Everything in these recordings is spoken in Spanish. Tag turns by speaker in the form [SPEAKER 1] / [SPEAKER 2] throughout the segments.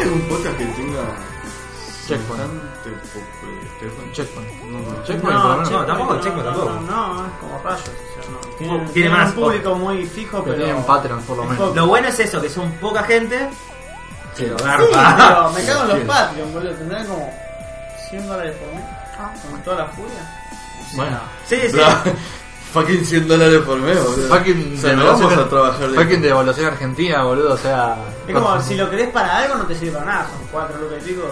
[SPEAKER 1] es un podcast que tenga
[SPEAKER 2] Checkpoint.
[SPEAKER 1] bastante popu- Checkpoint.
[SPEAKER 2] Checkpoint.
[SPEAKER 1] No, no,
[SPEAKER 2] Checkpoint, por lo
[SPEAKER 3] No,
[SPEAKER 2] menos, no,
[SPEAKER 3] Checkpoint
[SPEAKER 2] tampoco
[SPEAKER 3] no,
[SPEAKER 2] Checkpoint
[SPEAKER 3] no,
[SPEAKER 2] tampoco.
[SPEAKER 3] No, no, es como rayos. o sea, no.
[SPEAKER 2] Tiene
[SPEAKER 3] Tienen, tienen
[SPEAKER 2] más-
[SPEAKER 3] un público muy fijo,
[SPEAKER 2] Pero
[SPEAKER 3] pero.
[SPEAKER 2] tienen Patreon, por lo menos.
[SPEAKER 3] Foco.
[SPEAKER 4] Lo bueno es eso, que son poca gente.
[SPEAKER 2] Sí, lo
[SPEAKER 3] Sí,
[SPEAKER 2] garpa.
[SPEAKER 3] pero me cago en los
[SPEAKER 2] Sí.
[SPEAKER 3] Patreon, boludo. Tendrán como 100 dólares por mes. Con toda la furia.
[SPEAKER 2] Bueno.
[SPEAKER 4] Sí, sí.
[SPEAKER 1] Bra- Fucking 100 dólares por mes, boludo.
[SPEAKER 2] Fucking
[SPEAKER 1] O sea, no
[SPEAKER 2] devaluación-
[SPEAKER 1] vamos a trabajar de.
[SPEAKER 2] Fucking devaluación argentina, boludo, o sea.
[SPEAKER 3] Es como si lo querés para algo, no te sirve para nada. Son 4 lucas y pico.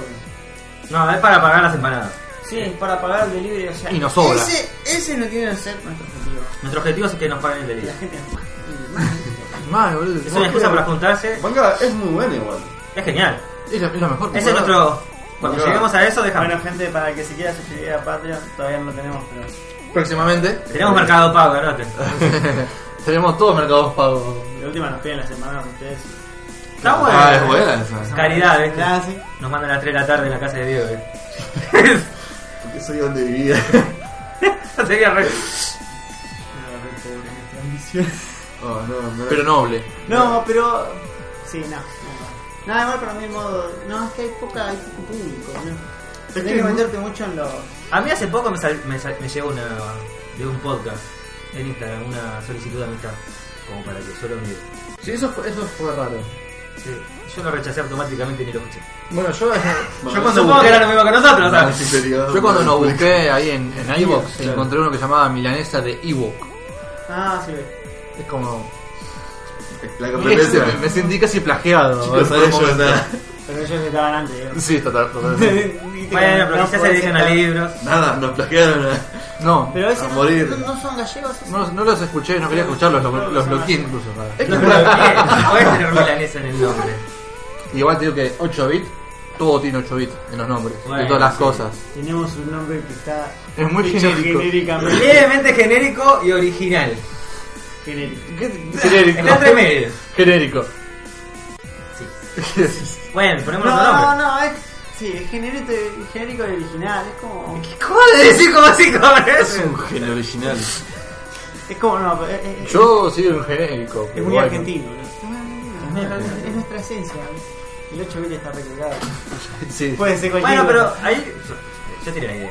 [SPEAKER 4] No, es para pagar las empanadas.
[SPEAKER 3] Sí, es para pagar el delivery. O sea,
[SPEAKER 2] Y nos sobra.
[SPEAKER 3] Ese, ese no tiene que ser nuestro objetivo.
[SPEAKER 4] Nuestro objetivo es que nos paguen el delivery.
[SPEAKER 3] La gente es más.
[SPEAKER 2] Mal, boludo.
[SPEAKER 4] Es una excusa para juntarse.
[SPEAKER 1] Manga es muy bueno igual.
[SPEAKER 4] Es genial.
[SPEAKER 2] Es lo, es lo mejor. que
[SPEAKER 4] Ese es
[SPEAKER 2] puedo dar.
[SPEAKER 4] nuestro. Cuando
[SPEAKER 1] Claro.
[SPEAKER 4] lleguemos a eso, dejamos.
[SPEAKER 3] Bueno, gente, para el que se quiera suscribir a Patreon, todavía no lo tenemos, pero.
[SPEAKER 2] Próximamente.
[SPEAKER 4] Tenemos mercado pago, anoten.
[SPEAKER 2] Tenemos todos mercados pagos.
[SPEAKER 3] De última nos piden las semanas ustedes.
[SPEAKER 4] Está bueno.
[SPEAKER 1] Ah, es buena esa.
[SPEAKER 4] Caridad, ¿viste?
[SPEAKER 3] Ah, sí.
[SPEAKER 4] Nos mandan a las 3 de la tarde en la casa de Diego, ¿eh?
[SPEAKER 1] Porque soy donde vivía.
[SPEAKER 4] Sería re.
[SPEAKER 1] Oh, no, no.
[SPEAKER 2] Pero noble.
[SPEAKER 3] No, pero. Sí, no. no. Nada igual para mí el modo. No, es que hay poca, hay poco público, ¿no? Tenés que meterte mucho en los.
[SPEAKER 4] A mí hace poco me, sal- me, sal- me llegó una de un podcast en Instagram, una solicitud de amistad, como para que solo mire.
[SPEAKER 2] Sí, eso fue, eso fue raro.
[SPEAKER 4] Sí, yo lo rechacé automáticamente ni lo escuché.
[SPEAKER 2] Bueno, yo,
[SPEAKER 4] Yo cuando busqué era lo mismo que nosotros,
[SPEAKER 1] Ah,
[SPEAKER 4] ¿sabes?
[SPEAKER 1] sinceridad,
[SPEAKER 2] yo cuando nos
[SPEAKER 1] boludo.
[SPEAKER 2] busqué ahí en, en iVox
[SPEAKER 1] claro.
[SPEAKER 2] encontré uno que llamaba Milanesa de Ewok.
[SPEAKER 3] Ah, sí.
[SPEAKER 2] Es como.
[SPEAKER 1] La
[SPEAKER 2] Me,
[SPEAKER 1] competencia.
[SPEAKER 2] me sentí casi plagiado.
[SPEAKER 1] Chicos, ¿sabes yo nada?
[SPEAKER 3] Pero ellos estaban antes,
[SPEAKER 2] Sí, total, totalmente.
[SPEAKER 3] digo.
[SPEAKER 4] Bueno, pero quizás se dedican a libros.
[SPEAKER 1] Nada, nos plagiaron. a-
[SPEAKER 2] No,
[SPEAKER 3] Pero
[SPEAKER 1] A
[SPEAKER 3] esos no,
[SPEAKER 1] morir.
[SPEAKER 3] no, no son gallegos, esos.
[SPEAKER 2] no, no los escuché, no quería escucharlos, los, los bloqueé incluso.
[SPEAKER 1] Es que
[SPEAKER 4] No,
[SPEAKER 1] es
[SPEAKER 4] pero
[SPEAKER 1] una-
[SPEAKER 4] ¿qué? Podés tener milanesa en el nombre.
[SPEAKER 2] Y igual te digo que 8 bits, todo tiene 8 bits en los nombres, de
[SPEAKER 4] Bueno,
[SPEAKER 2] todas las
[SPEAKER 4] sí.
[SPEAKER 2] cosas.
[SPEAKER 3] Tenemos un nombre que está.
[SPEAKER 2] Es muy
[SPEAKER 3] dicho
[SPEAKER 2] genérico.
[SPEAKER 3] Genéricamente.
[SPEAKER 4] Levemente genérico y original.
[SPEAKER 3] genérico.
[SPEAKER 4] Está entre medio.
[SPEAKER 2] Genérico.
[SPEAKER 4] Bueno, ponemos
[SPEAKER 3] No,
[SPEAKER 4] otro
[SPEAKER 3] no,
[SPEAKER 4] nombre.
[SPEAKER 3] no, es. Sí, es genérico, genérico y original. Es como.
[SPEAKER 4] ¿Cómo le decís como así como
[SPEAKER 1] Es un genio original.
[SPEAKER 3] Es como, no, eh, es, es-
[SPEAKER 2] Yo soy un genérico.
[SPEAKER 3] es
[SPEAKER 2] pero
[SPEAKER 3] muy
[SPEAKER 2] bueno.
[SPEAKER 3] argentino. ¿no? Ah, Es, es- es nuestra esencia. ¿no? El 8 bit está recargado.
[SPEAKER 2] Sí.
[SPEAKER 3] Puede ser cualquier
[SPEAKER 4] Bueno, pero
[SPEAKER 3] cosa.
[SPEAKER 4] ahí. Yo tiré la idea.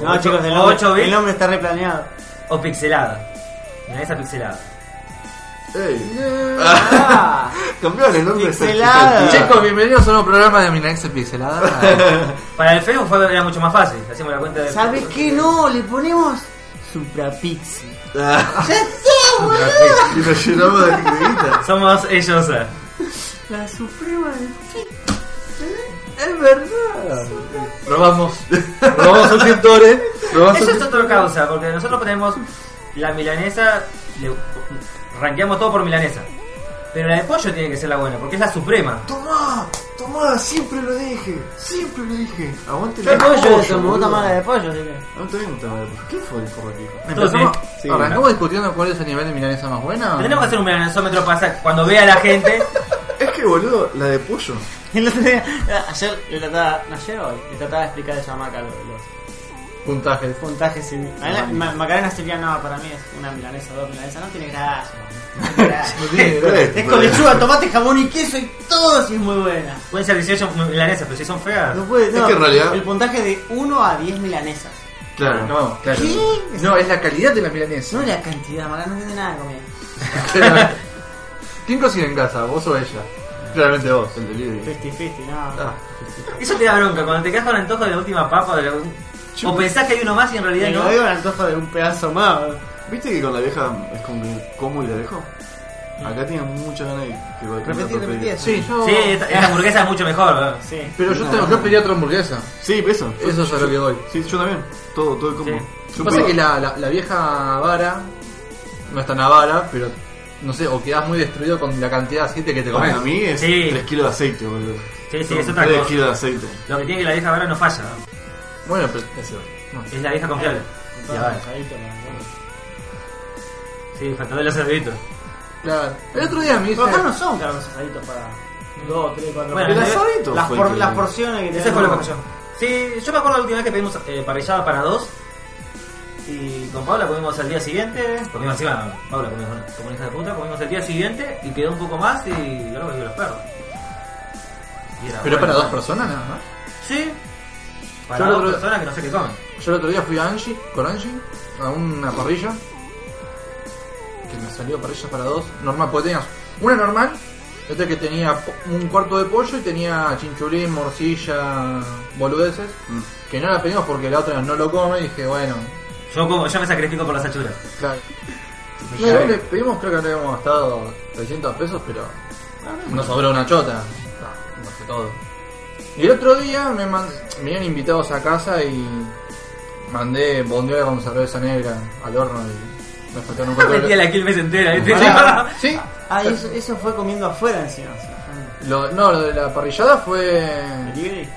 [SPEAKER 3] No,
[SPEAKER 4] Ocho-
[SPEAKER 3] chicos, el
[SPEAKER 4] ocho
[SPEAKER 3] nombre,
[SPEAKER 4] bits.
[SPEAKER 3] el nombre está replaneado.
[SPEAKER 4] O pixelada. Milanesa pixelada.
[SPEAKER 1] Ey.
[SPEAKER 3] Ah,
[SPEAKER 1] Cambiaron el nombre.
[SPEAKER 3] Pixelada.
[SPEAKER 2] Chicos, bienvenidos a un nuevo programa de Minax Pixelada.
[SPEAKER 4] Para el Facebook fue, era mucho más fácil. Hacemos la cuenta de.
[SPEAKER 3] ¿Sabes qué? No, le ponemos Suprapixi.
[SPEAKER 1] Ah,
[SPEAKER 3] ¡Ya está, boludo!
[SPEAKER 1] Y nos llenamos de amiguitas.
[SPEAKER 4] Somos ellos. eh.
[SPEAKER 3] La suprema del Pixi.
[SPEAKER 2] es verdad. Robamos. Robamos suscriptores. Robamos
[SPEAKER 4] Eso es
[SPEAKER 2] suscriptores.
[SPEAKER 4] otra causa, porque nosotros ponemos la milanesa, le, rankeamos todo por milanesa. Pero la de pollo tiene que ser la buena, porque es la suprema.
[SPEAKER 1] Tomá, tomá, siempre lo dije. Siempre lo dije. Aguante
[SPEAKER 3] Yo pollo, eso, me
[SPEAKER 1] boludo.
[SPEAKER 3] gusta más la de pollo, así que.
[SPEAKER 1] No te gusta más la de pollo. ¿Qué fue el informativo?
[SPEAKER 4] Entonces,
[SPEAKER 1] Sí,
[SPEAKER 2] Arrancamos discutiendo cuál es el nivel de milanesa más buena.
[SPEAKER 4] tenemos que hacer un milanesómetro para sa- cuando vea la gente.
[SPEAKER 1] Es que boludo, la de pollo.
[SPEAKER 3] El otro día, ayer le trataba, no, ayer o hoy, le trataba de explicar esa marca los, los
[SPEAKER 2] puntaje.
[SPEAKER 3] puntajes. En, a la- ma- Macarena sería no, para mí es una milanesa, dos milanesas, no tiene gracia. no tiene gracia.
[SPEAKER 2] No tiene gracia.
[SPEAKER 3] es con lechuga, tomate, jamón y queso y todo si es muy buena.
[SPEAKER 4] Pueden ser 18 milanesas, pero si son feas.
[SPEAKER 3] No puede,
[SPEAKER 1] Es
[SPEAKER 3] no.
[SPEAKER 1] que en realidad-
[SPEAKER 3] El puntaje de 1 a 10 milanesas.
[SPEAKER 1] Claro.
[SPEAKER 2] No, claro.
[SPEAKER 3] ¿Qué?
[SPEAKER 2] No, es la calidad de la milanesa.
[SPEAKER 3] No la cantidad, Macarena no tiene nada de comida.
[SPEAKER 2] ¿Quién cocina en casa? ¿Vos o ella?
[SPEAKER 1] Claramente vos, el delivery.
[SPEAKER 3] 50-50, no.
[SPEAKER 1] Ah,
[SPEAKER 4] Eso te da bronca, cuando te quedas con el antojo de la última papa o, de la un- o pensás que hay uno más y en
[SPEAKER 3] Y
[SPEAKER 4] realidad
[SPEAKER 3] no
[SPEAKER 4] no.
[SPEAKER 3] digo el antojo de un pedazo más.
[SPEAKER 1] ¿Viste que con la vieja es como que como y la dejo? Acá tiene mucha ganas de que vaya
[SPEAKER 3] Repetí, repetí eso.
[SPEAKER 2] Sí, yo.
[SPEAKER 4] Sí, esta, esta hamburguesa es mucho mejor. ¿verdad?
[SPEAKER 3] Sí.
[SPEAKER 2] Pero yo, tengo, yo pedí otra hamburguesa.
[SPEAKER 1] Sí, eso.
[SPEAKER 2] Eso es a lo que voy.
[SPEAKER 1] Sí, yo también. Todo, todo el combo.
[SPEAKER 4] Sí.
[SPEAKER 1] Yo
[SPEAKER 2] Pasa
[SPEAKER 1] pido-
[SPEAKER 2] que la, la, la vieja vara no es tan avara, pero no sé, o quedás muy destruido con la cantidad de aceite que te comes.
[SPEAKER 1] Para mí es
[SPEAKER 4] Sí.
[SPEAKER 1] 3 kilos de aceite, boludo.
[SPEAKER 4] Sí, sí,
[SPEAKER 1] Son
[SPEAKER 4] es otra
[SPEAKER 1] 3
[SPEAKER 4] cosa.
[SPEAKER 1] kilos de aceite.
[SPEAKER 4] Lo que tiene que la vieja ahora no falla. ¿no?
[SPEAKER 2] Bueno, pero eso. no sé.
[SPEAKER 4] Es la vieja confiable. Ya va. Sí, faltó de los cerditos.
[SPEAKER 2] Claro. El otro día me hice.
[SPEAKER 3] Pero acá no son cargos asaditos para 2, 3, 4
[SPEAKER 4] Bueno,
[SPEAKER 1] el asadito
[SPEAKER 3] Las,
[SPEAKER 1] fue
[SPEAKER 3] por-
[SPEAKER 1] el que-
[SPEAKER 3] las porciones que
[SPEAKER 4] Ese
[SPEAKER 3] tenemos.
[SPEAKER 4] fue
[SPEAKER 2] Ah.
[SPEAKER 4] lo que yo. Sí, yo me acuerdo la última vez que pedimos eh, parrillada para dos. Y con Paula comimos al día siguiente. Comimos encima, Paula comió bueno, como una hija de puta. Comimos al día siguiente y quedó un poco más y yo lo comí con los perros. Y
[SPEAKER 2] Pero
[SPEAKER 4] era bueno,
[SPEAKER 2] para dos
[SPEAKER 4] bueno.
[SPEAKER 2] personas nada más.
[SPEAKER 4] Sí. Para
[SPEAKER 2] Yo lo
[SPEAKER 4] dos
[SPEAKER 2] creo-
[SPEAKER 4] personas que no sé qué comen.
[SPEAKER 2] Yo el otro día fui a Angie, con Angie, a una parrilla. Que me salió parrilla para dos. Normal, porque tenías una normal, y otra que tenía po- un cuarto de pollo y tenía chinchulín, morcilla, boludeces.
[SPEAKER 1] Mm.
[SPEAKER 2] Que no la pedimos porque la otra no lo come y dije, bueno,
[SPEAKER 4] Yo, como, yo me sacrifico por las achuras.
[SPEAKER 2] claro. No, igual le pedimos, creo que no habíamos gastado 300 pesos, pero nos sobró una chota. No, no fue todo. Y el otro día me, man- me habían invitados a casa y mandé bondiola con cerveza negra al horno y me faltaron un cuarto
[SPEAKER 4] Metía
[SPEAKER 2] de...
[SPEAKER 4] la Quilmes entera, ¿viste?
[SPEAKER 2] Pará, ¿Sí?
[SPEAKER 3] Ah, y eso, eso fue comiendo afuera encima. o sea, fue
[SPEAKER 2] Lo- no, lo de la parrillada fue...
[SPEAKER 3] Libre.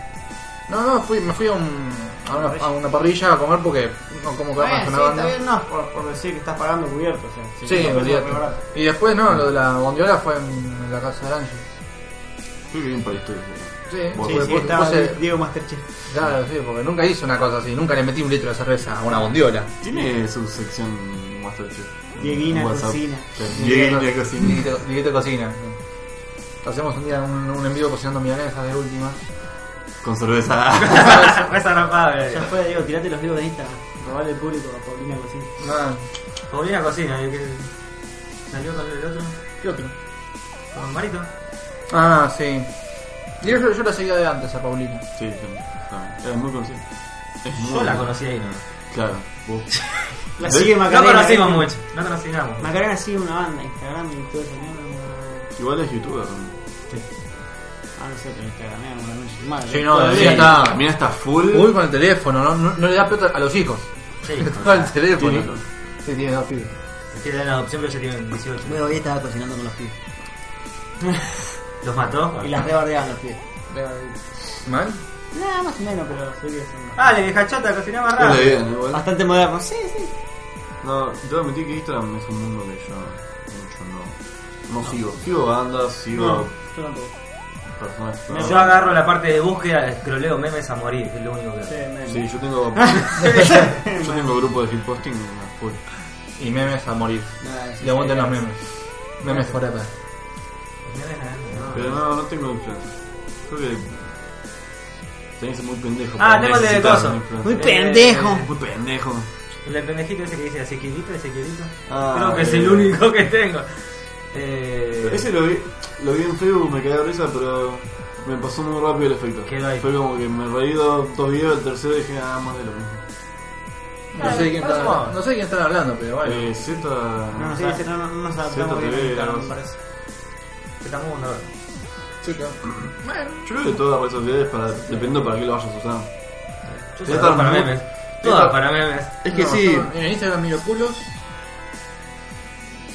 [SPEAKER 2] No, no, fui, me fui a, un- a una, a una parrilla a comer porque no como
[SPEAKER 3] Bueno,
[SPEAKER 2] carne
[SPEAKER 3] sí,
[SPEAKER 2] con la
[SPEAKER 3] está
[SPEAKER 2] banda.
[SPEAKER 3] bien, no, por, por decir que estás pagando cubierto. O sea, si
[SPEAKER 2] Sí,
[SPEAKER 3] no, pues,
[SPEAKER 2] olvídate.
[SPEAKER 3] no, pero barato.
[SPEAKER 2] Y después no, lo de la bondiola fue en la casa de Angie.
[SPEAKER 1] Creo que bien para ustedes.
[SPEAKER 2] Sí,
[SPEAKER 1] Vos-
[SPEAKER 3] Sí,
[SPEAKER 2] porque
[SPEAKER 3] sí,
[SPEAKER 2] vos-
[SPEAKER 3] estaba
[SPEAKER 2] vos se-
[SPEAKER 3] Diego Masterchef.
[SPEAKER 2] Claro, sí, porque nunca hice una cosa así, nunca le metí un litro de cerveza a una bondiola.
[SPEAKER 1] Tiene su sección Masterchef.
[SPEAKER 3] Dieguina
[SPEAKER 1] En WhatsApp.
[SPEAKER 3] Cocina.
[SPEAKER 1] Sí, Dieguina Cocina.
[SPEAKER 2] Dieguito Dieguito cocina. Hacemos un día un, un envío cocinando milanesas de última.
[SPEAKER 1] Con cerveza.
[SPEAKER 4] Fue zarrapado, eh.
[SPEAKER 3] Ya fue, Diego, tirate los vivos de Instagram. Robarle el público a Paulina Cocina.
[SPEAKER 2] Ah,
[SPEAKER 4] Paulina cocina, ¿y que salió con el otro,
[SPEAKER 2] ¿Qué otro?
[SPEAKER 4] con Marito.
[SPEAKER 2] Ah, sí. Y yo, yo la seguía de antes a Paulina.
[SPEAKER 1] Sí, sí, también. Es muy conocido. Es muy
[SPEAKER 4] Yo la
[SPEAKER 1] conocido.
[SPEAKER 4] conocí ahí, no.
[SPEAKER 1] Claro, vos.
[SPEAKER 3] La
[SPEAKER 1] ¿Ves?
[SPEAKER 3] sigue
[SPEAKER 4] No
[SPEAKER 3] Macarena.
[SPEAKER 2] eh,
[SPEAKER 3] eh.
[SPEAKER 4] conocimos mucho, no conocíamos.
[SPEAKER 3] Macarena sigue una banda, Instagram y todo eso. ¿no?
[SPEAKER 1] Igual es youtuber. ¿no?
[SPEAKER 3] Ah, no sé, pero Instagram era una noche mal.
[SPEAKER 2] Sí, no,
[SPEAKER 1] Sí,
[SPEAKER 2] ya está.
[SPEAKER 1] La mina está full.
[SPEAKER 2] Uy, con el teléfono, no, no, no le da pelota a los hijos.
[SPEAKER 4] Sí,
[SPEAKER 2] Le toca el
[SPEAKER 1] Tiene-
[SPEAKER 2] teléfono. Sí, tiene dos pibes.
[SPEAKER 4] se tienen en adopción, pero ya tienen 18.
[SPEAKER 3] Bueno, hoy estaba cocinando con los pies.
[SPEAKER 4] Los mató.
[SPEAKER 3] Y las Ah. rebardeaban los pies.
[SPEAKER 2] ¿Mal?
[SPEAKER 3] Nada, más o menos, pero sé que son
[SPEAKER 4] Ah, le vieja chota, cocinaba
[SPEAKER 1] Es la
[SPEAKER 4] raro.
[SPEAKER 1] idea, ¿no? Igual.
[SPEAKER 3] bastante modernos. Sí, sí.
[SPEAKER 1] No, yo voy a admitir que Instagram es un mundo que yo mucho no, no sigo. Sigo bandas, sigo
[SPEAKER 3] yo tampoco.
[SPEAKER 1] personas.
[SPEAKER 3] Me
[SPEAKER 1] ¿no?
[SPEAKER 4] Yo agarro la parte de búsqueda, escroleo memes a morir, es lo único que
[SPEAKER 3] Sí,
[SPEAKER 4] hago.
[SPEAKER 3] me-
[SPEAKER 1] Sí, yo tengo, yo tengo grupo de hitposting a full.
[SPEAKER 2] Y memes a morir.
[SPEAKER 3] Nada, sí,
[SPEAKER 2] Y aguanten
[SPEAKER 3] sí,
[SPEAKER 2] los
[SPEAKER 3] sí.
[SPEAKER 2] memes. Memes forever.
[SPEAKER 4] Memes, nada,
[SPEAKER 1] Pero
[SPEAKER 4] no.
[SPEAKER 1] no, no tengo influencer. Creo que tenés que ser muy pendejo.
[SPEAKER 4] Ah,
[SPEAKER 1] para
[SPEAKER 4] tengo el de
[SPEAKER 1] necesitar
[SPEAKER 4] coso.
[SPEAKER 1] un influencer.
[SPEAKER 3] Muy
[SPEAKER 4] Eh,
[SPEAKER 3] pendejo.
[SPEAKER 1] Muy pendejo.
[SPEAKER 4] El pendejito ese que dice Ezequielito, Ezequielito.
[SPEAKER 1] Ah,
[SPEAKER 4] Creo que es
[SPEAKER 1] eh.
[SPEAKER 4] el único que tengo. Eh,
[SPEAKER 1] Ese lo vi, lo vi en Facebook, me caí de risa, pero me pasó muy rápido el efecto.
[SPEAKER 4] Quedó ahí.
[SPEAKER 1] Fue como que me reí dos, dos videos, el tercero dije, ah, más de lo mismo.
[SPEAKER 2] No sé, de quién están,
[SPEAKER 4] Vamos.
[SPEAKER 2] no sé de quién están hablando, pero bueno.
[SPEAKER 1] Eh, Z...
[SPEAKER 3] No, sí, sí, no, no, no nos adaptamos
[SPEAKER 1] Cierto,
[SPEAKER 3] bien
[SPEAKER 1] te
[SPEAKER 3] a
[SPEAKER 1] veo,
[SPEAKER 3] Instagram,
[SPEAKER 1] no
[SPEAKER 3] me
[SPEAKER 1] sé.
[SPEAKER 3] parece.
[SPEAKER 4] que estamos un horror.
[SPEAKER 1] Yo creo que todas las redes sociales, para, dependiendo para qué lo vayas usando.
[SPEAKER 4] Yo
[SPEAKER 1] Ya
[SPEAKER 4] soy
[SPEAKER 1] está,
[SPEAKER 4] todo para
[SPEAKER 1] muy-
[SPEAKER 4] memes.
[SPEAKER 1] está.
[SPEAKER 4] Todo para memes.
[SPEAKER 1] Es que
[SPEAKER 2] No,
[SPEAKER 1] sí,
[SPEAKER 2] yo En Instagram miro culos.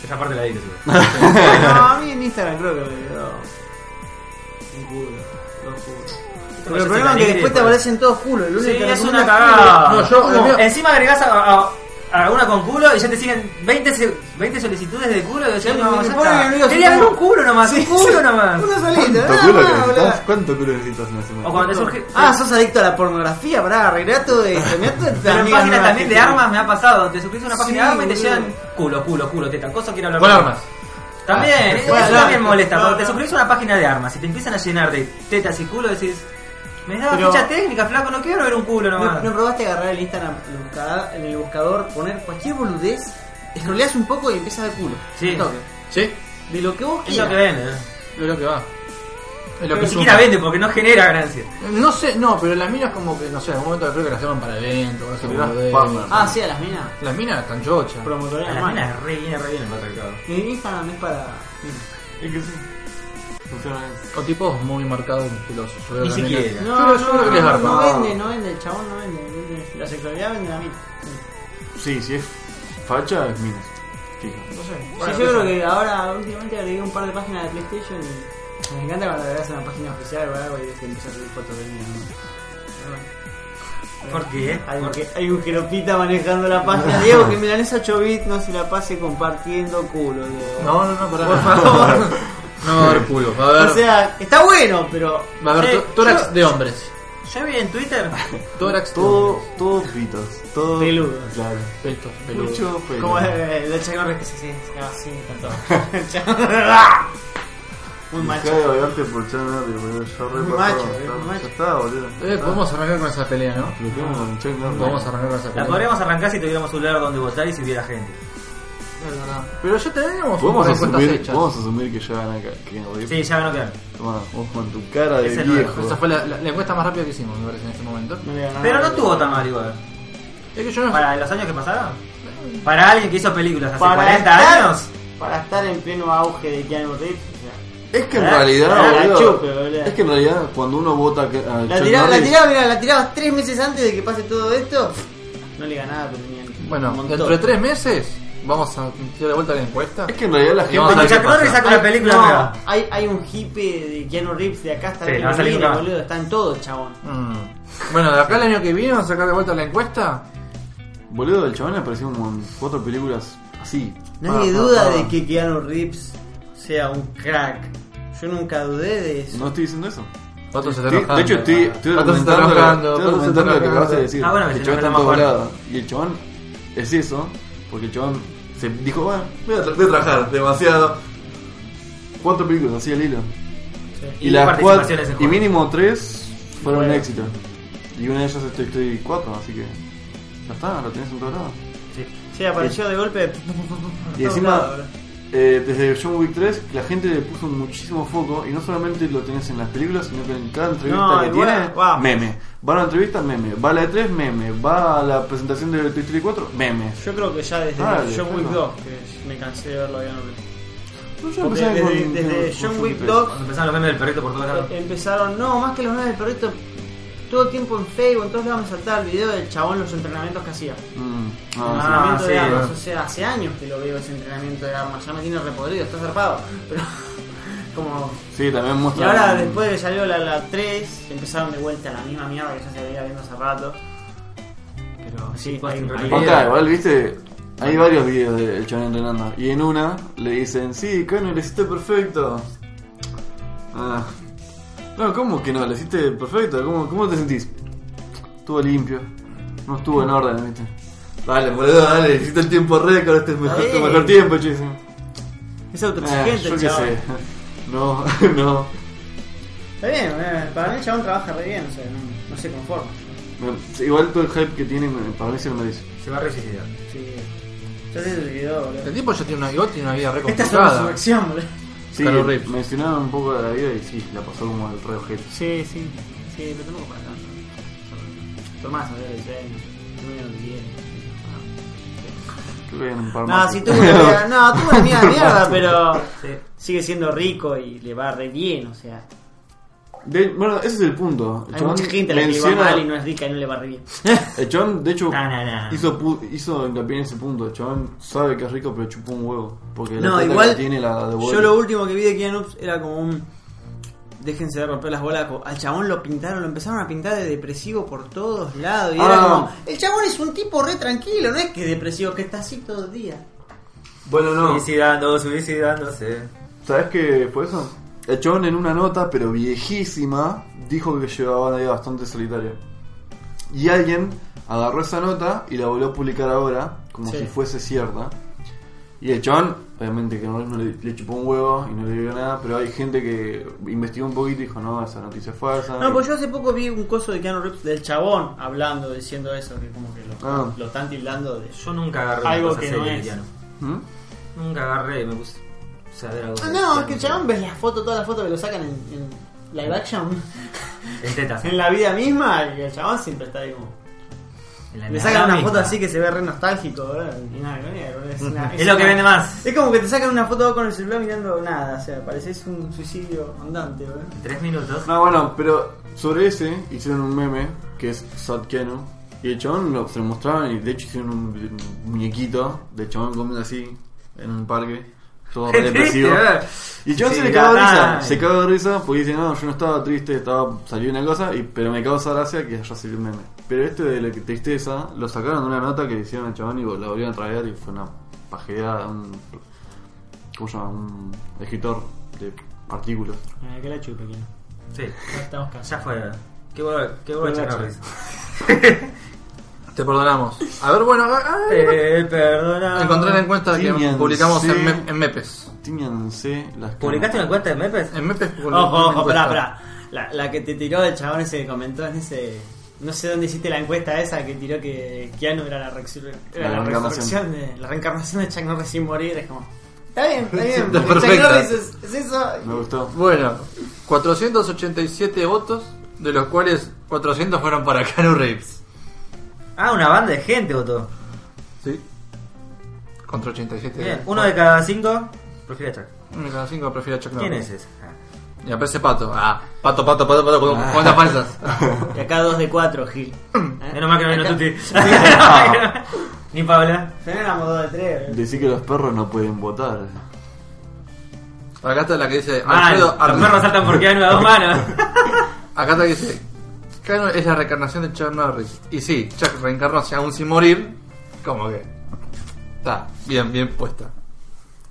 [SPEAKER 4] Esa parte la edito.
[SPEAKER 3] No, a mí en Instagram creo que le quedó un culo, dos culos. Pero el problema es que después te aparecen todos culos. El único
[SPEAKER 4] Sí,
[SPEAKER 3] que
[SPEAKER 4] es
[SPEAKER 3] recomienda
[SPEAKER 4] una
[SPEAKER 3] culo.
[SPEAKER 4] cagada.
[SPEAKER 2] No, yo- el mío-
[SPEAKER 4] Encima agregás a, a, a una con culo y ya te siguen 20, se- 20 solicitudes de culo. Y yo,
[SPEAKER 3] Sí,
[SPEAKER 4] no,
[SPEAKER 3] me
[SPEAKER 4] ya
[SPEAKER 3] ponen
[SPEAKER 4] está.
[SPEAKER 3] nervioso,
[SPEAKER 4] Quería
[SPEAKER 3] como-
[SPEAKER 4] ver un culo nomás,
[SPEAKER 3] Sí,
[SPEAKER 4] un culo
[SPEAKER 3] sí,
[SPEAKER 4] nomás.
[SPEAKER 3] Una solita.
[SPEAKER 1] ¿Cuánto
[SPEAKER 3] nada
[SPEAKER 1] culo
[SPEAKER 3] más,
[SPEAKER 1] necesitas?
[SPEAKER 3] bla.
[SPEAKER 1] ¿Cuánto culo necesitas en la semana?
[SPEAKER 4] Ah, O cuando te surge...
[SPEAKER 3] Ah, sos adicto a la pornografía, pará, arreglá tu de cambiá tu-
[SPEAKER 4] Pero en
[SPEAKER 3] este amiga
[SPEAKER 4] páginas
[SPEAKER 3] nueva
[SPEAKER 4] también
[SPEAKER 3] que
[SPEAKER 4] de
[SPEAKER 3] te-
[SPEAKER 4] armas me ha pasado. Te suscribes a una página
[SPEAKER 3] Sí,
[SPEAKER 4] de armas y te
[SPEAKER 3] boludo.
[SPEAKER 4] llegan culo, culo, culo, teta. Cosa quiero hablar
[SPEAKER 2] Con
[SPEAKER 4] más.
[SPEAKER 2] armas.
[SPEAKER 4] También,
[SPEAKER 2] Ah,
[SPEAKER 4] eso
[SPEAKER 3] bueno, Ah.
[SPEAKER 4] también
[SPEAKER 3] no,
[SPEAKER 4] molesta.
[SPEAKER 3] no,
[SPEAKER 4] Cuando te
[SPEAKER 3] no.
[SPEAKER 4] suscribes a una página de armas y te empiezan a llenar de tetas y culo, decís... Me da
[SPEAKER 3] Pero-
[SPEAKER 4] ficha técnica, flaco, no quiero ver un culo
[SPEAKER 3] ¿No,
[SPEAKER 4] nomás.
[SPEAKER 3] no probaste agarrar el Instagram, el buscador- en el buscador, poner cualquier boludez, scrolleás un poco y empiezas a ver culo?
[SPEAKER 4] Sí.
[SPEAKER 3] Un toque.
[SPEAKER 2] ¿Sí?
[SPEAKER 3] De lo que vos
[SPEAKER 4] Es lo
[SPEAKER 3] quieras.
[SPEAKER 4] que vende. ¿eh?
[SPEAKER 2] Es lo que va. Es lo
[SPEAKER 4] Pero
[SPEAKER 2] que
[SPEAKER 4] ni siquiera
[SPEAKER 2] suma.
[SPEAKER 4] vende porque no genera ganancia.
[SPEAKER 2] No sé, no, pero las minas como que, no sé, en algún momento creo que las llaman para eventos, no sé,
[SPEAKER 1] Mirá,
[SPEAKER 2] boludez.
[SPEAKER 1] partner.
[SPEAKER 3] Ah, sí, a las minas.
[SPEAKER 2] Las minas están chochas.
[SPEAKER 3] Promotoras
[SPEAKER 4] A
[SPEAKER 3] de
[SPEAKER 4] la mina
[SPEAKER 3] minas.
[SPEAKER 4] es re bien, re bien el patriarcado.
[SPEAKER 3] En Instagram es para minas.
[SPEAKER 1] Es que sí. Funciona bien.
[SPEAKER 2] O tipos muy marcados y musculosos. Yo veo
[SPEAKER 4] Ni
[SPEAKER 2] las minas-
[SPEAKER 4] siquiera.
[SPEAKER 2] Yo creo- yo creo que les
[SPEAKER 3] no,
[SPEAKER 2] garpa.
[SPEAKER 3] no vende, no vende, el chabón no vende. vende- La sexualidad vende la mina.
[SPEAKER 1] Sí, si es facha, es minas. Fija.
[SPEAKER 2] No sé.
[SPEAKER 3] sí, yo creo que ahora últimamente agregué un par de páginas de PlayStation y me encanta cuando agregas una página oficial o algo y te empiezas a subir fotos de minas. ¿no?
[SPEAKER 4] ¿Por qué?
[SPEAKER 3] eh, Hay un,
[SPEAKER 4] ¿Por
[SPEAKER 3] que- hay un jeropita manejando la página. Diego, que Milanesa 8 bit no se la pase compartiendo culo, Diego.
[SPEAKER 2] No, no, no, pará. Por favor. No va a haber culo, va a haber,
[SPEAKER 3] O sea, está bueno, pero. eh,
[SPEAKER 2] va a haber
[SPEAKER 4] Sí,
[SPEAKER 2] tó- tórax
[SPEAKER 4] yo-
[SPEAKER 2] de hombres.
[SPEAKER 4] Yo vi en Twitter.
[SPEAKER 2] Tórax de
[SPEAKER 1] Todo,
[SPEAKER 2] hombres.
[SPEAKER 1] todo pitos. Todo.
[SPEAKER 3] Peludos.
[SPEAKER 1] Claro.
[SPEAKER 2] Pechos, peludos.
[SPEAKER 1] Mucho pelo.
[SPEAKER 3] Como el, el chacón que se así, se así, tanto. Muy
[SPEAKER 1] Dejá
[SPEAKER 3] macho.
[SPEAKER 1] de pues, bailarte por echar nervios, boludo. Yo re
[SPEAKER 3] Muy
[SPEAKER 1] pasado,
[SPEAKER 3] macho,
[SPEAKER 1] ya-
[SPEAKER 3] es muy
[SPEAKER 1] Ya
[SPEAKER 3] macho.
[SPEAKER 1] está, boludo.
[SPEAKER 2] Eh, podemos arrancar con esa pelea, ¿no?
[SPEAKER 1] Lo tengo con Chuck Norris.
[SPEAKER 2] Podemos arrancar con esa
[SPEAKER 4] La
[SPEAKER 2] pelea.
[SPEAKER 4] podríamos arrancar si tuviéramos un lugar donde votar y si hubiera gente.
[SPEAKER 3] Es verdad.
[SPEAKER 2] Pero ya tenemos
[SPEAKER 1] Podemos
[SPEAKER 2] unas respuestas
[SPEAKER 1] asumir,
[SPEAKER 2] hechas.
[SPEAKER 1] podemos asumir que ya gana Keanu
[SPEAKER 4] Sí,
[SPEAKER 1] Sí.
[SPEAKER 4] ya ganó quedan.
[SPEAKER 1] Toma, vos con tu cara de
[SPEAKER 4] Ese es
[SPEAKER 1] viejo.
[SPEAKER 2] Esa fue la, la- la encuesta más rápida que hicimos, me parece, en este momento.
[SPEAKER 3] No le ganaba.
[SPEAKER 4] Pero no estuvo tan mal igual.
[SPEAKER 2] Es que yo no...
[SPEAKER 4] Para los años que pasaron. Para alguien que hizo películas hace
[SPEAKER 3] Para
[SPEAKER 4] 40
[SPEAKER 3] estar-
[SPEAKER 4] años.
[SPEAKER 3] Para estar en pleno auge de Keanu Reeves. o sea,
[SPEAKER 1] Es que en
[SPEAKER 4] Ah,
[SPEAKER 1] realidad,
[SPEAKER 3] ah, la
[SPEAKER 1] boludo,
[SPEAKER 3] chupe, boludo.
[SPEAKER 1] Es que en realidad, cuando uno vota que- a
[SPEAKER 3] La
[SPEAKER 1] Chuck
[SPEAKER 3] tiraba, la
[SPEAKER 1] Norris-
[SPEAKER 3] tiraba, mirá, la tiraba tres meses antes de que pase todo esto. No le ganaba, pero tenía un
[SPEAKER 2] Bueno,
[SPEAKER 3] montón.
[SPEAKER 2] dentro de tres meses vamos a tirar de vuelta la encuesta.
[SPEAKER 1] Es que en realidad la
[SPEAKER 2] Y
[SPEAKER 1] gente.
[SPEAKER 2] vamos a ver
[SPEAKER 4] Chuck
[SPEAKER 2] qué pasa.
[SPEAKER 4] Norris saca una película
[SPEAKER 3] no,
[SPEAKER 4] nueva.
[SPEAKER 3] Hay, hay un hippie de Keanu Reeves de acá hasta
[SPEAKER 4] Sí,
[SPEAKER 3] el
[SPEAKER 4] no va a
[SPEAKER 3] año que
[SPEAKER 4] salir
[SPEAKER 3] viene,
[SPEAKER 4] nunca más.
[SPEAKER 3] boludo. Está en todo, chabón.
[SPEAKER 2] Mm. Bueno, de acá el año que viene vamos a sacar de vuelta la encuesta.
[SPEAKER 1] Boludo, el chabón apareció como en cuatro películas así.
[SPEAKER 3] Nadie
[SPEAKER 1] Pa, pa,
[SPEAKER 3] duda
[SPEAKER 1] pa.
[SPEAKER 3] de que Keanu Reeves sea un crack. Yo nunca dudé de eso.
[SPEAKER 1] No estoy diciendo eso.
[SPEAKER 2] Pato se está
[SPEAKER 1] Estoy-
[SPEAKER 2] enojando.
[SPEAKER 1] de hecho, estoy, estoy
[SPEAKER 2] Pato se está
[SPEAKER 1] argumentando,
[SPEAKER 2] enojando,
[SPEAKER 1] estoy
[SPEAKER 2] Pato se está
[SPEAKER 1] argumentando lo que acabas de
[SPEAKER 2] enojando.
[SPEAKER 1] decir.
[SPEAKER 4] Ah, bueno,
[SPEAKER 1] Que
[SPEAKER 4] que
[SPEAKER 1] el
[SPEAKER 4] se
[SPEAKER 1] chabón está
[SPEAKER 4] enoja más fuerte.
[SPEAKER 1] empoderado. Y el chabón es eso, porque el chabón se dijo, bueno, voy a, tra- voy a trabajar demasiado. Cuatro películas así al hilo.
[SPEAKER 4] Y
[SPEAKER 1] las cuatro,
[SPEAKER 4] participaciones en
[SPEAKER 1] y
[SPEAKER 4] juego.
[SPEAKER 1] mínimo tres fueron
[SPEAKER 3] Bueno.
[SPEAKER 1] un éxito. Y una de ellas estoy, estoy cuatro, así que ya está, lo tenés en todos lados.
[SPEAKER 3] Sí, apareció de golpe.
[SPEAKER 1] Y
[SPEAKER 3] Todos
[SPEAKER 1] encima,
[SPEAKER 3] lados, boludo.
[SPEAKER 1] eh, desde John Wick 3, la gente le puso muchísimo foco y no solamente lo tenés en las películas, sino que en cada entrevista
[SPEAKER 3] No,
[SPEAKER 1] que
[SPEAKER 3] y
[SPEAKER 1] tiene,
[SPEAKER 3] bueno, wow.
[SPEAKER 1] meme. Va a la entrevista, meme. Va a la de 3, meme. Va a la presentación del Toy Story 4, meme.
[SPEAKER 3] Yo creo que ya desde
[SPEAKER 1] Ah,
[SPEAKER 3] John
[SPEAKER 1] dejalo.
[SPEAKER 3] Wick 2, que me cansé de verlo a Keanu Reeves.
[SPEAKER 1] No, yo
[SPEAKER 3] Porque
[SPEAKER 1] empecé
[SPEAKER 3] desde,
[SPEAKER 1] con-
[SPEAKER 3] desde
[SPEAKER 1] con
[SPEAKER 3] John Wick
[SPEAKER 1] 3.
[SPEAKER 3] 2
[SPEAKER 4] Cuando empezaron los memes del perrito por todos lados.
[SPEAKER 3] empezaron, no, más que los memes del perrito, todo tiempo en Facebook, entonces vamos a saltar el video del chabón los entrenamientos que hacía.
[SPEAKER 1] Mm,
[SPEAKER 3] El
[SPEAKER 1] ah,
[SPEAKER 4] Ah,
[SPEAKER 3] entrenamiento de
[SPEAKER 4] sí,
[SPEAKER 3] armas,
[SPEAKER 2] bueno.
[SPEAKER 3] o sea, hace años que lo veo ese entrenamiento de armas, ya me tiene repodrido, está zarpado. Pero, como.
[SPEAKER 1] sí. Sí, también
[SPEAKER 3] Y
[SPEAKER 1] muestra.
[SPEAKER 3] ahora, después de que salió la, la 3, empezaron de vuelta a la misma mierda que ya se veía viendo hace rato. Pero sí,
[SPEAKER 4] Pues,
[SPEAKER 3] hay-
[SPEAKER 4] en
[SPEAKER 3] hay-
[SPEAKER 4] realidad-
[SPEAKER 1] Acá, igual, viste. Hay varios videos del chabón entrenando. Y en una le dicen: Sí, Connor, lo hiciste perfecto. Ah. No, ¿cómo que no? Lo hiciste perfecto. ¿Cómo, cómo te sentís? Estuvo limpio. No estuvo en orden, viste. Dale, boludo, dale. Hiciste el tiempo récord. Este es mejor,
[SPEAKER 3] Está
[SPEAKER 1] tu
[SPEAKER 3] bien.
[SPEAKER 1] mejor tiempo, che. dicen.
[SPEAKER 3] es
[SPEAKER 1] Eh,
[SPEAKER 3] autoexigente
[SPEAKER 1] yo
[SPEAKER 3] el
[SPEAKER 1] qué
[SPEAKER 3] chabón.
[SPEAKER 1] sé. No, no.
[SPEAKER 3] Está bien, eh, para mí el chabón trabaja re bien, o sea, no, no se conforma.
[SPEAKER 1] Bueno, Igual todo el hype que tiene, para mí se lo merece.
[SPEAKER 4] Se va a resucitar.
[SPEAKER 3] Sí. Ya se olvidó, boludo.
[SPEAKER 2] El tipo ya tiene una, igual tiene una vida re
[SPEAKER 3] Esta es una
[SPEAKER 2] complicada.
[SPEAKER 3] resurrección, boludo.
[SPEAKER 1] Sí,
[SPEAKER 2] Keanu Reeves.
[SPEAKER 1] mencionaba un poco de la vida y sí, la pasó como el rey objeto.
[SPEAKER 3] Sí, sí. Sí, lo tengo para acá. Tomás, a ver, el
[SPEAKER 1] Creo que en un par
[SPEAKER 3] No,
[SPEAKER 1] más.
[SPEAKER 3] sí tuvo una vida, no, tuvo una vida de mierda, pero
[SPEAKER 4] Sí.
[SPEAKER 3] sigue siendo rico y le va re bien, o sea.
[SPEAKER 1] De- bueno, ese es el punto. El
[SPEAKER 3] Hay
[SPEAKER 1] chabón
[SPEAKER 3] mucha gente a la que le va
[SPEAKER 1] menciona-
[SPEAKER 3] mal y no es rica y no le va re bien.
[SPEAKER 1] El chabón, de hecho,
[SPEAKER 4] Ah, No, no, no.
[SPEAKER 1] Hizo, pu- hizo hincapié en ese punto. El chabón sabe que es rico, pero chupó un huevo. Porque la
[SPEAKER 3] No,
[SPEAKER 1] plata
[SPEAKER 3] igual,
[SPEAKER 1] que tiene la devuelve.
[SPEAKER 3] Yo lo último que vi de Keanu era como un... Déjense de romper las bolas. co- Al chabón lo pintaron, lo empezaron a pintar de depresivo por todos lados. Y era
[SPEAKER 1] Ah.
[SPEAKER 3] como... El chabón es un tipo re tranquilo, no es que depresivo, que está así todo el día.
[SPEAKER 1] Bueno, no.
[SPEAKER 4] Suicidando, suicidándose.
[SPEAKER 1] ¿Sabes qué fue eso? El chabón en una nota, pero viejísima, dijo que llevaba una vida bastante solitaria. Y alguien agarró esa nota y la volvió a publicar ahora, como
[SPEAKER 3] Sí.
[SPEAKER 1] si fuese cierta. Y el chabón, obviamente que no, no le, le chupó un huevo y no le dio nada, pero hay gente que investigó un poquito y dijo, no, esa noticia es falsa.
[SPEAKER 3] No, pues yo hace poco vi un coso de Keanu Reeves del chabón hablando, diciendo eso, que como que lo,
[SPEAKER 1] Ah.
[SPEAKER 3] lo están tildando de...
[SPEAKER 4] Yo nunca agarré
[SPEAKER 3] Algo
[SPEAKER 4] una cosa
[SPEAKER 3] que no
[SPEAKER 4] seria,
[SPEAKER 3] es.
[SPEAKER 4] Keanu.
[SPEAKER 1] ¿Mm?
[SPEAKER 4] Nunca agarré y me puse o sea, a ver algo.
[SPEAKER 3] Ah,
[SPEAKER 4] de
[SPEAKER 3] no, es
[SPEAKER 4] Keanu.
[SPEAKER 3] que el chabón ves las fotos, todas las fotos que lo sacan en, en live action,
[SPEAKER 4] En tetas.
[SPEAKER 3] en la vida misma, y el chabón siempre está ahí como...
[SPEAKER 4] En la- en
[SPEAKER 3] Le
[SPEAKER 4] la
[SPEAKER 3] sacan una
[SPEAKER 4] misma.
[SPEAKER 3] foto así que se ve re nostálgico, ¿verdad? Y nada, que ver, boludo, es, una-
[SPEAKER 4] Es lo que
[SPEAKER 3] una-
[SPEAKER 4] vende más.
[SPEAKER 3] Es como que te sacan una foto con el celular mirando nada, o sea, pareces un suicidio andante, ¿verdad?
[SPEAKER 4] Tres minutos.
[SPEAKER 1] No, bueno, pero sobre ese hicieron un meme que es Sad Keanu. Y el chabón lo, se lo mostraban y de hecho hicieron un, vi- un muñequito de chabón comiendo así en un parque. Todo re depresivo. Y el chabón
[SPEAKER 4] Sí,
[SPEAKER 1] se le cagó de
[SPEAKER 4] ah,
[SPEAKER 1] risa.
[SPEAKER 4] ay.
[SPEAKER 1] Se cagó de risa porque dice, no, yo no estaba triste, estaba salió una cosa, y, pero me causa gracia que haya salido un meme. Pero este de la que- tristeza lo sacaron de una nota que le hicieron al chabón y lo volvieron a traer y fue una pajeada, un... ¿Cómo se llama? Un escritor de artículos.
[SPEAKER 4] Eh,
[SPEAKER 3] que la chupe, aquí.
[SPEAKER 4] Sí,
[SPEAKER 3] estamos
[SPEAKER 4] ya fue. Qué bueno, qué bueno
[SPEAKER 3] Qué
[SPEAKER 4] echar la
[SPEAKER 3] bueno.
[SPEAKER 4] risa.
[SPEAKER 2] Te perdonamos. A ver, bueno, ah, ah,
[SPEAKER 4] Te Eh, perdona.
[SPEAKER 2] encontré una encuesta que
[SPEAKER 1] Tinian,
[SPEAKER 2] publicamos
[SPEAKER 1] sí.
[SPEAKER 2] en, Mep- en MEPES.
[SPEAKER 1] Tíñanse las camas.
[SPEAKER 4] ¿Publicaste una cuenta de Mepes?
[SPEAKER 2] En MEPES publicamos
[SPEAKER 3] Ojo,
[SPEAKER 2] una
[SPEAKER 3] ojo, pará,
[SPEAKER 2] encuesta.
[SPEAKER 3] pará. La, la que te tiró el chabón ese que comentó en ese. No sé dónde hiciste la encuesta esa que tiró que Keanu era la, resur- era
[SPEAKER 1] La
[SPEAKER 3] la,
[SPEAKER 1] reencarnación.
[SPEAKER 3] resurrección de, la reencarnación de Chuck Norris sin morir. Es como. Está bien, está bien.
[SPEAKER 2] Está
[SPEAKER 3] porque Chuck
[SPEAKER 2] perfecta.
[SPEAKER 3] Norris es, es eso.
[SPEAKER 1] Me gustó.
[SPEAKER 2] Bueno, 487 votos, de los cuales 400 fueron para Keanu Reeves.
[SPEAKER 4] Ah, una banda de gente votó.
[SPEAKER 2] Sí. Contra 87.
[SPEAKER 4] Bien, uno de cada cinco prefiere a Chuck.
[SPEAKER 2] Uno de cada cinco prefiere a Chuck
[SPEAKER 4] ¿Quién
[SPEAKER 2] Norris.
[SPEAKER 4] es ese? Ah.
[SPEAKER 2] Y aparece Pato. Ah, Pato, Pato, Pato, Pato, con cuentas falsas.
[SPEAKER 3] Y acá dos de cuatro, Gil.
[SPEAKER 4] Menos mal que no vino
[SPEAKER 3] Acá-
[SPEAKER 4] Tuti. No. Ni Paula.
[SPEAKER 3] Tenemos dos de tres.
[SPEAKER 1] Decí que los perros no pueden votar.
[SPEAKER 2] Acá está la que dice
[SPEAKER 4] Ah,
[SPEAKER 2] Alfredo
[SPEAKER 4] los
[SPEAKER 2] Armas.
[SPEAKER 4] perros saltan porque dan a dos manos.
[SPEAKER 2] Acá está que dice Keanu es la reencarnación de Chuck Norris. Y sí, Chuck reencarnó hacia aún sin morir. Como que. Está, bien, bien puesta.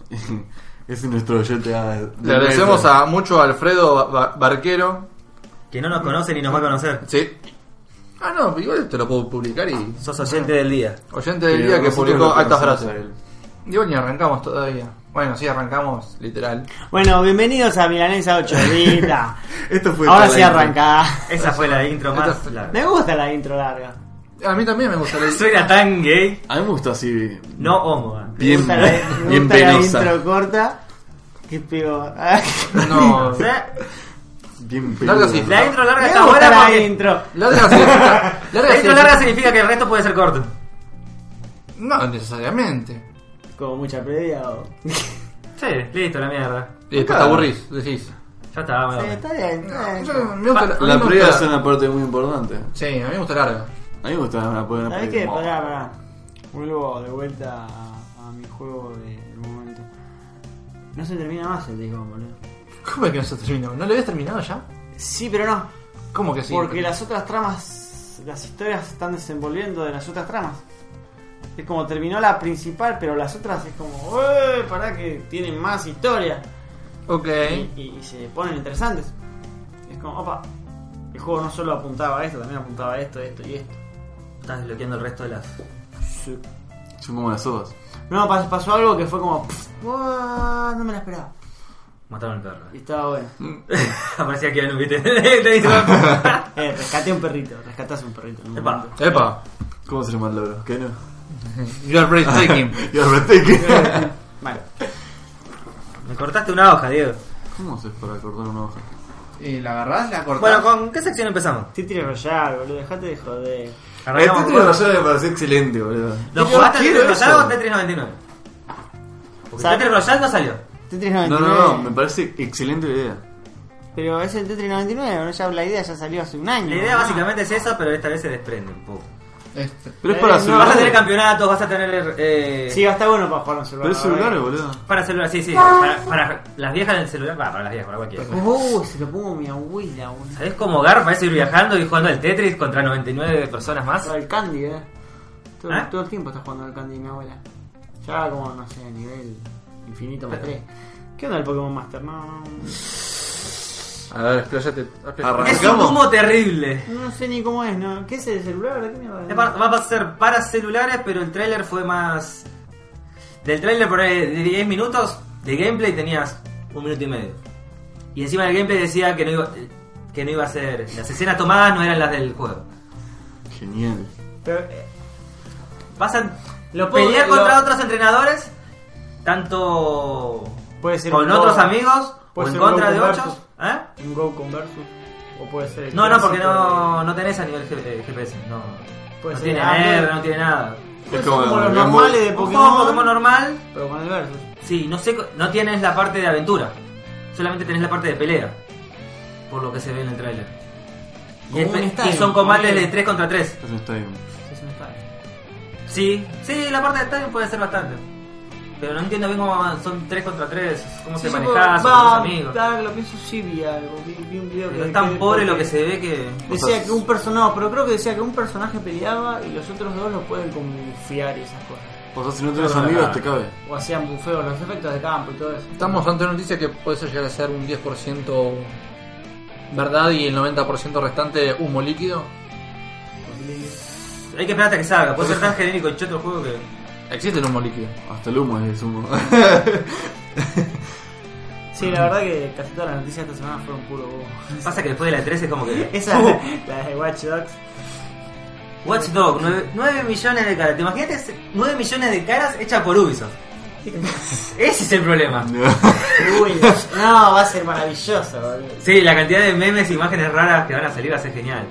[SPEAKER 1] Ese es nuestro oyente. ah, de
[SPEAKER 2] Le agradecemos
[SPEAKER 1] mesa.
[SPEAKER 2] a mucho a Alfredo Ba- Ba- Barquero.
[SPEAKER 4] Que no nos conoce ni nos va a conocer.
[SPEAKER 2] Sí. Ah, no, igual te lo puedo publicar y.
[SPEAKER 4] Sos oyente del día.
[SPEAKER 2] Oyente
[SPEAKER 1] Pero
[SPEAKER 2] del día que
[SPEAKER 1] nosotros
[SPEAKER 2] publicó
[SPEAKER 1] lo
[SPEAKER 2] altas
[SPEAKER 1] conocemos
[SPEAKER 2] frases.
[SPEAKER 1] a él.
[SPEAKER 2] Y bueno, ni arrancamos todavía. Bueno, sí, arrancamos, literal.
[SPEAKER 3] Bueno, bienvenidos a Milanesa 8 Vita.
[SPEAKER 1] Esto fue
[SPEAKER 3] Ahora
[SPEAKER 1] toda
[SPEAKER 3] sí
[SPEAKER 1] la intro.
[SPEAKER 3] arranca.
[SPEAKER 4] Esa fue la intro más
[SPEAKER 2] Esta-
[SPEAKER 4] larga.
[SPEAKER 3] Me gusta la intro larga.
[SPEAKER 2] A mí también me gusta la
[SPEAKER 4] Suena tan gay.
[SPEAKER 1] A mí me gustó así.
[SPEAKER 4] No homo. ah.
[SPEAKER 3] Me
[SPEAKER 1] Bien,
[SPEAKER 3] gusta la, me
[SPEAKER 1] bien
[SPEAKER 3] gusta la
[SPEAKER 1] penosa.
[SPEAKER 3] intro corta. Qué peor.
[SPEAKER 2] No.
[SPEAKER 4] O sea,
[SPEAKER 1] Bien
[SPEAKER 2] Larga
[SPEAKER 1] peludo.
[SPEAKER 2] sí.
[SPEAKER 4] la intro larga
[SPEAKER 3] Me
[SPEAKER 4] está
[SPEAKER 3] gusta
[SPEAKER 4] buena
[SPEAKER 3] la
[SPEAKER 4] porque...
[SPEAKER 3] intro.
[SPEAKER 2] Larga significa.
[SPEAKER 4] La
[SPEAKER 2] Larga
[SPEAKER 4] intro
[SPEAKER 2] significa-
[SPEAKER 4] larga significa que el resto puede ser corto.
[SPEAKER 2] No, necesariamente.
[SPEAKER 3] Como mucha previa o...
[SPEAKER 4] Sí, listo, la mierda.
[SPEAKER 2] Y después te aburrís, decís.
[SPEAKER 4] Ya está,
[SPEAKER 3] Sí,
[SPEAKER 4] bueno.
[SPEAKER 3] está bien, está bien.
[SPEAKER 2] Yo- me gusta
[SPEAKER 4] Pa-
[SPEAKER 2] a mí
[SPEAKER 1] La
[SPEAKER 2] me
[SPEAKER 1] previa
[SPEAKER 2] gusta-
[SPEAKER 1] es una parte muy importante.
[SPEAKER 2] Sí, a mí me gusta larga.
[SPEAKER 1] A mí me gusta una buena
[SPEAKER 3] ¿Sabés
[SPEAKER 1] previa.
[SPEAKER 3] qué? Pará, pará. Vuelvo de vuelta a, a mi juego de- del momento. No se termina más el disco, boludo.
[SPEAKER 2] ¿Cómo es que no se terminó? ¿No lo habías terminado ya?
[SPEAKER 3] Sí, pero no.
[SPEAKER 2] ¿Cómo que sí?
[SPEAKER 3] porque las otras tramas, las historias se están desenvolviendo de las otras tramas. Es como terminó la principal, pero las otras es como, "Eh, pará que tienen más historia.
[SPEAKER 2] Ok.
[SPEAKER 3] Y, y- y se ponen interesantes. Es como, opa, el juego no solo apuntaba a esto, también apuntaba a esto, esto y esto.
[SPEAKER 4] Estás desbloqueando el resto de las.
[SPEAKER 1] Son como las sodas.
[SPEAKER 3] No, pas- pasó algo que fue como, "Pff, uah, no me la esperaba.
[SPEAKER 4] Mataron al perro.
[SPEAKER 3] Y estaba bueno.
[SPEAKER 4] Aparecía Keanu, ¿viste? Te dice, "Vamos".
[SPEAKER 3] Eh, rescaté un perrito, rescataste un perrito. en un
[SPEAKER 4] Epa.
[SPEAKER 3] momento.
[SPEAKER 2] Epa.
[SPEAKER 1] ¿Cómo se llama el loro? ¿Qué no?
[SPEAKER 2] You are breathtaking.
[SPEAKER 1] Yo arrepenté.
[SPEAKER 3] Vale.
[SPEAKER 4] Me cortaste una hoja, Diego.
[SPEAKER 1] ¿Cómo haces para cortar una hoja?
[SPEAKER 2] ¿Y la agarrás, la cortás?
[SPEAKER 4] Bueno, ¿con qué sección empezamos?
[SPEAKER 3] Tetris Royale, boludo, dejate de joder.
[SPEAKER 4] Arrancamos
[SPEAKER 3] Este
[SPEAKER 1] Tetris
[SPEAKER 4] con-
[SPEAKER 1] Royale me pareció excelente, boludo.
[SPEAKER 4] ¿Lo
[SPEAKER 1] Yo
[SPEAKER 4] jugaste a
[SPEAKER 1] quiero
[SPEAKER 4] Tetris Royale
[SPEAKER 1] eso.
[SPEAKER 4] o Tetris 99? Porque
[SPEAKER 3] Sa-
[SPEAKER 4] Tetris Royale no salió.
[SPEAKER 3] Tetris
[SPEAKER 1] No,
[SPEAKER 3] 99.
[SPEAKER 1] no, no, me parece excelente la idea.
[SPEAKER 3] Pero es el Tetris 99, ¿no? ya la idea ya salió hace un año.
[SPEAKER 4] La idea básicamente es esa, pero esta vez se desprende un poco.
[SPEAKER 2] Este.
[SPEAKER 1] Pero es
[SPEAKER 3] Eh,
[SPEAKER 1] para
[SPEAKER 3] no,
[SPEAKER 1] celulares.
[SPEAKER 4] Vas a tener campeonatos, vas a tener. Eh,
[SPEAKER 3] Sí, está bueno para jugar en celular.
[SPEAKER 1] Pero es celulares, boludo.
[SPEAKER 4] Para celular, sí, sí. Para, para las viejas del celular, va, para las viejas, para cualquiera.
[SPEAKER 3] Oh, se lo pongo a mi abuela, boludo.
[SPEAKER 4] ¿Sabés cómo Garfa es ir viajando y jugando al Tetris contra 99 personas más?
[SPEAKER 3] Todo el candy, eh. Todo,
[SPEAKER 4] ¿Ah?
[SPEAKER 3] todo el tiempo está jugando al candy mi abuela. Ya como, no sé, a nivel infinito más 3. ¿Qué onda el Pokémon Master? No,
[SPEAKER 2] A ver, expláyate. expláyate.
[SPEAKER 1] Arranca.
[SPEAKER 4] Es un
[SPEAKER 1] ¿Arrancamos?
[SPEAKER 4] humo terrible.
[SPEAKER 3] no sé ni cómo es, ¿no? ¿Qué es el celular? ¿De qué mierda?
[SPEAKER 4] Es pa- Va a ser para celulares, pero el tráiler fue más... Del tráiler por ahí de 10 minutos, de gameplay tenías un minuto y medio. Y encima del gameplay decía que no iba, que no iba a ser... Las escenas tomadas no eran las del juego.
[SPEAKER 1] Genial.
[SPEAKER 3] Pero, eh,
[SPEAKER 4] Vas a
[SPEAKER 3] Lo puedo-
[SPEAKER 4] pelear contra
[SPEAKER 3] lo-
[SPEAKER 4] otros entrenadores, tanto
[SPEAKER 3] Puede ser
[SPEAKER 4] con
[SPEAKER 3] un
[SPEAKER 4] otros
[SPEAKER 3] juego-
[SPEAKER 4] amigos o
[SPEAKER 3] puede
[SPEAKER 4] en
[SPEAKER 3] ser un
[SPEAKER 4] contra de
[SPEAKER 3] juego con
[SPEAKER 4] otros. ¿Eh?
[SPEAKER 3] ¿Un Go con Versus? ¿O puede ser el
[SPEAKER 4] No, no, porque
[SPEAKER 3] clásico
[SPEAKER 4] no, no tenés a nivel G- eh, GPS. No,
[SPEAKER 3] Puede
[SPEAKER 4] no
[SPEAKER 3] ser
[SPEAKER 4] tiene
[SPEAKER 3] Android.
[SPEAKER 4] R, no tiene nada.
[SPEAKER 3] de-
[SPEAKER 1] Es como-
[SPEAKER 3] como los
[SPEAKER 1] digamos-
[SPEAKER 3] normales de
[SPEAKER 4] Un
[SPEAKER 3] Eh, Pokémon,
[SPEAKER 4] juego Pokémon normal,
[SPEAKER 3] Pero con el Versus.
[SPEAKER 4] sí, no sé, co- no tienes la parte de aventura. Solamente tenés la parte de pelea. Por lo que se ve en el tráiler. Y,
[SPEAKER 3] Como
[SPEAKER 4] es
[SPEAKER 3] un
[SPEAKER 4] pe-
[SPEAKER 3] estadio,
[SPEAKER 4] y son combates
[SPEAKER 3] como
[SPEAKER 4] de
[SPEAKER 3] un-
[SPEAKER 4] 3 contra 3.
[SPEAKER 1] Eso está bien.
[SPEAKER 3] Es un estadio.
[SPEAKER 4] Sí, sí, la parte de estadio puede ser bastante. Pero no entiendo bien cómo son 3 contra 3, cómo se manejás, con los amigos.
[SPEAKER 3] Claro, lo pienso sí vi algo, vi, vi un video
[SPEAKER 4] Pero
[SPEAKER 3] que
[SPEAKER 4] es tan
[SPEAKER 3] que-
[SPEAKER 4] pobre lo que se ve que...
[SPEAKER 3] Decía que un personaje, pero creo que decía que un personaje peleaba y los otros dos lo pueden como fiar y esas cosas.
[SPEAKER 1] O sea, si no tenés
[SPEAKER 4] No, no,
[SPEAKER 1] amigos,
[SPEAKER 4] no.
[SPEAKER 1] te cabe.
[SPEAKER 3] O hacían bufeos, los efectos de campo y todo eso.
[SPEAKER 2] Estamos ante una noticia que puede ser llegar a ser un 10% verdad y el 90% restante humo líquido.
[SPEAKER 4] Hay que esperar hasta que salga. Puede ser tan genérico y choto el juego que.
[SPEAKER 2] Existe el humo líquido.
[SPEAKER 1] Hasta el humo es humo.
[SPEAKER 3] Sí, la verdad que casi todas las noticias de esta semana fueron puro bobo.
[SPEAKER 4] Pasa que después de la 3 es como que.
[SPEAKER 3] Esa,
[SPEAKER 2] Uh.
[SPEAKER 3] la de Watch Dogs.
[SPEAKER 4] Watch Dog, 9, millones de caras. ¿Te imaginas 9 millones de caras hechas por Ubisoft? Ese es el problema.
[SPEAKER 3] Uy, no, va a ser maravilloso, boludo.
[SPEAKER 4] Sí, la cantidad de memes e imágenes raras que van a salir va a ser genial.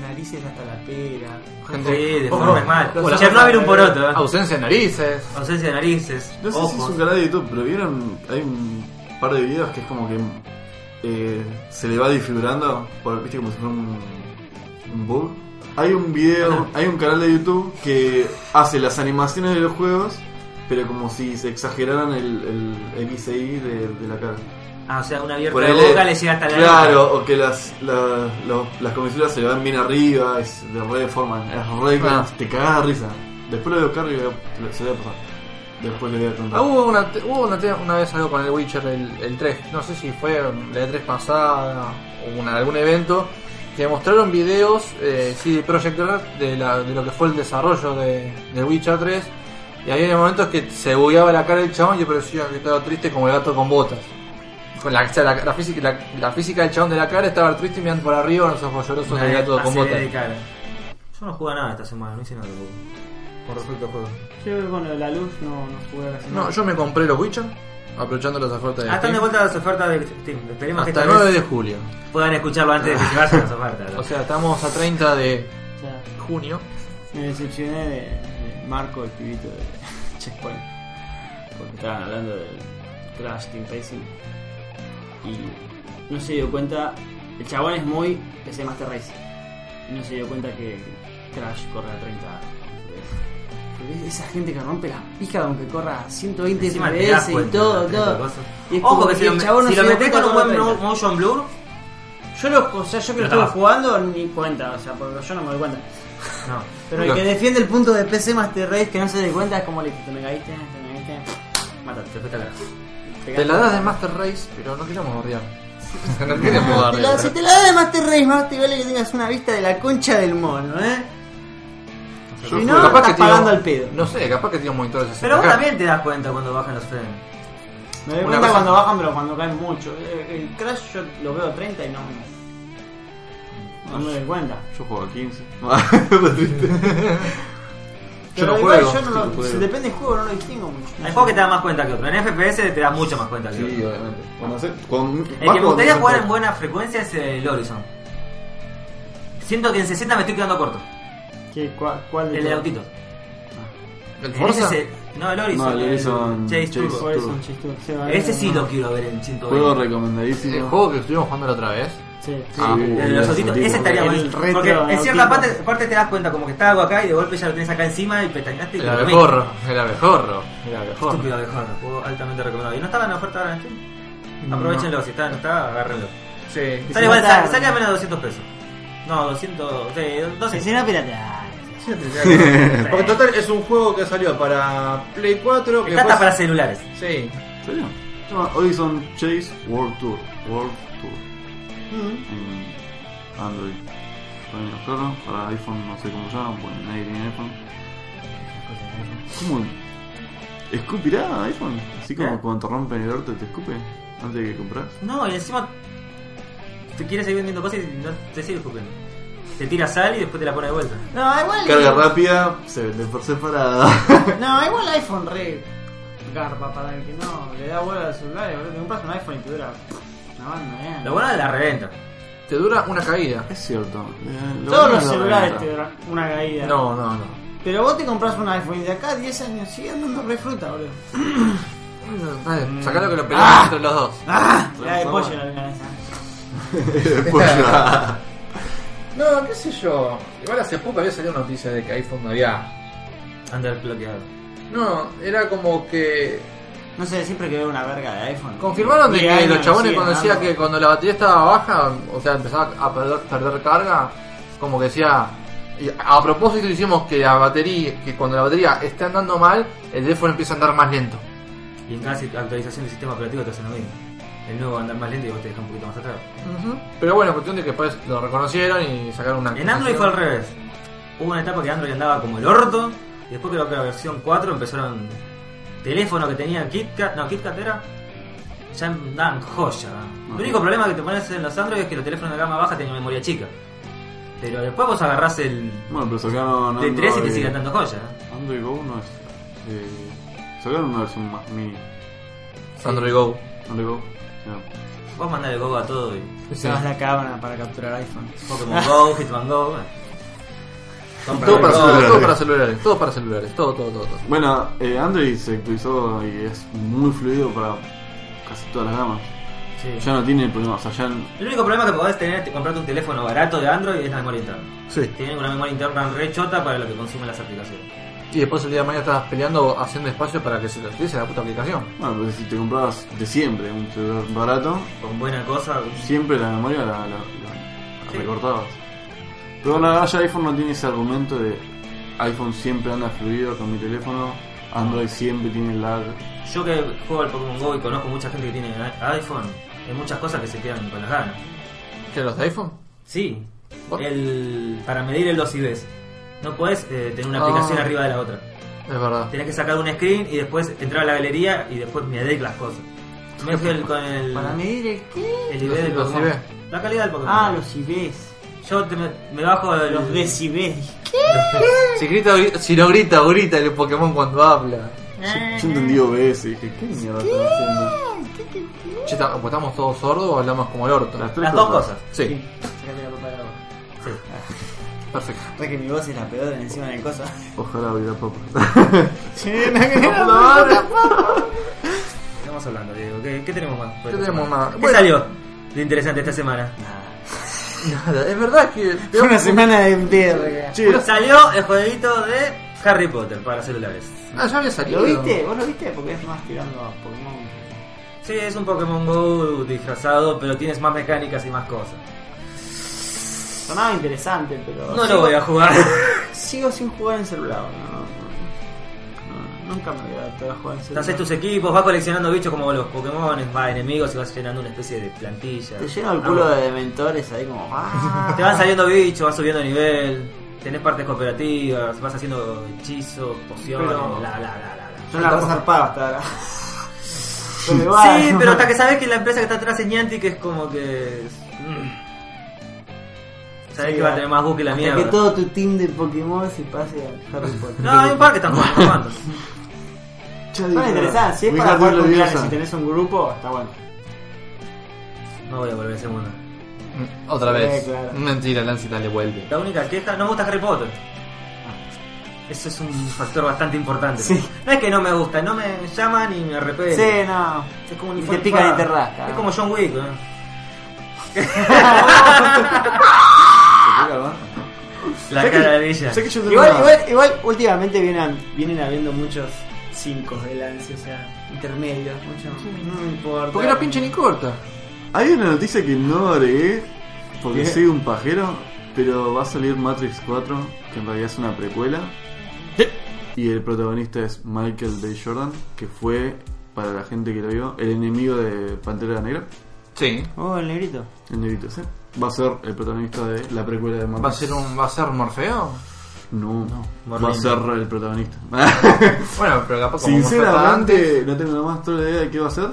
[SPEAKER 3] Las narices hasta la pera.
[SPEAKER 4] Sí, de
[SPEAKER 2] Ojo,
[SPEAKER 4] forma es mal.
[SPEAKER 2] los ojos
[SPEAKER 4] Chernobyl un
[SPEAKER 2] al-
[SPEAKER 4] poroto, eh.
[SPEAKER 2] Ausencia de narices.
[SPEAKER 4] Ausencia de narices,
[SPEAKER 1] No sé si es
[SPEAKER 4] ojos.
[SPEAKER 1] un canal de YouTube, pero vieron, hay un par de videos que es como que eh, se le va disfigurando, por, viste como si fuera un, un bug. Hay un video, hay un canal de YouTube que hace las animaciones de los juegos, pero como si se exageraran el, el XI de, de la cara.
[SPEAKER 4] Ah, o sea, una abierta
[SPEAKER 1] Ponele-
[SPEAKER 4] boca le llega hasta la
[SPEAKER 1] Claro, o que las, la- lo- las comisuras se le van bien arriba, es de re forma, es re
[SPEAKER 2] Ah.
[SPEAKER 1] te cagas de risa. Después lo voy a buscar y lo voy a- lo- se lo voy a pasar. Después le voy a contar.
[SPEAKER 2] Ah, hubo una, te- hubo una, te- una vez algo con el Witcher, el, el 3. No sé si fue la E3 pasada o una- algún evento. Que mostraron videos, eh, CD Projekt Red, de, la- de lo que fue el desarrollo de, de Witcher 3. Y había momentos que se bugueaba la cara del chabón y parecía que estaba triste como el gato con botas. Con la, o sea, la- la física, la, la física del chabón de la cara estaba triste y mirando por arriba con los ojos llorosos
[SPEAKER 4] Una
[SPEAKER 2] del gato con
[SPEAKER 4] serie
[SPEAKER 2] botas.
[SPEAKER 4] de cara. Yo no jugué a nada esta semana, no hice nada tampoco.
[SPEAKER 2] Con respecto al juego.
[SPEAKER 3] Yo con lo de la luz no, no jugué casi
[SPEAKER 2] No,
[SPEAKER 3] nada.
[SPEAKER 2] yo me compré los Witcher, aprovechando las ofertas de
[SPEAKER 4] Ah, están de
[SPEAKER 2] Steam,
[SPEAKER 4] vuelta las ofertas de Steam. Esperemos que
[SPEAKER 2] hasta
[SPEAKER 4] esta
[SPEAKER 2] el 9
[SPEAKER 4] vez
[SPEAKER 2] de julio.
[SPEAKER 4] puedan escucharlo antes de que se vayan las ofertas. ¿no?
[SPEAKER 2] O sea, estamos a 30 de
[SPEAKER 3] O sea,
[SPEAKER 2] junio.
[SPEAKER 3] me decepcioné de, de Marco, el pibito de Checkpoint. Porque estaban hablando del Crash Team Racing. Y no se dio cuenta. El chabón es muy PC Master Race. Y no se dio cuenta que Crash corre a 30. Pero Esa gente que rompe las pijas aunque corra a 120
[SPEAKER 4] Encima este, te das
[SPEAKER 3] FPS y
[SPEAKER 4] cuenta,
[SPEAKER 3] todo,
[SPEAKER 4] te das
[SPEAKER 3] todo.
[SPEAKER 4] cosas.
[SPEAKER 3] Y es
[SPEAKER 4] Ojo
[SPEAKER 3] como
[SPEAKER 4] que si
[SPEAKER 3] el
[SPEAKER 4] lo,
[SPEAKER 3] chabón no
[SPEAKER 4] si
[SPEAKER 3] se
[SPEAKER 4] lo
[SPEAKER 3] dio
[SPEAKER 4] metés con
[SPEAKER 3] cuenta
[SPEAKER 4] un buen
[SPEAKER 3] cuando era
[SPEAKER 4] mo-
[SPEAKER 3] 30.
[SPEAKER 4] motion blur,
[SPEAKER 3] Yo lo, o sea, yo que lo
[SPEAKER 4] Pero
[SPEAKER 3] estuve
[SPEAKER 4] está
[SPEAKER 3] jugando ni cuenta, o sea, porque yo no me doy cuenta.
[SPEAKER 4] no.
[SPEAKER 3] Pero el
[SPEAKER 2] Claro.
[SPEAKER 3] que defiende el punto de PC Master Race que no se dé cuenta es como le te me caíste, te me caíste. Mátate,
[SPEAKER 4] Te fuiste a la casa.
[SPEAKER 3] te
[SPEAKER 2] Te la
[SPEAKER 3] caíste.
[SPEAKER 2] das de Master Race, pero no queremos bardear. no queremos
[SPEAKER 3] Te la-
[SPEAKER 2] bardear.
[SPEAKER 3] Si te la das de Master Race, más te vale que tengas una vista de la concha del mono, ¿eh?
[SPEAKER 1] Yo
[SPEAKER 3] si
[SPEAKER 1] fui-
[SPEAKER 3] no, estás pagando al pedo.
[SPEAKER 2] No sé, capaz que tiene un monitor de 60
[SPEAKER 4] Pero vos también te das cuenta cuando bajan los frames.
[SPEAKER 3] Me doy
[SPEAKER 2] Una
[SPEAKER 3] cuenta
[SPEAKER 2] cosa-
[SPEAKER 3] cuando bajan, pero cuando caen mucho. Eh, El Crash yo lo veo 30 y no, no me doy cuenta.
[SPEAKER 1] Yo juego a 15. Lo triste.
[SPEAKER 2] Yo no
[SPEAKER 3] Pero igual
[SPEAKER 2] juego.
[SPEAKER 3] yo no
[SPEAKER 1] no
[SPEAKER 3] lo,
[SPEAKER 1] juego.
[SPEAKER 3] si depende del juego, no lo distingo mucho.
[SPEAKER 4] Hay juegos que te dan más cuenta que otros. En FPS te das mucho más cuenta que
[SPEAKER 1] Sí,
[SPEAKER 4] otros.
[SPEAKER 1] obviamente. Cuando hace- cuando- más
[SPEAKER 4] El que me
[SPEAKER 1] cuando
[SPEAKER 4] gustaría
[SPEAKER 1] hace-
[SPEAKER 4] jugar en buena frecuencia es el Horizon. Siento que en 60 me estoy quedando corto.
[SPEAKER 3] ¿Qué, cuál, cuál de
[SPEAKER 4] El de
[SPEAKER 3] todos?
[SPEAKER 4] autito.
[SPEAKER 2] ¿El
[SPEAKER 4] Ese
[SPEAKER 2] Forza?
[SPEAKER 4] es el- No, el Horizon.
[SPEAKER 1] No, el Horizon
[SPEAKER 4] Chase
[SPEAKER 1] Chase
[SPEAKER 4] Turbo.
[SPEAKER 3] Por eso, un chistú. Se va a ver,
[SPEAKER 4] Ese sí
[SPEAKER 3] no.
[SPEAKER 4] lo quiero ver en
[SPEAKER 1] Juego
[SPEAKER 4] 120.
[SPEAKER 1] recomendadísimo.
[SPEAKER 2] El juego que estuvimos jugando la otra vez.
[SPEAKER 3] Sí.
[SPEAKER 1] Ah,
[SPEAKER 2] Sí.
[SPEAKER 1] uh,
[SPEAKER 4] El de los ositos,
[SPEAKER 1] ositos.
[SPEAKER 4] ese estaría
[SPEAKER 3] El
[SPEAKER 4] bueno.
[SPEAKER 3] retro
[SPEAKER 4] Porque en cierta
[SPEAKER 3] autito.
[SPEAKER 4] parte, parte te das cuenta como que está algo acá y de golpe ya lo tenés acá encima y pestañaste y
[SPEAKER 2] El
[SPEAKER 4] te lo comiste.
[SPEAKER 2] abejorro. El abejorro. El abejorro.
[SPEAKER 4] Estúpido abejorro, juego altamente recomendado. Y no estaba en oferta ahora en Steam. Aprovechenlo, si está, no está, agárrenlo.
[SPEAKER 2] Sí.
[SPEAKER 4] Sale
[SPEAKER 3] si
[SPEAKER 4] igual,
[SPEAKER 3] no
[SPEAKER 4] sa-
[SPEAKER 3] está-
[SPEAKER 4] sale a menos de 200 pesos. No, 200, eh, 12.
[SPEAKER 3] Si no, pirata.
[SPEAKER 2] Porque total es un juego que salió para Play 4. Que
[SPEAKER 4] Está hasta
[SPEAKER 2] fue-
[SPEAKER 4] para celulares.
[SPEAKER 2] Sí.
[SPEAKER 1] ¿En serio? Se llama Horizon Chase World Tour. World Tour. En Android. Pueden buscarlo. Para iPhone no sé cómo se llama, porque nadie tiene iPhone. ¿Cómo? ¿Escupirá iPhone? Así como
[SPEAKER 4] ¿Eh?
[SPEAKER 1] cuando te rompen el orto te escupe antes de que compras.
[SPEAKER 4] No, y encima te quieres seguir vendiendo cosas y no te sigue escupiendo. Te tira sal y después te la pone de vuelta.
[SPEAKER 3] No, igual.
[SPEAKER 1] Carga rápida, se vende por separada.
[SPEAKER 3] No, igual iPhone re. Garpa para el que no le da bola al celular, boludo. Te compras un iPhone y te dura una banda, ¿eh?
[SPEAKER 4] Lo bueno es la reventa.
[SPEAKER 2] Te dura una caída.
[SPEAKER 1] es cierto. eh, lo
[SPEAKER 3] Todos
[SPEAKER 1] bueno
[SPEAKER 3] los
[SPEAKER 1] es la
[SPEAKER 3] celulares
[SPEAKER 1] reventa.
[SPEAKER 3] te duran una caída.
[SPEAKER 2] No, no, no.
[SPEAKER 3] Pero vos te compras un iPhone y de acá a 10 años sigue andando re fruta, boludo.
[SPEAKER 2] Dale, sacalo que lo peleamos entre los dos.
[SPEAKER 3] ¡Ah! La de
[SPEAKER 1] Transforma.
[SPEAKER 3] pollo la venganza.
[SPEAKER 1] Después ya.
[SPEAKER 2] No, qué sé yo. Igual hace poco había salido noticia de que iPhone no había.
[SPEAKER 4] Underclockeado.
[SPEAKER 2] No, era como que.
[SPEAKER 3] No sé, siempre que veo una verga de iPhone.
[SPEAKER 2] Confirmaron de
[SPEAKER 3] Y
[SPEAKER 2] que
[SPEAKER 3] ahí
[SPEAKER 2] los
[SPEAKER 3] me
[SPEAKER 2] chabones
[SPEAKER 3] siguen
[SPEAKER 2] cuando decía
[SPEAKER 3] dando.
[SPEAKER 2] que cuando la batería estaba baja, o sea, empezaba a perder, perder carga, como que decía. y A propósito hicimos que la batería, que cuando la batería esté andando mal, el teléfono empieza a andar más lento.
[SPEAKER 4] Y en cada si- actualización del sistema operativo te hacen lo mismo. El nuevo anda más lento y vos te dejas un poquito más atrás.
[SPEAKER 2] Pero bueno, cuestión de que después lo reconocieron y sacaron una.
[SPEAKER 4] En Android fue al revés. Hubo una etapa que Android andaba como el orto. Y después creo que la versión 4 empezaron. Teléfono que tenía KitKat. No, KitKat era. Ya andaban joya. El único problema que te pones en los Android es que los teléfonos de gama baja tienen memoria chica. Pero después vos agarrás el
[SPEAKER 1] Bueno, pero sacaron.
[SPEAKER 4] T3 y te
[SPEAKER 1] Android-
[SPEAKER 4] sigue dando joya.
[SPEAKER 1] Android Go no es. Eh, sacaron una versión más mini.
[SPEAKER 2] Android Go.
[SPEAKER 1] Android Go. No.
[SPEAKER 4] Vos mandale Go a todo y.
[SPEAKER 3] Usabas la cámara para capturar iPhone.
[SPEAKER 4] Pokémon Go, Hitman Go. bueno. Compra
[SPEAKER 2] Todo para,
[SPEAKER 4] Go.
[SPEAKER 2] celulares, todo
[SPEAKER 1] celulares.
[SPEAKER 2] para celulares, todo para celulares, todo, todo, todo. todo.
[SPEAKER 1] Bueno, eh, Android se actualizó y es muy fluido para casi todas las gamas.
[SPEAKER 4] Sí.
[SPEAKER 1] Ya no tiene problema, o sea, ya.
[SPEAKER 4] El único problema que podés tener es comprarte un teléfono barato de Android es la memoria interna.
[SPEAKER 2] Sí.
[SPEAKER 4] Tienen una memoria interna re chota para lo que consumen las aplicaciones.
[SPEAKER 2] Y después el día de mañana estabas peleando haciendo espacio para que se te utilice la puta aplicación.
[SPEAKER 1] Bueno, pero si te comprabas de siempre un celular barato,
[SPEAKER 4] Con buena cosa, un-
[SPEAKER 1] siempre la memoria la, la- la- la
[SPEAKER 4] Sí.
[SPEAKER 1] recortabas. Pero la verdad ya iPhone no tiene ese argumento de iPhone siempre anda fluido con mi teléfono, Android siempre tiene lag.
[SPEAKER 4] yo que juego al Pokémon Go y conozco mucha gente que tiene iPhone, hay muchas cosas que se quedan con las ganas.
[SPEAKER 2] ¿Qué, los de iPhone?
[SPEAKER 4] Sí,
[SPEAKER 2] ¿Por?
[SPEAKER 4] el, para medir el docidez. No podés eh, tener una
[SPEAKER 2] Ah.
[SPEAKER 4] aplicación arriba de la otra.
[SPEAKER 2] Es verdad.
[SPEAKER 4] Tenés que sacar un screen y después entrar a la galería y después medir las cosas. Me fui el- con el,
[SPEAKER 3] ¿Para medir el qué?
[SPEAKER 4] el nivel del
[SPEAKER 2] Los
[SPEAKER 4] Pokémon.
[SPEAKER 2] IB.
[SPEAKER 4] La calidad del Pokémon.
[SPEAKER 3] Ah, los IBs.
[SPEAKER 4] Yo te- me, me bajo el-
[SPEAKER 3] Los decibelios.
[SPEAKER 2] Si, grita, gri- si no grita, grita el Pokémon cuando habla.
[SPEAKER 4] Ah.
[SPEAKER 1] Yo, yo entendí OBS y dije, ¿qué mierda están haciendo?
[SPEAKER 2] Che, ¿ta- o ¿estamos todos sordos o hablamos como el orto?
[SPEAKER 1] Las tres
[SPEAKER 4] las dos cosas.
[SPEAKER 2] Sí,
[SPEAKER 3] Sácate la copa de agua.
[SPEAKER 4] Sí.
[SPEAKER 2] perfecto.
[SPEAKER 3] Re que mi voz es la peor encima del coso.
[SPEAKER 1] Ojalá hubiera pop.
[SPEAKER 4] ¿Qué Estamos hablando, Diego. ¿Qué, qué tenemos más?
[SPEAKER 2] ¿Qué tenemos más?
[SPEAKER 4] ¿Qué
[SPEAKER 2] Bueno.
[SPEAKER 4] salió de interesante esta semana?
[SPEAKER 2] Nada, es verdad que.
[SPEAKER 3] Fue una semana de mierda.
[SPEAKER 1] Che,
[SPEAKER 4] Salió el jueguito de Harry Potter para celulares.
[SPEAKER 2] Ah, ya había salido.
[SPEAKER 3] ¿Lo viste? ¿Vos lo viste? Porque es más tirando a Pokémon.
[SPEAKER 4] Sí, es un Pokémon Go disfrazado, pero tienes más mecánicas y más cosas.
[SPEAKER 3] Sonaba interesante, pero.
[SPEAKER 4] No
[SPEAKER 3] sigo,
[SPEAKER 4] lo voy a jugar.
[SPEAKER 3] Sigo sin jugar en celular. No, no, no. No, nunca me voy a adaptar a jugar en
[SPEAKER 4] Te
[SPEAKER 3] celular.
[SPEAKER 4] Haces tus equipos, vas coleccionando bichos como los Pokémon, vas enemigos y vas llenando una especie de plantilla.
[SPEAKER 3] Te lleno el culo
[SPEAKER 4] Ah,
[SPEAKER 3] de mentores ahí como. ¡Ah!
[SPEAKER 4] Te van saliendo bichos, vas subiendo nivel, tenés partes cooperativas, vas haciendo hechizos, pociones,
[SPEAKER 3] Pero-
[SPEAKER 4] bla, bla, bla, bla, bla.
[SPEAKER 3] Yo la raza zarpada hasta ahora. No me va,
[SPEAKER 4] Sí,
[SPEAKER 3] no.
[SPEAKER 4] pero hasta que sabes que la empresa que está atrás es Niantic es como que. Sabes
[SPEAKER 3] Sí,
[SPEAKER 4] que va a
[SPEAKER 3] va.
[SPEAKER 4] tener más bug que la
[SPEAKER 3] Hasta que
[SPEAKER 4] mierda.
[SPEAKER 3] todo tu team de Pokémon se pase a Harry Potter.
[SPEAKER 4] No, hay un par que están jugando. jugando.
[SPEAKER 3] Son interesantes, si es
[SPEAKER 1] Mi
[SPEAKER 3] para
[SPEAKER 1] jardín
[SPEAKER 3] jugar con
[SPEAKER 1] leviosa.
[SPEAKER 3] clanes, si tenés un grupo, está bueno.
[SPEAKER 4] No voy a volver a hacer una.
[SPEAKER 2] Mm, Otra
[SPEAKER 3] Sí,
[SPEAKER 2] vez.
[SPEAKER 3] claro.
[SPEAKER 2] Mentira, Lancita le vuelve.
[SPEAKER 4] La única queja, no me gusta Harry Potter. Ah. Eso es un factor bastante importante.
[SPEAKER 3] Sí.
[SPEAKER 4] No es que no me gusta, no me llama ni me arrepentí.
[SPEAKER 3] Sí, no.
[SPEAKER 4] Es como un
[SPEAKER 3] Y te
[SPEAKER 4] infarto.
[SPEAKER 3] pican y te rascan.
[SPEAKER 4] Es como John Wick, ¿no?
[SPEAKER 1] ¿Se pega, va?
[SPEAKER 4] La
[SPEAKER 1] Sé que-
[SPEAKER 4] cara de ella.
[SPEAKER 1] sé que yo tengo
[SPEAKER 3] Igual,
[SPEAKER 1] una-
[SPEAKER 3] igual, igual, últimamente vienen, vienen habiendo muchos 5 de lance, o sea, intermedios, muchos. No me importa.
[SPEAKER 2] Porque no pinche ni corta.
[SPEAKER 1] Hay una noticia que no agregué porque
[SPEAKER 3] ¿Qué?
[SPEAKER 1] soy un pajero, pero va a salir Matrix 4, que en realidad es una precuela. Y el protagonista es Michael B. Jordan, que fue, para la gente que lo vio, el enemigo de Pantera Negra.
[SPEAKER 2] Sí.
[SPEAKER 3] Oh, el negrito.
[SPEAKER 1] El negrito, ¿sí? Va a ser el protagonista de la precuela de Matrix.
[SPEAKER 2] ¿Va a ser un. ¿Va a ser Morfeo?
[SPEAKER 1] No, no.
[SPEAKER 4] Morlino.
[SPEAKER 1] Va a ser el protagonista.
[SPEAKER 2] Bueno, pero capaz como Morfeo estaba antes.
[SPEAKER 1] Sinceramente, no tengo la más toda idea de qué va a ser,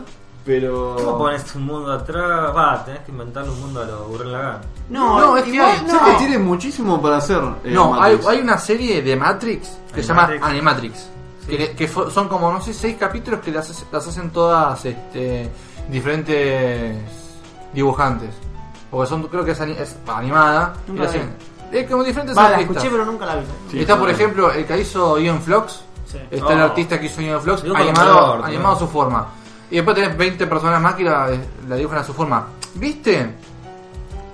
[SPEAKER 1] pero.
[SPEAKER 3] Oh.
[SPEAKER 4] ¿Cómo pones un mundo atrás? Va, tenés que inventar un mundo a lo Burren Lagan.
[SPEAKER 3] No,
[SPEAKER 2] No, es que
[SPEAKER 3] igual
[SPEAKER 2] hay-
[SPEAKER 1] Sé que tiene muchísimo para hacer. eh,
[SPEAKER 2] No, hay,
[SPEAKER 1] Matrix.
[SPEAKER 2] hay una serie de Matrix que se llama
[SPEAKER 4] Animatrix.
[SPEAKER 2] Animatrix. Que, que fo- son como, no sé, seis capítulos que las, hace- las hacen todas este, diferentes dibujantes. Porque son, creo que es, ani- es animada. y
[SPEAKER 3] Nunca
[SPEAKER 2] la
[SPEAKER 3] vi.
[SPEAKER 2] hacen- es como diferentes
[SPEAKER 3] Va, la
[SPEAKER 2] artistas.
[SPEAKER 3] escuché, pero nunca la vi. Eh,
[SPEAKER 1] Sí,
[SPEAKER 2] está,
[SPEAKER 1] está
[SPEAKER 2] por
[SPEAKER 1] bien.
[SPEAKER 2] ejemplo, el que hizo Ian Flox.
[SPEAKER 3] Sí.
[SPEAKER 2] Está
[SPEAKER 4] Oh.
[SPEAKER 2] el artista que hizo Ian Flox,
[SPEAKER 4] Dibuja con
[SPEAKER 2] animado,
[SPEAKER 4] color,
[SPEAKER 2] animado a
[SPEAKER 4] tío.
[SPEAKER 2] su forma. Y después tenés 20 personas más que la, la dibujan a su forma. ¿Viste?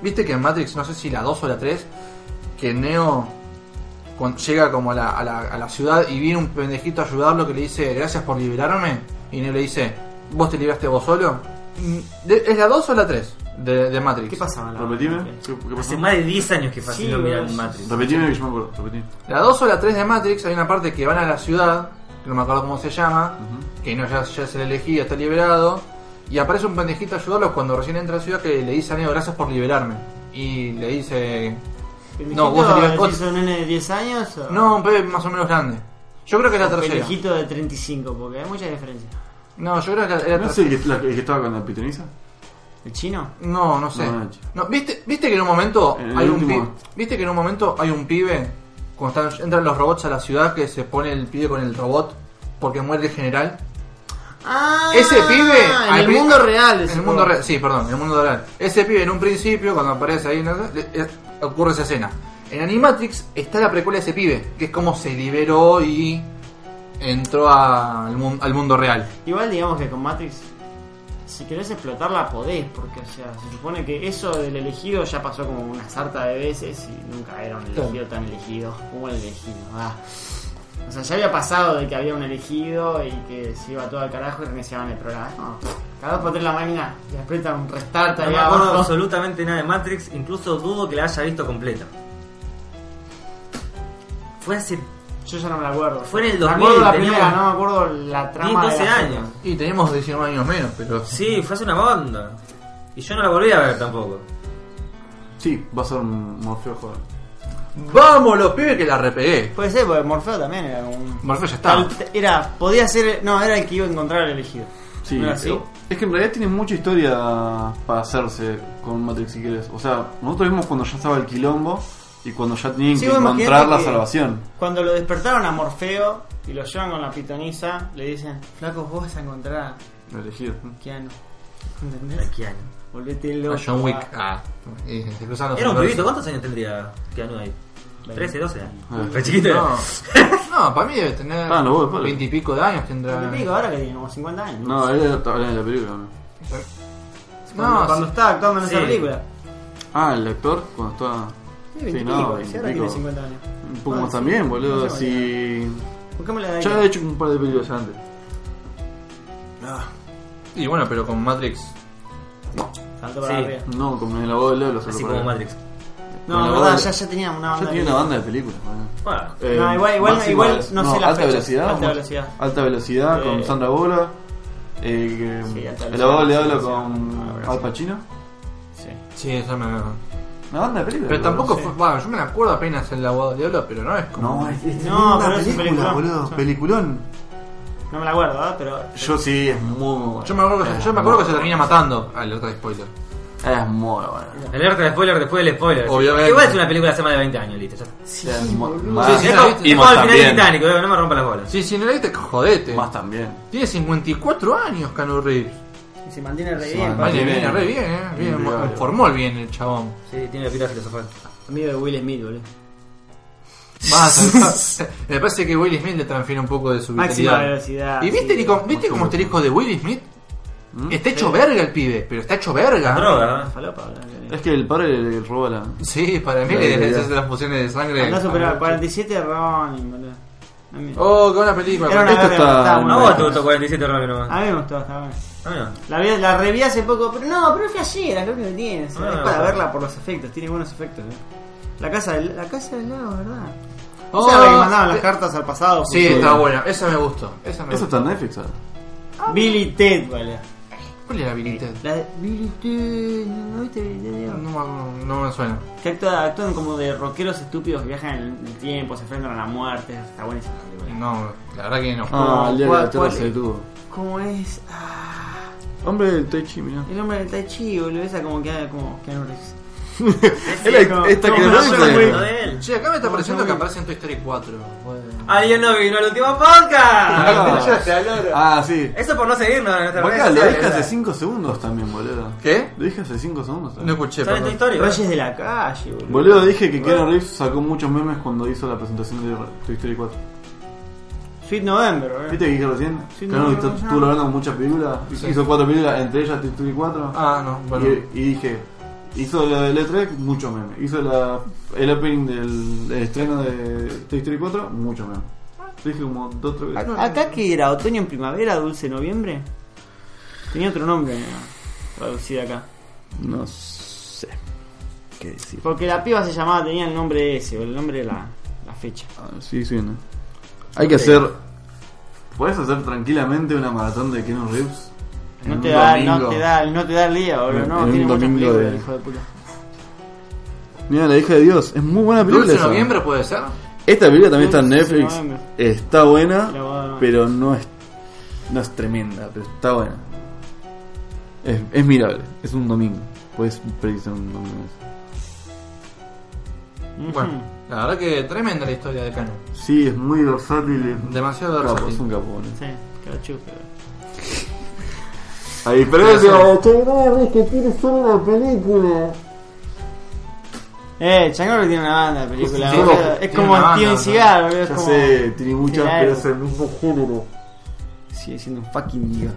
[SPEAKER 2] ¿Viste que en Matrix, no sé si la 2 o la 3, que Neo con- llega como a la, a la- a la ciudad y viene un pendejito a ayudarlo que le dice, gracias por liberarme? Y Neo le dice, ¿vos te liberaste vos solo? Mm, de- ¿Es la 2 o la 3 de, de Matrix?
[SPEAKER 3] ¿Qué pasaba? la-
[SPEAKER 1] Repetime. ¿Qué, qué pasó?
[SPEAKER 4] Hace más de 10 años que fascino
[SPEAKER 3] Sí,
[SPEAKER 4] mirar
[SPEAKER 3] boludo.
[SPEAKER 4] Matrix.
[SPEAKER 1] Repetime que yo me acuerdo. Repetime.
[SPEAKER 2] La 2 o la 3 de Matrix hay una parte que van a la ciudad, que no me acuerdo cómo se llama, que no ya, ya se le elegía, está liberado, y aparece un pendejito a ayudarlos cuando recién entra a la ciudad que le dice a Neo, gracias por liberarme. Y le dice, No, vos salías-
[SPEAKER 3] ¿El
[SPEAKER 2] vos-
[SPEAKER 3] viejito un nene de 10 años? o-
[SPEAKER 2] No, un pez más o menos grande. Yo creo que era
[SPEAKER 3] o El
[SPEAKER 2] tercera.
[SPEAKER 3] viejito de 35, porque hay mucha diferencia.
[SPEAKER 2] No, yo creo que era
[SPEAKER 1] ¿No es el
[SPEAKER 2] tercera.
[SPEAKER 1] que, la- el que estaba con la pitoniza?
[SPEAKER 3] ¿El chino?
[SPEAKER 2] No, no sé.
[SPEAKER 1] No, chico.
[SPEAKER 2] No, ¿viste, viste que en un momento
[SPEAKER 1] En el
[SPEAKER 2] hay un
[SPEAKER 1] último.
[SPEAKER 2] pibe. ¿Viste que en un momento hay un pibe cuando están, entran los robots a la ciudad que se pone el pibe con el robot porque muere el general?
[SPEAKER 3] Ah,
[SPEAKER 2] Ese pibe
[SPEAKER 3] En
[SPEAKER 2] al
[SPEAKER 3] el
[SPEAKER 2] pri-
[SPEAKER 3] mundo real.
[SPEAKER 2] En
[SPEAKER 3] ese
[SPEAKER 2] el mundo
[SPEAKER 3] juego.
[SPEAKER 2] real, sí, perdón, en el mundo real. Ese pibe en un principio, cuando aparece ahí, ¿no? Le- eh, ocurre esa escena. En Animatrix está la precuela de ese pibe, que es como se liberó y entró a- al, mun- al mundo real.
[SPEAKER 3] Igual digamos que con Matrix, si querés explotarla, podés, porque o sea, se supone que eso del elegido ya pasó como una sarta de veces y nunca era un elegido
[SPEAKER 2] Claro.
[SPEAKER 3] tan elegido como el elegido. ah. O sea, ya había pasado de que había un elegido y que se iba todo al carajo y reiniciaban el programa. No, cada dos por tres la máquina le aprieta un restart
[SPEAKER 4] No
[SPEAKER 3] ahí
[SPEAKER 4] me acuerdo
[SPEAKER 3] abajo.
[SPEAKER 4] absolutamente nada de Matrix, incluso dudo que la haya visto completa. Fue hace 10,
[SPEAKER 3] Yo ya no me la acuerdo.
[SPEAKER 4] Fue en el
[SPEAKER 3] Me acuerdo
[SPEAKER 4] 2000,
[SPEAKER 3] la primera,
[SPEAKER 4] teníamos
[SPEAKER 3] no me acuerdo la trama. de
[SPEAKER 4] 12
[SPEAKER 3] la-
[SPEAKER 4] años.
[SPEAKER 2] Y teníamos 19 años menos, pero...
[SPEAKER 4] Sí, fue hace una banda. Y yo no la volví a ver tampoco.
[SPEAKER 1] Sí, va a ser un Morfeo joven.
[SPEAKER 2] ¡Vamos los pibes que la repegué!
[SPEAKER 3] Puede ser, porque Morfeo también era un...
[SPEAKER 2] Morfeo ya está.
[SPEAKER 3] Era, podía ser... No, era el que iba a encontrar al elegido.
[SPEAKER 1] Sí,
[SPEAKER 3] ¿No era así?
[SPEAKER 1] pero es que en realidad tiene mucha historia para hacerse con Matrix si quieres. O sea, nosotros vimos cuando ya estaba el quilombo y cuando ya tenían
[SPEAKER 3] Sí,
[SPEAKER 1] que
[SPEAKER 3] vos imaginate
[SPEAKER 1] encontrar la
[SPEAKER 3] que-
[SPEAKER 1] salvación.
[SPEAKER 3] Cuando lo despertaron a Morfeo y lo llevan con la pitoniza, le dicen, flaco, vos vas a encontrar a
[SPEAKER 1] Elegido.
[SPEAKER 3] Keanu. ¿Entendés?
[SPEAKER 4] ¿Qué año?
[SPEAKER 3] Volvete loco.
[SPEAKER 2] A John Wick. Ah, y se cruzan los
[SPEAKER 4] Era un
[SPEAKER 2] universos.
[SPEAKER 4] pibito, ¿cuántos años tendría que año ahí? 13, 12 años. Re chiquito era.
[SPEAKER 2] No, no, para mí debe tener
[SPEAKER 1] Ah, no, vos, vale.
[SPEAKER 2] 20 y pico de años tendrá.
[SPEAKER 3] Lo que pico ahora que tiene como 50 años.
[SPEAKER 1] No, él era estaba en la película. ¿no?
[SPEAKER 3] cuando,
[SPEAKER 2] No,
[SPEAKER 3] cuando
[SPEAKER 2] sí.
[SPEAKER 3] estaba actuando en
[SPEAKER 4] Sí.
[SPEAKER 3] esa película.
[SPEAKER 1] Ah, el actor cuando estaba.
[SPEAKER 3] Sí, 20 y
[SPEAKER 1] no,
[SPEAKER 3] pico,
[SPEAKER 1] 20
[SPEAKER 3] si ahora
[SPEAKER 1] y
[SPEAKER 3] tiene
[SPEAKER 1] pico.
[SPEAKER 3] 50 años.
[SPEAKER 1] Un poco
[SPEAKER 3] Ah,
[SPEAKER 1] más
[SPEAKER 3] sí.
[SPEAKER 1] también, boludo.
[SPEAKER 3] No sé,
[SPEAKER 1] si.
[SPEAKER 3] ¿Por qué me la da
[SPEAKER 1] Ya
[SPEAKER 3] ahí?
[SPEAKER 1] había hecho un par de películas antes.
[SPEAKER 2] Y bueno, pero con Matrix.
[SPEAKER 3] Salto para
[SPEAKER 4] Sí.
[SPEAKER 3] arriba.
[SPEAKER 1] No, como en la voz de Lolo.
[SPEAKER 4] Así como Matrix.
[SPEAKER 3] No,
[SPEAKER 1] Bueno,
[SPEAKER 3] la verdad,
[SPEAKER 1] vale.
[SPEAKER 3] ya, ya tenía una banda.
[SPEAKER 1] Yo tenía
[SPEAKER 3] de-
[SPEAKER 1] una banda de películas, boludo.
[SPEAKER 4] Bueno,
[SPEAKER 1] Eh,
[SPEAKER 3] No, igual- igual-
[SPEAKER 1] máxima-
[SPEAKER 3] igual no sé las
[SPEAKER 1] alta
[SPEAKER 3] fechas.
[SPEAKER 1] velocidad,
[SPEAKER 3] Alta
[SPEAKER 1] ma-
[SPEAKER 3] velocidad.
[SPEAKER 1] alta velocidad
[SPEAKER 3] Eh,
[SPEAKER 1] con Sandra Bola. Eh, que-
[SPEAKER 3] Sí, alta
[SPEAKER 1] el
[SPEAKER 3] velocidad,
[SPEAKER 1] abogado le habla
[SPEAKER 3] máxima velocidad. Ah,
[SPEAKER 1] con
[SPEAKER 3] gracias.
[SPEAKER 1] Al Pacino.
[SPEAKER 3] Sí.
[SPEAKER 2] Sí, esa me.
[SPEAKER 1] Una banda de películas.
[SPEAKER 2] Pero tampoco
[SPEAKER 1] boludo.
[SPEAKER 2] fue. Bueno, yo me la acuerdo apenas el abogado de Diablo, pero no es como.
[SPEAKER 1] No, es, es
[SPEAKER 3] No,
[SPEAKER 1] tremenda
[SPEAKER 3] pero es un
[SPEAKER 1] película,
[SPEAKER 3] peliculón.
[SPEAKER 1] boludo.
[SPEAKER 3] Sí.
[SPEAKER 1] Peliculón.
[SPEAKER 3] No me la acuerdo, ¿ah? pero...
[SPEAKER 1] Yo sí, es muy buena.
[SPEAKER 2] Yo me acuerdo, que- yo me acuerdo que se termina matando al otro spoiler.
[SPEAKER 1] Es muy buena.
[SPEAKER 4] alerta de spoiler después del spoiler.
[SPEAKER 2] Obviamente.
[SPEAKER 4] Igual es una película hace más de 20 años, listo. Ya. está.
[SPEAKER 1] es mu-
[SPEAKER 2] Sí,
[SPEAKER 1] más,
[SPEAKER 2] sí,
[SPEAKER 4] Es
[SPEAKER 2] la
[SPEAKER 4] como-
[SPEAKER 2] viste.
[SPEAKER 4] es como
[SPEAKER 5] Más
[SPEAKER 4] el final de
[SPEAKER 5] también.
[SPEAKER 4] Titanic, eh, no me rompa las bolas.
[SPEAKER 2] Sí, si no la viste, jodete.
[SPEAKER 1] más también.
[SPEAKER 2] Tiene 54 años, Cano Reeves.
[SPEAKER 3] Y se mantiene re
[SPEAKER 1] Se mantiene-
[SPEAKER 3] bien.
[SPEAKER 2] Vale,
[SPEAKER 1] bien.
[SPEAKER 2] viene re bien, eh. Bien,
[SPEAKER 1] Bien,
[SPEAKER 2] mo-
[SPEAKER 1] bien.
[SPEAKER 2] formó el bien el chabón.
[SPEAKER 4] Sí, tiene la pila filosofal.
[SPEAKER 3] Amigo de Will Smith, boludo.
[SPEAKER 2] Más, me parece que Will Smith le transfiere un poco de su
[SPEAKER 3] Máxima
[SPEAKER 2] vitalidad.
[SPEAKER 3] velocidad,
[SPEAKER 2] ¿Y viste,
[SPEAKER 3] sí.
[SPEAKER 2] Nico- viste como te dijo de Will Smith?
[SPEAKER 1] ¿Mm?
[SPEAKER 2] Está hecho verga el pibe, pero está hecho verga.
[SPEAKER 4] Droga, ¿no?
[SPEAKER 3] Falopa, boludo.
[SPEAKER 1] Es que el padre le roba la.
[SPEAKER 2] Sí, para mí
[SPEAKER 1] La
[SPEAKER 2] le
[SPEAKER 1] idea.
[SPEAKER 2] esas transfusiones de sangre. Ah,
[SPEAKER 3] Andá a superar 47 Ronin, boludo. A mí,
[SPEAKER 2] Oh, qué buena película.
[SPEAKER 3] Era una
[SPEAKER 1] Esto
[SPEAKER 3] verga,
[SPEAKER 1] está-
[SPEAKER 3] estaba muy
[SPEAKER 4] A
[SPEAKER 1] No,
[SPEAKER 4] vos
[SPEAKER 3] buena.
[SPEAKER 4] te gustó 47 Ronin nomás.
[SPEAKER 3] A mí me gustó, está bueno.
[SPEAKER 4] A mí no.
[SPEAKER 3] La, vi- la reví hace poco, pero no, pero es flashera, es lo único que tiene. o sea,
[SPEAKER 4] Ah,
[SPEAKER 3] es para
[SPEAKER 4] bueno.
[SPEAKER 3] verla por los efectos, tiene buenos efectos. eh. La casa del, la casa del lago, ¿verdad?
[SPEAKER 2] Oh,
[SPEAKER 3] Esa era la que mandaban las
[SPEAKER 2] eh,
[SPEAKER 3] cartas al pasado. pues,
[SPEAKER 2] Sí,
[SPEAKER 3] futuro.
[SPEAKER 2] está buena. Esa me gustó. Esa me
[SPEAKER 1] Eso está
[SPEAKER 2] gustó.
[SPEAKER 1] en Netflix ahora.
[SPEAKER 3] Billy Ted, vale.
[SPEAKER 2] ¿Cuál era habilidad?
[SPEAKER 3] La de Billy Ted, ¿no viste Billy Ted?
[SPEAKER 2] No,
[SPEAKER 3] Diego?
[SPEAKER 2] me- no me suena.
[SPEAKER 3] Que actúa- actúan como de rockeros estúpidos que viajan en el tiempo, se enfrentan a la muerte. Está buenísimo.
[SPEAKER 2] No, la verdad que no.
[SPEAKER 1] Ah, el día que
[SPEAKER 3] ¿Cuál-
[SPEAKER 1] la Tierra
[SPEAKER 3] cuál
[SPEAKER 1] se
[SPEAKER 3] es?
[SPEAKER 1] detuvo.
[SPEAKER 3] ¿Cómo es? Ah.
[SPEAKER 1] Hombre del Tai Chi, mirá.
[SPEAKER 3] El hombre del Tai Chi, boludo, esa como que como que no es.
[SPEAKER 1] Él es-
[SPEAKER 3] como-
[SPEAKER 1] esta
[SPEAKER 3] como
[SPEAKER 1] que
[SPEAKER 3] una
[SPEAKER 1] no
[SPEAKER 3] sola
[SPEAKER 1] dice.
[SPEAKER 3] muy-
[SPEAKER 4] de él.
[SPEAKER 2] Che, acá me está
[SPEAKER 3] No,
[SPEAKER 2] pareciendo
[SPEAKER 3] no,
[SPEAKER 2] que
[SPEAKER 3] no.
[SPEAKER 2] aparece en Toy Story 4. Bueno.
[SPEAKER 4] Alguien no vino al último
[SPEAKER 2] Ah,
[SPEAKER 4] podcast.
[SPEAKER 1] Ah, sí.
[SPEAKER 4] Eso por no seguirnos en nuestra
[SPEAKER 1] Acá lo dije hace 5 segundos también, boludo.
[SPEAKER 2] ¿Qué?
[SPEAKER 1] Lo dije hace 5 segundos
[SPEAKER 2] No
[SPEAKER 1] también.
[SPEAKER 2] escuché,
[SPEAKER 4] ¿Sabes tu
[SPEAKER 2] perdón.
[SPEAKER 4] historia?
[SPEAKER 3] Reyes de la calle, boludo.
[SPEAKER 1] Boludo, dije que Keanu Reeves sacó muchos memes cuando hizo la presentación de Toy Story 4.
[SPEAKER 3] Sweet November, boludo.
[SPEAKER 1] ¿Viste que dije recién?
[SPEAKER 3] Sí,
[SPEAKER 1] Keanu
[SPEAKER 3] no,
[SPEAKER 1] Reeves
[SPEAKER 3] no, no.
[SPEAKER 1] estuvo logrando muchas películas.
[SPEAKER 2] Sí.
[SPEAKER 1] Hizo 4 películas, entre ellas Toy Story 4.
[SPEAKER 2] Ah, no, bueno.
[SPEAKER 1] y, y dije, hizo la del E3, muchos memes. Hizo la, el opening del, del estreno de Toy Story 4, muchos memes. Lo Dije como 2 3 veces.
[SPEAKER 3] A- Acá que era otoño en primavera, dulce noviembre. Tenía otro nombre ¿no? traducido acá.
[SPEAKER 1] No sé qué decir.
[SPEAKER 3] Porque la piba se llamaba, tenía el nombre ese, o el nombre de la, la fecha.
[SPEAKER 1] Ah, Sí, sí, ¿no? Hay que hacer. Puedes hacer tranquilamente una maratón de Keanu Reeves. en
[SPEAKER 3] No
[SPEAKER 1] un
[SPEAKER 3] te, da, no,
[SPEAKER 1] domingo.
[SPEAKER 3] te da, no te da el día, boludo.
[SPEAKER 1] En-
[SPEAKER 3] No,
[SPEAKER 1] en un
[SPEAKER 3] tiene muchas
[SPEAKER 1] domingo
[SPEAKER 3] películas,
[SPEAKER 1] de-
[SPEAKER 3] hijo de puta.
[SPEAKER 1] Mira, la hija de Dios. Es muy buena película.
[SPEAKER 2] ¿Dulce
[SPEAKER 1] esa.
[SPEAKER 2] noviembre puede ser?
[SPEAKER 1] Esta película también está en
[SPEAKER 3] Dulce
[SPEAKER 1] Netflix.
[SPEAKER 3] noviembre.
[SPEAKER 1] Está buena,
[SPEAKER 3] La voy a ver.
[SPEAKER 1] pero no es no es tremenda, pero está buena. Es, es mirable. Es un domingo. Puedes pedirse un domingo.
[SPEAKER 3] Ujú.
[SPEAKER 2] Bueno, la verdad que tremenda la historia de Cano.
[SPEAKER 1] Sí, es muy versátil. Es
[SPEAKER 2] Demasiado
[SPEAKER 1] un capo,
[SPEAKER 2] versátil.
[SPEAKER 1] es un capo. ¿no?
[SPEAKER 3] Sí, cacho, pero-
[SPEAKER 1] A diferencia
[SPEAKER 2] Sí, sí.
[SPEAKER 1] de Chagrán, que quiere hacer una película.
[SPEAKER 3] Eh, Changor tiene una banda de película,
[SPEAKER 2] Sí,
[SPEAKER 3] boludo.
[SPEAKER 2] sí,
[SPEAKER 3] Es
[SPEAKER 2] tiene
[SPEAKER 3] como
[SPEAKER 2] una banda,
[SPEAKER 3] Steven
[SPEAKER 2] ¿no?
[SPEAKER 3] Seagal, boludo. Es
[SPEAKER 1] Ya
[SPEAKER 3] como...
[SPEAKER 1] sé, tiene muchas,
[SPEAKER 3] Claro.
[SPEAKER 1] pero es el mismo género.
[SPEAKER 3] Sigue siendo un fucking dios.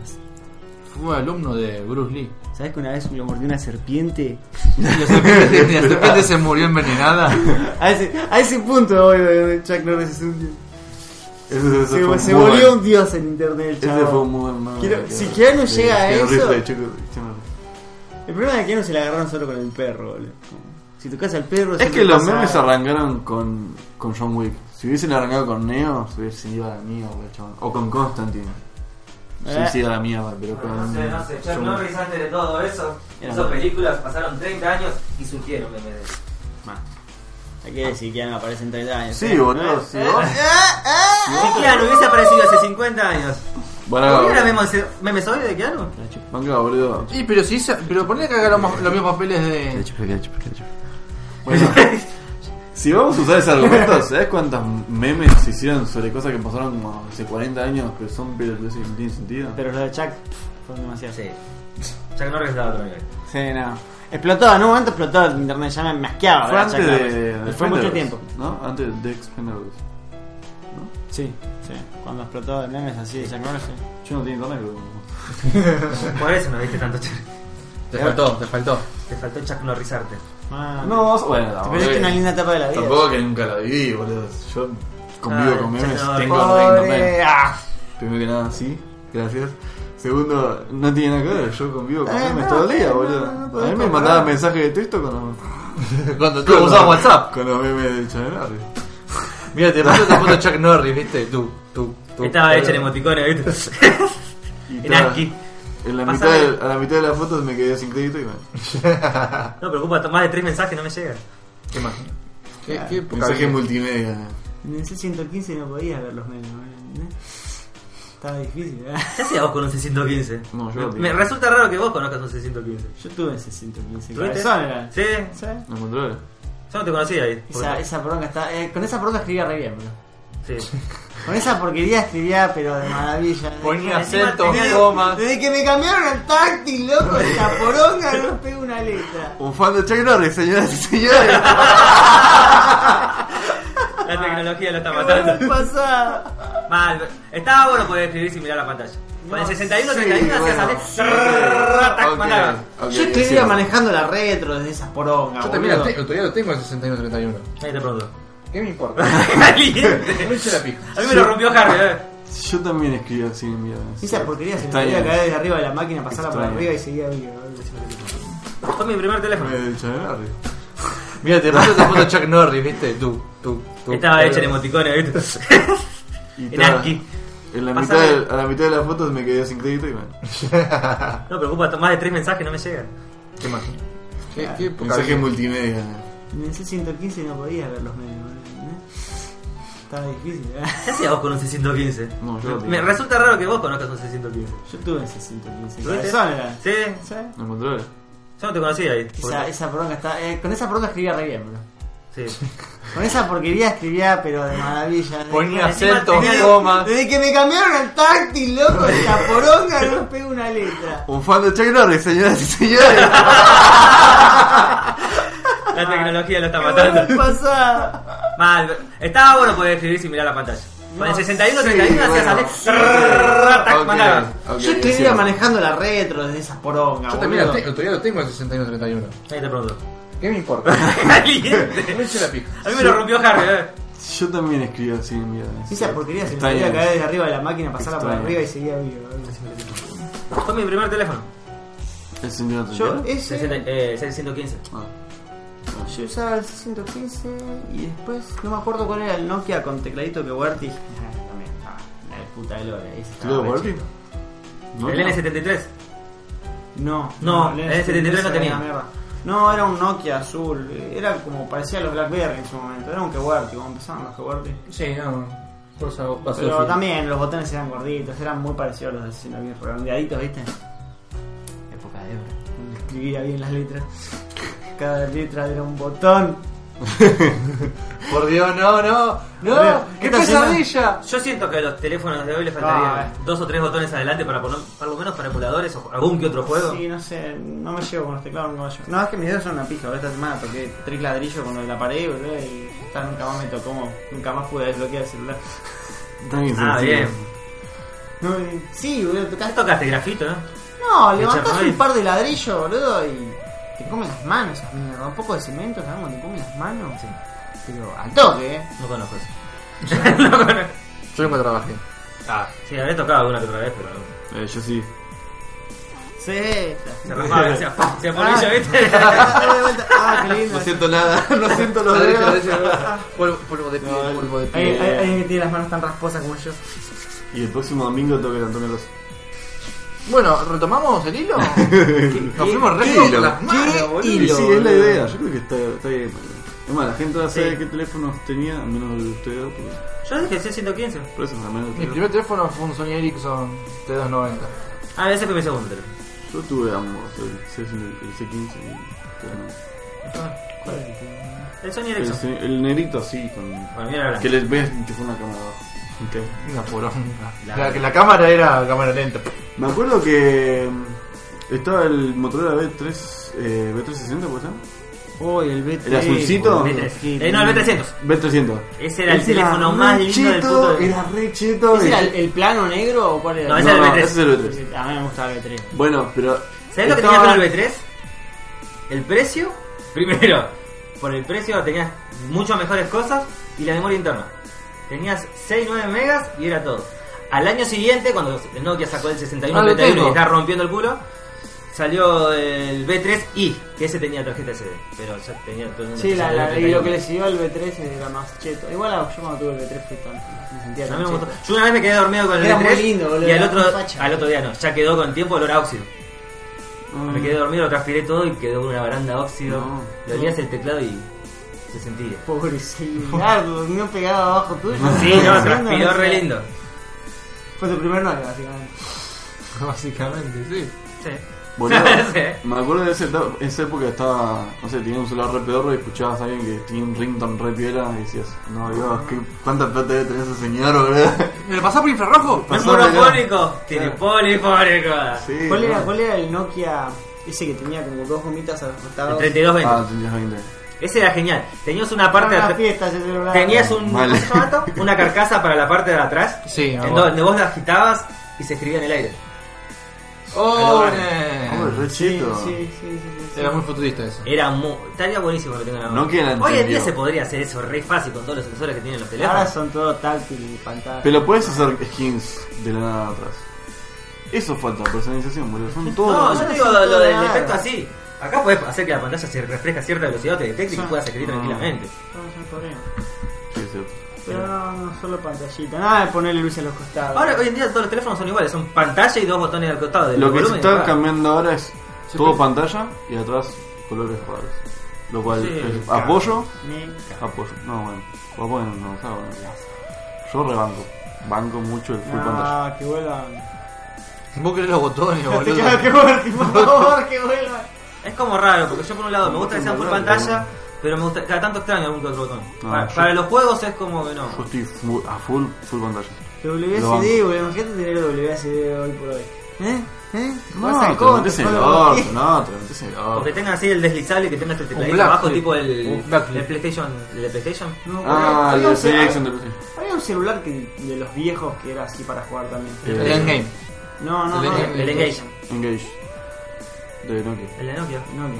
[SPEAKER 2] Fue alumno de Bruce Lee.
[SPEAKER 3] ¿Sabes que una vez lo mordió una serpiente?
[SPEAKER 2] Y la serpiente, y la serpiente se murió envenenada.
[SPEAKER 3] A ese, a ese punto voy de Chuck Norris es un dios.
[SPEAKER 1] Ese, ese
[SPEAKER 3] Se,
[SPEAKER 1] fue
[SPEAKER 3] pues, se
[SPEAKER 1] muy
[SPEAKER 3] volvió
[SPEAKER 1] bueno.
[SPEAKER 3] un dios en internet, el
[SPEAKER 1] Ese fue
[SPEAKER 3] chavo.
[SPEAKER 1] un muy buen manga
[SPEAKER 3] Quiero-
[SPEAKER 1] que-
[SPEAKER 3] si Keanu llega a
[SPEAKER 1] Keanu Reeves,
[SPEAKER 3] eso-
[SPEAKER 1] de Chuck- Keanu Reeves.
[SPEAKER 3] El problema es que no se la agarraron solo con el perro, boludo. Si tocas al perro,
[SPEAKER 1] Es
[SPEAKER 3] siempre
[SPEAKER 1] que los
[SPEAKER 3] pasa-
[SPEAKER 1] memes arrancaron con, con John Wick. Si hubiesen arrancado con Neo, se hubiese ido a la mierda, chabón. O con Constantine. Se
[SPEAKER 3] Eh.
[SPEAKER 1] hubiese ido a la mierda, pero
[SPEAKER 4] Pero
[SPEAKER 1] con.
[SPEAKER 4] No sé, no sé, Chuck
[SPEAKER 1] John
[SPEAKER 4] Norris antes de todo eso,
[SPEAKER 3] Era
[SPEAKER 4] hizo
[SPEAKER 3] bueno.
[SPEAKER 4] películas, pasaron 30 años y surgieron memes de eso.
[SPEAKER 3] Ma, Hay que decir que ya no aparece en 30 años.
[SPEAKER 1] Sí, boludo, sí.
[SPEAKER 4] ¿Eh? Si Keanu hubiese aparecido hace 50 años, ¿no hubiera
[SPEAKER 1] Bueno,
[SPEAKER 4] memes, memes hoy de Keanu?
[SPEAKER 1] manga, boludo.
[SPEAKER 2] Y pero si hizo, pero ponle que haga los, los mismos papeles de.
[SPEAKER 1] Bueno, si vamos a usar ese argumento, ¿sabes cuántas memes se hicieron sobre cosas que pasaron como hace 40 años, pero son pelotudeces que no tienen sentido?
[SPEAKER 3] Pero los de Chuck pff, fueron demasiado.
[SPEAKER 4] Sí. Chuck Norris estaba a otro nivel.
[SPEAKER 3] Sí, no. Explotó, en un momento explotó el internet, ya me masqueaba.
[SPEAKER 1] fue
[SPEAKER 3] ¿verdad?
[SPEAKER 1] antes
[SPEAKER 3] Chuck
[SPEAKER 1] de.
[SPEAKER 3] Norris. Y Fue
[SPEAKER 1] Defenders,
[SPEAKER 3] mucho tiempo.
[SPEAKER 1] ¿No? Antes de Expendables.
[SPEAKER 3] Sí, sí. Cuando explotó el memes así de Chuck Norris. sí.
[SPEAKER 1] Yo no tengo internet, pero.
[SPEAKER 4] Por eso no viste tanto Chuck.
[SPEAKER 2] Te faltó, te faltó.
[SPEAKER 4] Te faltó Chuck Norrisarte.
[SPEAKER 3] Ah,
[SPEAKER 1] No, bueno,
[SPEAKER 3] Te
[SPEAKER 1] tampoco
[SPEAKER 3] perdiste
[SPEAKER 1] que-
[SPEAKER 3] una linda etapa de la vida.
[SPEAKER 1] Tampoco que nunca la viví, boludo. Yo convivo
[SPEAKER 4] Ah,
[SPEAKER 1] con memes,
[SPEAKER 4] ya te-
[SPEAKER 1] tengo
[SPEAKER 3] Pobre,
[SPEAKER 1] internet.
[SPEAKER 3] ah.
[SPEAKER 1] Primero que nada, sí, gracias. Segundo, no tiene nada que ver, yo convivo con
[SPEAKER 3] Eh,
[SPEAKER 1] memes
[SPEAKER 3] no,
[SPEAKER 1] todo el día,
[SPEAKER 3] no,
[SPEAKER 1] boludo.
[SPEAKER 3] no, no
[SPEAKER 1] A mí
[SPEAKER 3] podés
[SPEAKER 1] me
[SPEAKER 3] comparar.
[SPEAKER 1] mandaban mensajes de texto cuando,
[SPEAKER 2] Cuando tú
[SPEAKER 1] cuando
[SPEAKER 2] usabas WhatsApp.
[SPEAKER 1] Con los memes de Chanel.
[SPEAKER 2] Mira, te mando te foto Chuck Norris, viste. Tú, tú, tú.
[SPEAKER 4] Estaba hecho en emoticones, ¿viste? en Anki.
[SPEAKER 1] En la mitad,
[SPEAKER 4] Pasame.
[SPEAKER 1] de- a la mitad de la foto me quedé sin crédito y bueno.
[SPEAKER 4] No, preocupa, más de tres mensajes no me llegan.
[SPEAKER 2] ¿Qué más? Ah, ¿Qué, qué poca
[SPEAKER 1] Mensaje
[SPEAKER 2] vida.
[SPEAKER 1] multimedia.
[SPEAKER 3] En el C115 no podías ver los memes, ¿no? Estaba difícil, ¿eh? ¿verdad?
[SPEAKER 4] ¿Qué hacías vos con un 615?
[SPEAKER 1] No, yo lo
[SPEAKER 4] me, me
[SPEAKER 1] tengo.
[SPEAKER 4] resulta raro que vos conozcas un 615.
[SPEAKER 3] Yo tuve ese 115.
[SPEAKER 4] ¿Tuviste?
[SPEAKER 3] Cabezón era.
[SPEAKER 4] Sí,
[SPEAKER 3] ¿eh? ¿Sí?
[SPEAKER 1] ¿Lo encontró?
[SPEAKER 4] yo no te conocía ahí.
[SPEAKER 3] Esa, esa poronga está. eh, con esa poronga escribía re bien, bro.
[SPEAKER 4] Sí.
[SPEAKER 3] Con esa porquería escribía, pero de maravilla.
[SPEAKER 2] Ponía
[SPEAKER 3] Encima
[SPEAKER 2] acentos,
[SPEAKER 3] tenía-
[SPEAKER 2] comas.
[SPEAKER 3] Desde que me cambiaron el táctil, loco, esa poronga no pego una letra.
[SPEAKER 1] Un fan de Chuck Norris, señoras y señores.
[SPEAKER 2] Ah,
[SPEAKER 4] La tecnología lo está
[SPEAKER 3] ¿Qué
[SPEAKER 4] matando.
[SPEAKER 3] pasada?
[SPEAKER 4] Mal, estaba bueno poder escribir sin mirar la pantalla. Con el 61, 31 hacías
[SPEAKER 1] bueno.
[SPEAKER 4] salir.
[SPEAKER 1] Sí.
[SPEAKER 4] trrrr, tac,
[SPEAKER 1] Ok,
[SPEAKER 4] mandaba.
[SPEAKER 1] ok,
[SPEAKER 3] Yo escribía
[SPEAKER 1] sí.
[SPEAKER 3] manejando la retro desde esa poronga.
[SPEAKER 2] Yo también la
[SPEAKER 3] boludo.
[SPEAKER 2] tengo, todavía lo tengo el 61-31.
[SPEAKER 4] Ahí te pregunto.
[SPEAKER 2] ¿Qué me importa?
[SPEAKER 4] Caliente.
[SPEAKER 2] No hice la pija.
[SPEAKER 4] A mí me lo rompió Harry, eh.
[SPEAKER 1] Yo también escribí así en mi vida.
[SPEAKER 3] Esa porquería se me
[SPEAKER 1] Está
[SPEAKER 3] podía
[SPEAKER 1] bien.
[SPEAKER 3] caer de arriba de la máquina, pasarla por
[SPEAKER 1] Extraño.
[SPEAKER 3] arriba y seguía vivo. boludo.
[SPEAKER 4] Fue mi primer teléfono.
[SPEAKER 1] Meme de Chuck Norris.
[SPEAKER 2] Mira, te mando esa foto Chuck Norris, viste. Tú, tú, tú.
[SPEAKER 4] Estaba
[SPEAKER 1] eh,
[SPEAKER 4] hecho en emoticones, ¿viste?
[SPEAKER 1] Y
[SPEAKER 4] En
[SPEAKER 1] estaba-
[SPEAKER 4] Anki.
[SPEAKER 1] En la mitad
[SPEAKER 4] Pasame.
[SPEAKER 1] de, a la mitad de las fotos me quedé sin crédito y bueno.
[SPEAKER 4] No, preocupa, más de tres mensajes no me llegan.
[SPEAKER 2] ¿Qué más? ¿Qué, qué poca
[SPEAKER 1] Mensaje
[SPEAKER 2] vida.
[SPEAKER 1] multimedia.
[SPEAKER 3] En el C115 no podías ver los memes, boludo, ¿eh? Estaba difícil, ¿eh? ¿verdad?
[SPEAKER 4] ¿Qué hacías vos con un 615?
[SPEAKER 1] No, yo lo
[SPEAKER 4] Me
[SPEAKER 1] tengo.
[SPEAKER 4] resulta raro que vos conozcas un 615.
[SPEAKER 3] Yo tuve ese 115.
[SPEAKER 4] ¿Tuviste?
[SPEAKER 3] Cabezón era.
[SPEAKER 4] Sí,
[SPEAKER 3] ¿Sí?
[SPEAKER 1] ¿Lo encontró?
[SPEAKER 4] yo no te conocía ahí.
[SPEAKER 3] Esa, esa poronga está. eh, con esa poronga escribía re bien, bro.
[SPEAKER 4] Sí.
[SPEAKER 3] Con esa porquería escribía, pero de maravilla.
[SPEAKER 2] Ponía
[SPEAKER 4] Encima
[SPEAKER 2] acentos,
[SPEAKER 4] tenía-
[SPEAKER 2] comas.
[SPEAKER 3] Desde que me cambiaron el táctil, loco, esa poronga no pego una letra.
[SPEAKER 1] Un fan de Chuck Norris, señoras y señores.
[SPEAKER 4] La tecnología lo está
[SPEAKER 3] ¿Qué
[SPEAKER 4] matando.
[SPEAKER 3] pasada?
[SPEAKER 4] Mal, estaba bueno poder escribir sin mirar la pantalla. Con el 61, 31 hacías
[SPEAKER 1] bueno.
[SPEAKER 4] salir. trrrr, tac,
[SPEAKER 1] Ok,
[SPEAKER 4] mandaba.
[SPEAKER 1] ok,
[SPEAKER 3] Yo escribía
[SPEAKER 1] cierto.
[SPEAKER 3] manejando la retro desde esa poronga,
[SPEAKER 2] Yo también la
[SPEAKER 3] boludo.
[SPEAKER 2] tengo, todavía lo tengo el 61-31.
[SPEAKER 4] Ahí te pregunto.
[SPEAKER 2] ¿Qué me importa?
[SPEAKER 4] Caliente.
[SPEAKER 2] No hice la pija.
[SPEAKER 4] A mí me lo rompió Harry, eh.
[SPEAKER 1] Yo también escribí así en mi vida.
[SPEAKER 3] Esa porquería se me
[SPEAKER 1] Está
[SPEAKER 3] podía
[SPEAKER 1] bien.
[SPEAKER 3] caer de arriba de la máquina, pasarla por
[SPEAKER 1] Extraño.
[SPEAKER 3] arriba y seguía vivo. boludo.
[SPEAKER 4] Fue mi primer teléfono.
[SPEAKER 1] ¿El señor
[SPEAKER 3] ¿eh? Yo,
[SPEAKER 1] Tatiana?
[SPEAKER 4] Sesenta-
[SPEAKER 3] ese,
[SPEAKER 4] eh, 615.
[SPEAKER 1] Ah.
[SPEAKER 3] yo usaba el 615 y después no me acuerdo cuál era el Nokia con tecladito que Huerti. Ah, también estaba La de puta de Lore. ese estaba
[SPEAKER 1] ¿Tuve
[SPEAKER 3] re
[SPEAKER 1] Barbie?
[SPEAKER 3] chico.
[SPEAKER 1] No,
[SPEAKER 4] El
[SPEAKER 1] no.
[SPEAKER 4] N73.
[SPEAKER 3] No,
[SPEAKER 4] No,
[SPEAKER 3] el
[SPEAKER 4] el 73 no
[SPEAKER 3] era
[SPEAKER 4] tenía.
[SPEAKER 3] una mierda. No, era un Nokia azul. Era como parecía a los Blackberry en su momento. Era un QWERTY, como empezaban los QWERTY.
[SPEAKER 6] Sí, no. Cosa pasó.
[SPEAKER 3] Pero también los botones eran gorditos, eran muy parecidos a los de Sino bien redondeaditos, ¿viste?
[SPEAKER 4] Época de oro.
[SPEAKER 3] Donde Escribía bien las letras. Cada letra era un botón.
[SPEAKER 6] Por Dios, no, no.
[SPEAKER 3] Pero,
[SPEAKER 6] No, qué
[SPEAKER 3] esta
[SPEAKER 6] pesadilla.
[SPEAKER 4] Yo siento que a los teléfonos de hoy le
[SPEAKER 3] Ah,
[SPEAKER 4] faltaría dos o tres botones adelante para poner, por lo menos para emuladores o algún que otro juego.
[SPEAKER 3] Sí, no sé, no me llevo con los teclados, no me llevo. No, es que mis dedos son una pija, ahora esta semana toqué tres ladrillos con lo de la pared, boludo, y ya nunca más me tocó, nunca más pude desbloquear el celular.
[SPEAKER 1] Tan
[SPEAKER 4] Ah,
[SPEAKER 1] insensible.
[SPEAKER 4] bien.
[SPEAKER 3] No, y- sí, boludo, tocás
[SPEAKER 4] Ya tocaste grafito, ¿no?
[SPEAKER 3] No,
[SPEAKER 4] El
[SPEAKER 3] levantás
[SPEAKER 4] Chaparral.
[SPEAKER 3] un par de ladrillos, boludo, y te comen las manos, esas mierdas. Un poco de cemento, ¿sabes? Cuando te comen las manos. Pero al toque, ¿eh?
[SPEAKER 4] No conozco eso.
[SPEAKER 6] Yo nunca trabajé.
[SPEAKER 4] Ah, sí, habré tocado alguna que otra vez, pero.
[SPEAKER 1] Eh, yo sí.
[SPEAKER 3] Sí.
[SPEAKER 4] Se rajaba, se, ap- se apolilla,
[SPEAKER 3] Ah.
[SPEAKER 4] ¿viste?
[SPEAKER 3] Ah, de vuelta. Ah, qué lindo.
[SPEAKER 1] No siento nada, no siento los
[SPEAKER 6] Ladrillo,
[SPEAKER 1] dedos.
[SPEAKER 6] ladrillo, ladrillo. Polvo polvo de pie, polvo de
[SPEAKER 3] Hay
[SPEAKER 6] pie.
[SPEAKER 3] hay- hay alguien que tiene las manos tan rasposas como yo.
[SPEAKER 1] Y el próximo domingo tengo que ir a Antonio Rosa.
[SPEAKER 6] Bueno, ¿retomamos el hilo? Nos fuimos re
[SPEAKER 1] qué
[SPEAKER 6] con
[SPEAKER 1] hilo?
[SPEAKER 6] las manos,
[SPEAKER 1] ¿Qué
[SPEAKER 6] boludo.
[SPEAKER 1] Y sí, es
[SPEAKER 6] boludo.
[SPEAKER 1] la idea. Yo creo que está, está bien. Es más, la gente ahora sabe qué teléfonos tenía, al menos el de ustedes, porque-
[SPEAKER 4] Yo dije C115.
[SPEAKER 1] por eso al menos el
[SPEAKER 6] Mi
[SPEAKER 1] tuyo.
[SPEAKER 6] primer teléfono fue un Sony Ericsson T290.
[SPEAKER 4] Ah, ese fue mi segundo teléfono.
[SPEAKER 1] Yo tuve ambos, el C15 el C15 y el-
[SPEAKER 4] El Sony
[SPEAKER 1] el,
[SPEAKER 4] Ericsson.
[SPEAKER 1] C- el negrito así, con,
[SPEAKER 4] Bueno, mira ahora.
[SPEAKER 1] que les veas enchufar una cámara abajo. Ok.
[SPEAKER 6] Una poronga.
[SPEAKER 4] La-
[SPEAKER 6] La, que la cámara era cámara lenta.
[SPEAKER 1] Me acuerdo que mm, estaba el Motorola B3, eh, B360, ¿puede ser?
[SPEAKER 3] Uy, el BT.
[SPEAKER 1] ¿El azulcito?
[SPEAKER 4] B3. Eh, no, el B300.
[SPEAKER 1] B300.
[SPEAKER 4] Ese era el
[SPEAKER 1] Ese
[SPEAKER 4] teléfono
[SPEAKER 1] re
[SPEAKER 4] más lindo del
[SPEAKER 1] cheto,
[SPEAKER 4] puto.
[SPEAKER 1] Era re cheto.
[SPEAKER 3] ¿Ese
[SPEAKER 1] y-
[SPEAKER 3] era el, el plano negro o cuál era?
[SPEAKER 4] No, ese
[SPEAKER 1] No,
[SPEAKER 4] era el
[SPEAKER 1] no,
[SPEAKER 4] B3.
[SPEAKER 1] ese es el B3.
[SPEAKER 3] A mí me gustaba el B3.
[SPEAKER 1] Bueno, pero...
[SPEAKER 4] ¿Sabés lo que tenías
[SPEAKER 1] estaba-
[SPEAKER 4] con el B3? El precio, primero, por el precio tenías muchas mejores cosas y la memoria interna. Tenías 6, 9 megas y era todo. Al año siguiente, cuando el Nokia sacó el
[SPEAKER 6] Ah, lo
[SPEAKER 4] 6131
[SPEAKER 6] tengo.
[SPEAKER 4] y está rompiendo el culo, salió el B3i, que ese tenía tarjeta SD, pero ya tenía todo el mundo
[SPEAKER 3] Sí, la, la, y
[SPEAKER 4] 6131.
[SPEAKER 3] lo que le siguió al B3 era más cheto. Igual yo cuando tuve el B3 fui tan. Me sentía
[SPEAKER 4] A
[SPEAKER 3] tan
[SPEAKER 4] mí me
[SPEAKER 3] cheto.
[SPEAKER 4] gustó. Yo una vez me quedé dormido con el
[SPEAKER 3] Era
[SPEAKER 4] B3
[SPEAKER 3] muy lindo, boludo,
[SPEAKER 4] y al
[SPEAKER 3] era
[SPEAKER 4] otro,
[SPEAKER 3] muy facha.
[SPEAKER 4] al otro día no, ya quedó con tiempo olor a óxido.
[SPEAKER 1] mm,
[SPEAKER 4] Me quedé dormido, lo transpiré todo y quedó una baranda de óxido.
[SPEAKER 1] No.
[SPEAKER 4] Le olías el teclado y se sentía.
[SPEAKER 3] Pobre celular, durmió pegado abajo tuyo.
[SPEAKER 4] Sí, no, transpiró re lindo.
[SPEAKER 3] Fue tu primer novio, básicamente.
[SPEAKER 6] Básicamente, sí.
[SPEAKER 4] Sí.
[SPEAKER 1] boludo,
[SPEAKER 4] Sí.
[SPEAKER 1] me acuerdo de esa, etapa- esa época estaba, no sé, tenía un celular re pedorro y escuchabas a alguien que tenía un ringtone re piola y decías, no, Dios, ¿qué, ¿cuánta plata debe tener ese señor, verdad?
[SPEAKER 6] ¿Me lo pasás por infrarrojo?
[SPEAKER 4] Es
[SPEAKER 1] Pasó, mirá.
[SPEAKER 4] monofónico, tiene polifónico.
[SPEAKER 1] Sí,
[SPEAKER 3] ¿Cuál, era,
[SPEAKER 1] no.
[SPEAKER 3] ¿Cuál era el Nokia ese que tenía como dos gomitas
[SPEAKER 4] El
[SPEAKER 3] acostadas?
[SPEAKER 4] 3220.
[SPEAKER 1] Ah, tenías 20.
[SPEAKER 4] Ese era genial. Tenías una parte de
[SPEAKER 3] Era una
[SPEAKER 4] atrás.
[SPEAKER 3] Ah, fiesta ese celular.
[SPEAKER 4] Tenías un,
[SPEAKER 1] Mal.
[SPEAKER 4] ¿cómo se llama esto? una carcasa para la parte de atrás.
[SPEAKER 6] Sí,
[SPEAKER 4] en
[SPEAKER 6] ah,
[SPEAKER 4] donde,
[SPEAKER 6] bueno.
[SPEAKER 4] vos la agitabas y se escribía en el aire.
[SPEAKER 6] ¡Oh!
[SPEAKER 4] Ahora,
[SPEAKER 1] Oh,
[SPEAKER 6] eh.
[SPEAKER 1] re
[SPEAKER 3] Sí,
[SPEAKER 1] cheto.
[SPEAKER 3] sí, sí, sí, sí.
[SPEAKER 6] Era muy futurista eso.
[SPEAKER 4] Era muy. Estaría buenísimo que lo tengan ahora.
[SPEAKER 1] No que la
[SPEAKER 4] Hoy en
[SPEAKER 1] entendió.
[SPEAKER 4] día se podría hacer eso re fácil con todos los sensores que tienen los
[SPEAKER 3] Ahora
[SPEAKER 4] teléfonos.
[SPEAKER 3] son todos táctil y pantalla.
[SPEAKER 1] Pero puedes hacer skins de la nada atrás. Eso falta, personalización, boludo. Son
[SPEAKER 4] No,
[SPEAKER 1] todos.
[SPEAKER 4] yo te digo lo, lo del efecto así. Acá podés hacer que la pantalla se refresca a cierta velocidad, te detecte y
[SPEAKER 3] Sí.
[SPEAKER 4] puedas escribir
[SPEAKER 1] Ah.
[SPEAKER 4] tranquilamente.
[SPEAKER 3] No, no hay problema.
[SPEAKER 1] Sí, sí.
[SPEAKER 3] Pero no, no, solo pantallita. Nada de ponerle luz a los costados.
[SPEAKER 4] Ahora, hoy en día todos los teléfonos son iguales, son pantalla y dos botones al costado. del
[SPEAKER 1] Lo que se
[SPEAKER 4] volumen y
[SPEAKER 1] está
[SPEAKER 4] apaga.
[SPEAKER 1] cambiando ahora es
[SPEAKER 6] Sí,
[SPEAKER 1] todo
[SPEAKER 6] pero-
[SPEAKER 1] pantalla y atrás colores raros. Lo cual
[SPEAKER 4] Sí,
[SPEAKER 1] es
[SPEAKER 4] claro.
[SPEAKER 1] apoyo,
[SPEAKER 3] Ni-
[SPEAKER 1] apoyo. No, bueno. O apoyo no, está bueno. Yo rebanco. Banco mucho el full pantalla.
[SPEAKER 3] Ah, que vuelvan.
[SPEAKER 6] Vos querés los botones,
[SPEAKER 3] Te
[SPEAKER 6] boludo.
[SPEAKER 3] quedas que vuelvan, por favor, que vuelvan.
[SPEAKER 4] Es como raro, porque yo por un lado me gusta que sea full
[SPEAKER 1] Botón,
[SPEAKER 4] pantalla,
[SPEAKER 1] botón.
[SPEAKER 4] pero me gusta, cada tanto extraño algún que otro botón.
[SPEAKER 1] No,
[SPEAKER 4] para,
[SPEAKER 1] yo-
[SPEAKER 4] para los juegos es como que no.
[SPEAKER 1] Yo estoy fu- a full, full pantalla. Lo banco.
[SPEAKER 3] WSD, boludo. Imagínate tener WSD hoy por hoy. ¿Eh? ¿Eh?
[SPEAKER 1] No, te lo metes en el orto, no, te lo metes en el orto.
[SPEAKER 4] Porque tenga así el deslizable que tenga este tecladito
[SPEAKER 6] blackflip.
[SPEAKER 4] abajo, tipo el,
[SPEAKER 6] Un blackflip.
[SPEAKER 4] el PlayStation. ¿El de PlayStation?
[SPEAKER 1] Ah,
[SPEAKER 3] había,
[SPEAKER 1] el
[SPEAKER 3] un
[SPEAKER 1] sí,
[SPEAKER 3] celular,
[SPEAKER 1] Alexander, sí.
[SPEAKER 3] había un celular que, de los viejos que era así para jugar también.
[SPEAKER 1] Eh,
[SPEAKER 6] El endgame.
[SPEAKER 3] No, no,
[SPEAKER 6] el
[SPEAKER 3] no.
[SPEAKER 6] Engage.
[SPEAKER 4] El Engage,
[SPEAKER 1] Engage. De Nokia.
[SPEAKER 4] el de Nokia.
[SPEAKER 3] No, no.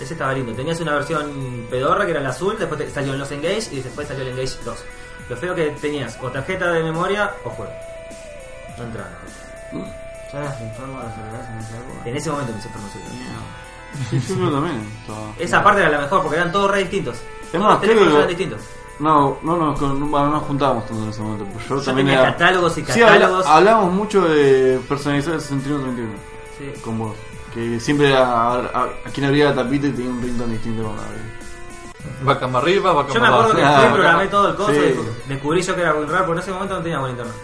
[SPEAKER 4] Ese estaba lindo. Tenías una versión pedorra que era el azul, después te- salió el los Engage y después salió el Engage 2. Lo feo que tenías o tarjeta de memoria o juego. No entraba.
[SPEAKER 3] Ya eras enfermo de los celulares en esa época.
[SPEAKER 4] En ese momento me hice promoción.
[SPEAKER 1] Sí, yo creo también. estaba-
[SPEAKER 4] Esa parte era la mejor porque eran todos re distintos. Todos
[SPEAKER 1] más,
[SPEAKER 4] los teléfonos
[SPEAKER 1] creo que-
[SPEAKER 4] eran distintos.
[SPEAKER 1] No, no, no, con, bueno, no nos juntábamos tanto en ese momento. Pues yo,
[SPEAKER 4] Yo
[SPEAKER 1] también
[SPEAKER 4] tenía
[SPEAKER 1] era...
[SPEAKER 4] catálogos y
[SPEAKER 1] Sí, habla-
[SPEAKER 4] catálogos.
[SPEAKER 1] hablábamos mucho de personalizar el 6131
[SPEAKER 4] Sí.
[SPEAKER 1] con vos. Que siempre era a, a- a quien abría la tapita y tenía un ringtone distinto cuando abría.
[SPEAKER 2] Vaca más arriba, vaca
[SPEAKER 4] Yo me
[SPEAKER 2] más
[SPEAKER 4] acuerdo que
[SPEAKER 2] abajo.
[SPEAKER 1] Ah,
[SPEAKER 4] fui, programé todo el coso
[SPEAKER 1] sí.
[SPEAKER 4] y descubrí yo que era WinRAR, porque en ese momento no tenía buen internet.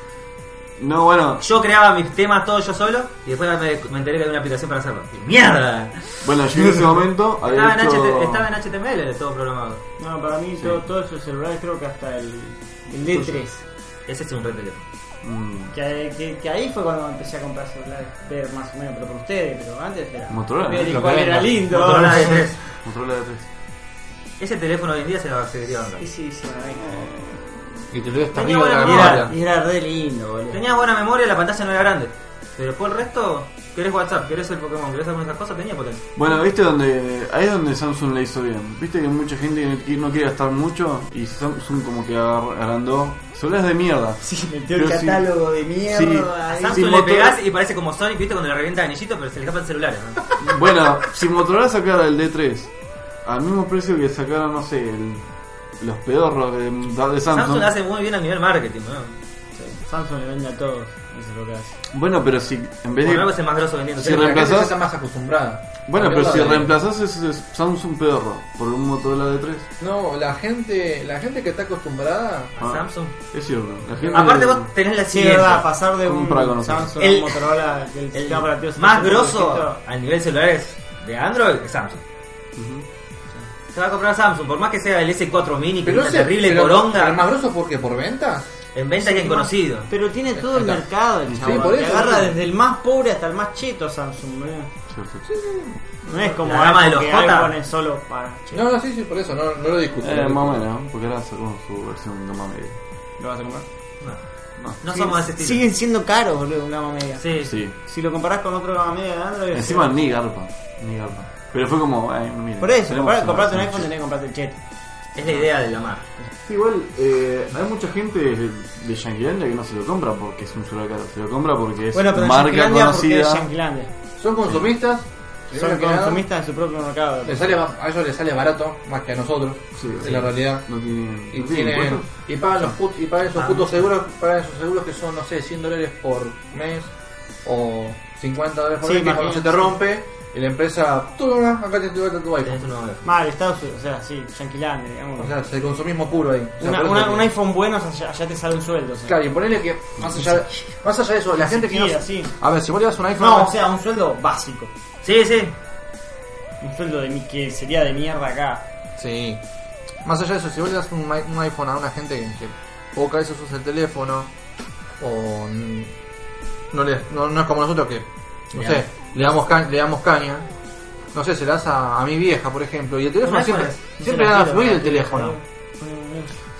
[SPEAKER 1] No, bueno,
[SPEAKER 4] Yo creaba mis temas todos yo solo y después me, me enteré que había una aplicación para hacerlo. Y ¡Mierda!
[SPEAKER 1] bueno, yo en ese momento había
[SPEAKER 4] Estaba en,
[SPEAKER 1] hecho...
[SPEAKER 4] HT estaba en HTML todo programado.
[SPEAKER 3] No, para mí todo, todo eso es celular, creo que hasta el, el D3.
[SPEAKER 4] Ese es un red teléfono.
[SPEAKER 1] Mm,
[SPEAKER 3] Que, que, que ahí fue cuando empecé a comprar celulares, pero más o menos, pero por ustedes, pero antes era.
[SPEAKER 1] Motorola,
[SPEAKER 3] Ver
[SPEAKER 1] ¿no?
[SPEAKER 2] Lo
[SPEAKER 3] cuál
[SPEAKER 2] que
[SPEAKER 3] era
[SPEAKER 2] venga.
[SPEAKER 3] lindo.
[SPEAKER 4] Motorola D3.
[SPEAKER 1] controla de tres.
[SPEAKER 4] Ese teléfono hoy en día se lo accedería a bancar.
[SPEAKER 3] Sí, sí, sí, me
[SPEAKER 2] Y te lo dio hasta
[SPEAKER 4] Tenía
[SPEAKER 2] arriba de la
[SPEAKER 4] buena memoria.
[SPEAKER 2] memoria.
[SPEAKER 3] vengo. Y era re lindo, boludo.
[SPEAKER 4] Tenías buena memoria, la pantalla no era grande. Pero por el resto, querés WhatsApp, querés el Pokémon, querés alguna de esas cosas, tenía potencia.
[SPEAKER 1] Bueno, viste donde. Ahí es donde Samsung le hizo bien. Viste que mucha gente que no qui- no quiere gastar mucho y Samsung como que agar- agrandó. Celulares de mierda.
[SPEAKER 3] Sí, metió el
[SPEAKER 1] Pero sí.
[SPEAKER 3] catálogo de
[SPEAKER 1] Sí.
[SPEAKER 3] mierda. ahí.
[SPEAKER 4] Samsung
[SPEAKER 1] sin
[SPEAKER 4] le
[SPEAKER 1] motor-
[SPEAKER 4] pegás y parece como Sonic, viste, cuando le revienta anillito, pero se le escapa el celular. ¿no?
[SPEAKER 1] Bueno, si Motorola sacara el D3 al mismo precio que sacaran, no sé, el- los pedorros de, de Samsung.
[SPEAKER 4] Samsung hace muy bien a nivel marketing, ¿no?
[SPEAKER 3] Samsung le vende a todos, eso es lo que hace.
[SPEAKER 1] Bueno, pero si en vez
[SPEAKER 4] Por algo
[SPEAKER 1] de.
[SPEAKER 4] es el más grosso vendiendo.
[SPEAKER 1] Sí,
[SPEAKER 6] la
[SPEAKER 4] teléfonos.
[SPEAKER 6] gente
[SPEAKER 1] reemplazás-
[SPEAKER 6] ya está más acostumbrada.
[SPEAKER 1] Bueno,
[SPEAKER 6] A
[SPEAKER 1] pero si
[SPEAKER 6] verla
[SPEAKER 3] ¿eh?
[SPEAKER 6] de-
[SPEAKER 1] reemplazás ese Samsung pedorro por un Motorola D3,
[SPEAKER 6] eh, No, la gente, la gente que está acostumbrada.
[SPEAKER 1] Ah.
[SPEAKER 4] A Samsung.
[SPEAKER 1] es cierto. La gente-
[SPEAKER 4] Aparte vos tenés la
[SPEAKER 3] Sí,
[SPEAKER 4] siguiente.
[SPEAKER 3] verdad, pasar de un
[SPEAKER 1] Compra con nosotros.
[SPEAKER 3] Samsung a
[SPEAKER 4] El-
[SPEAKER 3] un Motorola, que el,
[SPEAKER 4] el
[SPEAKER 3] sistema operativo se
[SPEAKER 4] más
[SPEAKER 3] hace un
[SPEAKER 4] grosso
[SPEAKER 3] poquito-
[SPEAKER 4] a nivel celulares de Android es Samsung. Se va a comprar Samsung, por más que sea el S4 Mini, que es una
[SPEAKER 6] ese-
[SPEAKER 4] terrible
[SPEAKER 6] pero-
[SPEAKER 4] coronga,
[SPEAKER 6] pero más grosso porque por venta.
[SPEAKER 4] en venta que es conocido.
[SPEAKER 3] Pero tiene todo el
[SPEAKER 6] Acá.
[SPEAKER 3] mercado el
[SPEAKER 6] Sí,
[SPEAKER 3] chabón.
[SPEAKER 6] por
[SPEAKER 3] que
[SPEAKER 6] eso,
[SPEAKER 3] agarra
[SPEAKER 6] sí.
[SPEAKER 3] desde el más pobre hasta el más cheto Samsung, boludo.
[SPEAKER 1] Cierto.
[SPEAKER 3] No es como
[SPEAKER 4] La gama de
[SPEAKER 3] iPhone
[SPEAKER 4] los
[SPEAKER 3] que
[SPEAKER 4] J.
[SPEAKER 3] iPhone es solo para cheto.
[SPEAKER 6] No, no, sí, sí, por eso, no, no lo discuto.
[SPEAKER 1] Eh, más o menos, ¿no? porque ahora sacó su versión de más media.
[SPEAKER 3] ¿Lo vas a comprar?
[SPEAKER 4] No, no somos de ese estilo.
[SPEAKER 3] Siguen siendo caros, boludo, un gama media.
[SPEAKER 4] Sí.
[SPEAKER 1] Sí.
[SPEAKER 3] Si lo comparás con otro gama media de Android...
[SPEAKER 1] Encima ni garpa, ni garpa. Pero fue como, ay, mira.
[SPEAKER 3] Por eso,
[SPEAKER 1] tenemos
[SPEAKER 3] comprar-
[SPEAKER 1] una
[SPEAKER 3] comprarte un
[SPEAKER 1] versión
[SPEAKER 3] iPhone tenés que comprarte el cheto.
[SPEAKER 4] Es la idea de la marca.
[SPEAKER 1] china. Sí, igual, eh, hay mucha gente de, de Yanquilandia que no se lo compra porque es un celular caro, se lo compra porque es
[SPEAKER 3] Bueno, pero
[SPEAKER 1] marca
[SPEAKER 3] Yanquilandia porque es
[SPEAKER 1] conocida.
[SPEAKER 3] Yanquilandia.
[SPEAKER 6] Son consumistas.
[SPEAKER 3] Son
[SPEAKER 6] primero que nada,
[SPEAKER 3] consumistas de su propio mercado.
[SPEAKER 6] les sale más- a ellos les sale barato más que a nosotros.
[SPEAKER 1] Sí,
[SPEAKER 6] es
[SPEAKER 1] sí.
[SPEAKER 6] la realidad.
[SPEAKER 1] No tiene,
[SPEAKER 6] Y,
[SPEAKER 1] no tiene
[SPEAKER 6] tienen,
[SPEAKER 1] impuestos.
[SPEAKER 6] y pagan los put- y pagan esos
[SPEAKER 3] Ah.
[SPEAKER 6] putos seguros, pagan esos seguros que son, no sé, 100 dólares por mes o 50 dólares por
[SPEAKER 3] Sí,
[SPEAKER 6] mes, que cuando
[SPEAKER 3] imagínate.
[SPEAKER 6] se te rompe, y la empresa, toma, acá te estoy tu
[SPEAKER 4] Tenés
[SPEAKER 6] iPhone.
[SPEAKER 4] tu nuevo
[SPEAKER 3] Mal, Estados Unidos, o sea, sí, Yanquilandia, digamos.
[SPEAKER 6] O sea, es el consumismo puro ahí. O sea,
[SPEAKER 3] Una-
[SPEAKER 6] por eso
[SPEAKER 3] una-
[SPEAKER 6] que-
[SPEAKER 3] un iPhone bueno, allá, allá te sale un sueldo. o sea.
[SPEAKER 6] Claro, y ponele que, más allá, más allá de eso, la gente que no...
[SPEAKER 3] siquiera, sí.
[SPEAKER 6] A ver, si vos le das un iPhone...
[SPEAKER 3] No, o sea, un sueldo básico.
[SPEAKER 4] Sí, sí.
[SPEAKER 3] Un sueldo de mi, que sería de mierda acá.
[SPEAKER 6] Sí. Más allá de eso, si vos le das un, i- un iPhone a una gente que, que poca veces usa el teléfono, o n- no, le, no, no es como nosotros que, no
[SPEAKER 4] Le
[SPEAKER 6] sé, le damos, ca- le damos caña, no sé, se la das a, a mi vieja, por ejemplo, y el teléfono
[SPEAKER 4] Un
[SPEAKER 6] siempre,
[SPEAKER 4] iPhone es-
[SPEAKER 6] siempre
[SPEAKER 3] se la
[SPEAKER 6] da a
[SPEAKER 3] tiro,
[SPEAKER 6] fluir
[SPEAKER 3] la
[SPEAKER 6] el teléfono.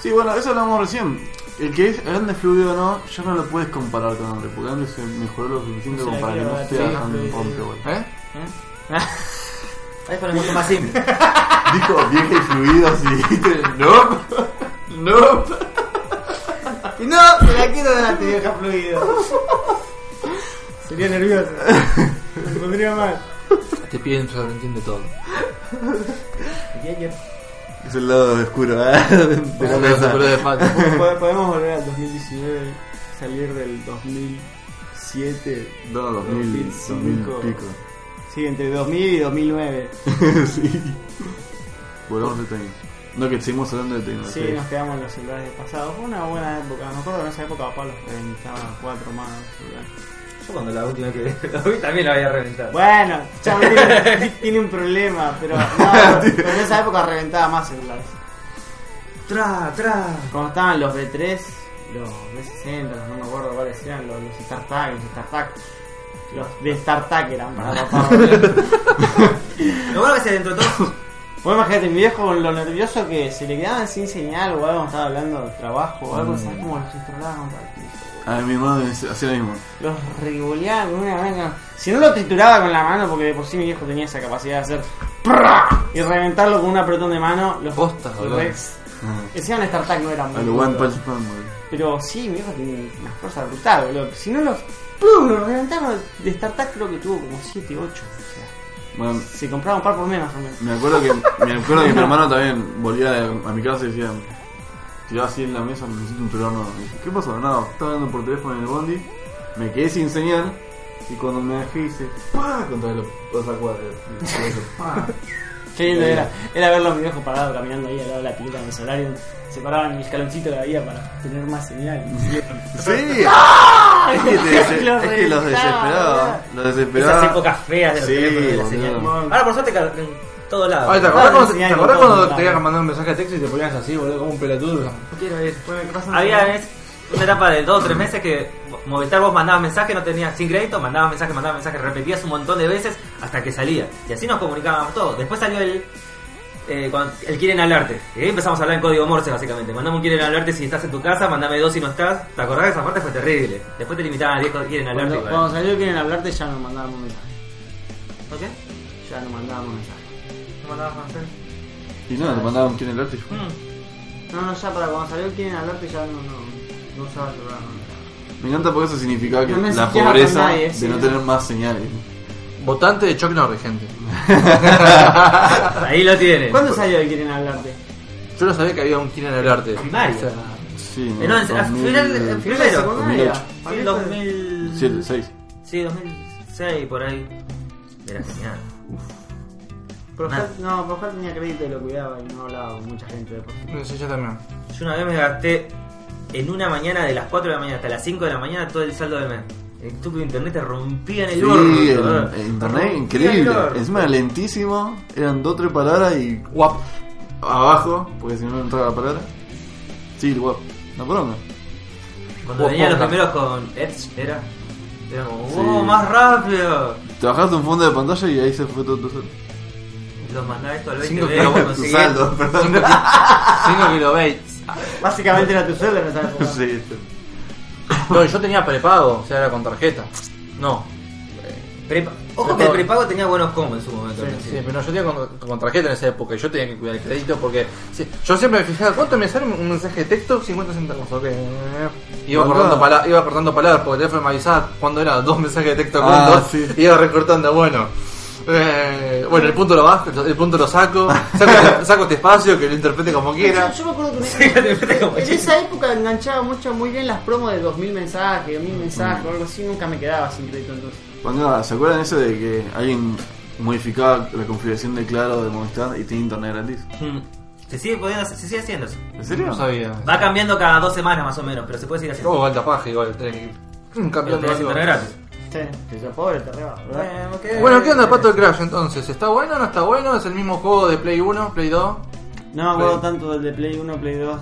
[SPEAKER 1] Sí, bueno, eso hablamos recién. El que es grande fluido o no, ya no lo puedes comparar con Android, porque Android se mejoró lo suficiente
[SPEAKER 3] Sí,
[SPEAKER 1] como para que no
[SPEAKER 3] claro,
[SPEAKER 1] sea
[SPEAKER 3] sí,
[SPEAKER 1] tan
[SPEAKER 3] sí.
[SPEAKER 1] rompebolas.
[SPEAKER 6] ¿Eh?
[SPEAKER 4] iPhone es mucho más simple.
[SPEAKER 1] Dijo vieja y fluido así, ¿viste? no, no.
[SPEAKER 3] No, se la quiero dar, te vieja fluido. Sería nervioso. Me pondría mal.
[SPEAKER 2] Te piden, sobreentiende todo.
[SPEAKER 1] Es el lado oscuro, ¿eh? De la mesa.
[SPEAKER 2] Pero de falta.
[SPEAKER 3] Po- Podemos volver al 2019, salir del 2007.
[SPEAKER 1] No, 2000,
[SPEAKER 3] 2005.
[SPEAKER 1] 2000 pico.
[SPEAKER 3] Sí, entre 2000 y 2009.
[SPEAKER 1] sí. Volvamos de tenis. No, que seguimos hablando de tenis.
[SPEAKER 3] Sí, nos quedamos en los celulares del pasado. Fue una buena época. Me acuerdo que en esa época Pablo reventaba cuatro más. celulares.
[SPEAKER 4] Yo cuando la última que lo vi también la había reventado.
[SPEAKER 3] Bueno, ya me tiene, tiene un problema, pero no, pero en esa época reventaba más celulares.
[SPEAKER 4] Tra, tra.
[SPEAKER 3] Cuando estaban los B3, los B60, los- no me acuerdo cuáles eran, los, los StarTag, los StarTag. Los de StarTag eran para papá.
[SPEAKER 4] Lo bueno que se dentro de todo.
[SPEAKER 3] Vos imagínate, mi viejo con lo nervioso que se le quedaban sin señal o algo, estaba hablando de trabajo o algo, ¿sabes cómo los trituraban para el piso?
[SPEAKER 1] A Ah, mi hermano me dice- hacía lo mismo.
[SPEAKER 3] Los revoleaban con una mano. Si no lo trituraba con la mano, porque de por sí mi viejo tenía esa capacidad de hacer prrrá y reventarlo con un apretón de mano, los
[SPEAKER 2] Posta,
[SPEAKER 3] los
[SPEAKER 2] boludo.
[SPEAKER 3] Rex.
[SPEAKER 4] Ah.
[SPEAKER 3] Encima en StarTag no eran
[SPEAKER 1] A
[SPEAKER 3] muy
[SPEAKER 1] lo One
[SPEAKER 3] duros.
[SPEAKER 1] Punch Man, boludo.
[SPEAKER 3] Pero sí, mi viejo tenía una fuerza brutal, boludo. Si no los. ¡Pum! Los reventaron. De StarTag creo que tuvo como 7, 8. O sea,
[SPEAKER 1] Bueno,
[SPEAKER 3] se compraba un par por menos, más o menos.
[SPEAKER 1] me acuerdo que, me acuerdo que mi hermano también volvía de- a mi casa y decía. Tiraba así en la mesa, me necesito un celular nuevo. Y dije, ¿Qué pasó? Nada, estaba hablando por teléfono en el bondi. Me quedé sin señal. Y cuando me bajé hice pa contra la otra cuadra. Y "Pues, hice, ¡pah!
[SPEAKER 7] Qué lindo era. Era ver los viejos parados caminando ahí al lado de la pileta en el salario. Se paraban en el escaloncito de la vía para tener más señal.
[SPEAKER 1] Sí. Es que, te dese-
[SPEAKER 7] Lo
[SPEAKER 1] es que los desesperaba. Los desesperaba.
[SPEAKER 4] Esas épocas feas de los
[SPEAKER 1] Sí,
[SPEAKER 4] teléfonos de la
[SPEAKER 1] boludo.
[SPEAKER 4] señal. Ahora por suerte car- en todos lados.
[SPEAKER 2] Ay, ¿te acordás
[SPEAKER 3] Ah,
[SPEAKER 2] cuando,
[SPEAKER 3] sí,
[SPEAKER 2] te
[SPEAKER 3] hay
[SPEAKER 2] acordás
[SPEAKER 3] un montón,
[SPEAKER 2] cuando
[SPEAKER 3] claro.
[SPEAKER 2] te iban a mandar un mensaje de texto y te ponías así, boludo, como un pelotudo?
[SPEAKER 4] Quiero ir. Había es- una etapa de dos o tres meses que Mo- Movistar vos mandabas mensajes, no tenías sin crédito, mandabas mensajes, mandabas mensajes, repetías un montón de veces hasta que salía. Y así nos comunicábamos todos. Después salió el. eh, cuando- el quieren hablarte. Y ahí empezamos a hablar en código Morse, básicamente. Mandame un quieren hablarte si estás en tu casa, mandame dos si no estás. ¿Te acordás? Esa parte fue terrible. Después te limitaban a 10 quieren hablarte.
[SPEAKER 7] Cuando,
[SPEAKER 4] igual.
[SPEAKER 7] cuando salió quieren hablarte ya nos mandábamos mensajes.
[SPEAKER 4] ¿Por qué?
[SPEAKER 7] Ya nos mandábamos mensajes.
[SPEAKER 4] ¿No mandabas más?
[SPEAKER 1] Y no, le mandaban un quién el arte.
[SPEAKER 7] Mm.
[SPEAKER 4] Hmm.
[SPEAKER 7] No, no, ya para cuando salió quieren hablarte ya no, no, no usaba el programa.
[SPEAKER 1] Me encanta porque eso significaba que
[SPEAKER 7] No me
[SPEAKER 1] la
[SPEAKER 7] siquiera con
[SPEAKER 1] pobreza
[SPEAKER 7] nadie,
[SPEAKER 1] de
[SPEAKER 7] sí.
[SPEAKER 1] no tener más señales.
[SPEAKER 2] Votante de Choc Norris, gente.
[SPEAKER 4] Ahí lo tienen.
[SPEAKER 7] ¿Cuándo salió el quieren hablarte?
[SPEAKER 2] Yo no sabía que había un quién en el arte.
[SPEAKER 4] Primaria.
[SPEAKER 2] O sea,
[SPEAKER 1] Sí,
[SPEAKER 4] Eh, no, en- al
[SPEAKER 1] 2000,
[SPEAKER 4] final- al
[SPEAKER 1] eh,
[SPEAKER 4] primero.
[SPEAKER 1] 2008.
[SPEAKER 4] Sí, 2000.
[SPEAKER 1] Siete, seis.
[SPEAKER 4] Sí, 2006, por ahí. Era genial.
[SPEAKER 7] Profet, no, Profet tenía crédito y lo cuidaba y no hablaba con mucha gente de por sí.
[SPEAKER 2] no sé, yo también.
[SPEAKER 4] Yo una vez me gasté en una mañana de las 4 de la mañana hasta las 5 de la mañana todo el saldo del mes. El estúpido internet te rompía en el
[SPEAKER 1] Sí,
[SPEAKER 4] horno.
[SPEAKER 1] el-
[SPEAKER 4] boludo.
[SPEAKER 1] el internet
[SPEAKER 4] Rompía el
[SPEAKER 1] increíble.
[SPEAKER 4] horno.
[SPEAKER 1] Encima era lentísimo, eran dos tres palabras y
[SPEAKER 2] Guap.
[SPEAKER 1] abajo, porque si no no entraba la palabra. Sí, el guap. Una poronga.
[SPEAKER 4] Cuando
[SPEAKER 2] Vos
[SPEAKER 4] venían los
[SPEAKER 2] posta.
[SPEAKER 4] primeros con Edge, era. Era como,
[SPEAKER 1] Sí.
[SPEAKER 4] ¡wow! ¡Más rápido!
[SPEAKER 1] Te bajaste un fondo de pantalla y ahí se fue todo tu saldo.
[SPEAKER 4] Los mandaba esto al
[SPEAKER 2] Cinco
[SPEAKER 4] 20 de
[SPEAKER 2] kilobits,
[SPEAKER 4] cuando
[SPEAKER 1] Tu
[SPEAKER 4] conseguí.
[SPEAKER 1] saldo, perdón.
[SPEAKER 2] 5 kilobytes.
[SPEAKER 7] Básicamente era tu sueldo en esa época.
[SPEAKER 1] Sí, este. esto.
[SPEAKER 2] No, yo tenía prepago, o sea, era con tarjeta. No.
[SPEAKER 4] Prepa- Ojo que el prepago tenía buenos combos en su momento. ¿no?
[SPEAKER 2] Sí, pero no, yo tenía con, con tarjeta en esa época y yo tenía que cuidar el crédito porque sí, yo siempre me fijaba cuánto me sale un un mensaje de texto, 50 centavos, ok. Iba
[SPEAKER 1] Boludo.
[SPEAKER 2] cortando, pala- iba cortando palabras porque el teléfono me avisaba cuando era dos mensajes de texto
[SPEAKER 1] Ah,
[SPEAKER 2] juntos,
[SPEAKER 1] sí.
[SPEAKER 2] iba recortando, bueno. eh, bueno, el punto lo bajo, el punto lo saco, saco, saco este espacio que lo interprete como quiera.
[SPEAKER 7] Yo me acuerdo que en, en esa época enganchaba mucho muy bien las promos de 2000 mensajes, 1000 mensajes o algo así, nunca me quedaba sin crédito entonces.
[SPEAKER 1] Cuando, ¿Se acuerdan eso de que alguien modificaba la configuración de Claro de Movistar y tenía internet gratis?
[SPEAKER 4] Mm. Se sigue pudiendo hacer- se sigue haciendo eso.
[SPEAKER 1] ¿En serio?
[SPEAKER 2] No sabía.
[SPEAKER 4] Va cambiando cada dos semanas más o menos, pero se puede seguir haciendo.
[SPEAKER 2] Oh, alta paja igual, tenés que ir
[SPEAKER 4] Pero
[SPEAKER 2] cambiando
[SPEAKER 4] tenés
[SPEAKER 2] algo.
[SPEAKER 4] internet gratis.
[SPEAKER 7] Sí, Eh, que yo pobre te reba, ¿verdad?
[SPEAKER 2] Bueno, ¿qué onda Pato del Crash entonces? ¿Está bueno o no está bueno? ¿Es el mismo juego de Play 1, Play 2?
[SPEAKER 3] No me acuerdo
[SPEAKER 2] Play.
[SPEAKER 3] tanto del de Play 1, Play 2.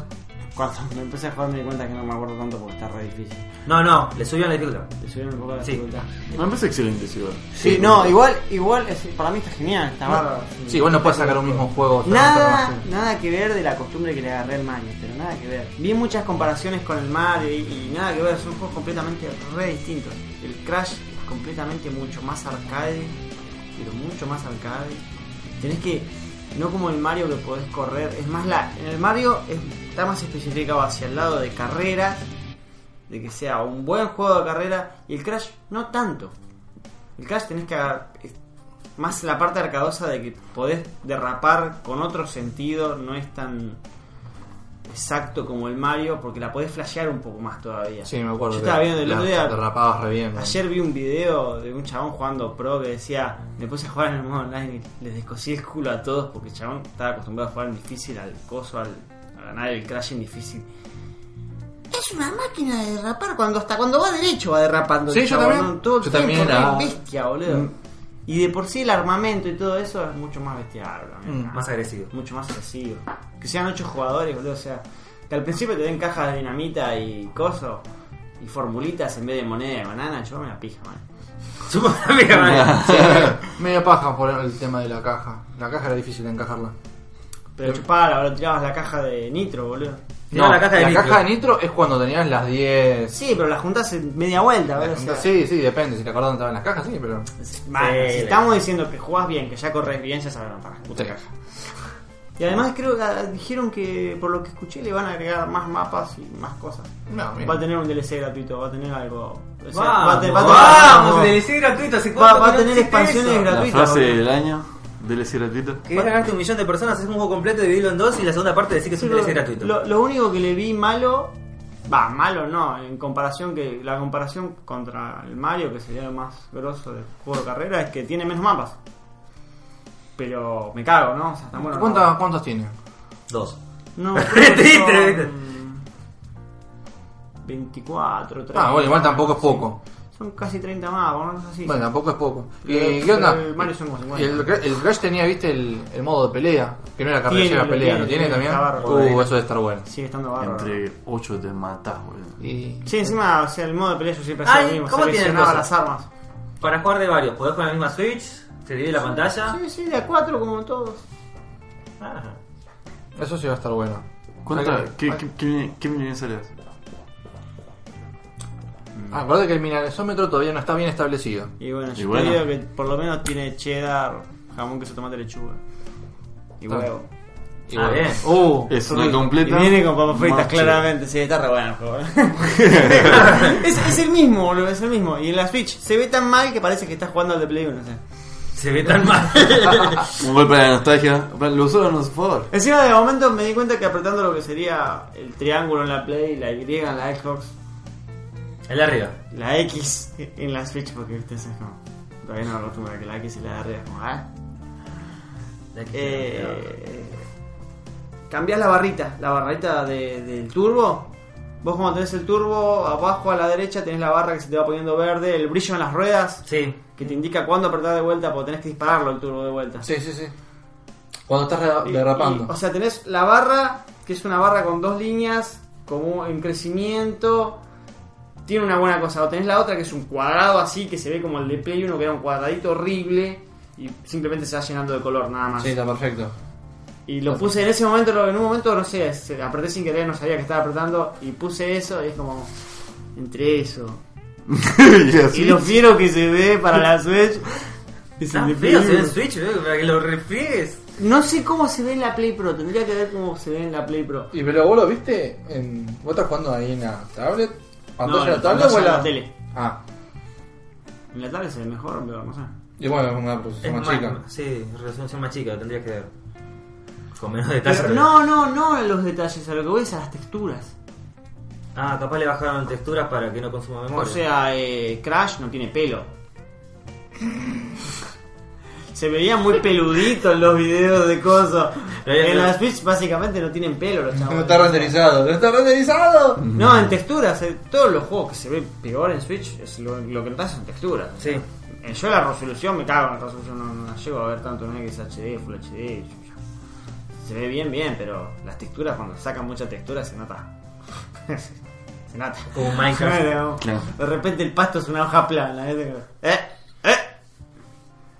[SPEAKER 3] Cuando me empecé a jugar me di cuenta que no me acuerdo tanto porque está re difícil.
[SPEAKER 4] No, no, le subió la dificultad.
[SPEAKER 3] Te subieron un poco la
[SPEAKER 4] Sí.
[SPEAKER 3] dificultad.
[SPEAKER 1] Me parece excelente, sí, igual.
[SPEAKER 3] Sí, no, igual, igual, es- para mí está genial, está bárbaro.
[SPEAKER 2] Sí, igual no puedes sacar un mismo juego. otra
[SPEAKER 3] Ah, Nada,
[SPEAKER 2] vez,
[SPEAKER 3] nada que ver de la costumbre que le agarré al Mario, pero nada que ver. Vi muchas comparaciones con el Mario y, y nada que ver, son juegos completamente re distintos. El Crash es completamente mucho más arcade, pero mucho más arcade. Tenés que, no como el Mario que podés correr, es más la. En el Mario es- está más especificado hacia el lado de carreras, de que sea un buen juego de carrera, y el Crash no tanto. El Crash tenés que agar- es más la parte arcadosa de que podés derrapar con otro sentido, no es tan exacto como el Mario, porque la podés flashear un poco más todavía.
[SPEAKER 2] Sí, me acuerdo.
[SPEAKER 3] Yo
[SPEAKER 2] que
[SPEAKER 3] estaba viendo el
[SPEAKER 2] la-
[SPEAKER 3] otro día-
[SPEAKER 2] Te rapabas re bien. ¿no?
[SPEAKER 3] Ayer vi un video de un chabón jugando pro que decía, me puse a jugar en el modo online y les descosí el culo a todos porque el chabón estaba acostumbrado a jugar en difícil, al coso, al, a ganar el crash en difícil. Es una máquina de derrapar cuando hasta cuando va derecho va derrapando. el
[SPEAKER 2] Sí, yo
[SPEAKER 3] chabón,
[SPEAKER 2] también.
[SPEAKER 3] ¿no? Todo el
[SPEAKER 2] Yo
[SPEAKER 3] tiempo,
[SPEAKER 2] también
[SPEAKER 3] re
[SPEAKER 2] era- Mm.
[SPEAKER 3] bestia, boludo. Y de por sí el armamento y todo eso es mucho más bestial. también.
[SPEAKER 4] Mm, Más agresivo.
[SPEAKER 3] mucho más agresivo. Que sean ocho jugadores, boludo. O sea, que al principio te den cajas de dinamita y coso y formulitas en vez de moneda de banana, yo me la pija, man.
[SPEAKER 4] Supo amiga, vale.
[SPEAKER 2] Medio paja por el tema de la caja. La caja era difícil de encajarla.
[SPEAKER 3] Pero chupala, boludo, tirabas la caja de nitro, boludo.
[SPEAKER 4] No, la caja de nitro.
[SPEAKER 2] nitro es cuando tenías las 10.
[SPEAKER 3] Sí, pero la juntás en media vuelta, boludo. o sea,
[SPEAKER 2] Sí, sí, depende. Si te acordás dónde estaban las cajas, sí, pero.
[SPEAKER 3] man,
[SPEAKER 4] Sí,
[SPEAKER 3] si
[SPEAKER 4] la-
[SPEAKER 3] estamos diciendo que jugás bien, que ya corres bien, ya sabemos para la puta
[SPEAKER 2] Sí.
[SPEAKER 3] caja. Y además creo que ah, dijeron que por lo que escuché le van a agregar más mapas y más cosas.
[SPEAKER 2] No, Ah, mira.
[SPEAKER 3] Va a tener un DLC gratuito, va a tener algo. o sea, va a
[SPEAKER 4] Vamos,
[SPEAKER 3] te- va a tener-
[SPEAKER 4] vamos, DLC gratuito. ¿hace
[SPEAKER 3] Va-
[SPEAKER 4] cuánto
[SPEAKER 3] va a
[SPEAKER 4] que no
[SPEAKER 3] tener
[SPEAKER 4] existe
[SPEAKER 3] expansiones
[SPEAKER 4] eso?
[SPEAKER 3] gratuitas.
[SPEAKER 1] La
[SPEAKER 3] Gratuito,
[SPEAKER 1] frase
[SPEAKER 3] boludo.
[SPEAKER 1] del año, DLC gratuito.
[SPEAKER 4] Querés ganarte un millón de personas, haces un juego completo, dividirlo en dos y la segunda parte decir que es un
[SPEAKER 3] Sí,
[SPEAKER 4] DLC
[SPEAKER 3] lo-
[SPEAKER 4] gratuito.
[SPEAKER 3] Lo, lo único que le vi malo Va, malo no, en comparación que la comparación contra el Mario, que sería el más grosso del juego de carrera, es que tiene menos mapas. Pero me cago, ¿no? O sea, está bueno.
[SPEAKER 2] ¿Cuántos, ¿Cuántos tiene?
[SPEAKER 4] Dos.
[SPEAKER 3] No, creo que son
[SPEAKER 4] Triste, ¿viste?
[SPEAKER 3] 24, 30.
[SPEAKER 2] Ah, bueno, igual tampoco es poco.
[SPEAKER 3] Son casi 30 mapas, una cosa así.
[SPEAKER 2] Bueno, tampoco es poco. ¿Y
[SPEAKER 3] Pero
[SPEAKER 2] qué onda?
[SPEAKER 3] El Mario son como 50.
[SPEAKER 2] El, el Crash tenía, viste, el, el modo de pelea, que no era carrera,
[SPEAKER 3] Tiene,
[SPEAKER 2] era
[SPEAKER 3] lo
[SPEAKER 2] pelea,
[SPEAKER 3] tiene,
[SPEAKER 2] ¿lo tiene
[SPEAKER 3] tiene,
[SPEAKER 2] también?
[SPEAKER 3] está bárbaro.
[SPEAKER 2] Uh, eso debe estar bueno.
[SPEAKER 3] Sigue estando bárbaro.
[SPEAKER 1] Entre 8 te matás, boludo.
[SPEAKER 2] Y...
[SPEAKER 3] Sí, encima, o sea, el modo de pelea yo siempre hacía
[SPEAKER 4] Ay,
[SPEAKER 3] lo mismo.
[SPEAKER 4] ¿cómo tiene
[SPEAKER 3] seleccionaba
[SPEAKER 4] cosas?
[SPEAKER 3] las armas.
[SPEAKER 4] Para jugar de varios, podés jugar en la misma Switch, se divide la pantalla.
[SPEAKER 3] Sí, sí, de a 4 como todos.
[SPEAKER 4] Ah.
[SPEAKER 2] Eso sí va a estar bueno.
[SPEAKER 1] ¿Cuánta, qué, qué, qué, qué millones sales?
[SPEAKER 2] Ah, acuérdate que el mineralizómetro todavía no está bien establecido.
[SPEAKER 3] Y bueno,
[SPEAKER 1] Y
[SPEAKER 3] yo
[SPEAKER 1] bueno.
[SPEAKER 3] creo que por lo menos tiene cheddar, jamón, queso, tomate, lechuga. Y
[SPEAKER 2] Está
[SPEAKER 3] huevo.
[SPEAKER 2] Y
[SPEAKER 4] Ah,
[SPEAKER 2] bueno.
[SPEAKER 4] bien.
[SPEAKER 2] Uh,
[SPEAKER 1] Es una completa.
[SPEAKER 3] Y viene con papas fritas,
[SPEAKER 1] más chido.
[SPEAKER 3] claramente. Sí, está re bueno el juego. ¿eh? es, es el mismo, boludo, es el mismo. Y en la Switch se ve tan mal que parece que estás jugando al de Play 1. o sea.
[SPEAKER 4] Se ve tan mal.
[SPEAKER 1] Un golpe de nostalgia. Lo usaron a su favor.
[SPEAKER 3] Encima de momento me di cuenta que apretando lo que sería el triángulo en la Play, la Y en la Xbox,
[SPEAKER 4] El de arriba.
[SPEAKER 3] la X en la Switch, porque viste, eso es como. Todavía no me acostumbro a que la X y la de arriba es como, ah.
[SPEAKER 4] La que-
[SPEAKER 3] Eh, cambiás la barrita, la barrita de- del turbo. Vos cuando tenés el turbo, abajo a la derecha tenés la barra que se te va poniendo verde, el brillo en las ruedas,
[SPEAKER 4] Sí.
[SPEAKER 3] que te indica cuándo apretar de vuelta, porque tenés que dispararlo el turbo de vuelta.
[SPEAKER 2] sí, sí, sí. Cuando estás
[SPEAKER 3] Y-
[SPEAKER 2] re- derrapando.
[SPEAKER 3] y, o sea, tenés la barra, que es una barra con dos líneas, como en crecimiento. Tiene una buena cosa. O tenés la otra, que es un cuadrado así, que se ve como el de Play 1, que era un cuadradito horrible. Y simplemente se va llenando de color, nada más.
[SPEAKER 2] Sí, está perfecto.
[SPEAKER 3] Y lo puse en ese momento, lo- en un momento, no sé, se- apreté sin querer, no sabía que estaba apretando, y puse eso, y es como, entre eso.
[SPEAKER 1] y
[SPEAKER 3] Y
[SPEAKER 1] así.
[SPEAKER 3] lo fiero que se ve para la Switch. es
[SPEAKER 4] Tan feo se ve en
[SPEAKER 3] indefinible.
[SPEAKER 4] Switch, boludo, para que lo refriegues.
[SPEAKER 3] No sé cómo se ve en la Play Pro, tendría que ver cómo se ve en la Play Pro.
[SPEAKER 2] Y pero vos lo viste en. ¿Vos estás jugando ahí en la tablet? ¿Pantalla de
[SPEAKER 3] No,
[SPEAKER 2] la tablet
[SPEAKER 3] no, pantalla
[SPEAKER 2] o en
[SPEAKER 3] de
[SPEAKER 2] la
[SPEAKER 3] la tele.
[SPEAKER 2] Ah.
[SPEAKER 3] En la tablet se ve mejor, pero no sé.
[SPEAKER 2] Y bueno, es una producción más chica.
[SPEAKER 4] Sí, resolución más chica, tendría que ver. Con menos detalles.
[SPEAKER 3] Pero no, no, no a los detalles, a lo que voy es a las texturas.
[SPEAKER 4] Ah, capaz le bajaron texturas para que no consuma memoria.
[SPEAKER 3] O sea, eh, Crash no tiene pelo. Se veía muy peludito en los videos de cosas.
[SPEAKER 4] Pero ya
[SPEAKER 3] En
[SPEAKER 4] no-
[SPEAKER 3] las Switch básicamente no tienen pelo los chavos.
[SPEAKER 2] No está renderizado, no está renderizado.
[SPEAKER 3] No, en texturas. eh, todos los juegos que se ve peor en Switch, es lo, lo que notas en texturas.
[SPEAKER 4] Sí.
[SPEAKER 3] Eh, Yo la resolución me cago en la resolución, no, no la llego a ver tanto en XHD, Full HD. yo- yo- Se ve bien, bien, pero las texturas, cuando sacan mucha textura, se nota. se nota.
[SPEAKER 4] Como Minecraft.
[SPEAKER 3] Claro.
[SPEAKER 1] Claro.
[SPEAKER 3] De repente el pasto es una hoja plana. ¿eh? ¿Eh? ¿Eh?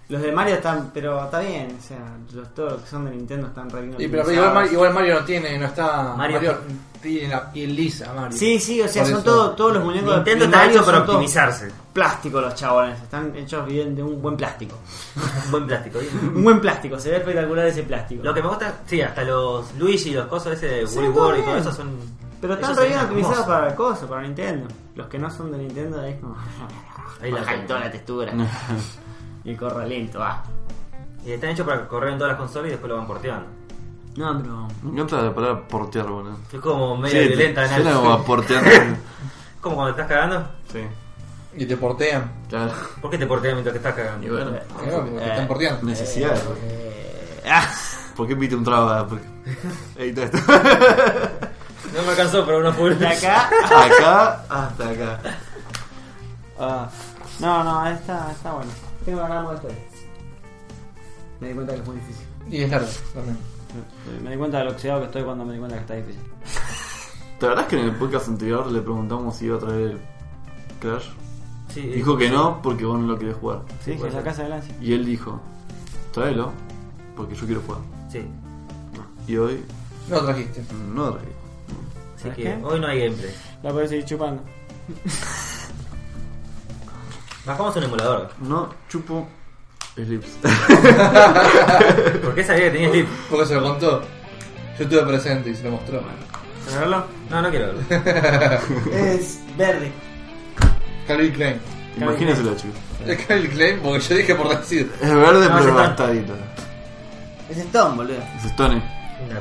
[SPEAKER 3] Los de Mario están, pero está bien, o sea, los, todos los que son de Nintendo están re bien
[SPEAKER 2] Y pero
[SPEAKER 3] optimizados.
[SPEAKER 2] igual Mario, igual Mario no tiene, no está.
[SPEAKER 4] Mario-
[SPEAKER 2] Mario, tiene la piel lisa, Mario.
[SPEAKER 3] Sí, sí, o sea,
[SPEAKER 2] Por
[SPEAKER 3] son
[SPEAKER 2] eso.
[SPEAKER 3] todos todos los muñecos de-
[SPEAKER 4] Nintendo
[SPEAKER 3] de
[SPEAKER 4] está
[SPEAKER 3] Mario
[SPEAKER 4] hecho para
[SPEAKER 3] son todos
[SPEAKER 4] optimizarse.
[SPEAKER 3] Plástico los chabones, están hechos bien de un buen plástico.
[SPEAKER 4] Un buen plástico, bien.
[SPEAKER 3] Un buen plástico, se ve espectacular ese plástico.
[SPEAKER 4] Lo que me gusta, sí, hasta los Luigi y los cosas ese de
[SPEAKER 3] Sí,
[SPEAKER 4] Woolly
[SPEAKER 3] todo
[SPEAKER 4] World y todo
[SPEAKER 3] bien.
[SPEAKER 4] eso son.
[SPEAKER 3] Pero están
[SPEAKER 4] esos
[SPEAKER 3] re bien
[SPEAKER 4] son
[SPEAKER 3] optimizados
[SPEAKER 4] hermosos.
[SPEAKER 3] para el coso, para Nintendo. Los que no son de Nintendo es como.
[SPEAKER 4] Ahí la
[SPEAKER 3] Bajan
[SPEAKER 4] tengo.
[SPEAKER 3] toda la textura. y corre lento, va.
[SPEAKER 4] Y están hechos para correr en todas las consolas y después lo van porteando.
[SPEAKER 3] No, pero.
[SPEAKER 1] Me encanta la palabra portear, boludo.
[SPEAKER 4] Es como
[SPEAKER 1] Sí,
[SPEAKER 4] medio violenta en
[SPEAKER 1] suena
[SPEAKER 4] algo.
[SPEAKER 1] como a portear.
[SPEAKER 4] Como cuando estás cagando.
[SPEAKER 1] sí,
[SPEAKER 2] Y te portean.
[SPEAKER 1] claro.
[SPEAKER 4] ¿Por qué te portean mientras que estás
[SPEAKER 1] Y
[SPEAKER 4] cagando?
[SPEAKER 1] bueno,
[SPEAKER 2] Eh, porque te están porteando.
[SPEAKER 1] necesidad.
[SPEAKER 3] Eh.
[SPEAKER 1] boludo.
[SPEAKER 3] ah,
[SPEAKER 1] ¿Por qué pite un traba? Porque... Edita esto.
[SPEAKER 4] No me alcanzó para una
[SPEAKER 3] De
[SPEAKER 4] pura.
[SPEAKER 3] acá.
[SPEAKER 1] acá hasta acá.
[SPEAKER 3] Ah, no, no, está, está bueno. Tengo que ganar esto. Me di cuenta que es muy difícil.
[SPEAKER 2] Y es largo también.
[SPEAKER 3] Me di cuenta de lo oxidado que estoy cuando me di cuenta que está difícil.
[SPEAKER 1] ¿Te acordás que en el podcast anterior le preguntamos si iba a traer el Crash?
[SPEAKER 4] Sí, eh,
[SPEAKER 1] Dijo que no porque vos no lo querés jugar.
[SPEAKER 3] Sí, que es la casa de Lancia.
[SPEAKER 1] Y él dijo, tráelo porque yo quiero jugar.
[SPEAKER 4] Sí.
[SPEAKER 1] Y hoy
[SPEAKER 2] No trajiste.
[SPEAKER 1] no lo traigo.
[SPEAKER 4] Así
[SPEAKER 3] ¿Sabes
[SPEAKER 4] que
[SPEAKER 3] qué?
[SPEAKER 4] hoy no hay gameplay.
[SPEAKER 3] La puedes seguir chupando.
[SPEAKER 4] Bajamos un emulador.
[SPEAKER 1] No chupo slips.
[SPEAKER 4] ¿Por qué sabía que tenía slip?
[SPEAKER 2] Porque se lo contó. Yo estuve presente y se lo mostró.
[SPEAKER 3] ¿Querés verlo?
[SPEAKER 4] No, no quiero verlo.
[SPEAKER 3] Es verde.
[SPEAKER 2] Calvin Klein.
[SPEAKER 1] Imagínenselo, chicos.
[SPEAKER 2] Es Calvin Klein porque yo dije por decir.
[SPEAKER 1] Es verde
[SPEAKER 4] No, se
[SPEAKER 1] pero
[SPEAKER 4] está-
[SPEAKER 1] gastadito.
[SPEAKER 3] Es Stone, boludo.
[SPEAKER 1] Es Stone.
[SPEAKER 4] No.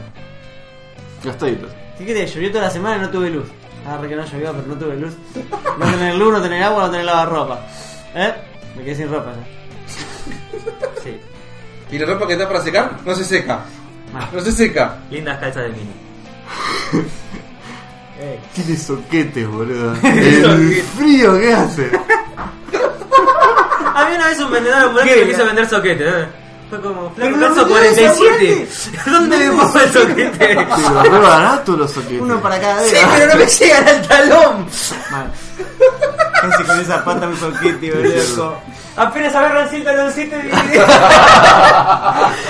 [SPEAKER 1] Gastadito.
[SPEAKER 3] ¿Qué querés? Llovió toda la semana y no tuve luz. Ah, re que no llovió, pero no tuve luz. No tener luz, no tener agua, no tener lavarropa. ¿Eh? Me quedé sin ropa ya.
[SPEAKER 4] Sí.
[SPEAKER 2] Y la ropa que está para secar no se seca. No se seca.
[SPEAKER 4] Lindas calzas de mini.
[SPEAKER 1] Tiene soquetes, boludo. El frío que hace.
[SPEAKER 4] Había una vez un vendedor ambulante que quiso vender soquete. ¿no? Fue como, flaco,
[SPEAKER 3] Pero no
[SPEAKER 4] calzo
[SPEAKER 3] vendía de
[SPEAKER 4] 47. ¿Dónde me pongo el soquete?
[SPEAKER 1] Pero re barato los soquetes.
[SPEAKER 3] Uno para cada dedo.
[SPEAKER 4] Sí, pero no me llegan al talón.
[SPEAKER 3] Mal. Casi con esa pata un soquete, boludo.
[SPEAKER 4] Apenas agarran el taloncito y...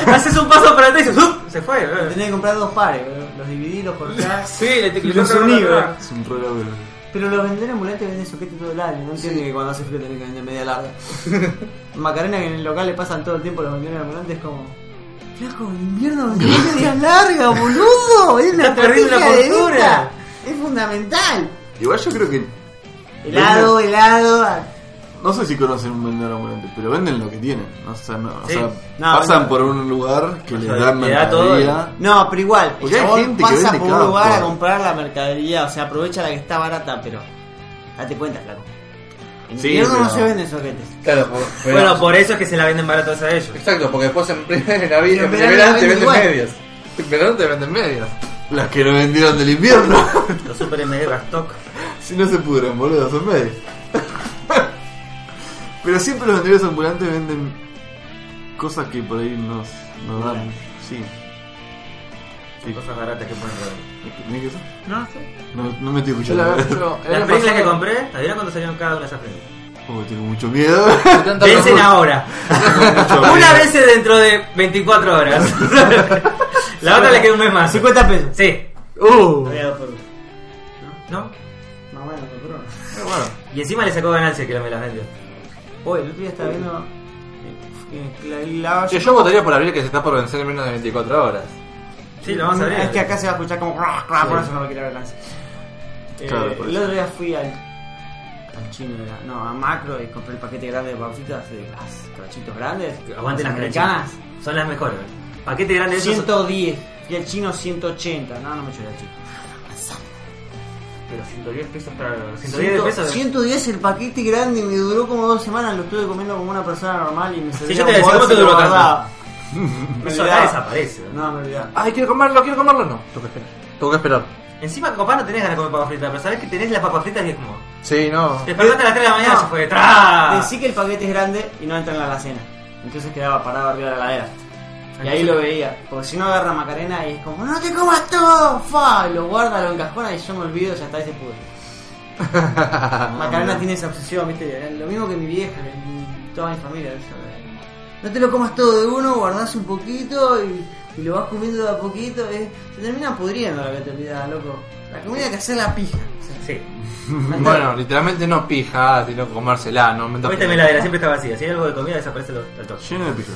[SPEAKER 4] Haces un paso para atrás y dices, "Up", se fue.
[SPEAKER 3] Lo
[SPEAKER 4] ¿no?
[SPEAKER 3] Tenés que comprar dos pares, boludo. Los dividí, los cortás.
[SPEAKER 4] Sí, le te-
[SPEAKER 3] Y
[SPEAKER 4] le
[SPEAKER 3] los
[SPEAKER 4] toca la
[SPEAKER 3] uní,
[SPEAKER 4] otra.
[SPEAKER 3] boludo.
[SPEAKER 1] Es un re laburo.
[SPEAKER 3] Pero los vendedores ambulantes venden soquete todo el año. No entienden que cuando hace frío tenés que vender media larga. Macarena que en el local le pasan todo el tiempo los vendedores ambulantes como... Flaco, en invierno vendés media larga, boludo. Es una
[SPEAKER 4] Estás perdiendo la
[SPEAKER 3] estrategia de
[SPEAKER 4] postura.
[SPEAKER 3] venta. Es fundamental.
[SPEAKER 1] Igual yo creo que.
[SPEAKER 3] Helado, helado. ah,
[SPEAKER 1] No sé si conocen un vendedor ambulante, pero venden lo que tienen. O sea, no, o
[SPEAKER 4] Sí.
[SPEAKER 1] sea,
[SPEAKER 3] No,
[SPEAKER 1] pasan
[SPEAKER 3] no.
[SPEAKER 1] por un lugar que
[SPEAKER 4] O
[SPEAKER 1] les
[SPEAKER 4] sea,
[SPEAKER 1] dan
[SPEAKER 4] le da todo y-
[SPEAKER 1] mercadería.
[SPEAKER 3] No, pero igual, el
[SPEAKER 1] Porque hay
[SPEAKER 3] chabón
[SPEAKER 1] gente que
[SPEAKER 3] pasa
[SPEAKER 1] vende
[SPEAKER 3] por un
[SPEAKER 1] cada
[SPEAKER 3] lugar a
[SPEAKER 1] cosa.
[SPEAKER 3] comprar la mercadería, o sea, aprovecha la que está barata, pero date cuenta, flaco. En
[SPEAKER 1] Sí,
[SPEAKER 3] invierno no
[SPEAKER 1] pero-
[SPEAKER 3] se venden soquetes.
[SPEAKER 2] Claro, por- pero-
[SPEAKER 4] Bueno, por eso es que se la venden baratas a ellos.
[SPEAKER 2] Exacto, porque después en, primer, en, la vida-
[SPEAKER 3] Pero
[SPEAKER 2] en
[SPEAKER 3] en verano
[SPEAKER 2] verano
[SPEAKER 3] la
[SPEAKER 2] te
[SPEAKER 3] venden
[SPEAKER 2] venden
[SPEAKER 3] igual.
[SPEAKER 2] medias. En verano te venden medias.
[SPEAKER 1] Las que no vendieron del invierno.
[SPEAKER 4] Los super MD Rastock.
[SPEAKER 1] si no se pudren, boludo, son medios. pero siempre los vendedores ambulantes venden cosas que por ahí nos, nos dan. Sí. Sí.
[SPEAKER 4] Cosas baratas que ponen por ahí.
[SPEAKER 1] ¿Tenés que eso?
[SPEAKER 3] No sé.
[SPEAKER 1] No, no me estoy
[SPEAKER 2] Yo la
[SPEAKER 1] escuchando.
[SPEAKER 2] yo- el año
[SPEAKER 4] Las películas que
[SPEAKER 2] pasado-
[SPEAKER 4] compré, adivina cuánto salieron cada una de esas películas.
[SPEAKER 1] Oh, tengo mucho miedo.
[SPEAKER 2] Tanto
[SPEAKER 4] Vencen
[SPEAKER 2] recurso.
[SPEAKER 4] ahora. Una vez es dentro de 24 horas. La otra le queda un mes más.
[SPEAKER 3] 50 pesos.
[SPEAKER 4] Sí.
[SPEAKER 3] Lo
[SPEAKER 2] Uh.
[SPEAKER 3] había dado por uno.
[SPEAKER 4] ¿No?
[SPEAKER 3] Más o menos, por uno.
[SPEAKER 2] Pero bueno,
[SPEAKER 4] Y encima le sacó ganancia que me las vendió.
[SPEAKER 3] Hoy, el otro día estaba viendo. que la- la-
[SPEAKER 2] Che, yo votaría por abrir que se está por vencer en menos de 24 horas.
[SPEAKER 4] Sí, lo vamos a abrir.
[SPEAKER 3] Es que acá se va a escuchar como. Por eso no me quiero ver lance. Eh,
[SPEAKER 1] Claro, por
[SPEAKER 3] el
[SPEAKER 1] eso.
[SPEAKER 3] otro día fui al. al chino, era- no, a macro y compré el paquete grande de papitas de las cachitos grandes.
[SPEAKER 4] Aguante las
[SPEAKER 3] americanas.
[SPEAKER 4] americanas. Son las mejores. Paquete grande de esos.
[SPEAKER 3] 110 y el chino 180. No, no me choré, chico.
[SPEAKER 4] Pero 110 pesos para. 110
[SPEAKER 3] 100
[SPEAKER 4] pesos.
[SPEAKER 3] 110 el paquete grande me duró como dos semanas, lo estuve comiendo como una persona normal y me servía
[SPEAKER 4] yo te
[SPEAKER 3] un
[SPEAKER 4] decía,
[SPEAKER 3] bolso
[SPEAKER 4] ¿cómo te
[SPEAKER 3] y lo
[SPEAKER 4] duró tanto?
[SPEAKER 3] guardaba. Me
[SPEAKER 4] Eso acá
[SPEAKER 3] olvidaba.
[SPEAKER 4] desaparece. ¿no?
[SPEAKER 3] No, me olvidaba.
[SPEAKER 2] Ay, quiero comerlo, quiero comerlo. No, tengo que esperar. Tengo que esperar.
[SPEAKER 4] Encima, capaz no tenés ganas de comer papas fritas, pero sabés que tenés las papas fritas y es como.
[SPEAKER 2] Sí, no.
[SPEAKER 4] Te despertaste a las 3 de la mañana
[SPEAKER 3] No.
[SPEAKER 4] y se fue.
[SPEAKER 1] Ah.
[SPEAKER 4] ¡Tra!
[SPEAKER 3] Decí que el paquete es grande y no entra en la alacena. Entonces quedaba parado arriba de la ladera. Y ahí lo veía. Porque si no agarra Macarena y es como, no te comas todo, fa, lo guarda, lo encajona y yo me olvido, ya está, ese pude. Macarena tiene esa obsesión, viste, Eh, lo mismo que mi vieja, que mi- toda mi familia, eso, eh. No te lo comas todo de uno, guardás un poquito y, y lo vas comiendo de a poquito, eh. se termina pudriendo la que te olvidás, loco. La comida hay que hacer la pija. o sea,
[SPEAKER 4] Sí.
[SPEAKER 2] Bueno, literalmente no pija, sino comérsela, no
[SPEAKER 4] Viste, mi heladera siempre está vacía. Si hay algo de comida, desaparece lo- al toque.
[SPEAKER 1] Lleno de pijas.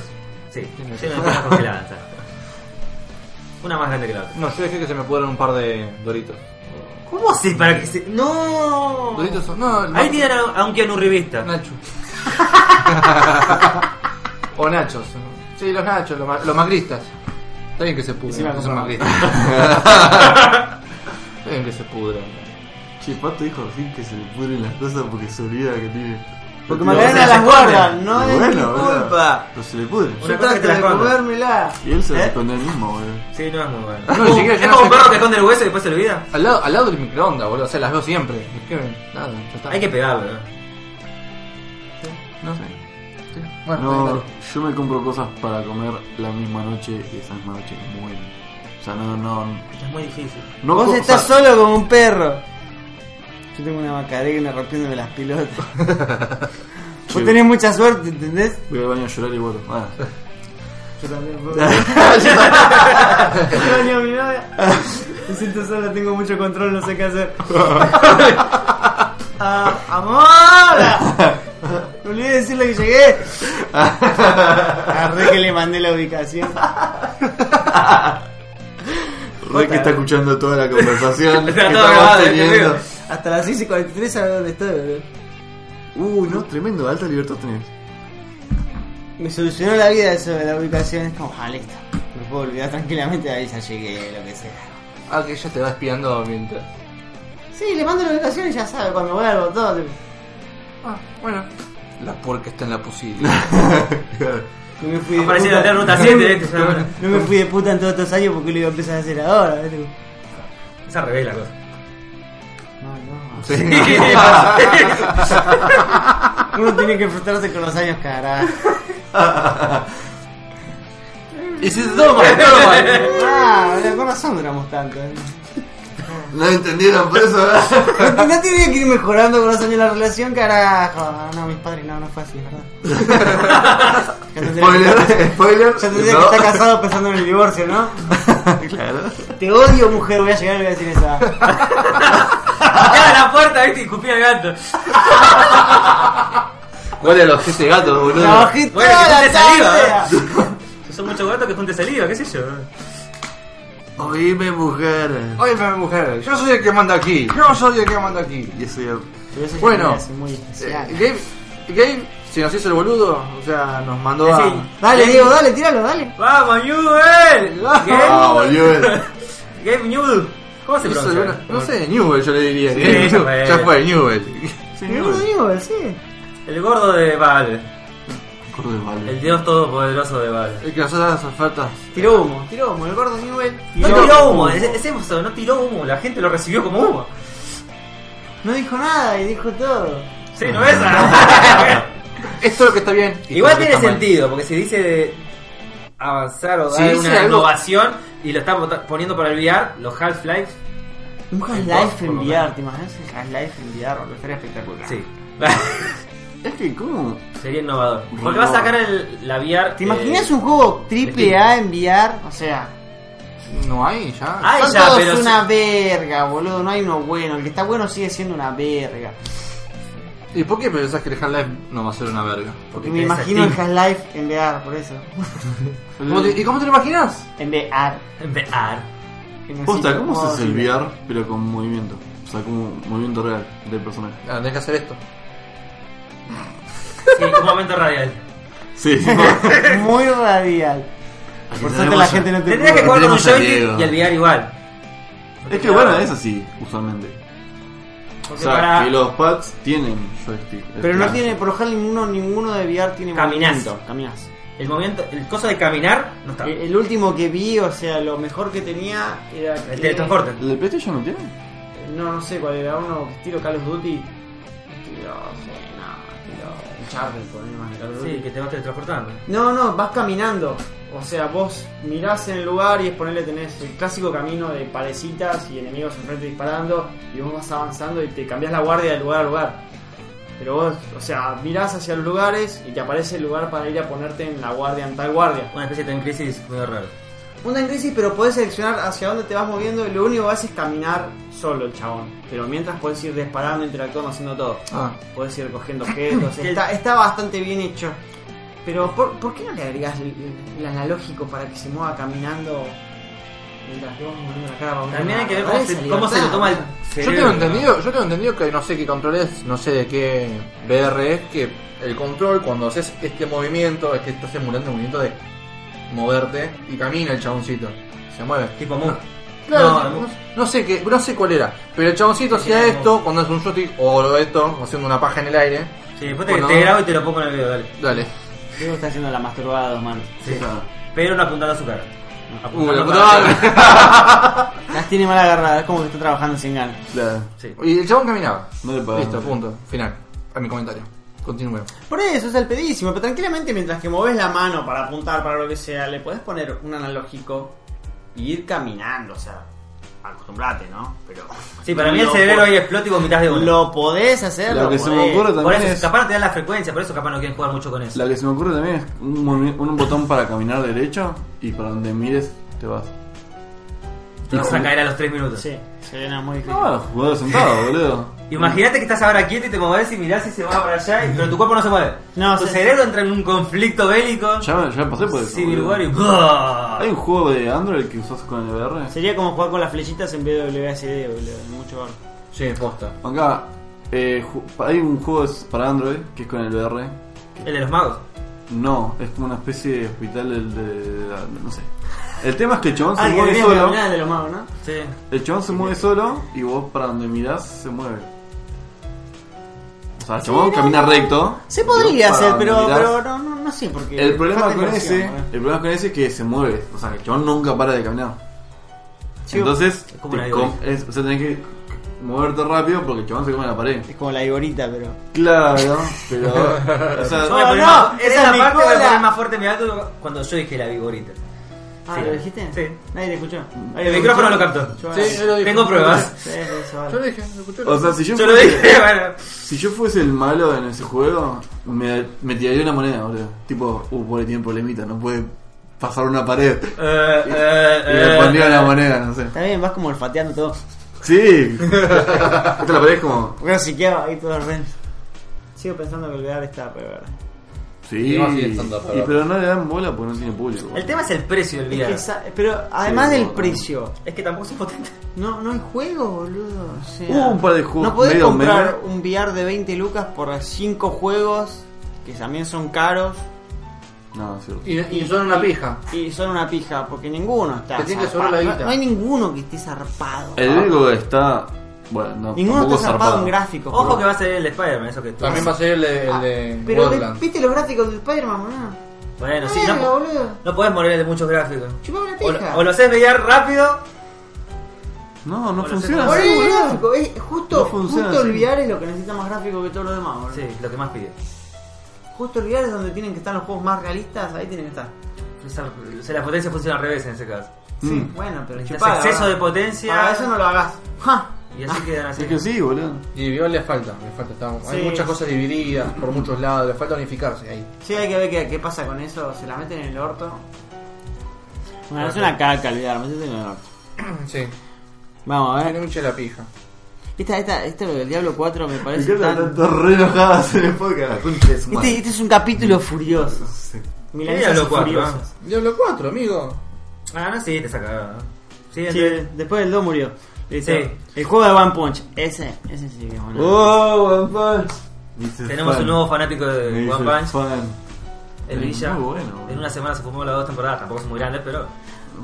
[SPEAKER 4] Sí, lleno de piñas congeladas. está. Una más grande que la otra.
[SPEAKER 2] No, yo dejé que se me pudran un par de doritos.
[SPEAKER 4] ¿Cómo haces para que se.? ¡No!
[SPEAKER 2] Doritos son. No, el
[SPEAKER 4] Ahí tienen a, a un Keanu Rivista.
[SPEAKER 2] Nacho. o nachos. Sí, los nachos, los, ma- los macristas. Está bien que se pudren,
[SPEAKER 3] Encima
[SPEAKER 2] no son
[SPEAKER 3] compramos.
[SPEAKER 2] macristas. Está bien que se pudren.
[SPEAKER 1] Che, Pato dijo recién que se le pudren las cosas porque se olvida que tiene.
[SPEAKER 3] Porque
[SPEAKER 1] Pero
[SPEAKER 3] Macarena
[SPEAKER 4] se
[SPEAKER 3] las
[SPEAKER 4] esconde.
[SPEAKER 3] guarda, no
[SPEAKER 1] bueno,
[SPEAKER 3] es mi
[SPEAKER 1] boludo,
[SPEAKER 3] culpa.
[SPEAKER 1] Pero se le pudre.
[SPEAKER 4] Una
[SPEAKER 3] Yo
[SPEAKER 4] cosa que
[SPEAKER 3] trato
[SPEAKER 4] te la
[SPEAKER 3] de
[SPEAKER 4] esconda.
[SPEAKER 3] comérmela.
[SPEAKER 1] Y él se
[SPEAKER 3] ¿Eh?
[SPEAKER 1] las esconde el mismo, boludo.
[SPEAKER 4] Sí, no es muy bueno.
[SPEAKER 2] No, ni siquiera
[SPEAKER 4] es
[SPEAKER 2] yo
[SPEAKER 4] como
[SPEAKER 2] no
[SPEAKER 4] un
[SPEAKER 2] sé-
[SPEAKER 4] perro que esconde el hueso y después se olvida.
[SPEAKER 2] Al lado, al lado del microondas, boludo. O sea, las veo siempre. Es que, nada, ya está.
[SPEAKER 4] Hay que pegarlo, ¿no?
[SPEAKER 2] No sé. Sí. Bueno,
[SPEAKER 1] No,
[SPEAKER 2] dale.
[SPEAKER 1] yo me compro cosas para comer la misma noche y esa misma noche mueren. O sea, no, no.
[SPEAKER 4] Es muy difícil.
[SPEAKER 1] no co- o
[SPEAKER 3] Vos
[SPEAKER 1] sea,
[SPEAKER 3] estás solo como un perro. Yo tengo una macarena rompiéndome las pelotas. Vos
[SPEAKER 1] Sí.
[SPEAKER 3] tenés mucha suerte, ¿entendés?
[SPEAKER 1] Voy al baño a llorar y vuelvo. Ah.
[SPEAKER 3] Yo también puedo. Yo baño a mi novia. Me siento sola, tengo mucho control, no sé qué hacer. Ah, ¡Amor! Me olvidé decirle que llegué. Agarré Ah, que le mandé la ubicación.
[SPEAKER 1] Re que está escuchando toda la conversación que
[SPEAKER 4] Está todo grabado,
[SPEAKER 1] estamos teniendo.
[SPEAKER 4] ¿entendés?
[SPEAKER 3] Hasta las 6 y 43 sabes dónde estoy, boludo.
[SPEAKER 1] Uh, no, tremendo, alta libertad tenés.
[SPEAKER 3] Me solucionó la vida eso de la ubicación. Es como, ah, listo. Me puedo olvidar tranquilamente de ahí, ya llegué, lo que sea.
[SPEAKER 2] Ah, que ella te va espiando mientras.
[SPEAKER 3] Sí, le mando la ubicación y ya sabe cuando vuelvo, todo.
[SPEAKER 2] Ah, bueno. La puerca está en la pusilla.
[SPEAKER 3] No me fui de
[SPEAKER 4] Apareció
[SPEAKER 3] puta.
[SPEAKER 4] la ruta 7, ¿viste? Ya, bueno.
[SPEAKER 3] No me fui de puta en todos estos años porque lo iba a empezar a hacer ahora, ¿eh? ¿viste?
[SPEAKER 4] Esa revela la cosa.
[SPEAKER 3] No, no.
[SPEAKER 4] Sí.
[SPEAKER 3] Uno tiene que frustrarse con los años, carajo.
[SPEAKER 2] Y si toma, toma.
[SPEAKER 3] Ah, con razón duramos tanto. ¿eh?
[SPEAKER 1] No entendieron, por eso.
[SPEAKER 3] No, no tenía que ir mejorando con los años la relación, carajo. No, mis padres no, no fue así, ¿verdad? Ya tendría que-
[SPEAKER 1] spoiler, spoiler.
[SPEAKER 3] Ya tendría que estar casado pensando en el divorcio, ¿no?
[SPEAKER 1] Claro.
[SPEAKER 3] Te odio, mujer, voy a llegar y voy a decir esa.
[SPEAKER 4] Acá a la puerta, viste, y escupía el gato.
[SPEAKER 2] ¿Cuál es los siete gatos, boludo?
[SPEAKER 3] Trabajé
[SPEAKER 4] Bueno,
[SPEAKER 3] toda
[SPEAKER 4] que
[SPEAKER 3] la
[SPEAKER 4] junte
[SPEAKER 3] tarde.
[SPEAKER 4] Yo soy mucho gato que junte saliva, qué sé yo.
[SPEAKER 1] Oíme, mujer.
[SPEAKER 2] Oye, mujer, yo soy el que manda aquí. Yo soy el que manda aquí.
[SPEAKER 1] Y eso ya.
[SPEAKER 3] Pero eso ya
[SPEAKER 2] Bueno.
[SPEAKER 3] me hace muy especial.
[SPEAKER 2] Eh, Gabe, Gabe, si nos hizo el boludo, o sea, nos mandó
[SPEAKER 4] Sí.
[SPEAKER 2] a.
[SPEAKER 3] Dale, Diego, dale, tíralo, dale.
[SPEAKER 4] ¡Vamos, Newell!
[SPEAKER 1] Ah, Newell.
[SPEAKER 4] Gabe Newell. ¿Cómo se
[SPEAKER 2] Hizo
[SPEAKER 4] pronuncia?
[SPEAKER 2] alguna- no sé, Newell, yo le diría.
[SPEAKER 4] Sí,
[SPEAKER 2] Gabe.
[SPEAKER 4] ya fue.
[SPEAKER 2] ya fue, Newell.
[SPEAKER 3] Diego, Diego, sí.
[SPEAKER 4] El gordo de Val.
[SPEAKER 1] Gordo de Vale.
[SPEAKER 4] El dios todopoderoso de Val.
[SPEAKER 2] El que nos hace las ofertas.
[SPEAKER 3] Tiró humo, tiró humo, el gordo Newell.
[SPEAKER 4] No tiró humo, es, es eso, no tiró humo, la gente lo recibió como humo.
[SPEAKER 3] No dijo nada y dijo todo.
[SPEAKER 4] Sí, no es esa.
[SPEAKER 2] Esto es lo que está bien. y todo lo
[SPEAKER 4] Igual
[SPEAKER 2] que
[SPEAKER 4] tiene
[SPEAKER 2] está mal.
[SPEAKER 4] sentido, porque si dice de avanzar o
[SPEAKER 2] Si
[SPEAKER 4] dar
[SPEAKER 2] dice
[SPEAKER 4] una
[SPEAKER 2] algo-
[SPEAKER 4] innovación y lo está bota- poniendo para olvidar los Half-Life,
[SPEAKER 3] Un
[SPEAKER 4] Half-Life
[SPEAKER 3] Half-Life
[SPEAKER 4] en
[SPEAKER 3] en
[SPEAKER 4] VR,
[SPEAKER 3] VR, ¿te imaginas? Half-Life en VR, lo estaría espectacular.
[SPEAKER 4] sí.
[SPEAKER 1] Es que, ¿cómo?
[SPEAKER 4] Sería innovador. Porque va a sacar el, la VR.
[SPEAKER 3] ¿Te imaginas
[SPEAKER 4] eh,
[SPEAKER 3] un juego triple A en VR? O sea,
[SPEAKER 2] No hay, ya.
[SPEAKER 4] Ay,
[SPEAKER 3] son
[SPEAKER 4] Ah, ya,
[SPEAKER 3] todos
[SPEAKER 4] pero
[SPEAKER 3] una
[SPEAKER 4] sí.
[SPEAKER 3] verga, boludo. No hay uno bueno. El que está bueno sigue siendo una verga.
[SPEAKER 2] ¿Y por qué pensás que el Half-Life no va a ser una verga?
[SPEAKER 3] Porque me imagino el Half-Life en VR, por eso.
[SPEAKER 2] ¿Cómo te- ¿Y cómo te lo imaginas?
[SPEAKER 3] En VR.
[SPEAKER 4] en VR.
[SPEAKER 3] Que no
[SPEAKER 1] Posta,
[SPEAKER 3] existe
[SPEAKER 1] ¿cómo se
[SPEAKER 3] modo
[SPEAKER 1] hace el
[SPEAKER 3] single.
[SPEAKER 1] VR? Pero con movimiento. O sea, como movimiento real del personaje.
[SPEAKER 2] Ah, tenés que hacer esto.
[SPEAKER 4] Sí, un momento radial.
[SPEAKER 1] Sí,
[SPEAKER 3] Muy radial. Por suerte la gente no te
[SPEAKER 4] Tendrías que
[SPEAKER 3] puede.
[SPEAKER 4] jugar con un
[SPEAKER 1] Tenemos a
[SPEAKER 4] joystick
[SPEAKER 1] Diego. Este
[SPEAKER 4] y el VR igual.
[SPEAKER 1] Es que bueno, es así, usualmente. O
[SPEAKER 4] Porque
[SPEAKER 1] sea,
[SPEAKER 4] para
[SPEAKER 1] que los pads tienen joystick.
[SPEAKER 3] Pero no
[SPEAKER 1] Claro.
[SPEAKER 3] tiene, por lo general ninguno, ninguno de VR tiene
[SPEAKER 4] Caminás.
[SPEAKER 3] movimiento. Caminás.
[SPEAKER 4] el momento, el coso de caminar, no está.
[SPEAKER 3] El, Eh, el último que vi, o sea, lo mejor que tenía era. que-
[SPEAKER 4] El teletransporte.
[SPEAKER 1] ¿El de PlayStation no tiene?
[SPEAKER 3] Eh, No, no sé cuál era, uno que estilo Call of Duty. Estilo, sí, no, estilo. Uncharted, poné más de Call of Duty.
[SPEAKER 4] Sí, que te vas teletransportando.
[SPEAKER 3] No, no, vas caminando. O sea, vos mirás en el lugar y es ponerle tenés el clásico camino de palecitas y enemigos enfrente disparando y vos vas avanzando y te cambiás la guardia de lugar a lugar. Pero vos, o sea, mirás hacia los lugares y te aparece el lugar para ir a ponerte en la guardia, en tal guardia.
[SPEAKER 4] Una especie de time crisis medio raro.
[SPEAKER 3] Una en crisis, pero podés seleccionar hacia dónde te vas moviendo y lo único que haces es caminar solo el chabón. Pero mientras podés ir disparando, interactuando, haciendo todo.
[SPEAKER 2] Ah.
[SPEAKER 3] Podés ir recogiendo objetos. está, está bastante bien hecho. Pero ¿por, por qué no le agregás el, el analógico para que se mueva caminando mientras que vos moviendo la cara? para un
[SPEAKER 4] También hay
[SPEAKER 3] lado?
[SPEAKER 4] que ver cómo
[SPEAKER 3] Esa
[SPEAKER 4] se, cómo se le
[SPEAKER 3] libertad.
[SPEAKER 4] toma el
[SPEAKER 2] Yo
[SPEAKER 4] cerebro.
[SPEAKER 2] tengo entendido, yo tengo entendido que no sé qué control es, no sé de qué VR es, que el control cuando haces este movimiento es que estás emulando el movimiento de moverte y camina el chaboncito, se mueve.
[SPEAKER 4] Tipo Mu.
[SPEAKER 2] Claro,
[SPEAKER 4] No,
[SPEAKER 2] no,
[SPEAKER 4] no.
[SPEAKER 2] no sé qué, no sé cuál era, pero el chaboncito hacía
[SPEAKER 4] Era
[SPEAKER 2] esto cuando es un joystick o esto, haciendo una paja en el aire.
[SPEAKER 4] Sí, después te,
[SPEAKER 2] Bueno.
[SPEAKER 4] te grabo y te lo pongo en el video, dale.
[SPEAKER 2] Dale.
[SPEAKER 3] Diego está haciendo la masturbada de dos manos.
[SPEAKER 4] Sí. Pero no apuntando a su cara.
[SPEAKER 2] Uh, la
[SPEAKER 4] Apuntando
[SPEAKER 2] puta
[SPEAKER 4] para-
[SPEAKER 2] madre.
[SPEAKER 3] Las tiene mal agarradas, es como que está trabajando sin ganas.
[SPEAKER 1] Claro.
[SPEAKER 4] Sí.
[SPEAKER 2] Y el chabón caminaba.
[SPEAKER 1] No le pagamos.
[SPEAKER 2] Listo, punto. Final. A mi comentario. Continúe.
[SPEAKER 3] Por eso es el pedísimo, pero tranquilamente mientras que moves la mano para apuntar, para lo que sea, le podés poner un analógico y ir caminando, o sea, acostumbrate, ¿no? Pero
[SPEAKER 4] Sí, para mí el
[SPEAKER 3] Lo
[SPEAKER 4] cerebro
[SPEAKER 3] po-
[SPEAKER 4] ahí explota y vomitas de una.
[SPEAKER 3] Lo podés hacer,
[SPEAKER 1] Lo
[SPEAKER 3] lo
[SPEAKER 1] que se me
[SPEAKER 3] podés.
[SPEAKER 1] ocurre
[SPEAKER 4] Por
[SPEAKER 1] también
[SPEAKER 4] eso,
[SPEAKER 1] es.
[SPEAKER 4] capaz no te dan la frecuencia, por eso capaz no quieren jugar mucho con eso.
[SPEAKER 1] La que se me ocurre también es un, movi- un botón para caminar derecho y para donde mires te vas.
[SPEAKER 4] Te vas a caer a los 3 minutos.
[SPEAKER 3] Sí, se viene muy difícil.
[SPEAKER 1] No, jugador sentado, boludo.
[SPEAKER 4] Imagínate que estás ahora quieto y te moves y mirás y se va para allá, y- pero tu cuerpo no se mueve.
[SPEAKER 3] No,
[SPEAKER 4] tu
[SPEAKER 3] sí,
[SPEAKER 4] cerebro entra en un conflicto bélico.
[SPEAKER 1] Ya, ya pasé por eso.
[SPEAKER 4] Civil
[SPEAKER 1] boludo.
[SPEAKER 4] War y.
[SPEAKER 1] Hay un juego de Android que usas con el VR.
[SPEAKER 3] Sería como jugar con las flechitas en vez de WASD, boludo, mucho bar.
[SPEAKER 2] Sí, posta.
[SPEAKER 1] Acá, eh, ju- hay un juego es- para Android que es con el VR.
[SPEAKER 4] El de los magos.
[SPEAKER 1] No, es como una especie de hospital del de, no sé. El tema es que el chabón se
[SPEAKER 3] Ah, que
[SPEAKER 1] mueve
[SPEAKER 3] venía
[SPEAKER 1] solo.
[SPEAKER 3] caminando de los magos, ¿no?
[SPEAKER 4] Sí.
[SPEAKER 1] El chabón se mueve solo y vos para donde mirás se mueve. O sea, el chabón
[SPEAKER 3] no,
[SPEAKER 1] camina
[SPEAKER 3] no.
[SPEAKER 1] recto.
[SPEAKER 3] Se
[SPEAKER 1] y vos
[SPEAKER 3] podría
[SPEAKER 1] para
[SPEAKER 3] hacer,
[SPEAKER 1] donde
[SPEAKER 3] pero,
[SPEAKER 1] mirás-
[SPEAKER 3] pero no, no, no sé por qué.
[SPEAKER 1] El problema
[SPEAKER 3] Falta
[SPEAKER 1] con
[SPEAKER 3] inversión,
[SPEAKER 1] ese,
[SPEAKER 3] ¿no?
[SPEAKER 1] el problema con ese es que se mueve, o sea, que el chabón nunca para de caminar.
[SPEAKER 3] Sí,
[SPEAKER 1] Entonces,
[SPEAKER 4] como
[SPEAKER 1] te
[SPEAKER 4] la
[SPEAKER 1] com-
[SPEAKER 4] Igorita.
[SPEAKER 1] es- o sea, tenés que moverte rápido porque el chabón se come la pared.
[SPEAKER 3] Es como la Igorita, pero.
[SPEAKER 1] Claro, pero o sea,
[SPEAKER 4] No, no,
[SPEAKER 3] no, esa
[SPEAKER 4] esa es la parte
[SPEAKER 3] es mi
[SPEAKER 4] que me
[SPEAKER 3] cola.
[SPEAKER 4] pone más fuerte mi alto cuando yo dije la vigorita.
[SPEAKER 3] Ah,
[SPEAKER 4] Sí.
[SPEAKER 3] ¿lo dijiste?
[SPEAKER 4] Sí.
[SPEAKER 3] Nadie te escuchó. Nadie
[SPEAKER 4] El
[SPEAKER 3] te
[SPEAKER 4] micrófono lo
[SPEAKER 3] escuchó.
[SPEAKER 4] captó.
[SPEAKER 3] Yo-
[SPEAKER 2] Sí, yo lo dije.
[SPEAKER 4] Tengo pruebas.
[SPEAKER 3] Sí, sí, vale.
[SPEAKER 2] Yo lo dije, lo escuché.
[SPEAKER 1] o sea, si yo
[SPEAKER 4] Yo lo
[SPEAKER 1] fuese-
[SPEAKER 4] dije, bueno.
[SPEAKER 1] Si yo fuese el malo en ese juego, me, me tiraría una moneda, boludo. Tipo, uh, pobre tiene problemita, no puede pasar una pared.
[SPEAKER 4] Eh, eh,
[SPEAKER 1] Y le
[SPEAKER 4] eh,
[SPEAKER 1] pondría la moneda, no sé.
[SPEAKER 3] Está bien, vas como olfateando todo.
[SPEAKER 1] Sí. Esta la pared es como.
[SPEAKER 3] Bueno, si quedaba ahí todo el ren. Sigo pensando que el VR está peor.
[SPEAKER 1] Sí.
[SPEAKER 2] Y no sigue estando, pero-
[SPEAKER 1] Y pero no le dan bola porque no tiene público.
[SPEAKER 4] El tema es el precio del
[SPEAKER 3] Es que
[SPEAKER 4] VR.
[SPEAKER 3] esa- Pero además
[SPEAKER 1] Sí,
[SPEAKER 3] del
[SPEAKER 1] no, no.
[SPEAKER 3] precio,
[SPEAKER 4] Es que tampoco es potente.
[SPEAKER 3] no, no hay juego, boludo. O sea,
[SPEAKER 1] Hubo un par de juegos
[SPEAKER 3] No podés
[SPEAKER 1] medio
[SPEAKER 3] comprar
[SPEAKER 1] meme.
[SPEAKER 3] un VR de 20 lucas por 5 juegos que también son caros
[SPEAKER 1] No, es cierto.
[SPEAKER 2] Y, y son una pija.
[SPEAKER 3] y son una pija porque ninguno está.
[SPEAKER 2] Te tiene que
[SPEAKER 3] zarpado.
[SPEAKER 2] sobrar la
[SPEAKER 3] No-
[SPEAKER 2] guita.
[SPEAKER 3] No hay ninguno que esté zarpado.
[SPEAKER 1] El único que está. Bueno, no.
[SPEAKER 3] Ninguno
[SPEAKER 1] tampoco
[SPEAKER 3] está zarpado en
[SPEAKER 1] zarpado.
[SPEAKER 3] gráficos.
[SPEAKER 4] Ojo
[SPEAKER 3] boludo.
[SPEAKER 4] que va a salir el de Spider-Man, eso que tú.
[SPEAKER 2] También va a ser el de, el
[SPEAKER 3] Ah,
[SPEAKER 2] de
[SPEAKER 3] Pero ve-
[SPEAKER 2] Borderlands.
[SPEAKER 3] viste los gráficos de Spider-Man, boludo.
[SPEAKER 4] Bueno, sí,
[SPEAKER 3] Verga,
[SPEAKER 4] no,
[SPEAKER 3] boludo.
[SPEAKER 4] no podés morir de muchos gráficos.
[SPEAKER 3] Chupame una
[SPEAKER 4] O,
[SPEAKER 3] pija.
[SPEAKER 4] lo- o lo haces VR rápido.
[SPEAKER 1] No, no
[SPEAKER 4] Bueno,
[SPEAKER 1] funciona
[SPEAKER 3] Por
[SPEAKER 1] así,
[SPEAKER 3] eso,
[SPEAKER 1] boludo.
[SPEAKER 3] gráfico, es
[SPEAKER 1] No
[SPEAKER 3] justo,
[SPEAKER 1] funciona
[SPEAKER 3] justo
[SPEAKER 1] así.
[SPEAKER 3] el VR es lo que necesita más gráfico que todo lo demás, boludo.
[SPEAKER 4] Sí, lo que más pide.
[SPEAKER 3] Justo el VR es donde tienen que estar los juegos más realistas, ahí tienen que estar.
[SPEAKER 4] Esa- o sea, la potencia funciona al revés en ese caso.
[SPEAKER 3] Sí,
[SPEAKER 1] Mm.
[SPEAKER 3] bueno, pero
[SPEAKER 4] Necesitas
[SPEAKER 3] chupala,
[SPEAKER 4] exceso
[SPEAKER 3] boludo.
[SPEAKER 4] de potencia.
[SPEAKER 3] Para eso no lo hagas. Ja.
[SPEAKER 4] Y así quedan así.
[SPEAKER 1] Ah, Es que sí, boludo.
[SPEAKER 2] Y Viol le falta, le falta. está- Hay
[SPEAKER 3] Sí.
[SPEAKER 2] muchas cosas divididas por muchos lados, le falta unificarse ahí.
[SPEAKER 3] Sí, hay que ver qué, qué pasa con eso. ¿Se la meten en el orto?
[SPEAKER 4] es una
[SPEAKER 3] caca olvidar, metete en el orto. Mm.
[SPEAKER 2] Sí,
[SPEAKER 3] Vamos a
[SPEAKER 2] tiene mucha la pija.
[SPEAKER 3] Esta, esta, esta lo del Diablo 4 me
[SPEAKER 1] Me
[SPEAKER 3] parece
[SPEAKER 1] encantan
[SPEAKER 3] tan...
[SPEAKER 1] tantos re enojadas en el podcast. Concha de su madre.
[SPEAKER 3] Este, este es un capítulo furioso.
[SPEAKER 1] Sí.
[SPEAKER 3] Milanesas
[SPEAKER 4] Diablo ¿eh?
[SPEAKER 3] y
[SPEAKER 4] 4,
[SPEAKER 3] furiosas.
[SPEAKER 2] Diablo 4, amigo.
[SPEAKER 4] Ah, no, sí, te saca. ¿no? Sí,
[SPEAKER 3] Sí,
[SPEAKER 4] entonces-
[SPEAKER 3] después del 2 murió. Listo.
[SPEAKER 4] Sí.
[SPEAKER 3] El juego de One Punch. Uh. Ese, ese sí que es bueno.
[SPEAKER 1] Oh, One Punch. Dice
[SPEAKER 4] tenemos
[SPEAKER 1] fan.
[SPEAKER 4] un nuevo fanático
[SPEAKER 1] Me
[SPEAKER 4] de
[SPEAKER 1] dice
[SPEAKER 4] One Punch,
[SPEAKER 1] fan.
[SPEAKER 4] el
[SPEAKER 1] Es
[SPEAKER 4] Villa.
[SPEAKER 1] muy bueno, boludo.
[SPEAKER 4] en una semana se fumó las dos temporadas, tampoco son muy grandes, pero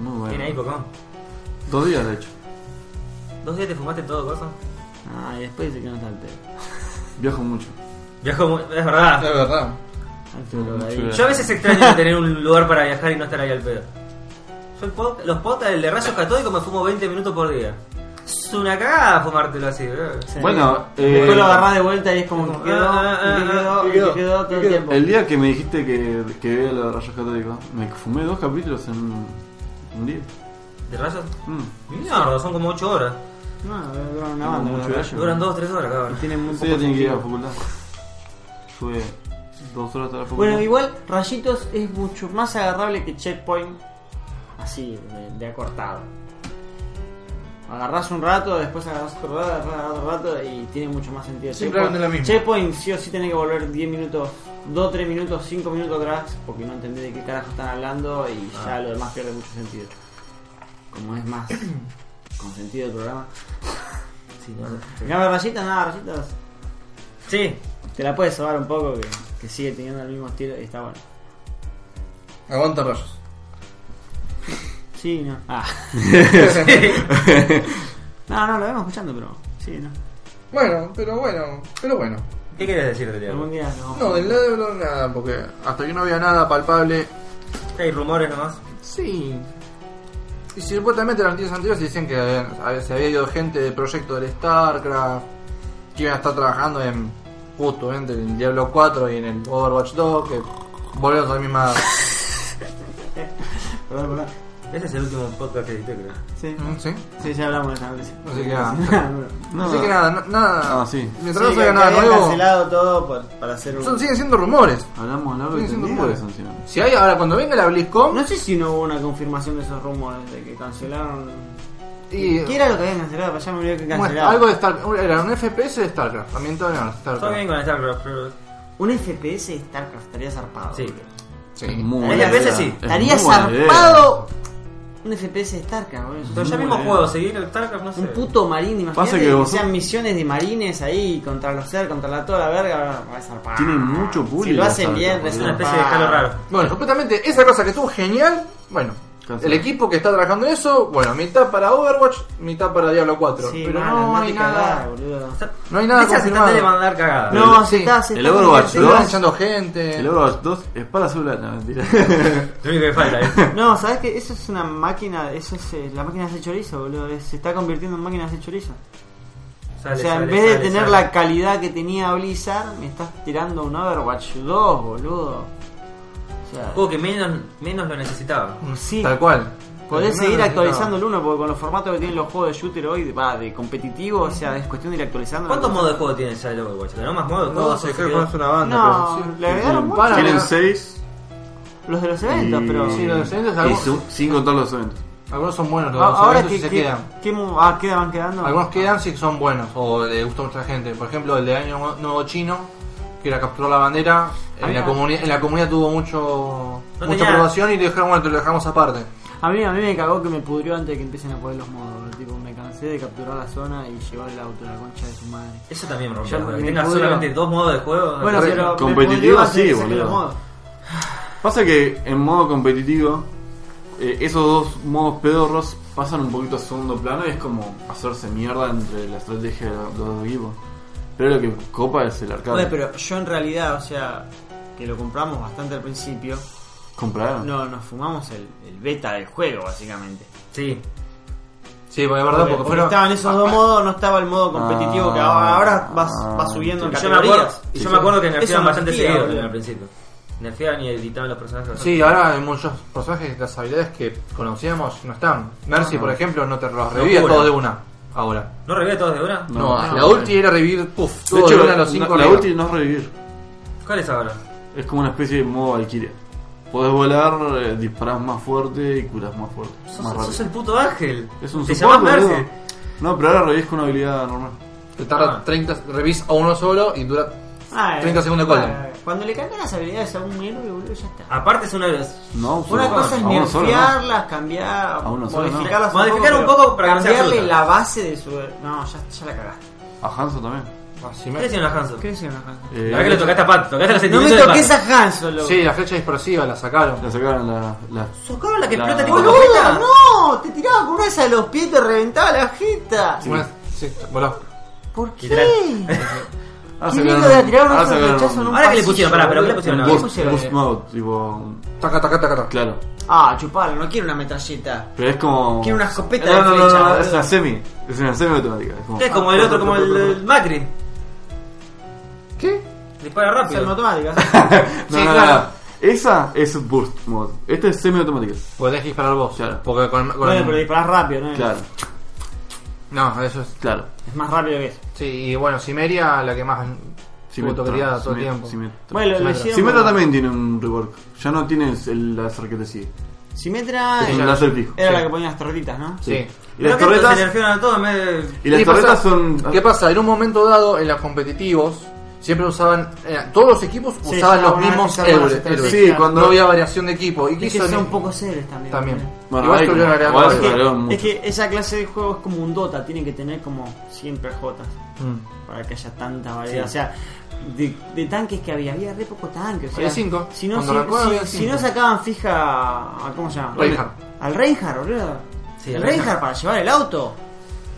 [SPEAKER 1] Muy bueno.
[SPEAKER 4] tiene ahí Pokémon.
[SPEAKER 1] Dos días, de hecho.
[SPEAKER 4] ¿Dos días te fumaste todo, Corso?
[SPEAKER 3] Ah, y después dice que no está al pedo.
[SPEAKER 1] Viajo mucho.
[SPEAKER 4] Viajo muy... Es
[SPEAKER 2] Es
[SPEAKER 4] verdad.
[SPEAKER 2] verdad.
[SPEAKER 3] Al pedo,
[SPEAKER 1] Mucho
[SPEAKER 3] ahí.
[SPEAKER 1] gracias.
[SPEAKER 4] Yo a veces extraño tener un lugar para viajar y no estar ahí al pedo. Yo el pod- los podcasts del de Rayos Catódicos me fumo 20 minutos por día. Es una cagada fumártelo así, bro.
[SPEAKER 3] Sí.
[SPEAKER 1] Bueno,
[SPEAKER 3] Después
[SPEAKER 1] eh,
[SPEAKER 3] lo agarrás de vuelta y es como que quedó,
[SPEAKER 4] Ah, ah,
[SPEAKER 3] que quedó,
[SPEAKER 4] ah,
[SPEAKER 3] que quedó, todo el tiempo.
[SPEAKER 1] El día que me dijiste que, que vea los rayos católicos, me fumé dos capítulos en un día.
[SPEAKER 4] ¿De Rayos?
[SPEAKER 1] Mm.
[SPEAKER 4] Mierda, son como 8 horas.
[SPEAKER 3] No, duran una
[SPEAKER 1] Tengo
[SPEAKER 3] banda.
[SPEAKER 1] mucho
[SPEAKER 3] la verdad.
[SPEAKER 1] gallo.
[SPEAKER 4] Duran 2 3 horas,
[SPEAKER 3] Y
[SPEAKER 4] cabrón.
[SPEAKER 3] tienen muy
[SPEAKER 1] Ese
[SPEAKER 3] poco
[SPEAKER 1] día tiene que ir a la
[SPEAKER 3] sentido.
[SPEAKER 1] facultad. Estuve dos horas hasta la facultad.
[SPEAKER 3] Bueno, igual Rayitos es mucho más agarrable que Checkpoint. Así, de, de acortado. Agarrás un rato, después agarrás otro rato, después agarrás otro rato y tiene mucho más sentido.
[SPEAKER 2] Siempre hablan de lo mismo.
[SPEAKER 3] Checkpoint sí o sí tenés que volver 10 minutos, 2, 3 minutos, 5 minutos atrás porque no entendés de qué carajo están hablando y
[SPEAKER 4] Ah.
[SPEAKER 3] ya lo demás pierde mucho sentido. Como es más con sentido el programa.
[SPEAKER 4] Sí, no, no.
[SPEAKER 3] En cambio, Rayitos, nada, Rayitos.
[SPEAKER 4] sí.
[SPEAKER 3] Te la puedes sobar un poco que, que sigue teniendo el mismo estilo y está bueno.
[SPEAKER 2] Aguanta rayos.
[SPEAKER 3] Sí, no. Ah. no, no, lo vemos escuchando, pero. Sí, no.
[SPEAKER 2] Bueno, pero bueno, pero bueno.
[SPEAKER 4] ¿Qué quieres decir de Diablo?
[SPEAKER 3] Algún día no.
[SPEAKER 2] No, del lado no nada, porque hasta que no había nada palpable.
[SPEAKER 4] Hay rumores nomás.
[SPEAKER 2] Sí. Y supuestamente en las noticias anteriores decían que habían- había- se había ido gente del proyecto del StarCraft, que iban a estar trabajando en justamente en Diablo 4 y en el Overwatch 2, que volvieron a la misma...
[SPEAKER 3] Perdón, perdón.
[SPEAKER 4] Ese es el último podcast que edité, creo.
[SPEAKER 3] Sí,
[SPEAKER 2] Mm, ¿Sí?
[SPEAKER 3] sí, ya hablamos de esa noticia.
[SPEAKER 2] Así que nada.
[SPEAKER 3] no.
[SPEAKER 1] No,
[SPEAKER 2] Así que nada, na- nada.
[SPEAKER 1] Ah, sí.
[SPEAKER 2] Mientras
[SPEAKER 3] Sí,
[SPEAKER 2] no se
[SPEAKER 3] que
[SPEAKER 2] nada
[SPEAKER 3] habían
[SPEAKER 2] nuevo,
[SPEAKER 3] cancelado todo por- para hacer un.
[SPEAKER 2] son, siguen siendo rumores.
[SPEAKER 1] Hablamos largo y
[SPEAKER 2] Siguen siendo
[SPEAKER 1] tendido de
[SPEAKER 2] rumores.
[SPEAKER 1] eso encima.
[SPEAKER 2] Si hay, ahora cuando venga la BlizzCon...
[SPEAKER 3] No sé si no hubo una confirmación de esos rumores de que cancelaron.
[SPEAKER 2] Y,
[SPEAKER 3] ¿Qué era lo que habían cancelado? Para allá me olvidé que
[SPEAKER 2] Bueno,
[SPEAKER 3] cancelaron.
[SPEAKER 2] algo de StarCraft. Era un FPS de StarCraft. También todo era
[SPEAKER 4] Todo
[SPEAKER 2] StarCraft.
[SPEAKER 4] bien con StarCraft, pero...
[SPEAKER 3] Un FPS de StarCraft estaría zarpado.
[SPEAKER 4] Sí.
[SPEAKER 3] boludo.
[SPEAKER 2] Sí.
[SPEAKER 1] Es muy
[SPEAKER 4] Varias
[SPEAKER 1] buena idea.
[SPEAKER 4] veces sí.
[SPEAKER 1] Es
[SPEAKER 3] Estaría
[SPEAKER 1] muy buena idea.
[SPEAKER 3] zarpado. Un FPS de StarCraft, boludo.
[SPEAKER 4] Pero ya
[SPEAKER 1] Muy
[SPEAKER 4] mismo
[SPEAKER 1] bien.
[SPEAKER 4] juego, seguir el StarCraft, no sé.
[SPEAKER 3] Un puto marín, imagínate
[SPEAKER 1] Pasa que
[SPEAKER 3] que,
[SPEAKER 1] vos-
[SPEAKER 3] sean misiones de marines ahí contra los ser, contra la toda la verga, va a zarpar.
[SPEAKER 1] Tiene mucho público,
[SPEAKER 3] Si lo hacen bien,
[SPEAKER 1] Starcraft,
[SPEAKER 4] Es una especie de Halo raro.
[SPEAKER 2] Bueno, completamente esa cosa que estuvo genial. Bueno,
[SPEAKER 1] Cancel.
[SPEAKER 2] El equipo que está trabajando en eso, bueno, mitad para Overwatch, mitad para Diablo 4.
[SPEAKER 3] Sí,
[SPEAKER 2] pero
[SPEAKER 3] mal,
[SPEAKER 2] no
[SPEAKER 3] andate
[SPEAKER 2] hay
[SPEAKER 3] cagada,
[SPEAKER 2] nada.
[SPEAKER 3] boludo.
[SPEAKER 2] No hay nada
[SPEAKER 4] Esa se trata de
[SPEAKER 2] confirmado.
[SPEAKER 4] mandar cagada.
[SPEAKER 3] No,
[SPEAKER 1] El-
[SPEAKER 3] se está, se
[SPEAKER 1] el
[SPEAKER 3] está
[SPEAKER 1] Overwatch
[SPEAKER 3] se
[SPEAKER 2] Se están
[SPEAKER 1] dos.
[SPEAKER 3] está-
[SPEAKER 2] echando gente.
[SPEAKER 1] El Overwatch 2 es para sola, no mentira.
[SPEAKER 4] Lo único que falta, ¿eh?
[SPEAKER 3] No, ¿sabes qué? Eso es una máquina, eso es eh, la máquina de hacer chorizo, boludo. Es- Se está convirtiendo en máquina de hacer chorizo.
[SPEAKER 4] Sale,
[SPEAKER 3] o sea,
[SPEAKER 4] sale,
[SPEAKER 3] en vez de
[SPEAKER 4] sale,
[SPEAKER 3] tener
[SPEAKER 4] sale.
[SPEAKER 3] la calidad que tenía Blizzard, me estás tirando un Overwatch 2, boludo. O sea,
[SPEAKER 4] Juego que menos, menos lo necesitaba.
[SPEAKER 3] Mm, sí,
[SPEAKER 2] Tal cual.
[SPEAKER 3] podés
[SPEAKER 2] No,
[SPEAKER 3] seguir
[SPEAKER 2] no,
[SPEAKER 3] actualizando el 1 porque con los formatos que tienen los juegos de shooter hoy, va, de competitivo, o sea, es cuestión de ir actualizando.
[SPEAKER 4] ¿Cuántos modos de juego tiene ya el Overwatch? ¿No más modos? de
[SPEAKER 2] No,
[SPEAKER 4] juego?
[SPEAKER 2] se
[SPEAKER 4] ¿Se
[SPEAKER 2] creo que
[SPEAKER 4] quedó?
[SPEAKER 2] es una banda.
[SPEAKER 3] No,
[SPEAKER 2] pero sí.
[SPEAKER 3] le agregaron mucho.
[SPEAKER 2] Para,
[SPEAKER 1] Tienen
[SPEAKER 2] para.
[SPEAKER 1] 6
[SPEAKER 3] Los de los eventos, pero.
[SPEAKER 2] Sí, los eventos, algunos-
[SPEAKER 1] sin contar los eventos.
[SPEAKER 2] Algunos son buenos, los
[SPEAKER 3] A- ahora
[SPEAKER 2] eventos
[SPEAKER 3] que,
[SPEAKER 2] sí se
[SPEAKER 3] que-
[SPEAKER 2] quedan.
[SPEAKER 3] que mu- ah, quedan, van quedando.
[SPEAKER 2] Algunos quedan si son buenos o le gusta a mucha gente. Por ejemplo, el de Año Nuevo Chino, que era capturar la bandera.
[SPEAKER 3] Ah,
[SPEAKER 2] En
[SPEAKER 3] mira.
[SPEAKER 2] la, comuni- en la comunidad tuvo mucho,
[SPEAKER 4] No
[SPEAKER 2] mucha
[SPEAKER 4] tenía-
[SPEAKER 2] aprobación y lo dejamos, bueno, te lo dejamos aparte.
[SPEAKER 3] A mí, a mí me cagó que me pudrió antes de que empiecen a poner los modos. boludo. Tipo, me cansé de capturar la zona y llevar el auto, la concha de su madre.
[SPEAKER 4] Eso también me rompe.
[SPEAKER 3] Ya
[SPEAKER 4] el juego. Que
[SPEAKER 3] me
[SPEAKER 4] tenga
[SPEAKER 3] pudrió.
[SPEAKER 4] solamente dos modos de juego.
[SPEAKER 2] Ah,
[SPEAKER 3] Bueno,
[SPEAKER 4] Re-
[SPEAKER 3] pero. me
[SPEAKER 1] competitivo
[SPEAKER 3] pudrió antes
[SPEAKER 1] sí,
[SPEAKER 3] de que saquen
[SPEAKER 1] boludo.
[SPEAKER 3] los modos.
[SPEAKER 1] Pasa que en modo competitivo, eh, esos dos modos pedorros pasan un poquito a segundo plano y es como hacerse mierda entre la estrategia de los dos equipos. Pero lo que copa es el arcade.
[SPEAKER 3] Oye, pero yo en realidad, o sea, que lo compramos bastante al principio,
[SPEAKER 2] Ah.
[SPEAKER 1] ¿Compraron?
[SPEAKER 3] no, nos fumamos el, el beta del juego, básicamente.
[SPEAKER 4] Sí.
[SPEAKER 2] Sí, porque es verdad, porque,
[SPEAKER 3] Porque
[SPEAKER 2] fueron.
[SPEAKER 3] estaban esos dos modos, no estaba el modo competitivo que ahora-
[SPEAKER 2] Ah,
[SPEAKER 3] ahora va, va subiendo en
[SPEAKER 4] Y yo me acuerdo,
[SPEAKER 3] categorías.
[SPEAKER 4] y
[SPEAKER 1] Sí,
[SPEAKER 4] yo
[SPEAKER 1] sí.
[SPEAKER 4] me acuerdo que
[SPEAKER 3] Eso
[SPEAKER 4] nerfeaban
[SPEAKER 3] no
[SPEAKER 4] bastante
[SPEAKER 3] existía,
[SPEAKER 4] seguido
[SPEAKER 3] boludo.
[SPEAKER 4] al principio. Nerfeaban y editaban los personajes.
[SPEAKER 2] Sí, ahora hay muchos personajes que las habilidades que conocíamos no están. Mercy, por ejemplo, no te los revivía
[SPEAKER 4] Locura.
[SPEAKER 2] todos de una. Ahora.
[SPEAKER 4] ¿No revive todos de una?
[SPEAKER 1] No,
[SPEAKER 2] No,
[SPEAKER 1] no,
[SPEAKER 2] la
[SPEAKER 1] no.
[SPEAKER 2] ulti era revivir, puff,
[SPEAKER 1] De
[SPEAKER 2] todo de
[SPEAKER 1] hecho,
[SPEAKER 2] una a los cinco
[SPEAKER 1] no- la
[SPEAKER 2] arriba.
[SPEAKER 1] ulti no es revivir.
[SPEAKER 4] ¿Cuál es ahora?
[SPEAKER 1] Es como una especie de modo Valkyria. Podés volar, eh, disparás más fuerte y curás más fuerte.
[SPEAKER 4] Sos,
[SPEAKER 1] más
[SPEAKER 4] sos
[SPEAKER 1] rápido.
[SPEAKER 4] el puto ángel.
[SPEAKER 1] Es un
[SPEAKER 4] Te
[SPEAKER 1] support,
[SPEAKER 4] llamás Mercy.
[SPEAKER 1] boludo. No, pero ahora revivís con una habilidad normal.
[SPEAKER 2] Te tarda
[SPEAKER 4] Ah.
[SPEAKER 2] 30, revis a uno solo y dura
[SPEAKER 3] Ah,
[SPEAKER 2] 30
[SPEAKER 3] eh,
[SPEAKER 2] segundos de cola.
[SPEAKER 3] ah, Cuando le cambian las habilidades a un héroe, boludo, ya está.
[SPEAKER 4] Aparte es uno de los.
[SPEAKER 1] No,
[SPEAKER 3] Una
[SPEAKER 1] solo-
[SPEAKER 3] cosa es
[SPEAKER 1] a uno solo, ¿no?
[SPEAKER 3] nerfearlas, cambiar,
[SPEAKER 1] A uno solo, ¿no?
[SPEAKER 3] modificarlas un
[SPEAKER 4] Modificar
[SPEAKER 3] poco,
[SPEAKER 4] un
[SPEAKER 3] pero
[SPEAKER 4] poco para que no sea
[SPEAKER 3] cambiarle
[SPEAKER 4] fruta.
[SPEAKER 3] la base de su... No, ya, ya la cagaste.
[SPEAKER 1] A Hanzo también.
[SPEAKER 2] Así
[SPEAKER 4] ¿Qué
[SPEAKER 2] me-
[SPEAKER 4] decían los Hanzo?
[SPEAKER 3] ¿Qué decían acá?
[SPEAKER 1] Eh,
[SPEAKER 4] La verdad que le tocaste a Pat, tocaste los
[SPEAKER 3] No me
[SPEAKER 4] sentimientos de
[SPEAKER 3] toques
[SPEAKER 4] Pat.
[SPEAKER 3] a Hanzo, loco.
[SPEAKER 2] Sí, la flecha dispersiva la sacaron.
[SPEAKER 1] La sacaron la, la-
[SPEAKER 4] Socaba la que
[SPEAKER 1] La-
[SPEAKER 4] explota tipo
[SPEAKER 3] ¡Boludo,
[SPEAKER 4] escopeta.
[SPEAKER 3] no! Te tiraba con una esa de los pies y te reventaba la jeta.
[SPEAKER 2] Una- sí, voló.
[SPEAKER 3] ¿Por qué?
[SPEAKER 4] Literal.
[SPEAKER 1] Ahora
[SPEAKER 3] ¿Qué
[SPEAKER 1] sacaron-
[SPEAKER 3] miedo de tirar
[SPEAKER 1] ahora
[SPEAKER 3] Ah, un
[SPEAKER 1] sacaron
[SPEAKER 3] flechazo en un
[SPEAKER 4] Ahora que le
[SPEAKER 3] pasillo,
[SPEAKER 4] pusieron, pará, pero ¿qué le
[SPEAKER 3] boludo?
[SPEAKER 4] pusieron
[SPEAKER 1] un
[SPEAKER 4] ahora?
[SPEAKER 1] ah, Boost,
[SPEAKER 3] pusieron?
[SPEAKER 1] boost mode, tipo.
[SPEAKER 2] Taca, taca, taca, taca.
[SPEAKER 1] Claro.
[SPEAKER 3] Ah, chupalo, no quiero una metralleta.
[SPEAKER 1] Pero es como.
[SPEAKER 3] Tiene una escopeta
[SPEAKER 1] no,
[SPEAKER 3] de
[SPEAKER 1] no, no,
[SPEAKER 3] flecha,
[SPEAKER 1] no,
[SPEAKER 3] boludo.
[SPEAKER 1] es una semi. Es una semi automática. Es como.
[SPEAKER 4] Es como el otro, como el, el Macri.
[SPEAKER 2] ¿Qué?
[SPEAKER 4] Dispara
[SPEAKER 3] Es
[SPEAKER 4] rápido.
[SPEAKER 3] automática.
[SPEAKER 1] No, no,
[SPEAKER 2] sí,
[SPEAKER 1] no,
[SPEAKER 2] claro.
[SPEAKER 1] no. Esa es boost mode. Esta es semi automática.
[SPEAKER 2] Podés Pues disparar vos.
[SPEAKER 1] Claro.
[SPEAKER 2] Porque con, con-
[SPEAKER 3] Bueno, pero disparás rápido, ¿no?
[SPEAKER 1] Claro,
[SPEAKER 2] No, eso es.
[SPEAKER 1] claro.
[SPEAKER 3] Es más rápido que eso.
[SPEAKER 2] Sí, y bueno, Simeria, la que más
[SPEAKER 1] Symmetra,
[SPEAKER 2] puto quería todo el
[SPEAKER 1] Symmet-
[SPEAKER 2] tiempo.
[SPEAKER 1] Symmetra.
[SPEAKER 3] Bueno, lo
[SPEAKER 1] Claro.
[SPEAKER 3] hicieron-
[SPEAKER 1] Symmetra también tiene un rework. Ya no tienes el láser que te sigue.
[SPEAKER 3] Simetra
[SPEAKER 1] es un
[SPEAKER 3] era,
[SPEAKER 1] láser fijo.
[SPEAKER 3] Ah, era
[SPEAKER 2] Sí.
[SPEAKER 3] la que ponía las torretitas, ¿no?
[SPEAKER 2] Sí.
[SPEAKER 1] Y las
[SPEAKER 4] Pero que estos Se
[SPEAKER 1] torretas.
[SPEAKER 4] nerfearon a todos en vez de-
[SPEAKER 1] Y las
[SPEAKER 2] ¿Qué pasa?
[SPEAKER 1] torretas son.
[SPEAKER 2] ¿Qué pasa? En un momento dado, en los competitivos, siempre usaban. eh, todos los equipos
[SPEAKER 3] Sí,
[SPEAKER 2] usaban
[SPEAKER 3] ya
[SPEAKER 2] los
[SPEAKER 3] van a
[SPEAKER 2] mismos
[SPEAKER 3] empezar con las
[SPEAKER 2] héroes. héroes.
[SPEAKER 1] Sí,
[SPEAKER 3] estrategias.
[SPEAKER 1] cuando.
[SPEAKER 2] No había variación de equipo. Y
[SPEAKER 3] Y que
[SPEAKER 2] quiso
[SPEAKER 3] son un poco serios también.
[SPEAKER 2] También.
[SPEAKER 1] Bueno,
[SPEAKER 2] Igual
[SPEAKER 1] ahí
[SPEAKER 2] estuvieron
[SPEAKER 1] como-
[SPEAKER 2] agregando
[SPEAKER 1] igual
[SPEAKER 3] Es
[SPEAKER 1] se
[SPEAKER 2] varios.
[SPEAKER 1] agregó
[SPEAKER 3] que,
[SPEAKER 1] mucho.
[SPEAKER 3] es que esa clase de juego es como un Dota, tienen que tener como siempre Jotas
[SPEAKER 2] Mm.
[SPEAKER 3] para que haya tanta variedad.
[SPEAKER 4] Sí.
[SPEAKER 3] O sea, de, de tanques que había, había re poco tanque. O sea,
[SPEAKER 2] Había cinco.
[SPEAKER 3] Si no,
[SPEAKER 2] Cuando
[SPEAKER 3] si-
[SPEAKER 2] recuerdo,
[SPEAKER 3] si-
[SPEAKER 2] había
[SPEAKER 3] si
[SPEAKER 2] cinco.
[SPEAKER 3] no sacaban fija a. ¿Cómo se llama?
[SPEAKER 2] Reinhardt.
[SPEAKER 3] Al Reinhardt, boludo.
[SPEAKER 4] Sí,
[SPEAKER 3] el
[SPEAKER 4] al
[SPEAKER 3] Reinhardt
[SPEAKER 4] Reinhardt.
[SPEAKER 3] para llevar el auto.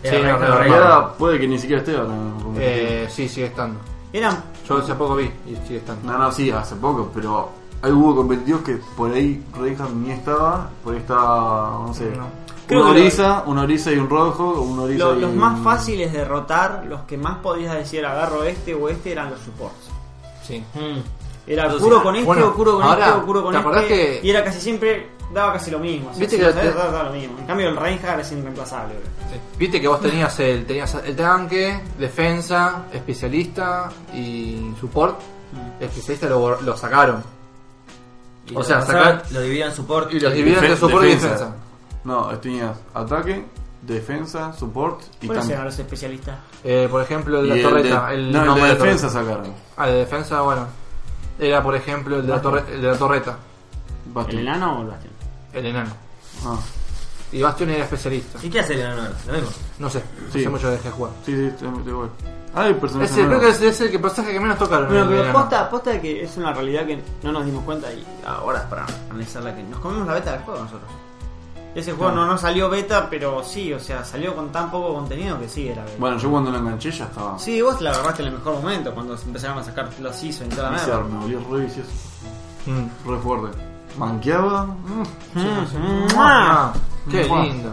[SPEAKER 4] Eh,
[SPEAKER 2] Sí,
[SPEAKER 4] arranca,
[SPEAKER 2] no, pero
[SPEAKER 4] arranca.
[SPEAKER 2] realidad-
[SPEAKER 1] Ahora puede que ni siquiera esté ahora. ¿no?
[SPEAKER 2] Eh, sí, sigue estando.
[SPEAKER 3] Eran.
[SPEAKER 2] Yo hace poco vi y sigue estando.
[SPEAKER 1] No, no, sí, hace poco, pero hay hubo competitivos que por ahí Reinhardt ni estaba, por ahí estaba, no sé,
[SPEAKER 2] No.
[SPEAKER 3] Creo
[SPEAKER 1] una
[SPEAKER 3] que lo-
[SPEAKER 1] orisa, una orisa y un rojo, un orisa
[SPEAKER 3] lo-
[SPEAKER 1] y
[SPEAKER 3] los
[SPEAKER 1] un-
[SPEAKER 3] más fáciles de rotar, los que más podías decir agarro este o este, eran los supports.
[SPEAKER 2] Sí.
[SPEAKER 4] Mm.
[SPEAKER 3] Era
[SPEAKER 4] Entonces,
[SPEAKER 3] curo con este
[SPEAKER 2] bueno,
[SPEAKER 3] o curo con
[SPEAKER 2] ahora,
[SPEAKER 3] este o curo con
[SPEAKER 2] ¿te
[SPEAKER 3] este.
[SPEAKER 2] acordás que-
[SPEAKER 3] Y era casi siempre, daba casi lo mismo. O sea,
[SPEAKER 2] Viste
[SPEAKER 3] si
[SPEAKER 2] que
[SPEAKER 3] lo sabés,
[SPEAKER 2] te-
[SPEAKER 3] daba, daba lo mismo. En cambio, el Reinhardt es irreemplazable, bro.
[SPEAKER 2] Viste que vos tenías el, tenías el tanque, defensa, especialista y support.
[SPEAKER 3] Mm.
[SPEAKER 2] Especialista lo, lo sacaron.
[SPEAKER 4] Y
[SPEAKER 2] O
[SPEAKER 4] lo
[SPEAKER 2] sea,
[SPEAKER 4] pasaron,
[SPEAKER 2] sacar-
[SPEAKER 4] lo dividían en support.
[SPEAKER 2] Y los dividieron entre
[SPEAKER 1] Defe-
[SPEAKER 2] support y
[SPEAKER 1] defensa.
[SPEAKER 2] defensa.
[SPEAKER 1] No, tenías ataque, defensa, support y
[SPEAKER 3] ¿Cuáles
[SPEAKER 1] tanque.
[SPEAKER 3] eran los especialistas?
[SPEAKER 2] Eh, por ejemplo, el
[SPEAKER 1] Y
[SPEAKER 2] de
[SPEAKER 1] el
[SPEAKER 2] la torreta.
[SPEAKER 1] de-
[SPEAKER 2] el
[SPEAKER 1] no, el
[SPEAKER 2] nombre
[SPEAKER 1] de
[SPEAKER 2] la
[SPEAKER 1] defensa sacaron.
[SPEAKER 2] torreta. Ah, de defensa, bueno. Era, por ejemplo, el de la, torre, el de la torreta.
[SPEAKER 3] ¿El
[SPEAKER 1] Bastion.
[SPEAKER 3] enano o el bastión?
[SPEAKER 2] El enano.
[SPEAKER 1] Ah,
[SPEAKER 2] Y Bastion era especialista.
[SPEAKER 4] ¿Y qué hace el enano? ahora? Lo mismo.
[SPEAKER 2] No sé, no
[SPEAKER 1] Sí.
[SPEAKER 2] sé mucho de jugar.
[SPEAKER 1] sí, sí, te, te voy. Ah, hay personajes
[SPEAKER 2] Ese, creo
[SPEAKER 1] nuevos.
[SPEAKER 2] que es, es el que personaje que menos tocaron.
[SPEAKER 3] Bueno,
[SPEAKER 2] el
[SPEAKER 3] pero
[SPEAKER 2] enano.
[SPEAKER 3] posta, posta de que es una realidad que no nos dimos cuenta y ahora es para analizarla que nos comemos la beta del juego nosotros. Ese juego no, no salió beta, pero sí, o sea, salió con tan poco contenido que sí era beta.
[SPEAKER 1] Bueno, yo cuando lo enganché ya estaba.
[SPEAKER 3] Sí, vos la agarraste en el mejor momento, cuando se empezaron a sacar los season y toda la
[SPEAKER 1] Viciar,
[SPEAKER 3] mierda.
[SPEAKER 1] me volvió re vicioso.
[SPEAKER 2] Mm.
[SPEAKER 1] Re fuerte. Manqueaba. mm.
[SPEAKER 3] Mm,
[SPEAKER 2] Ah,
[SPEAKER 3] ¡mua!
[SPEAKER 2] qué
[SPEAKER 1] Mua.
[SPEAKER 2] lindo.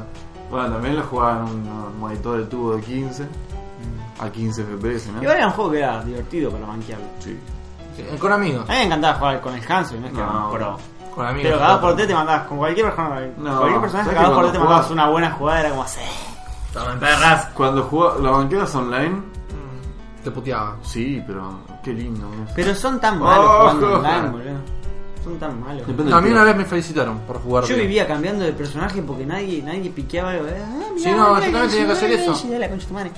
[SPEAKER 1] Bueno, también lo jugaba en un monitor de tubo de 15 a 15 FPS, ¿no?
[SPEAKER 3] Igual era un juego que era divertido para manquearlo.
[SPEAKER 1] Sí.
[SPEAKER 2] Sí, eh, Con amigos.
[SPEAKER 3] A mí me encantaba jugar con el Hanzo, no es que
[SPEAKER 1] No,
[SPEAKER 3] era un pro.
[SPEAKER 1] no.
[SPEAKER 2] Con amigos.
[SPEAKER 3] Pero cada por tres te mandabas, con cualquier personaje,
[SPEAKER 1] No,
[SPEAKER 3] cualquier personaje
[SPEAKER 1] ¿sabes que
[SPEAKER 3] cada por
[SPEAKER 1] cuando
[SPEAKER 3] tres te mandabas
[SPEAKER 1] jugás-
[SPEAKER 3] una buena jugada, era como así.
[SPEAKER 4] Tomen perras.
[SPEAKER 1] Cuando jugaba, la banqueabas online,
[SPEAKER 2] Te puteaba.
[SPEAKER 1] sí, pero qué lindo, boludo.
[SPEAKER 3] Pero son tan malos
[SPEAKER 1] Oh,
[SPEAKER 3] jugando
[SPEAKER 1] joder.
[SPEAKER 3] online, boludo. Son tan malos.
[SPEAKER 1] Depende
[SPEAKER 2] No, a
[SPEAKER 1] del
[SPEAKER 2] mí
[SPEAKER 1] tío.
[SPEAKER 2] una vez me felicitaron por jugar.
[SPEAKER 3] Yo
[SPEAKER 2] bien.
[SPEAKER 3] vivía cambiando de personaje porque nadie, nadie piqueaba algo. eh, Ah, mirá,
[SPEAKER 2] Sí, no,
[SPEAKER 3] mirá,
[SPEAKER 2] yo también tenía que hacer
[SPEAKER 3] mirá,
[SPEAKER 2] eso.
[SPEAKER 3] mirá, la concha de tu madre.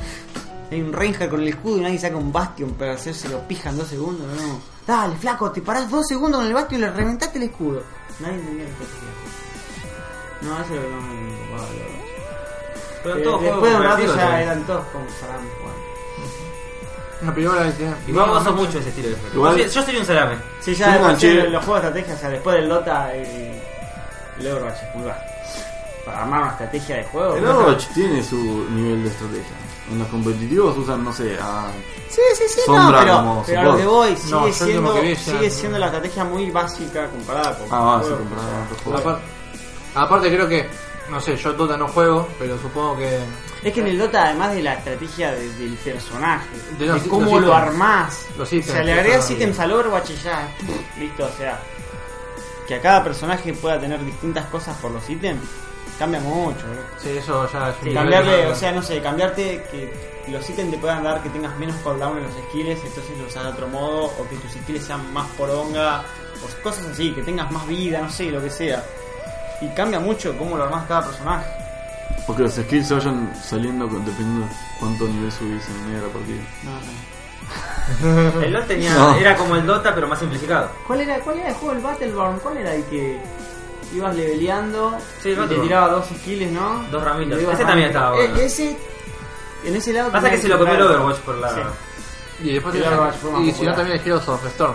[SPEAKER 3] Hay un Ranger con el escudo y nadie saca un Bastion para hacerse lo pija en dos segundos. No. Dale, flaco, te parás dos segundos con el Bastion y le reventaste el escudo. Nadie entendía lo que hacía. No, eso es lo que más me preocupaba, loco.
[SPEAKER 4] Pero
[SPEAKER 3] Eh,
[SPEAKER 4] todo juego
[SPEAKER 3] Después de un rato
[SPEAKER 4] cooperativo
[SPEAKER 3] ya
[SPEAKER 4] también.
[SPEAKER 3] eran todos como Saram jugando.
[SPEAKER 2] Una pibola que tiene-
[SPEAKER 4] Igual gozo mucho ese estilo de juego.
[SPEAKER 1] Igual-
[SPEAKER 4] Yo soy- Yo soy un salame.
[SPEAKER 3] Sí,
[SPEAKER 1] Yo
[SPEAKER 3] ya después
[SPEAKER 1] enganché-
[SPEAKER 3] de los juegos de estrategia, o sea, después del Lota, eh, el Overwatch es muy bajo. Para armar una estrategia de juego.
[SPEAKER 1] El
[SPEAKER 3] ¿no?
[SPEAKER 1] Overwatch tiene su nivel de estrategia. En los competitivos usan, no sé, a...
[SPEAKER 3] Sí, sí, sí,
[SPEAKER 1] Sombra
[SPEAKER 3] no, pero,
[SPEAKER 1] como
[SPEAKER 3] pero a lo
[SPEAKER 1] support.
[SPEAKER 3] que voy sigue
[SPEAKER 2] No, yo
[SPEAKER 3] siendo,
[SPEAKER 2] lo que vi ya-
[SPEAKER 3] sigue siendo la estrategia muy básica comparada con.
[SPEAKER 1] Ah, va, sí,
[SPEAKER 3] juegos,
[SPEAKER 1] comparado
[SPEAKER 3] o sea,
[SPEAKER 1] con otros
[SPEAKER 2] Apar-
[SPEAKER 1] juegos.
[SPEAKER 2] Aparte, creo que, no sé, yo Dota no juego, pero supongo que...
[SPEAKER 3] Es que en el Dota, además de la estrategia de- del personaje,
[SPEAKER 2] De
[SPEAKER 3] de,
[SPEAKER 2] los- los
[SPEAKER 3] cómo
[SPEAKER 2] ítems.
[SPEAKER 3] lo armás,
[SPEAKER 2] Los
[SPEAKER 3] o sea,
[SPEAKER 2] ítems,
[SPEAKER 3] le agregas
[SPEAKER 2] eso.
[SPEAKER 3] ítems al Overwatch y ya, listo, o sea, que a cada personaje pueda tener distintas cosas por los ítems, cambia mucho, bro.
[SPEAKER 2] Sí, eso ya es un
[SPEAKER 3] Sí,
[SPEAKER 2] nivel
[SPEAKER 3] cambiarle,
[SPEAKER 2] que-
[SPEAKER 3] o sea, no sé, cambiarte que los ítems te puedan dar que tengas menos cooldown en los skills, entonces los usas de otro modo, o que tus skills sean más poronga, o cosas así, que tengas más vida, no sé, lo que sea. Y cambia mucho cómo lo armás cada personaje.
[SPEAKER 1] Porque los skills se vayan saliendo con- dependiendo cuánto nivel subís en medio de la partida.
[SPEAKER 4] El LOL tenía,
[SPEAKER 1] No.
[SPEAKER 4] era como el Dota, pero más simplificado.
[SPEAKER 3] ¿Cuál era, ¿Cuál era el juego del Battleborn? ¿Cuál era el que ibas leveleando
[SPEAKER 4] Sí,
[SPEAKER 3] y te
[SPEAKER 4] Battleborn.
[SPEAKER 3] tiraba dos skills, no?
[SPEAKER 4] Dos ramitas.
[SPEAKER 3] Y le ibas
[SPEAKER 4] Ese también
[SPEAKER 3] armando.
[SPEAKER 4] estaba bueno.
[SPEAKER 3] E- ese, en ese lado...
[SPEAKER 4] Pasa
[SPEAKER 3] tenía
[SPEAKER 4] que se lo copió el
[SPEAKER 3] comprar-
[SPEAKER 4] Overwatch por la.
[SPEAKER 3] Sí.
[SPEAKER 2] Y después
[SPEAKER 3] Y
[SPEAKER 2] tenés-
[SPEAKER 3] Overwatch fue más
[SPEAKER 2] y si
[SPEAKER 3] popular.
[SPEAKER 2] no también el Heroes of Storm.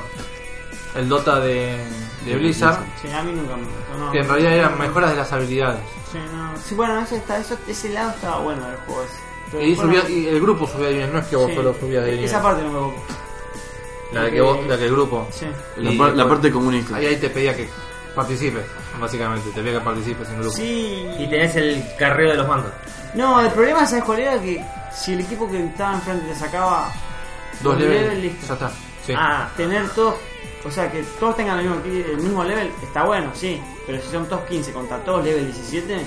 [SPEAKER 2] El Dota de, de Blizzard,
[SPEAKER 3] Sí, a mí nunca me gustó, no.
[SPEAKER 2] que en realidad eran mejoras de las habilidades.
[SPEAKER 3] Sí, no. Sí, bueno, eso está, eso, ese lado estaba bueno del juego ese. Pero
[SPEAKER 2] Y,
[SPEAKER 3] bueno,
[SPEAKER 2] subía- y el grupo subía de nivel, no es que vos
[SPEAKER 3] sí.
[SPEAKER 2] solo subías de nivel.
[SPEAKER 3] Esa parte no me gustó.
[SPEAKER 2] la, de que vos- la que el grupo.
[SPEAKER 3] Sí.
[SPEAKER 1] La,
[SPEAKER 2] Y-
[SPEAKER 1] par- la parte comunista.
[SPEAKER 2] Ahí, ahí te pedía que participes, básicamente. Te pedía que participes en grupo.
[SPEAKER 3] Sí.
[SPEAKER 4] Y tenés el carreo de los mandos.
[SPEAKER 3] No, el problema, ¿sabes cuál era? Que si el equipo que estaba enfrente te sacaba
[SPEAKER 2] Dos
[SPEAKER 3] un
[SPEAKER 2] niveles.
[SPEAKER 3] level, listo.
[SPEAKER 2] Ya está. Sí.
[SPEAKER 3] Ah, tener todos. O sea, que todos tengan el mismo, el mismo level está bueno, sí. Pero si son todos 15 contra todos level 17.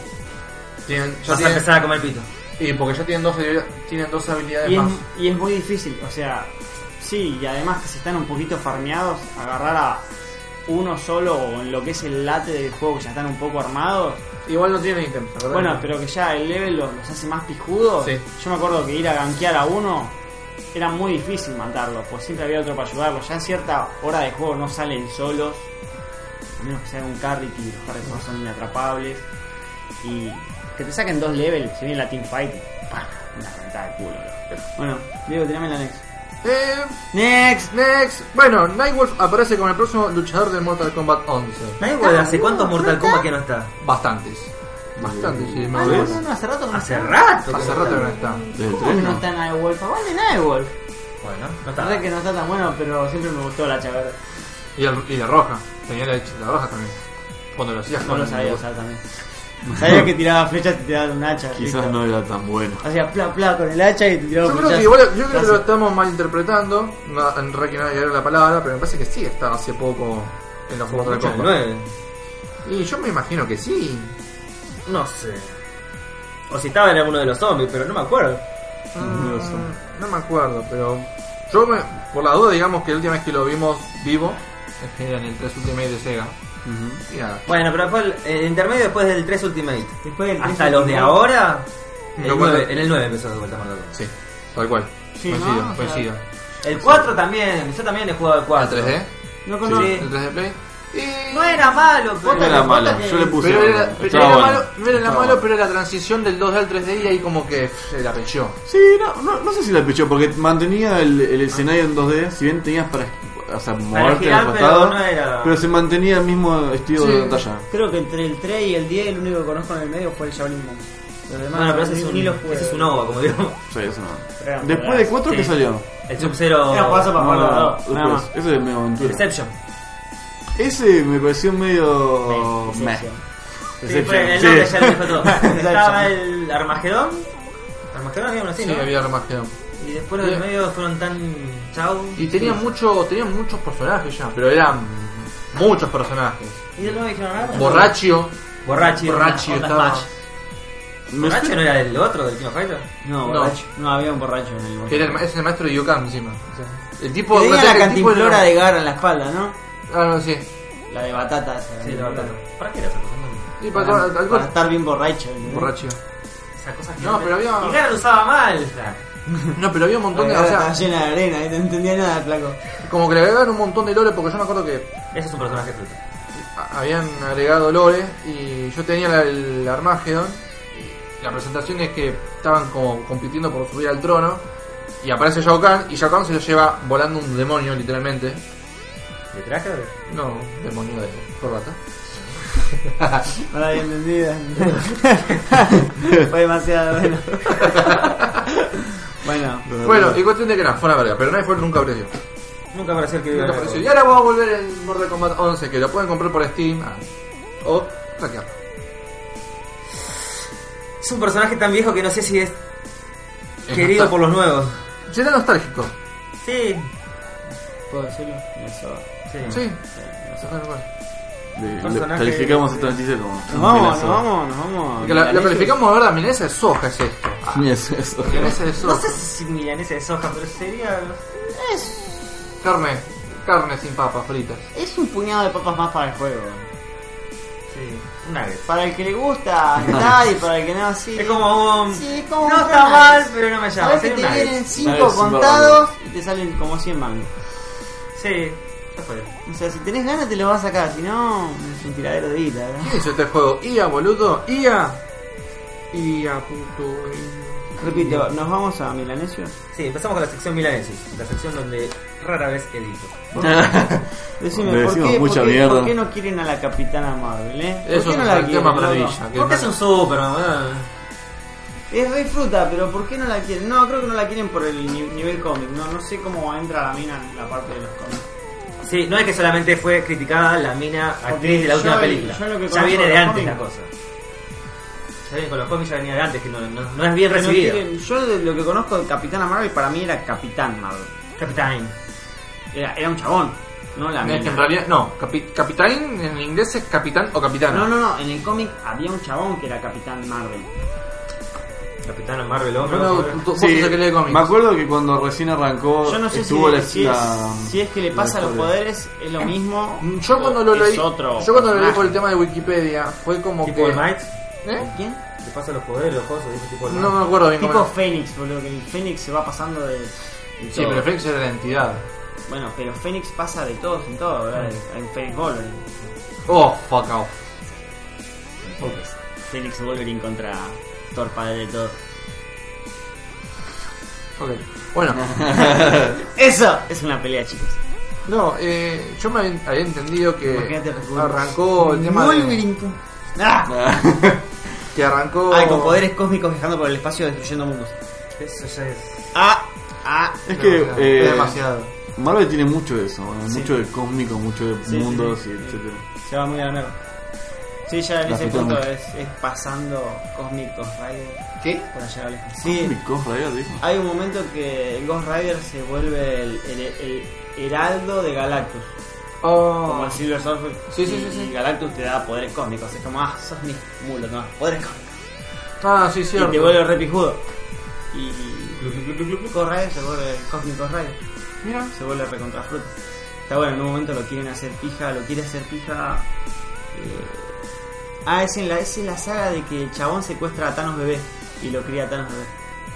[SPEAKER 2] Tienen- ya
[SPEAKER 4] Vas a
[SPEAKER 2] tienen-
[SPEAKER 4] empezar a comer pito.
[SPEAKER 2] y porque ya tienen dos, habilidades- tienen dos habilidades
[SPEAKER 3] Y es,
[SPEAKER 2] más.
[SPEAKER 3] y es muy difícil, o sea, sí, y además que si están un poquito farmeados, agarrar a uno solo o en lo que es el late del juego que ya están un poco armados.
[SPEAKER 2] Igual no tienen ítems, ¿verdad?
[SPEAKER 3] Bueno, pero que ya el level los, los hace más pijudos.
[SPEAKER 2] Sí.
[SPEAKER 3] Yo me acuerdo que ir a gankear a uno era muy difícil matarlo, pues siempre había otro para ayudarlo. Ya en cierta hora de juego no salen solos, a menos que sea un carry y los carries no son inatrapables. Y que te saquen dos levels, se viene la teamfight y ¡pah! una rentada de culo. bro. Bueno, Diego, tirame la next.
[SPEAKER 2] Eh,
[SPEAKER 3] Next.
[SPEAKER 2] next. Bueno, Nightwolf aparece como el próximo luchador de Mortal Kombat 11.
[SPEAKER 4] Nadie güey, hace cuántos Mortal Kombat que Ah, no está.
[SPEAKER 2] Bastantes. Bastantes, sí, me
[SPEAKER 3] Ah, no,
[SPEAKER 2] acuerdo.
[SPEAKER 3] no, no, hace rato que no
[SPEAKER 4] Hace
[SPEAKER 3] está.
[SPEAKER 4] rato. que
[SPEAKER 2] Hace
[SPEAKER 4] no
[SPEAKER 2] rato que
[SPEAKER 4] está.
[SPEAKER 2] no está.
[SPEAKER 1] Desde el
[SPEAKER 3] ¿Cómo que
[SPEAKER 1] tren,
[SPEAKER 3] no
[SPEAKER 1] ¿no?
[SPEAKER 3] está Nightwolf? Aguante Nightwolf.
[SPEAKER 4] Bueno, no
[SPEAKER 3] La verdad
[SPEAKER 4] está.
[SPEAKER 3] que no está tan bueno, pero siempre me gustó la chavala.
[SPEAKER 2] Y, el- y la roja. Tenía la, la roja también. Cuando lo hacías
[SPEAKER 3] No
[SPEAKER 2] con
[SPEAKER 3] lo sabía usar también. Sabía que tiraba flechas y te tiraba un hacha.
[SPEAKER 1] Quizás no era tan bueno.
[SPEAKER 3] Hacía pla pla con el hacha y te tiraba
[SPEAKER 2] Yo creo que igual, yo creo que lo estamos malinterpretando. No, en realidad que nadie era la palabra, pero me parece que sí está hace poco en los juegos de
[SPEAKER 4] Mucho,
[SPEAKER 2] la Copa.
[SPEAKER 4] nueve.
[SPEAKER 2] Y yo me imagino que sí.
[SPEAKER 4] No sé. O si estaba en alguno de los zombies, pero no me acuerdo.
[SPEAKER 2] Mm, no me acuerdo, pero yo me, por la duda digamos que la última vez que lo vimos vivo era en el 3 Ultimate de Sega. Y nada.
[SPEAKER 4] Bueno, pero fue el, el intermedio después del 3 Ultimate.
[SPEAKER 3] Después del 3
[SPEAKER 4] Hasta los de
[SPEAKER 3] Ultimate.
[SPEAKER 4] ahora. el
[SPEAKER 2] Lo cual-
[SPEAKER 4] nueve- en el 9 empezó de vuelta Mortal Kombat.
[SPEAKER 2] Sí, tal cual.
[SPEAKER 3] Sí,
[SPEAKER 2] coincido,
[SPEAKER 3] ¿no? O sea,
[SPEAKER 2] coincido.
[SPEAKER 4] El 4 también, yo también he jugado el
[SPEAKER 2] ¿Al
[SPEAKER 4] 4.
[SPEAKER 2] 3D?
[SPEAKER 3] No
[SPEAKER 4] conozco.
[SPEAKER 3] conozco.
[SPEAKER 4] Sí.
[SPEAKER 2] ¿El 3D Play? Y-
[SPEAKER 4] No era malo, pero.
[SPEAKER 1] No era malo, yo le puse.
[SPEAKER 2] Pero
[SPEAKER 1] bueno,
[SPEAKER 2] era, pero
[SPEAKER 1] estaba
[SPEAKER 2] era
[SPEAKER 1] bueno,
[SPEAKER 2] malo, no era
[SPEAKER 1] estaba
[SPEAKER 2] malo,
[SPEAKER 1] bueno.
[SPEAKER 2] pero la transición del 2D al 3D y ahí como que pff, se la pechó.
[SPEAKER 1] Sí, no, no, no sé si la pichó, porque mantenía el, el escenario en 2D, si bien tenías para o sea, moverte
[SPEAKER 4] girar,
[SPEAKER 1] al
[SPEAKER 4] pero
[SPEAKER 1] costado.
[SPEAKER 4] no era-
[SPEAKER 1] pero se mantenía el mismo estilo de batalla.
[SPEAKER 3] Creo que entre el 3 y el 10 el único que conozco en el medio fue el Shaolin Monk. Los demás
[SPEAKER 4] Bueno, pero ese es
[SPEAKER 3] ni-
[SPEAKER 4] un,
[SPEAKER 3] ni los jugué.
[SPEAKER 4] ese es un OVA, como digo.
[SPEAKER 1] Sí, eso no.
[SPEAKER 3] Era un
[SPEAKER 1] Después de
[SPEAKER 3] juegazo.
[SPEAKER 1] 4 que
[SPEAKER 4] Sí.
[SPEAKER 1] salió.
[SPEAKER 4] El Sub-Zero.
[SPEAKER 3] Era jugazo para
[SPEAKER 1] No,
[SPEAKER 3] jugarlo
[SPEAKER 1] no,
[SPEAKER 3] Ah, a
[SPEAKER 1] no,
[SPEAKER 3] dos, nada
[SPEAKER 1] después.
[SPEAKER 3] más.
[SPEAKER 1] Ese es medio aventura.
[SPEAKER 4] Deception.
[SPEAKER 1] Ese me pareció medio.
[SPEAKER 3] Decepción.
[SPEAKER 1] meh.
[SPEAKER 4] Sí,
[SPEAKER 1] Deception,
[SPEAKER 4] fue el nombre
[SPEAKER 1] sí.
[SPEAKER 4] ya lo dijo todo. Estaba el Armagedón. Armagedón había uno así,
[SPEAKER 2] Sí,
[SPEAKER 4] ¿no?
[SPEAKER 2] había Armagedón.
[SPEAKER 4] Y después los del medio fueron tan chau.
[SPEAKER 2] Y tenía, mucho, tenía muchos personajes ya, pero eran muchos personajes.
[SPEAKER 4] ¿Y de nuevo dijeron nada?
[SPEAKER 2] Borracho,
[SPEAKER 4] Borrachi.
[SPEAKER 2] borracho
[SPEAKER 4] Onda
[SPEAKER 2] estaba.
[SPEAKER 4] Smash. ¿Borracho no era el otro del King of Fighters?
[SPEAKER 7] No,
[SPEAKER 2] No.
[SPEAKER 7] borracho. No, había un borracho en el
[SPEAKER 2] que era el, ma- es el maestro de Yukan encima. El tipo
[SPEAKER 3] Que
[SPEAKER 2] no
[SPEAKER 3] tenía
[SPEAKER 2] sé,
[SPEAKER 3] la
[SPEAKER 2] el tipo
[SPEAKER 3] cantimplora
[SPEAKER 2] era-
[SPEAKER 3] de Gara en la espalda, ¿no?
[SPEAKER 2] Ah, no, sí.
[SPEAKER 3] La de batata esa.
[SPEAKER 4] Sí,
[SPEAKER 3] ¿no?
[SPEAKER 4] lo hablaron. ¿Para qué era esa cosa?
[SPEAKER 2] Sí, para,
[SPEAKER 3] Para,
[SPEAKER 2] algo-
[SPEAKER 3] para estar bien borracho. ¿no?
[SPEAKER 2] Borracho.
[SPEAKER 4] Esa cosa
[SPEAKER 2] No, pero había-
[SPEAKER 4] Y Gara lo usaba mal, Frank.
[SPEAKER 2] No, pero había un
[SPEAKER 3] Porque
[SPEAKER 2] montón de.
[SPEAKER 3] Gara
[SPEAKER 2] O sea,
[SPEAKER 3] estaba llena de arena, ¿eh? no entendía nada, flaco.
[SPEAKER 2] como que le agregaron un montón de lore porque yo me acuerdo que
[SPEAKER 4] Ese es un personaje fruta.
[SPEAKER 2] a- habían agregado lore y yo tenía la- el Armageddon. y La presentación es que estaban como compitiendo por subir al trono. Y aparece Shao Kahn y Shao Kahn se lo lleva volando un demonio, literalmente.
[SPEAKER 4] ¿De traje? o-
[SPEAKER 2] No, un demonio de corbata.
[SPEAKER 3] Para bien entendida. Fue demasiado bueno. bueno,
[SPEAKER 2] Bueno, y cuestión de que nada, fue una verga, pero Nightfall nunca apareció.
[SPEAKER 4] Nunca apareció el que
[SPEAKER 2] Nunca
[SPEAKER 4] vive
[SPEAKER 2] apareció. Y ahora vamos a volver el Mortal Kombat 11, que lo pueden comprar por Steam ah, o saquear.
[SPEAKER 4] Es un personaje tan viejo que no sé si es querido por los nuevos.
[SPEAKER 2] Será nostálgico.
[SPEAKER 4] Sí.
[SPEAKER 3] ¿puedo decirlo?
[SPEAKER 4] Sí.
[SPEAKER 2] Sí.
[SPEAKER 1] Le- le-
[SPEAKER 4] Personaje-
[SPEAKER 1] Calificamos esta noticia como.
[SPEAKER 3] Nos vamos,
[SPEAKER 1] Milazo.
[SPEAKER 3] nos vamos, nos vamos.
[SPEAKER 2] Porque la, la calificamos ahora, milanesa de soja es esto. Ah,
[SPEAKER 1] Yes, eso.
[SPEAKER 2] milanesa de soja.
[SPEAKER 4] No sé si milanesa de soja, pero sería.
[SPEAKER 2] Carne, carne sin papas fritas.
[SPEAKER 3] Es un puñado de papas más para el juego.
[SPEAKER 4] Sí, un nugget.
[SPEAKER 3] Para el que le gusta, está, y para el que no, sí.
[SPEAKER 4] Es como un.
[SPEAKER 3] Sí, es como
[SPEAKER 4] no
[SPEAKER 3] un
[SPEAKER 4] está
[SPEAKER 3] nugget.
[SPEAKER 4] mal, pero no me llama.
[SPEAKER 3] Sabes que
[SPEAKER 4] Sería un
[SPEAKER 3] te vienen
[SPEAKER 4] nugget.
[SPEAKER 3] 5
[SPEAKER 1] Nuggets, un
[SPEAKER 3] contados y te salen como 100 mangos.
[SPEAKER 4] Sí, ya fue.
[SPEAKER 3] O sea, si tenés ganas te lo vas a sacar, si no, es un tiradero de guita, ¿verdad?
[SPEAKER 2] ¿Qué hizo este juego? IA, boludo. IA. IA, puto. IA.
[SPEAKER 3] Repito, nos vamos a Milanesio.
[SPEAKER 4] Sí, empezamos con la sección milanesis, la sección donde rara vez edito.
[SPEAKER 3] Decime,
[SPEAKER 1] Le
[SPEAKER 3] ¿por
[SPEAKER 1] decimos
[SPEAKER 3] qué,
[SPEAKER 1] mucha
[SPEAKER 3] por, qué,
[SPEAKER 1] mierda.
[SPEAKER 3] por qué no quieren a la capitana Marvel, eh? ¿Por
[SPEAKER 2] Eso
[SPEAKER 3] qué
[SPEAKER 2] es
[SPEAKER 3] no
[SPEAKER 2] un
[SPEAKER 3] la
[SPEAKER 2] el tema
[SPEAKER 3] loco?
[SPEAKER 2] maravilla. que
[SPEAKER 4] Porque es un super, ¿verdad?
[SPEAKER 3] Es re fruta, pero ¿por qué no la quieren? No, creo que no la quieren por el ni- nivel cómic, no, no sé cómo entra la mina en la parte de los cómics.
[SPEAKER 4] Sí, no es que solamente fue criticada la mina actriz
[SPEAKER 3] Porque
[SPEAKER 4] de la última
[SPEAKER 3] yo-
[SPEAKER 4] película.
[SPEAKER 3] yo lo que
[SPEAKER 4] ya
[SPEAKER 3] conozco
[SPEAKER 4] viene
[SPEAKER 3] de
[SPEAKER 4] de
[SPEAKER 3] los
[SPEAKER 4] antes la
[SPEAKER 3] cómics-
[SPEAKER 4] cosa. Ya viene con los cómics, ya venía de antes, que no, no- no es bien
[SPEAKER 3] Pero no
[SPEAKER 4] recibida.
[SPEAKER 3] quieren- yo de lo que conozco de Capitana Marvel, para mí era Capitán Marvel.
[SPEAKER 4] Capitán.
[SPEAKER 3] Era, era un chabón, no la
[SPEAKER 2] Es que en
[SPEAKER 3] mina.
[SPEAKER 2] realidad, no. capi- capitán en inglés es capitán o capitana.
[SPEAKER 3] No, no, no, en el cómic había un chabón que era Capitán Marvel.
[SPEAKER 4] Capitán Marvel, hombre.
[SPEAKER 2] No,
[SPEAKER 4] vamos a ver.
[SPEAKER 2] tú- vos
[SPEAKER 1] Sí,
[SPEAKER 2] sos el que lee cómics.
[SPEAKER 1] me acuerdo que cuando recién arrancó
[SPEAKER 3] Yo no sé si,
[SPEAKER 1] estuvo la,
[SPEAKER 3] si,
[SPEAKER 1] la-
[SPEAKER 3] es, si es que le
[SPEAKER 1] la
[SPEAKER 3] pasa a los
[SPEAKER 1] historia.
[SPEAKER 3] poderes, es lo mismo.
[SPEAKER 2] Yo cuando lo
[SPEAKER 3] Es
[SPEAKER 2] leí,
[SPEAKER 3] otro
[SPEAKER 2] yo cuando lo leí por el
[SPEAKER 3] personaje.
[SPEAKER 2] tema de Wikipedia, fue como
[SPEAKER 4] Tipo
[SPEAKER 2] que.
[SPEAKER 4] el Might,
[SPEAKER 2] ¿Eh?
[SPEAKER 3] ¿Quién?
[SPEAKER 4] le pasa los poderes, los cosas, dice tipo el
[SPEAKER 2] No
[SPEAKER 4] Might.
[SPEAKER 2] me acuerdo bien
[SPEAKER 3] Tipo
[SPEAKER 2] cómo. era.
[SPEAKER 3] Fénix, boludo, que el Fénix se va pasando de. de
[SPEAKER 2] Sí,
[SPEAKER 3] todo.
[SPEAKER 2] pero Félix era la entidad.
[SPEAKER 3] Bueno, pero Fénix pasa de todos en todo, ¿verdad? Hay un Fénix Wolverine.
[SPEAKER 2] Oh, fuck off.
[SPEAKER 3] Fénix Wolverine contra Thor padre de todos.
[SPEAKER 2] Ok. Bueno,
[SPEAKER 3] ¡Eso! Es una pelea, chicos.
[SPEAKER 2] no, eh, yo me había había entendido que
[SPEAKER 3] Imagínate, Hulk.
[SPEAKER 2] arrancó el tema de,
[SPEAKER 3] Wolverine, pum. ¡Ah!
[SPEAKER 2] que arrancó
[SPEAKER 3] Ay, con poderes cósmicos viajando por el espacio destruyendo mundos.
[SPEAKER 4] Eso ya es.
[SPEAKER 3] ¡Ah! ¡Ah!
[SPEAKER 1] Es que
[SPEAKER 2] Demasiado.
[SPEAKER 1] eh,
[SPEAKER 2] Es demasiado.
[SPEAKER 1] Marvel tiene mucho de eso, ¿no? mucho de cósmico, mucho de
[SPEAKER 3] Sí,
[SPEAKER 1] mundos
[SPEAKER 3] sí,
[SPEAKER 1] y
[SPEAKER 3] sí.
[SPEAKER 1] etcétera.
[SPEAKER 3] Se va muy a la mierda. Sí, ya en
[SPEAKER 1] La
[SPEAKER 3] ese
[SPEAKER 1] pitón.
[SPEAKER 3] punto es, es pasando Cosmic Ghost Rider.
[SPEAKER 2] ¿Qué?
[SPEAKER 3] Por allá lejos. Sí,
[SPEAKER 1] Mi Ghost Rider, dijo.
[SPEAKER 3] hay un momento que Ghost Rider se vuelve el, el- el heraldo de Galactus. Como
[SPEAKER 2] Oh,
[SPEAKER 3] el Silver Surfer.
[SPEAKER 2] Sí, sí,
[SPEAKER 3] Y-
[SPEAKER 2] sí, sí.
[SPEAKER 3] Y Galactus te da poderes cósmicos. Es como, ah, sos mi mulo, no, poderes cósmicos.
[SPEAKER 2] ah, sí,
[SPEAKER 3] Y te
[SPEAKER 2] cierto.
[SPEAKER 3] vuelve re pijudo. Y. Ghost Rider se vuelve Cosmic Ghost Rider.
[SPEAKER 2] Mira,
[SPEAKER 3] se vuelve recontrafruta. Está bueno, en un momento lo quieren hacer pija, lo quiere hacer pija. eh, Ah, es en, la, es en la saga de que el chabón secuestra a Thanos bebé y lo cría a Thanos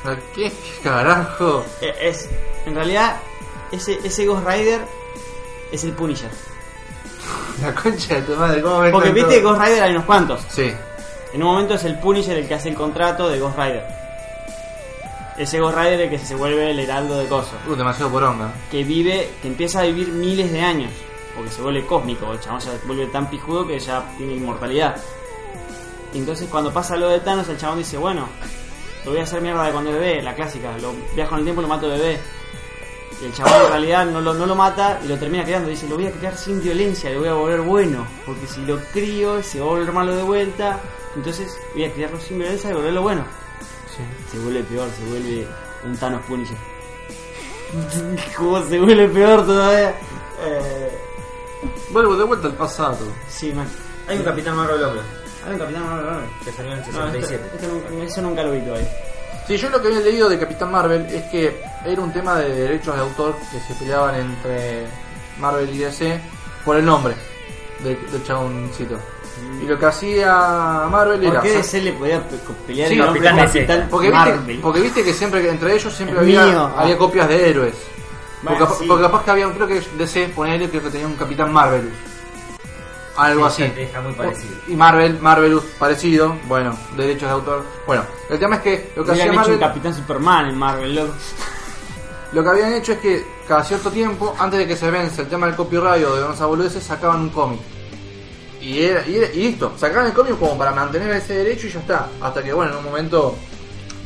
[SPEAKER 3] bebé.
[SPEAKER 2] ¿qué carajo?
[SPEAKER 3] Eh, es, en realidad, ese, ese Ghost Rider es el Punisher.
[SPEAKER 2] La concha de tu madre, ¿cómo me
[SPEAKER 3] Porque
[SPEAKER 2] encantó?
[SPEAKER 3] viste que Ghost Rider hay unos cuantos.
[SPEAKER 2] Sí.
[SPEAKER 3] En un momento es el Punisher el que hace el contrato de Ghost Rider. Ese Ghost Rider el que se vuelve el heraldo de Coso.
[SPEAKER 2] Uh, demasiado poronga.
[SPEAKER 3] Que vive, que empieza a vivir miles de años. Porque se vuelve cósmico, el chabón ya se vuelve tan pijudo que ya tiene inmortalidad. Y entonces cuando pasa lo de Thanos, el chabón dice, bueno, lo voy a hacer mierda de cuando bebé, la clásica, lo viajo en el tiempo y lo mato de bebé. Y el chabón en realidad no lo, no lo mata y lo termina creando. Dice, lo voy a crear sin violencia, lo voy a volver bueno. Porque si lo crío, se va a volver malo de vuelta. Entonces voy a criarlo sin violencia y volverlo bueno. Se vuelve peor, se vuelve un Thanos Punisher. ¿Cómo se vuelve peor todavía? Eh,
[SPEAKER 1] Vuelvo de vuelta al pasado.
[SPEAKER 3] sí, man.
[SPEAKER 4] Hay un Capitán Marvel hombre
[SPEAKER 3] Hay un capitán Marvel, Marvel.
[SPEAKER 4] que salió en el
[SPEAKER 3] No, este- esto-
[SPEAKER 4] 67.
[SPEAKER 3] esto nunca- eso nunca lo vi todavía.
[SPEAKER 2] Sí, yo lo que había leído de Capitán Marvel es que era un tema de derechos de autor que se peleaban entre Marvel y DC por el nombre del, del chaboncito. Y lo que hacía Marvel
[SPEAKER 3] ¿Por
[SPEAKER 2] era.
[SPEAKER 3] qué DC le podía pe- pelear
[SPEAKER 2] Sí,
[SPEAKER 3] el nombre
[SPEAKER 4] Capitán
[SPEAKER 3] con
[SPEAKER 4] DC.
[SPEAKER 3] Capitán
[SPEAKER 2] Porque viste,
[SPEAKER 3] Marvel?
[SPEAKER 2] porque viste que siempre que entre ellos siempre
[SPEAKER 3] Es
[SPEAKER 2] había,
[SPEAKER 3] mío.
[SPEAKER 2] había
[SPEAKER 3] Ah.
[SPEAKER 2] copias de héroes.
[SPEAKER 3] Bueno,
[SPEAKER 2] porque, capaz-
[SPEAKER 3] sí.
[SPEAKER 2] porque capaz que había, creo que DC, ponele, creo que tenía un Capitán Marvelus. Algo
[SPEAKER 4] Sí,
[SPEAKER 2] así.
[SPEAKER 4] Está muy parecido.
[SPEAKER 2] Y Marvel, Marvelus parecido, bueno, derechos de autor. Bueno, el tema es que lo que
[SPEAKER 3] Hubieran
[SPEAKER 2] hacía
[SPEAKER 3] hecho un
[SPEAKER 2] Marvel,
[SPEAKER 3] Capitán Superman en Marvel, loco.
[SPEAKER 2] lo que habían hecho es que cada cierto tiempo, antes de que se vence el tema del copyright o de unos boludeces, sacaban un cómic. Y, era- y, era- y listo, sacaban el cómic como para mantener ese derecho y ya está. Hasta que, bueno, en un momento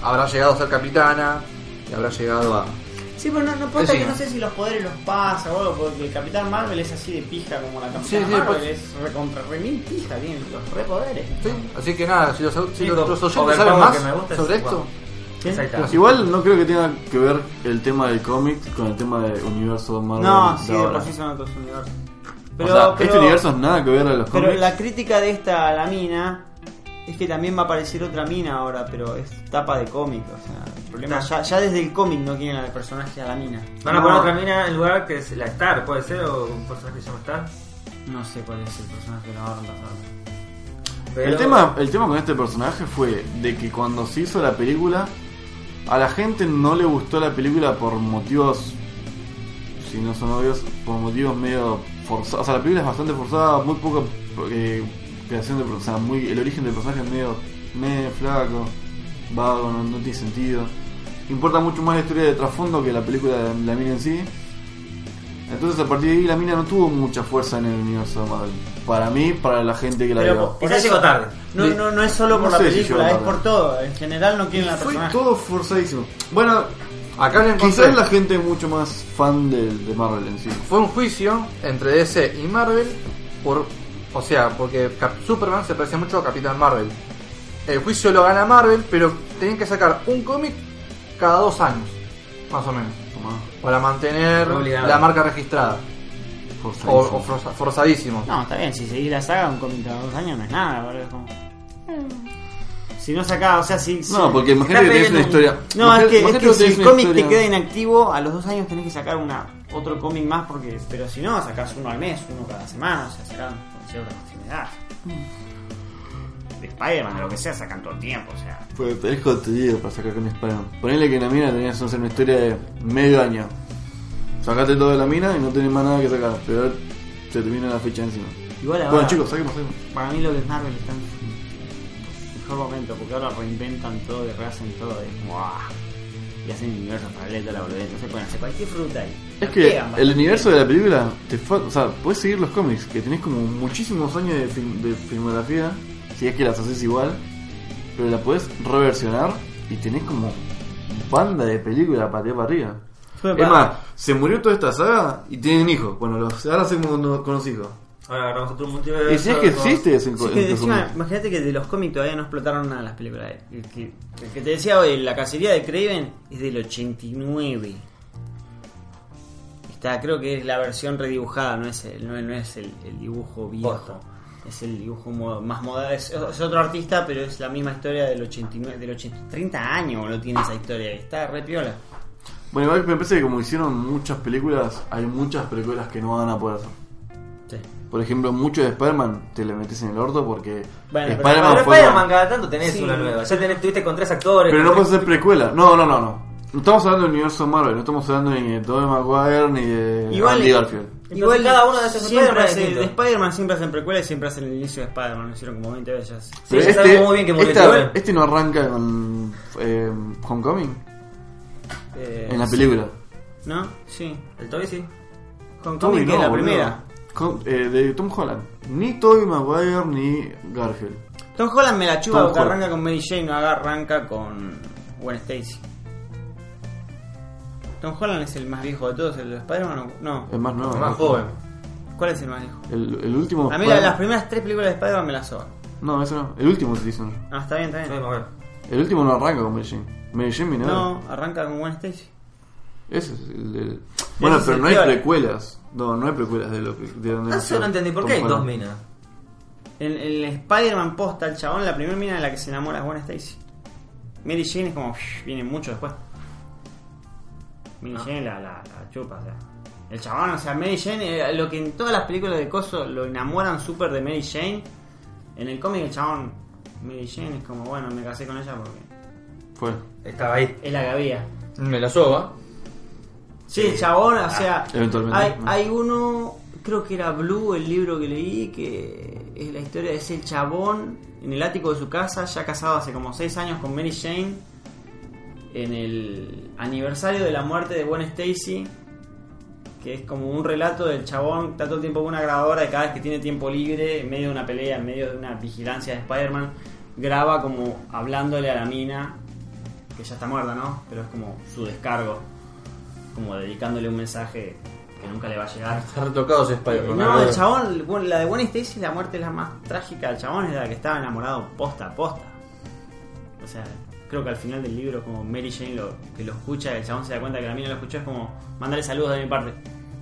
[SPEAKER 2] habrá llegado a ser capitana y habrá llegado a...
[SPEAKER 3] Sí, pero no, no pasa
[SPEAKER 2] Sí,
[SPEAKER 3] que
[SPEAKER 2] sí.
[SPEAKER 3] no sé si los poderes los pasa o algo, porque el Capitán Marvel es así de pija como la Capitana
[SPEAKER 2] Sí, sí,
[SPEAKER 3] Marvel,
[SPEAKER 2] pues-
[SPEAKER 3] es recontra re mil pija, tiene los repoderes.
[SPEAKER 2] Sí, Así que nada, si los, si los,
[SPEAKER 4] Chicos,
[SPEAKER 2] los
[SPEAKER 4] overpower
[SPEAKER 2] oyentes saben más
[SPEAKER 4] que me gusta es
[SPEAKER 2] sobre
[SPEAKER 4] guapo.
[SPEAKER 2] esto,
[SPEAKER 4] Exacto.
[SPEAKER 1] Igual no creo que tenga que ver el tema del cómic con el tema del universo Marvel.
[SPEAKER 3] No,
[SPEAKER 1] de
[SPEAKER 3] sí, de
[SPEAKER 1] ahora.
[SPEAKER 3] por sí son otros universos.
[SPEAKER 1] O
[SPEAKER 3] Pero,
[SPEAKER 1] sea,
[SPEAKER 3] pero-
[SPEAKER 1] este universo es nada que ver a los
[SPEAKER 3] pero
[SPEAKER 1] cómics.
[SPEAKER 3] la crítica de esta a la mina es que también va a aparecer otra mina ahora, pero es tapa de cómic, o sea, el problema
[SPEAKER 4] Está.
[SPEAKER 3] ya, ya desde el cómic no quieren al personaje a la mina.
[SPEAKER 4] Van a
[SPEAKER 3] No,
[SPEAKER 4] poner otra mina en lugar que es la Star, puede ser, o un personaje que se llama Star.
[SPEAKER 3] No sé cuál es el personaje Ah, que la va a reemplazar.
[SPEAKER 1] El, tema, el tema con este personaje fue de que cuando se hizo la película, a la gente no le gustó la película por motivos, si no son obvios, por motivos medio forzados. O sea, la película es bastante forzada, muy poca eh, creación de... per- O sea, muy, el origen del personaje es medio, medio flaco, vago, no, no tiene sentido. Importa mucho más la historia de trasfondo que la película de la mina en sí. Entonces a partir de ahí la mina no tuvo mucha fuerza en el universo de Marvel. Para mí, para la gente que la
[SPEAKER 3] Pero
[SPEAKER 1] vio.
[SPEAKER 3] por-
[SPEAKER 4] Quizás
[SPEAKER 3] eso-
[SPEAKER 4] llegó tarde.
[SPEAKER 3] No, no, no es solo
[SPEAKER 1] No
[SPEAKER 3] por la
[SPEAKER 1] sé si
[SPEAKER 3] película,
[SPEAKER 1] yo,
[SPEAKER 3] es por todo. En general no quieren la
[SPEAKER 1] Fue
[SPEAKER 3] personaje.
[SPEAKER 1] todo forzadísimo. Bueno,
[SPEAKER 2] acá le encontré...
[SPEAKER 1] quizás la gente es mucho más fan de, de Marvel en sí.
[SPEAKER 2] Fue un juicio entre DC y Marvel por... O sea, porque Cap- Superman se parecía mucho a Capitán Marvel. El juicio lo gana Marvel, pero tenían que sacar un cómic cada dos años, más o menos.
[SPEAKER 1] Tomá,
[SPEAKER 2] Para mantener
[SPEAKER 4] Obligado.
[SPEAKER 2] la marca registrada. O,
[SPEAKER 1] forzadísimo.
[SPEAKER 2] o forza- forzadísimo.
[SPEAKER 3] No, está bien, si seguís la saga, un cómic cada dos años no es nada, boludo. es como- Si no sacás, o sea, si. si-
[SPEAKER 1] no, porque imagínate que
[SPEAKER 4] Está
[SPEAKER 1] tenés una
[SPEAKER 4] pidiendo
[SPEAKER 1] historia.
[SPEAKER 3] No,
[SPEAKER 1] imagínate-
[SPEAKER 3] es que, es
[SPEAKER 1] imagínate
[SPEAKER 3] que si
[SPEAKER 1] tenés
[SPEAKER 3] el
[SPEAKER 1] una
[SPEAKER 3] cómic te
[SPEAKER 1] historia-
[SPEAKER 3] queda inactivo, a los dos años tenés que sacar una, otro cómic más, porque pero si no, sacás uno al mes, uno cada semana, o sea, sacan con cierta continuidad. De Spider-Man, de lo que sea, sacan todo el tiempo, o sea.
[SPEAKER 1] Fue, tenés jodido para sacar con Spider-Man. Ponele que en la mina tenías que hacer una historia de medio año. Sacate todo de la mina y no tenés más nada que sacar. Pero se termina la fecha encima.
[SPEAKER 3] Igual ahora-
[SPEAKER 1] Bueno, chicos, saquemos saquemos.
[SPEAKER 3] Para mí lo de Marvel está en su mejor momento, porque ahora reinventan todo y rehacen todo. Y, es como, ¡ah! y hacen universos paralelos, la boludez. Entonces pueden hacer cualquier fruta y.
[SPEAKER 1] Es que el universo de la película, te fa- o sea, puedes seguir los cómics, que tenés como muchísimos años de, film- de filmografía, si es que las haces igual, pero la podés reversionar y tenés como banda de película para tirar para arriba.
[SPEAKER 3] Fue
[SPEAKER 1] es
[SPEAKER 3] para-
[SPEAKER 1] más, se murió toda esta saga y tienen hijos. Bueno, los, ahora hacemos uno- con los hijos.
[SPEAKER 4] Ahora agarramos otro multiverso.
[SPEAKER 1] Y si es que
[SPEAKER 4] con-
[SPEAKER 1] existe ese
[SPEAKER 3] Sí,
[SPEAKER 1] co-
[SPEAKER 3] que
[SPEAKER 1] ese
[SPEAKER 3] encima,
[SPEAKER 1] cómic.
[SPEAKER 3] imagínate que de los cómics todavía no explotaron nada las películas. El que, el que te decía hoy, la cacería de Craven es del 89. Está, creo que es la versión redibujada, no es el, no, no es el, el dibujo viejo.
[SPEAKER 4] Posta.
[SPEAKER 3] Es el dibujo mo- más moderno. Es, es otro artista, pero es la misma historia del 89. Del 80, 30 años lo tiene esa historia. Está re piola.
[SPEAKER 1] Bueno, igual me parece que como hicieron muchas películas, hay muchas películas que no van a poder hacer.
[SPEAKER 3] Sí.
[SPEAKER 1] Por ejemplo, muchos de Spider-Man te le metes en el orto porque
[SPEAKER 3] pero-
[SPEAKER 1] Spider-Man
[SPEAKER 4] Pero
[SPEAKER 1] fue como-
[SPEAKER 4] Spider-Man cada tanto tenés
[SPEAKER 3] Sí.
[SPEAKER 4] una nueva. Ya tenés, tuviste con tres actores.
[SPEAKER 1] Pero no
[SPEAKER 4] con
[SPEAKER 1] puede ser precuela. No, no, no, no. No estamos hablando del universo Marvel, no estamos hablando ni de Tobey Maguire ni de
[SPEAKER 3] Igual-
[SPEAKER 1] Andy Garfield.
[SPEAKER 4] Entonces, cada uno de esos
[SPEAKER 3] siempre
[SPEAKER 4] Spider-Man es
[SPEAKER 3] hace-
[SPEAKER 4] distinto.
[SPEAKER 3] de Spider-man siempre hacen precuelas y siempre hacen el inicio de Spider-Man. Lo hicieron como 20 veces.
[SPEAKER 1] este
[SPEAKER 4] Sí, ya sabemos muy bien que murió
[SPEAKER 1] esta-
[SPEAKER 4] Tobey.
[SPEAKER 1] este no arranca con eh, em, Homecoming. la película.
[SPEAKER 3] ¿No? Sí.
[SPEAKER 4] El Toby sí.
[SPEAKER 3] Homecoming, que es la
[SPEAKER 1] boludo.
[SPEAKER 3] primera.
[SPEAKER 1] Con- eh, de Tom Holland. Ni Tobey Maguire ni Garfield.
[SPEAKER 3] Tom Holland me la chupa
[SPEAKER 1] Tom
[SPEAKER 3] porque
[SPEAKER 1] Holland.
[SPEAKER 3] arranca con Mary Jane, no arranca con Gwen Stacy. Tom Holland es el más viejo de todos, el de Spider-Man. o- No,
[SPEAKER 1] Es más nuevo.
[SPEAKER 2] El más
[SPEAKER 1] ¿no?
[SPEAKER 2] joven.
[SPEAKER 3] ¿cuál es el más viejo?
[SPEAKER 1] El, el último.
[SPEAKER 3] A mí la-
[SPEAKER 1] Spider-
[SPEAKER 3] las primeras tres películas de Spider-Man me las soba.
[SPEAKER 1] No, eso no. El último te dicen.
[SPEAKER 3] Ah, está bien, está
[SPEAKER 4] Toby
[SPEAKER 3] bien.
[SPEAKER 4] Maguire.
[SPEAKER 1] El último no arranca con Mary Jane. Mary Jane vino ahora.
[SPEAKER 3] No, arranca con Gwen Stacy.
[SPEAKER 1] Ese es el. el- Bueno,
[SPEAKER 3] es
[SPEAKER 1] pero
[SPEAKER 3] el
[SPEAKER 1] no hay
[SPEAKER 3] peor.
[SPEAKER 1] precuelas. No, no hay precuelas de lo que. De
[SPEAKER 3] Ah,
[SPEAKER 1] donde
[SPEAKER 4] Eso no entendí. ¿Por
[SPEAKER 1] Tom
[SPEAKER 4] qué hay dos
[SPEAKER 1] Holland.
[SPEAKER 4] minas?
[SPEAKER 3] En el Spider-Man posta, el chabón, la primera mina de la que se enamora es Gwen Stacy. Mary Jane es como. "Uff", viene mucho después. Mary Jane la, la, la chupa, o sea. El chabón, o sea, Mary Jane, eh, lo que en todas las películas de Coso lo enamoran súper de Mary Jane. En el cómic, el chabón, Mary Jane es como, bueno, me casé con ella porque
[SPEAKER 1] Fue.
[SPEAKER 4] Estaba ahí.
[SPEAKER 3] es la que había.
[SPEAKER 2] Me la soba.
[SPEAKER 3] Sí, el chabón, o sea,
[SPEAKER 1] eventualmente,
[SPEAKER 3] hay,
[SPEAKER 1] ¿no?
[SPEAKER 3] hay uno, creo que era Blue, el libro que leí, que es la historia, es el chabón en el ático de su casa, ya casado hace como 6 años con Mary Jane, en el aniversario de la muerte de Gwen Stacy, que es como un relato del chabón, está todo el tiempo con una grabadora y cada vez que tiene tiempo libre, en medio de una pelea, en medio de una vigilancia de Spider-Man, graba como hablándole a la mina, que ya está muerta, ¿no? Pero es como su descargo, como dedicándole un mensaje que nunca le va a llegar.
[SPEAKER 2] Está retocado ese Spider-Man.
[SPEAKER 3] No,
[SPEAKER 2] ahora.
[SPEAKER 3] el chabón, bueno, la de Gwen Stacy, la muerte es la más trágica del chabón, es la que estaba enamorado posta a posta. O sea, creo que al final del libro, como Mary Jane lo, que lo escucha, el chabón se da cuenta que la mina lo escuchó, es como, mandale saludos de mi parte,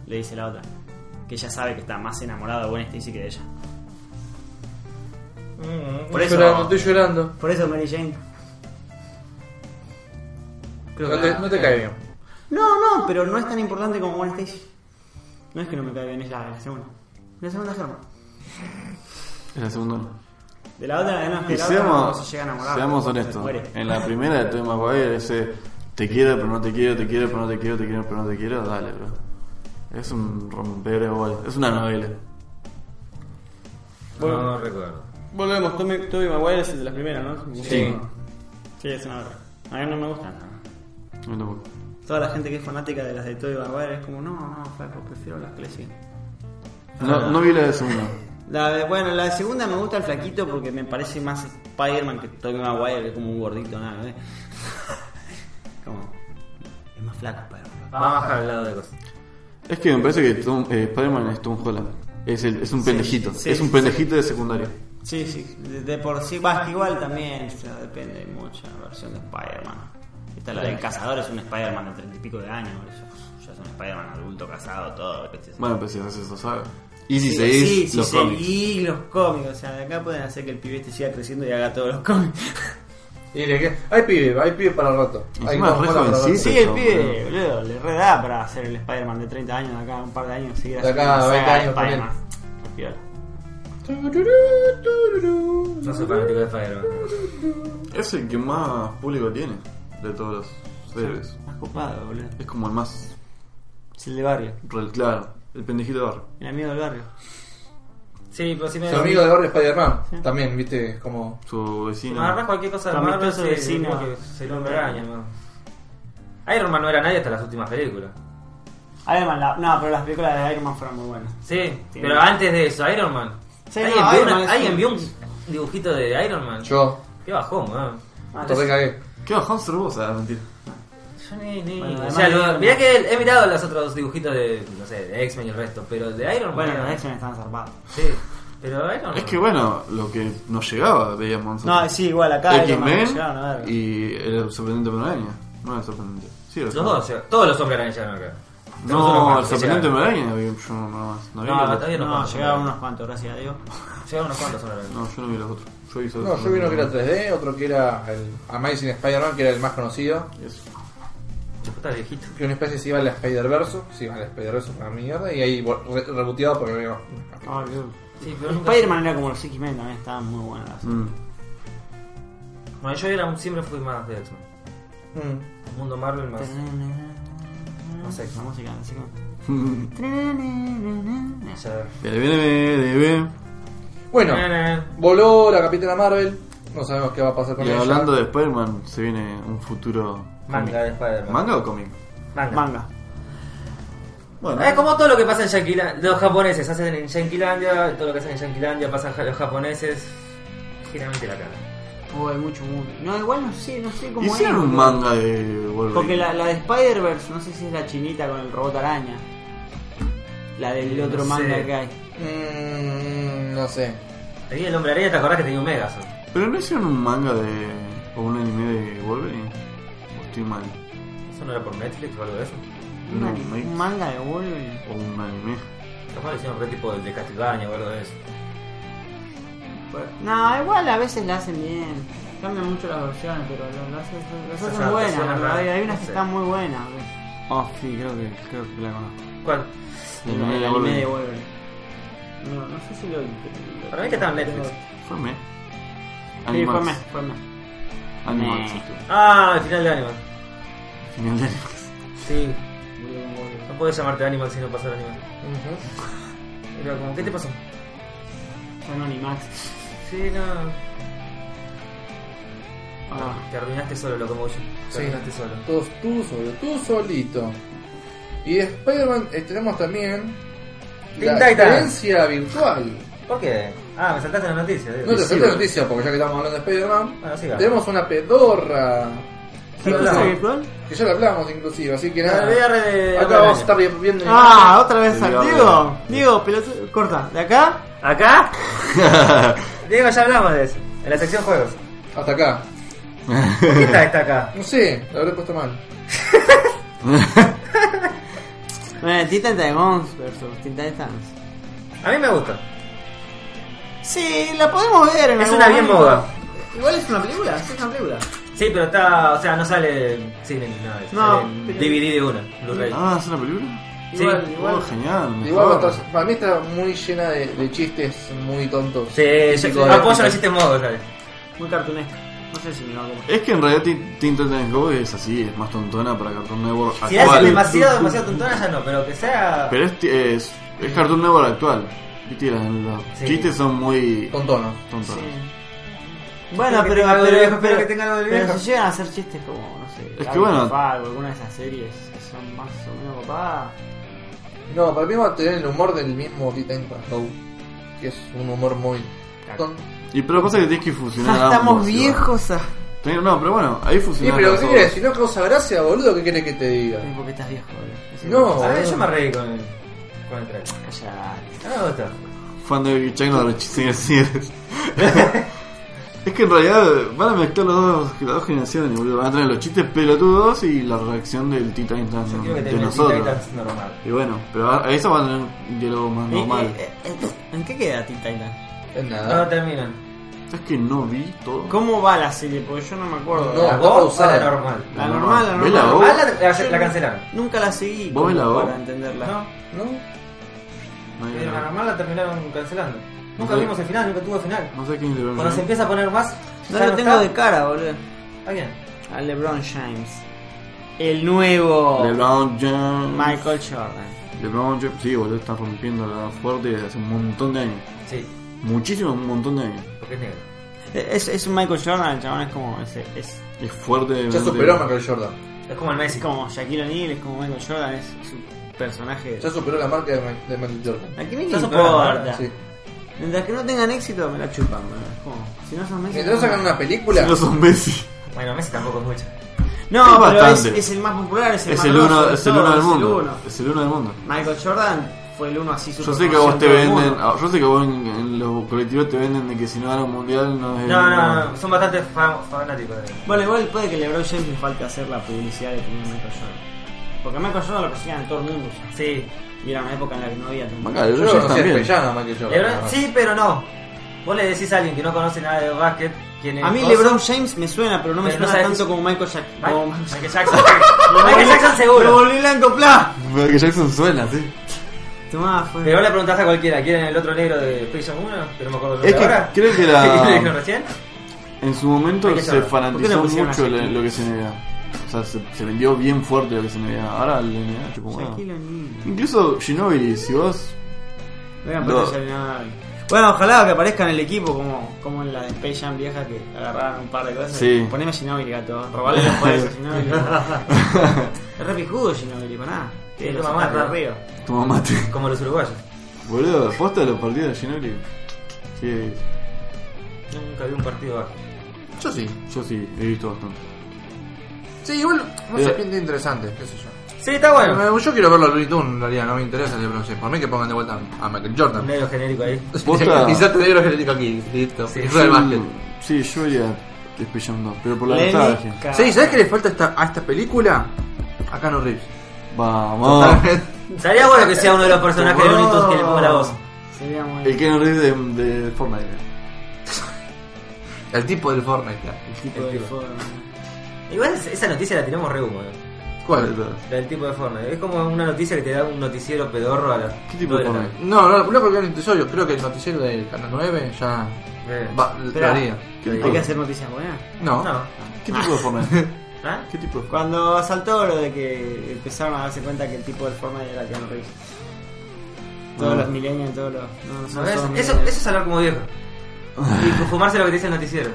[SPEAKER 3] le dice la otra. Que ella sabe que está más enamorado de Gwen Stacy que de ella.
[SPEAKER 2] Mm, estoy
[SPEAKER 3] Por eso-
[SPEAKER 2] llorando, estoy llorando.
[SPEAKER 3] Por eso Mary Jane.
[SPEAKER 2] No te, no te cae bien.
[SPEAKER 3] No, no, pero no es tan importante como Gwen Stacy. No es que no me cae bien, es la, la segunda. La segunda germa.
[SPEAKER 1] Es la segunda. no.
[SPEAKER 3] De la otra, no, es que
[SPEAKER 1] Y
[SPEAKER 3] la otra no
[SPEAKER 1] seamos,
[SPEAKER 3] se llega a enamorar.
[SPEAKER 1] seamos
[SPEAKER 3] se
[SPEAKER 1] honestos. Eh.
[SPEAKER 3] muere.
[SPEAKER 1] En la primera de Tobey Maguire, ese te quiero, pero no te quiero, te quiero, pero no te quiero, te quiero, pero no te quiero, dale, bro. Es un romper igual, es una novela.
[SPEAKER 4] No recuerdo.
[SPEAKER 3] Volvemos, Tommy, Toby Maguire es el de las primeras, ¿no? Sí. Sí, es una verga. A mí no me gustan.
[SPEAKER 1] No, tampoco.
[SPEAKER 3] Toda la gente que es fanática de las de Toby Maguire es como, no, no, flaco, prefiero las que le siguen.
[SPEAKER 1] No, no vi la de segunda.
[SPEAKER 3] La de- bueno, la de segunda me gusta el flaquito porque me parece más Spider-Man que Toby Maguire, que es como un gordito, nada, ¿eh? como, es más flaco Spider-Man.
[SPEAKER 4] Vamos a bajar al lado de cosas.
[SPEAKER 1] Es que me parece que Tom- eh, Spider-Man es Tom Holland. Es, el- es un pendejito,
[SPEAKER 3] sí,
[SPEAKER 1] es un
[SPEAKER 3] sí.
[SPEAKER 1] pendejito de secundario.
[SPEAKER 3] Sí, sí, de, de por sí, va, igual también, o sea, depende hay mucha versión de Spider-Man. Esta la del cazador es un Spider-Man de treinta y pico de años, ya, ya es un Spider-Man adulto, casado, todo. etc.
[SPEAKER 1] Bueno, pues si haces eso, ¿sabes? Y si
[SPEAKER 3] Sí,
[SPEAKER 1] seguís
[SPEAKER 3] sí, sí,
[SPEAKER 1] los cómics.
[SPEAKER 3] seguís los cómics, o sea, de acá pueden hacer que el pibe este siga creciendo y haga todos los cómics.
[SPEAKER 2] Y le que hay pibe, hay pibe para el rato. Hay
[SPEAKER 1] Encima
[SPEAKER 2] Tom
[SPEAKER 1] es re
[SPEAKER 2] Holland para el rato.
[SPEAKER 1] jovencito.
[SPEAKER 3] Sí, el pibe, boludo, le re da para hacer el Spider-Man de 30 años, de acá a un par de años, seguir
[SPEAKER 2] De
[SPEAKER 3] haciendo
[SPEAKER 2] acá a
[SPEAKER 3] una
[SPEAKER 2] 20
[SPEAKER 3] saga de
[SPEAKER 2] años también.
[SPEAKER 3] Spider-Man. Piola.
[SPEAKER 4] No soy fanático de Spider-Man.
[SPEAKER 1] Es el que más público tiene de todos los héroes.
[SPEAKER 3] Más copado, boludo.
[SPEAKER 1] Es como el más,
[SPEAKER 3] Es el de barrio,
[SPEAKER 1] re- claro, el pendejito de barro.
[SPEAKER 3] el amigo del barrio.
[SPEAKER 4] Sí, pero si me.
[SPEAKER 2] Su amigo de barrio Spider-Man. También, viste, como.
[SPEAKER 1] Su
[SPEAKER 4] Si
[SPEAKER 1] vecino.
[SPEAKER 4] me agarras cualquier cosa de
[SPEAKER 3] Tu
[SPEAKER 4] Marvel,
[SPEAKER 3] amistoso
[SPEAKER 4] se,
[SPEAKER 3] vecino.
[SPEAKER 4] como que se lo engaña, man. Iron Man no era nadie hasta las últimas películas.
[SPEAKER 3] Iron Man, la- no, pero las películas de Iron Man fueron muy buenas.
[SPEAKER 4] Sí, pero antes de eso, Iron Man.
[SPEAKER 3] Sí,
[SPEAKER 4] ¿Alguien,
[SPEAKER 3] no,
[SPEAKER 4] vio
[SPEAKER 3] Iron
[SPEAKER 4] una-
[SPEAKER 3] Man es
[SPEAKER 4] alguien
[SPEAKER 3] un-
[SPEAKER 4] vio un dibujito de Iron Man?
[SPEAKER 2] Yo.
[SPEAKER 4] Qué bajón, weón.
[SPEAKER 3] Ah,
[SPEAKER 2] Te cagué.
[SPEAKER 1] ¿Qué bajón ser vos? Ah, mentira.
[SPEAKER 4] Yo ni, ni.
[SPEAKER 3] Bueno,
[SPEAKER 4] o
[SPEAKER 3] además
[SPEAKER 4] sea,
[SPEAKER 3] de
[SPEAKER 4] lo-
[SPEAKER 3] Iron
[SPEAKER 4] mirá
[SPEAKER 3] Man.
[SPEAKER 4] que he mirado los otros dibujitos de, no sé, de X-Men y el resto, pero de Iron Man.
[SPEAKER 3] Bueno,
[SPEAKER 4] Iron
[SPEAKER 3] los
[SPEAKER 4] Man.
[SPEAKER 3] X-Men están zarpados.
[SPEAKER 4] Sí, pero Iron Man.
[SPEAKER 1] Es que bueno, lo que nos llegaba veíamos
[SPEAKER 3] No,
[SPEAKER 1] nosotros.
[SPEAKER 3] sí, igual acá Iron Man
[SPEAKER 1] X-Men
[SPEAKER 3] llegaron a ver.
[SPEAKER 1] y el sorprendente Maraña. No, el sorprendente. Sí, el
[SPEAKER 4] Los dos, o sea, todos los hombres araña llegaron acá.
[SPEAKER 1] No, el
[SPEAKER 4] Nosotros
[SPEAKER 1] sorprendente
[SPEAKER 4] llegaron.
[SPEAKER 1] Maraña vi yo nomás. No, vi
[SPEAKER 4] No,
[SPEAKER 1] los
[SPEAKER 4] todavía no.
[SPEAKER 3] No, llegaron unos cuantos, gracias a Dios.
[SPEAKER 4] Llegaron unos cuantos hombres araña.
[SPEAKER 1] no, yo no vi los otros. Yo vi solo
[SPEAKER 2] No, yo vi uno que era
[SPEAKER 1] Sorprendente
[SPEAKER 2] 3D, otro que era el Amazing Spider-Man, que era el más conocido.
[SPEAKER 1] Maraña. Eso.
[SPEAKER 4] Chuputa viejito.
[SPEAKER 2] Que una especie se iba al Spider-Verso, se iba al Spider-Verso para la mierda, y ahí vol- re- reboteado porque no
[SPEAKER 4] Sí, pero nunca.
[SPEAKER 3] Spider-Man era como los X-Men también, estaban muy buenas. las-
[SPEAKER 1] Mm.
[SPEAKER 4] Bueno, yo era, un- siempre fui más de X-Men. El mundo Marvel más.
[SPEAKER 3] No sé, la música, no sé cómo.
[SPEAKER 1] Mm.
[SPEAKER 4] Ya.
[SPEAKER 1] Debe, debe.
[SPEAKER 2] Bueno,
[SPEAKER 4] Eh,
[SPEAKER 2] voló la Capitana Marvel, no sabemos qué va a pasar con
[SPEAKER 1] Y
[SPEAKER 2] ella.
[SPEAKER 1] hablando de Spider-Man, se viene un futuro.
[SPEAKER 4] Manga de Spider-Man.
[SPEAKER 1] ¿Manga o cómic?
[SPEAKER 4] Manga.
[SPEAKER 3] Manga.
[SPEAKER 1] Bueno,
[SPEAKER 4] Es como todo lo que pasa en Yanquilandia. Los japoneses hacen en Yanquilandia, todo lo que hacen en Yanquilandia pasa a los japoneses. Generalmente la cara.
[SPEAKER 3] Oh, hay mucho mundo. No, igual no sé, no sé cómo
[SPEAKER 1] hicieron
[SPEAKER 3] es,
[SPEAKER 1] un
[SPEAKER 3] boludo.
[SPEAKER 1] manga de Wolverine.
[SPEAKER 3] Porque la, la de Spider-Verse, no sé si es la chinita con el robot araña. La del
[SPEAKER 4] No
[SPEAKER 3] otro
[SPEAKER 4] sé.
[SPEAKER 3] manga que hay.
[SPEAKER 2] Mmm, no sé.
[SPEAKER 4] Tenía el hombre araña, ¿te acordás que tenía un Megazord?
[SPEAKER 1] Pero no hicieron un manga de. o un anime de Wolverine. O estoy mal.
[SPEAKER 4] ¿Eso no era por Netflix o algo de eso?
[SPEAKER 3] Un,
[SPEAKER 1] No,
[SPEAKER 3] ani-
[SPEAKER 1] no hay-
[SPEAKER 3] un manga de Wolverine.
[SPEAKER 1] O un anime.
[SPEAKER 4] Capaz lo hicieron por el tipo de, de Castlevania o algo de eso.
[SPEAKER 3] No, igual a veces la hacen bien. Cambian mucho las versiones, pero lo- lo hacen- las
[SPEAKER 4] Esas
[SPEAKER 3] hacen buenas.
[SPEAKER 4] adaptaciones
[SPEAKER 3] boludo. Hay,
[SPEAKER 4] raras,
[SPEAKER 3] hay unas
[SPEAKER 4] no
[SPEAKER 3] que
[SPEAKER 4] sé.
[SPEAKER 3] están muy buenas. boludo.
[SPEAKER 1] Ah, sí, creo que, creo que la conozco.
[SPEAKER 4] ¿Cuál?
[SPEAKER 1] El
[SPEAKER 3] El,
[SPEAKER 1] anime
[SPEAKER 3] el
[SPEAKER 1] de
[SPEAKER 3] anime
[SPEAKER 1] Wolverine.
[SPEAKER 3] de Wolverine. No, no sé si lo.
[SPEAKER 4] Para mí que estaba en Netflix.
[SPEAKER 1] Fue me.
[SPEAKER 3] Sí,
[SPEAKER 1] Animax.
[SPEAKER 3] fue más, fue más.
[SPEAKER 1] Animax.
[SPEAKER 3] Meh.
[SPEAKER 1] esto.
[SPEAKER 4] Ah, el final de Animal.
[SPEAKER 1] Final de Animax.
[SPEAKER 4] Sí. No puedes llamarte Animal si no pasar Animal. Era como, ¿qué te pasó?
[SPEAKER 3] Fue en Animax.
[SPEAKER 4] Sí, no.
[SPEAKER 3] Ah.
[SPEAKER 4] Te arruinaste solo, Locomotion. Te
[SPEAKER 2] Sí.
[SPEAKER 4] arruinaste solo.
[SPEAKER 2] Todos tú solo, tú solito. Y de Spider-Man eh, tenemos también
[SPEAKER 4] Teen
[SPEAKER 2] la
[SPEAKER 4] Titans.
[SPEAKER 2] experiencia virtual.
[SPEAKER 4] ¿Por qué? Ah, me saltaste la noticia.
[SPEAKER 2] No
[SPEAKER 4] digo.
[SPEAKER 2] te
[SPEAKER 4] Sí,
[SPEAKER 2] salté la noticia porque ya que estamos hablando de Spider-Man,
[SPEAKER 4] Bueno, siga.
[SPEAKER 2] tenemos una pedorra.
[SPEAKER 4] Sí,
[SPEAKER 3] ¿Qué
[SPEAKER 4] hablamos.
[SPEAKER 3] cosa virtual?
[SPEAKER 2] Que ya la hablamos inclusive, así que
[SPEAKER 4] La
[SPEAKER 2] nada.
[SPEAKER 4] VR de Hombre
[SPEAKER 2] Acá vamos a
[SPEAKER 4] Araña.
[SPEAKER 2] estar viendo.
[SPEAKER 3] Ah, otra vez
[SPEAKER 1] Diego,
[SPEAKER 3] al Diego. Diego, pelotudo. Corta, de acá.
[SPEAKER 4] ¿Acá? Diego, ya hablamos de eso. En la sección juegos.
[SPEAKER 2] Hasta acá.
[SPEAKER 4] ¿Por qué está esta acá?
[SPEAKER 2] No sé, la habré puesto mal.
[SPEAKER 3] Bueno, Teen Titans Demons versus Teen Titans.
[SPEAKER 4] A mí me gusta.
[SPEAKER 3] Sí, la podemos ver en
[SPEAKER 4] Es
[SPEAKER 3] algún
[SPEAKER 4] una bien
[SPEAKER 3] momento.
[SPEAKER 4] moda.
[SPEAKER 3] Igual es una película, sí, es una película.
[SPEAKER 4] Sí, pero está. O sea, no sale en cine ni nada. de eso.
[SPEAKER 3] No,
[SPEAKER 4] Sale en
[SPEAKER 3] pero-
[SPEAKER 4] DVD de una, Blu-ray.
[SPEAKER 1] Ah, ¿es una película?
[SPEAKER 4] Sí.
[SPEAKER 3] Igual,
[SPEAKER 1] Oh,
[SPEAKER 3] igual.
[SPEAKER 1] genial.
[SPEAKER 2] Igual va a
[SPEAKER 1] mejor.
[SPEAKER 2] estar- para mí está muy llena de, de chistes muy tontos.
[SPEAKER 4] Sí,
[SPEAKER 2] Típicos
[SPEAKER 4] yo
[SPEAKER 2] de-
[SPEAKER 4] apoyo el sistema modo, ¿sabes?
[SPEAKER 3] Muy cartunesca. No sé si me va a comer.
[SPEAKER 1] Es que en realidad Teen Teen Titans Go es así, es más tontona para Cartoon Network
[SPEAKER 4] Si la hacen
[SPEAKER 1] actual.
[SPEAKER 4] demasiado, demasiado tontona, ya no, pero que sea.
[SPEAKER 1] Pero es, es, es Cartoon Network actual. Viste, las- los
[SPEAKER 4] Sí.
[SPEAKER 1] chistes son muy
[SPEAKER 2] Tontonos.
[SPEAKER 1] tontos.
[SPEAKER 3] Bueno,
[SPEAKER 4] que
[SPEAKER 3] pero,
[SPEAKER 4] tenga algo de
[SPEAKER 3] pero,
[SPEAKER 4] viejo, espero
[SPEAKER 3] pero-
[SPEAKER 4] que tenga algo de
[SPEAKER 3] pero
[SPEAKER 4] viejo.
[SPEAKER 3] si llegan a hacer chistes como, no sé,
[SPEAKER 1] que
[SPEAKER 3] Gary
[SPEAKER 1] bueno.
[SPEAKER 3] Fag o alguna de esas series que son más o menos copadas.
[SPEAKER 2] No, para mí va a tener el humor del mismo Titan Go. Que es un humor muy tonto.
[SPEAKER 1] Y pero pasa que tienes que
[SPEAKER 4] Ah,
[SPEAKER 1] fusionar
[SPEAKER 3] Ya
[SPEAKER 1] ambos,
[SPEAKER 3] estamos
[SPEAKER 1] igual.
[SPEAKER 3] viejos. ah.
[SPEAKER 1] Tenés- No, pero bueno, ahí
[SPEAKER 2] Sí,
[SPEAKER 1] fusionar
[SPEAKER 2] pero
[SPEAKER 1] los
[SPEAKER 2] ¿qué
[SPEAKER 1] dos.
[SPEAKER 2] querés? Si no causa gracia, boludo, ¿qué querés que te diga?
[SPEAKER 3] Sí, Porque estás viejo, boludo.
[SPEAKER 2] No,
[SPEAKER 4] A ver,
[SPEAKER 2] boludo.
[SPEAKER 4] yo me reí con el, con el trailer. No
[SPEAKER 3] Callate.
[SPEAKER 4] me gusta.
[SPEAKER 1] Fan de Chuck no de los chistes señores. Es que en realidad van a mezclar los dos, las dos generaciones, boludo. Van a tener los chistes pelotudos y la reacción del Titan
[SPEAKER 4] Yo quiero que
[SPEAKER 1] Mm, de
[SPEAKER 4] tenga el Teen
[SPEAKER 1] nosotros.
[SPEAKER 4] Titans normal.
[SPEAKER 1] Y bueno, pero a a eso van a tener un diálogo más
[SPEAKER 3] Y-
[SPEAKER 1] normal.
[SPEAKER 3] y- eh, ¿En qué queda Teen Titans?
[SPEAKER 2] Es
[SPEAKER 4] No lo
[SPEAKER 2] nada.
[SPEAKER 4] terminan.
[SPEAKER 1] Es que no vi todo.
[SPEAKER 3] ¿Cómo va la serie? Porque yo no me acuerdo.
[SPEAKER 2] No.
[SPEAKER 4] ¿La
[SPEAKER 2] está
[SPEAKER 4] voz o
[SPEAKER 2] pausada.
[SPEAKER 4] la normal?
[SPEAKER 3] La normal, la
[SPEAKER 1] ¿Ves
[SPEAKER 3] normal.
[SPEAKER 1] voz?
[SPEAKER 4] Ah, la, la- la cancelaron.
[SPEAKER 3] Nunca la seguí
[SPEAKER 1] ¿Vos
[SPEAKER 3] como
[SPEAKER 1] ves la voz?
[SPEAKER 3] para entenderla.
[SPEAKER 4] No,
[SPEAKER 2] ¿No?
[SPEAKER 1] No hay
[SPEAKER 4] eh, la
[SPEAKER 1] nada.
[SPEAKER 4] normal la terminaron cancelando. Nunca
[SPEAKER 1] Sí.
[SPEAKER 4] vimos el final, nunca tuvo final.
[SPEAKER 1] No sé quién le
[SPEAKER 4] Cuando se empieza a poner más.
[SPEAKER 3] No
[SPEAKER 4] ya
[SPEAKER 3] lo tengo
[SPEAKER 4] está.
[SPEAKER 3] de cara, boludo.
[SPEAKER 4] Está bien.
[SPEAKER 3] A LeBron James. El nuevo
[SPEAKER 1] LeBron James.
[SPEAKER 3] Michael Jordan.
[SPEAKER 1] LeBron James, sí, boludo, está rompiendo la fuerte desde hace un montón de años.
[SPEAKER 4] Sí,
[SPEAKER 1] Muchísimo, un montón de años.
[SPEAKER 4] porque es negro.
[SPEAKER 3] Es, es un Michael Jordan, el chabón es como. Es, es,
[SPEAKER 1] Es fuerte.
[SPEAKER 2] Ya superó a Michael Jordan.
[SPEAKER 4] Es como el
[SPEAKER 3] es
[SPEAKER 4] Messi.
[SPEAKER 3] como Shaquille O'Neal, es como Michael Jordan, es, es un personaje.
[SPEAKER 2] Ya superó la marca de, Ma- de Michael Jordan.
[SPEAKER 3] ¿A quién le
[SPEAKER 4] Ya superó la
[SPEAKER 3] importa?
[SPEAKER 2] Sí.
[SPEAKER 3] Mientras que no tengan éxito, me la chupan, boludo. Es como, Si no son Messi.
[SPEAKER 2] Mientras
[SPEAKER 3] no-
[SPEAKER 2] sacan una película,
[SPEAKER 1] Si no son Messi.
[SPEAKER 4] Bueno, Messi tampoco es mucho.
[SPEAKER 3] No,
[SPEAKER 1] Es
[SPEAKER 3] pero es,
[SPEAKER 1] bastante.
[SPEAKER 3] es el más popular, es el
[SPEAKER 1] Es
[SPEAKER 3] más
[SPEAKER 1] el
[SPEAKER 3] grosso
[SPEAKER 1] uno,
[SPEAKER 3] de
[SPEAKER 1] es el
[SPEAKER 3] todos,
[SPEAKER 1] uno del
[SPEAKER 3] es el
[SPEAKER 1] mundo.
[SPEAKER 3] uno.
[SPEAKER 1] Es el uno del mundo.
[SPEAKER 3] Michael Jordan fue el uno así
[SPEAKER 1] Yo sé que a
[SPEAKER 3] superconocido
[SPEAKER 1] vos
[SPEAKER 3] en
[SPEAKER 1] te
[SPEAKER 3] todo el mundo.
[SPEAKER 1] venden, ah, yo sé que a vos en, en los colectivos te venden de que si no gana un mundial no es.
[SPEAKER 4] No, no, no, son bastante fa- fanáticos de él.
[SPEAKER 3] Bueno, igual puede que LeBron James le falte hacer la publicidad que tenía Michael Jordan. Porque a Michael Jordan lo conocían en todo el mundo. ya.
[SPEAKER 4] Sí.
[SPEAKER 3] Y era una época en la que no había tanto.
[SPEAKER 1] Manga de
[SPEAKER 2] yo lo
[SPEAKER 1] Rogers
[SPEAKER 2] conocí
[SPEAKER 1] también.
[SPEAKER 2] a Michael Jordan.
[SPEAKER 4] LeBron-
[SPEAKER 2] nada más.
[SPEAKER 4] sí, pero no. Vos le decís a alguien que no conoce nada de básquet. ¿quién es
[SPEAKER 3] A mí
[SPEAKER 4] Cosa?
[SPEAKER 3] LeBron James me suena, pero no me
[SPEAKER 4] Pero no
[SPEAKER 3] suena
[SPEAKER 4] sabes-
[SPEAKER 3] tanto como Michael Jackson.
[SPEAKER 4] Ma-
[SPEAKER 3] Como-
[SPEAKER 4] Michael Jackson. Michael Jackson
[SPEAKER 3] ¡Me
[SPEAKER 4] seguro.
[SPEAKER 3] volví blanco, pla!
[SPEAKER 1] Michael Jackson suena, sí.
[SPEAKER 3] Tomá, fue.
[SPEAKER 4] Pero vos le preguntás a cualquiera, ¿quieren el otro negro de Prison 1? Que no me acuerdo el
[SPEAKER 1] Es
[SPEAKER 4] nombre
[SPEAKER 1] que
[SPEAKER 4] ahora.
[SPEAKER 1] creo que la-
[SPEAKER 4] ¿Qué dijeron recién?
[SPEAKER 1] En su momento
[SPEAKER 4] Michael
[SPEAKER 1] se
[SPEAKER 4] Jordan.
[SPEAKER 3] ¿Por qué
[SPEAKER 1] fanatizó
[SPEAKER 3] le pusieron
[SPEAKER 1] mucho
[SPEAKER 3] a
[SPEAKER 1] le-
[SPEAKER 3] Shaquille?
[SPEAKER 1] lo que se NBA. O sea, se, se vendió bien fuerte lo que se NBA. Ahora el NBA chupó un huevo.
[SPEAKER 3] Shaquille O'Neal.
[SPEAKER 1] Incluso Ginobili, si vos.
[SPEAKER 3] No había
[SPEAKER 1] No.
[SPEAKER 3] puesto a Shaquille O'Neal. Bueno, ojalá que aparezca en el equipo como, como en la de Space Jam vieja que agarraron un par de cosas.
[SPEAKER 1] Sí.
[SPEAKER 3] Poneme a Ginobili, gato. Robarle los poderes a Ginobili. es re pijudo Ginobili, nada.
[SPEAKER 4] Sí,
[SPEAKER 3] Que
[SPEAKER 4] lo
[SPEAKER 3] lo
[SPEAKER 4] mamá,
[SPEAKER 3] saca de
[SPEAKER 4] ¿no?
[SPEAKER 3] arriba.
[SPEAKER 1] Tu mamá te.
[SPEAKER 4] Como los uruguayos.
[SPEAKER 1] Boludo, posta los partidos de Ginobili. Sí,
[SPEAKER 4] Nunca vi un partido bajo.
[SPEAKER 2] Yo sí.
[SPEAKER 1] yo sí, he visto bastante.
[SPEAKER 2] Sí, igual no
[SPEAKER 1] Eh.
[SPEAKER 2] se pinta interesante, qué sé yo.
[SPEAKER 4] Sí, está bueno.
[SPEAKER 2] Eh, Yo quiero verlo a Looney Tunes, en realidad, no me interesa el de bronce. Por mí que pongan de vuelta a
[SPEAKER 1] Ah.
[SPEAKER 2] Michael
[SPEAKER 4] Un
[SPEAKER 2] Jordan.
[SPEAKER 4] medio genérico ahí.
[SPEAKER 1] Posta-
[SPEAKER 2] Quizás te negro genérico aquí, listo.
[SPEAKER 4] Sí,
[SPEAKER 2] Sí, Eso del básquet.
[SPEAKER 1] Sí, yo iría despellando, pero por la
[SPEAKER 3] Lenny
[SPEAKER 1] nostalgia.
[SPEAKER 3] Ca-
[SPEAKER 2] Sí, ¿sabes qué le falta a esta, a esta película? A Cano Reeves.
[SPEAKER 1] Vamos.
[SPEAKER 4] Estaría bueno que sea uno de los personajes de Looney Tunes que le ponga la voz.
[SPEAKER 3] Sería muy
[SPEAKER 1] El Keanu Reeves de, de Fortnite.
[SPEAKER 2] El tipo del Fortnite. ya.
[SPEAKER 3] el tipo de forma.
[SPEAKER 4] Igual es- esa noticia la tenemos re humo, eh.
[SPEAKER 2] ¿Cuál?
[SPEAKER 4] La del tipo de Fortnite. Es como una noticia que te da un noticiero pedorro a las.
[SPEAKER 1] ¿Qué tipo de
[SPEAKER 4] dos la
[SPEAKER 1] Fortnite?
[SPEAKER 2] No, no, no porque era un episodio. Creo que el noticiero del Canal 9 ya.
[SPEAKER 4] tarde.
[SPEAKER 2] Va, lo haría.
[SPEAKER 1] ¿Qué tipo,
[SPEAKER 3] Hay que hacer noticias buenas.
[SPEAKER 2] No.
[SPEAKER 4] Eh, No.
[SPEAKER 1] ¿Qué tipo de Fortnite?
[SPEAKER 4] ¿Ah?
[SPEAKER 1] ¿Qué tipo de Fortnite?
[SPEAKER 3] Cuando saltó lo de que empezaron a darse cuenta que el tipo de forma era Keanu Reeves. Todos
[SPEAKER 1] No.
[SPEAKER 3] los millennials, todos los. No, no
[SPEAKER 4] No,
[SPEAKER 3] son
[SPEAKER 4] ¿ves?
[SPEAKER 3] todos
[SPEAKER 4] Eso, eso
[SPEAKER 3] millennials.
[SPEAKER 4] es hablar como viejo. Y fumarse lo que te dice el noticiero.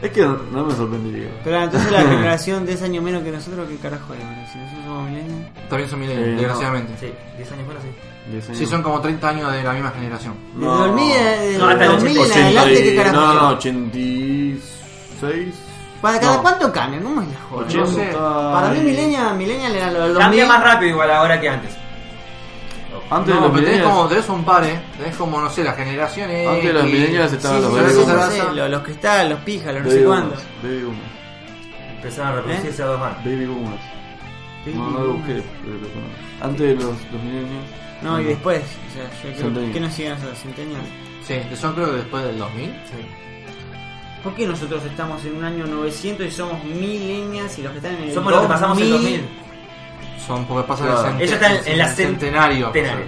[SPEAKER 1] Es que no, no me sorprendería.
[SPEAKER 3] Pero entonces la generación 10 años menos que nosotros, ¿qué carajo es? boludo? Si nosotros somos millennials.
[SPEAKER 2] También son milenios,
[SPEAKER 1] Eh, no.
[SPEAKER 2] desgraciadamente.
[SPEAKER 4] Sí, 10 años bueno, sí.
[SPEAKER 1] Diseño.
[SPEAKER 2] Sí, son como 30 años de la misma generación.
[SPEAKER 3] Desde 2000, desde
[SPEAKER 4] No, hasta el
[SPEAKER 3] 2000 eh, en
[SPEAKER 1] 80 y-
[SPEAKER 3] adelante, ¿qué carajo?
[SPEAKER 1] No, no,
[SPEAKER 3] es?
[SPEAKER 1] 86.
[SPEAKER 3] ¿Para cada
[SPEAKER 1] no.
[SPEAKER 3] cuánto cambian? ¿Cómo es la joda?
[SPEAKER 2] Ochenta.
[SPEAKER 3] No sé. Para mí, millennial, millennial era lo los
[SPEAKER 4] Cambia
[SPEAKER 3] 2000.
[SPEAKER 4] más rápido igual ahora que antes.
[SPEAKER 1] Antes
[SPEAKER 2] no,
[SPEAKER 1] de los
[SPEAKER 2] pero tenés
[SPEAKER 1] millennials.
[SPEAKER 2] como, tenés un par, eh. Tenés como, no sé, las generaciones.
[SPEAKER 1] Antes de los
[SPEAKER 2] X.
[SPEAKER 1] millennials
[SPEAKER 3] Sí, sí,
[SPEAKER 1] estaban los
[SPEAKER 3] sí,
[SPEAKER 2] Baby
[SPEAKER 3] sí,
[SPEAKER 1] baby
[SPEAKER 3] sí,
[SPEAKER 1] boomers.
[SPEAKER 3] sí,
[SPEAKER 2] boomers.
[SPEAKER 3] los, los cristales, los pijas, los no
[SPEAKER 1] Baby
[SPEAKER 3] sé cuándo.
[SPEAKER 1] boomers, Baby boomers.
[SPEAKER 4] Empezaron a reproducirse a dos manos.
[SPEAKER 1] Baby boomers. No, no lo busqué. pero lo conozco. Antes de los, los millennials.
[SPEAKER 3] No, y después, o sea, yo creo
[SPEAKER 1] Centennial.
[SPEAKER 3] que nos siguen a los centennials.
[SPEAKER 2] Sí, que son creo que después del 2000.
[SPEAKER 3] ¿Por qué nosotros estamos en un año 900 y somos millennials y los que están en el
[SPEAKER 4] Somos los que pasamos el 2000.
[SPEAKER 2] Son porque pasan
[SPEAKER 1] Claro.
[SPEAKER 2] el
[SPEAKER 4] Ellos están en la cen-
[SPEAKER 2] centenario.
[SPEAKER 4] Tenares.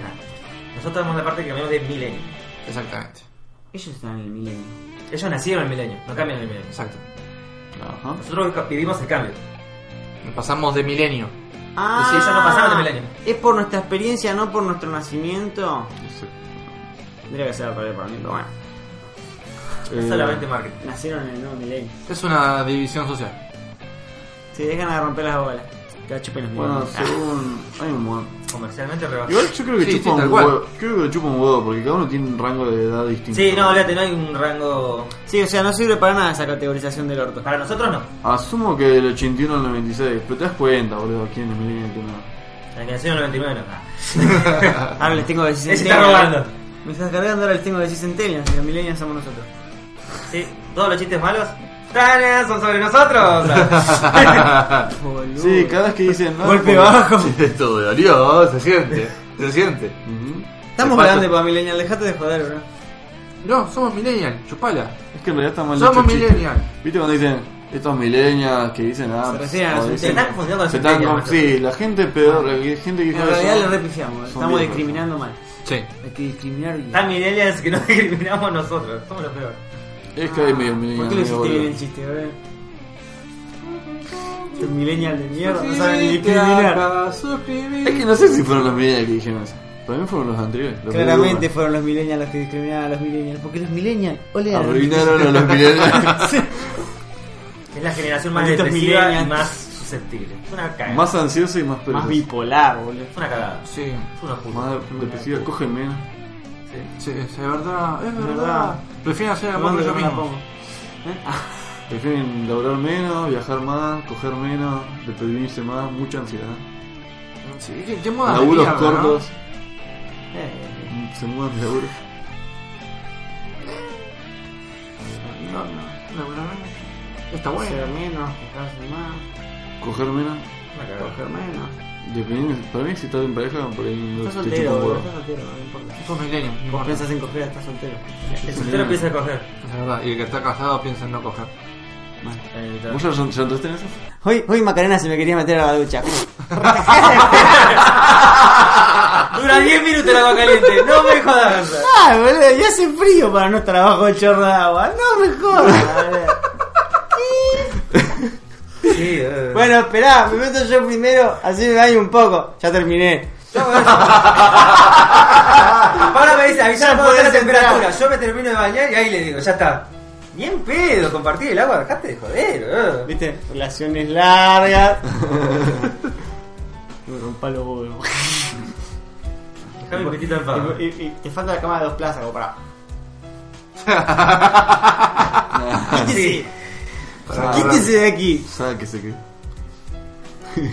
[SPEAKER 4] Nosotros estamos en la parte que menos de milenio.
[SPEAKER 2] Exactamente,
[SPEAKER 3] Ellos están en el milenio.
[SPEAKER 4] Ellos nacieron en el milenio, no cambian en el milenio.
[SPEAKER 2] exacto.
[SPEAKER 1] Ajá.
[SPEAKER 4] Nosotros ca- vivimos el cambio.
[SPEAKER 2] Pasamos de milenio.
[SPEAKER 3] Ah,
[SPEAKER 4] si ellos no pasaron el milenio.
[SPEAKER 3] Es por nuestra experiencia, no por nuestro nacimiento.
[SPEAKER 1] Exacto.
[SPEAKER 3] Tendría que ser al revés para mí, pero bueno.
[SPEAKER 1] Eh,
[SPEAKER 4] Es solamente marketing.
[SPEAKER 3] Nacieron en el nuevo milenio.
[SPEAKER 2] Es una división social.
[SPEAKER 3] Se dejan de romper las bolas. Que la chupen los
[SPEAKER 1] Bueno,
[SPEAKER 3] millennials. Ah.
[SPEAKER 1] según. Hay un buen.
[SPEAKER 4] Comercialmente rebajado.
[SPEAKER 1] Igual yo creo que
[SPEAKER 2] Sí,
[SPEAKER 1] chupa
[SPEAKER 2] sí, tal
[SPEAKER 1] un
[SPEAKER 2] cual.
[SPEAKER 1] huevo. Creo que chupa un huevo porque cada uno tiene un rango de edad distinto.
[SPEAKER 4] Sí, no, olvídate, no hay un rango.
[SPEAKER 3] Sí, o sea, no sirve para nada esa categorización del orto.
[SPEAKER 4] Para nosotros no.
[SPEAKER 1] Asumo que del 81 al 96, pero te das cuenta, boludo, quién es millennial y quién no.
[SPEAKER 4] La canción del 99 no. Ah.
[SPEAKER 3] Ahora les tengo que decir
[SPEAKER 4] Ese está robando.
[SPEAKER 3] Me estás cargando, ahora les tengo que decir centennials. Y los millennials somos nosotros.
[SPEAKER 4] Sí, todos los chistes malos. ¡Tarán! Son sobre nosotros.
[SPEAKER 3] Boludo.
[SPEAKER 1] Sí, cada vez que dicen. no,
[SPEAKER 3] Golpe
[SPEAKER 1] como-
[SPEAKER 3] bajo.
[SPEAKER 2] Esto dolió, se siente, se siente.
[SPEAKER 1] Ujú.
[SPEAKER 2] Te
[SPEAKER 3] Estamos
[SPEAKER 2] paso-
[SPEAKER 3] grandes para millennials, dejate de joder, bro.
[SPEAKER 2] No, somos millennial, chupala.
[SPEAKER 1] Es que en realidad está mal
[SPEAKER 2] Somos
[SPEAKER 1] dicho el chiste.
[SPEAKER 2] millennial.
[SPEAKER 1] ¿Viste cuando dicen estos millennials que dicen ah,
[SPEAKER 3] Se
[SPEAKER 1] pues,
[SPEAKER 3] refieren a los
[SPEAKER 1] o
[SPEAKER 4] Se
[SPEAKER 1] dicen-
[SPEAKER 4] están confundiendo con los
[SPEAKER 1] se están
[SPEAKER 4] centennials,
[SPEAKER 1] con- Sí, la gente peor, la gente que
[SPEAKER 3] En
[SPEAKER 1] dijo
[SPEAKER 3] realidad
[SPEAKER 1] eso-
[SPEAKER 3] le repifiamos,
[SPEAKER 1] son
[SPEAKER 3] estamos
[SPEAKER 1] viejos.
[SPEAKER 3] discriminando mal.
[SPEAKER 2] Sí.
[SPEAKER 3] Hay que discriminar bien.
[SPEAKER 4] Están millennials que no discriminamos nosotros. Somos los peores.
[SPEAKER 1] Es que hay medio
[SPEAKER 3] ¿Por
[SPEAKER 1] millennial.
[SPEAKER 3] qué lo
[SPEAKER 1] medio
[SPEAKER 3] hiciste bien el
[SPEAKER 1] boludo.
[SPEAKER 3] chiste, bro? Estos millennials de mierda no saben ni discriminar.
[SPEAKER 1] Es que no sé si fueron los millennials que dijeron eso. También fueron los anteriores. los
[SPEAKER 3] Claramente
[SPEAKER 1] boomers.
[SPEAKER 3] fueron los millennials los que discriminaban a los millennials. Porque los millennials, ole a los
[SPEAKER 1] Arruinaron a los millennials.
[SPEAKER 4] Es la generación más
[SPEAKER 3] Malditos
[SPEAKER 4] depresiva y
[SPEAKER 3] millennials.
[SPEAKER 4] más susceptible. Es una cagada.
[SPEAKER 1] más ansioso y más
[SPEAKER 3] millennials. Más
[SPEAKER 1] peligroso.
[SPEAKER 3] bipolar, boludo.
[SPEAKER 4] Es una cagada.
[SPEAKER 2] Sí,
[SPEAKER 4] Es una puta.
[SPEAKER 1] Más depresiva, cogen menos.
[SPEAKER 2] sí, es verdad, es
[SPEAKER 3] verdad.
[SPEAKER 2] verdad. Prefiero hacer
[SPEAKER 1] Ah,
[SPEAKER 2] el amor
[SPEAKER 3] ¿Cuándo
[SPEAKER 2] que yo
[SPEAKER 3] me la
[SPEAKER 2] mismo.
[SPEAKER 3] pongo? ¿Eh? Ah,
[SPEAKER 1] Prefieren laburar menos, viajar más, coger menos, deprimirse más, mucha ansiedad.
[SPEAKER 2] Sí, qué, qué moda de
[SPEAKER 1] Laburos
[SPEAKER 2] mierda, ¿no?
[SPEAKER 1] cortos,
[SPEAKER 3] eh,
[SPEAKER 1] se mudan de laburo.
[SPEAKER 2] No, no, laburar menos. Está bueno.
[SPEAKER 3] Ser menos, quejarse más,
[SPEAKER 1] Coger menos,
[SPEAKER 4] Una cagada.
[SPEAKER 3] coger menos.
[SPEAKER 1] deprimirse. Para mí, si estás en pareja, por ahí no
[SPEAKER 3] Estás
[SPEAKER 1] te chupa
[SPEAKER 3] soltero,
[SPEAKER 1] un
[SPEAKER 3] boludo.
[SPEAKER 1] huevo.
[SPEAKER 3] Estás soltero, no importa.
[SPEAKER 2] Sos millennial, no
[SPEAKER 3] Vos
[SPEAKER 2] importa.
[SPEAKER 3] pensás en coger, estás soltero.
[SPEAKER 4] El soltero empieza a coger.
[SPEAKER 2] Es verdad, y el que está casado piensa en no coger.
[SPEAKER 1] ¿Vos ya, ya entraste en eso?
[SPEAKER 3] Hoy, hoy Macarena se me quería meter a la ducha.
[SPEAKER 4] Dura 10 minutos el agua caliente. No me jodas.
[SPEAKER 3] Ah, boludo, y hace frío para no estar abajo del chorro de agua. No me jodas, boludo.
[SPEAKER 4] Sí, eh.
[SPEAKER 3] Bueno, esperá, me meto yo primero, así me daño un poco. Ya terminé.
[SPEAKER 4] Ahora me dice, avisar
[SPEAKER 3] Ya
[SPEAKER 4] cuando está la
[SPEAKER 3] podés entrar.
[SPEAKER 4] temperatura. Yo me termino de bañar y ahí le digo, ya está. Bien pedo, compartir el agua, dejate de joder, boludo.
[SPEAKER 3] ¿Viste? Relaciones largas. Me rompa los huevos.
[SPEAKER 4] Dejame un poquito en paz.
[SPEAKER 3] Y, y- y te falta la cama de dos plazas, como para. Quítese.
[SPEAKER 1] Pará,
[SPEAKER 3] Quítese de aquí.
[SPEAKER 1] Sáquese que.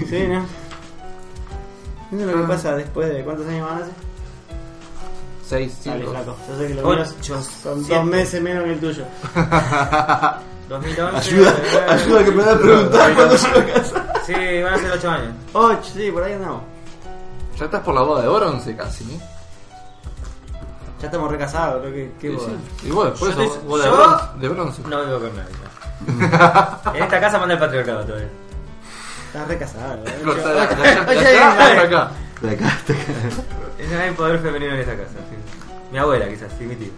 [SPEAKER 3] Sí, ¿no? Ah. Eso es lo que pasa después de cuántos años van a hacer.
[SPEAKER 2] 6,
[SPEAKER 3] Dale,
[SPEAKER 2] 5.
[SPEAKER 3] flaco. Yo sé que lo
[SPEAKER 4] Ocho,
[SPEAKER 3] menos son
[SPEAKER 4] siete.
[SPEAKER 3] dos meses menos que el tuyo.
[SPEAKER 4] 2011.
[SPEAKER 1] Ayuda,
[SPEAKER 4] eh,
[SPEAKER 1] ayuda que me da a preguntar cuando llego a casa.
[SPEAKER 4] Sí, van a ser 8 años.
[SPEAKER 3] Ocho, sí, por ahí andamos.
[SPEAKER 2] Ya estás por la boda de bronce casi, ¿eh?
[SPEAKER 3] Ya estamos recasados, creo que. ¿Qué boda?
[SPEAKER 2] Y vos, por
[SPEAKER 4] Yo
[SPEAKER 2] eso,
[SPEAKER 4] te-
[SPEAKER 2] boda de
[SPEAKER 4] yo-
[SPEAKER 2] bronce. De bronce.
[SPEAKER 4] No vivo con nadie. no. en esta casa manda el patriarcado todavía.
[SPEAKER 3] Estás recasado, ¿eh?
[SPEAKER 2] Lo está- la- la- la-
[SPEAKER 3] Oye,
[SPEAKER 2] la-
[SPEAKER 3] oye.
[SPEAKER 2] la- acá.
[SPEAKER 1] De acá hasta acá.
[SPEAKER 4] No hay poder femenino en esta casa. sí. Mi abuela, quizás, sí, mi tío.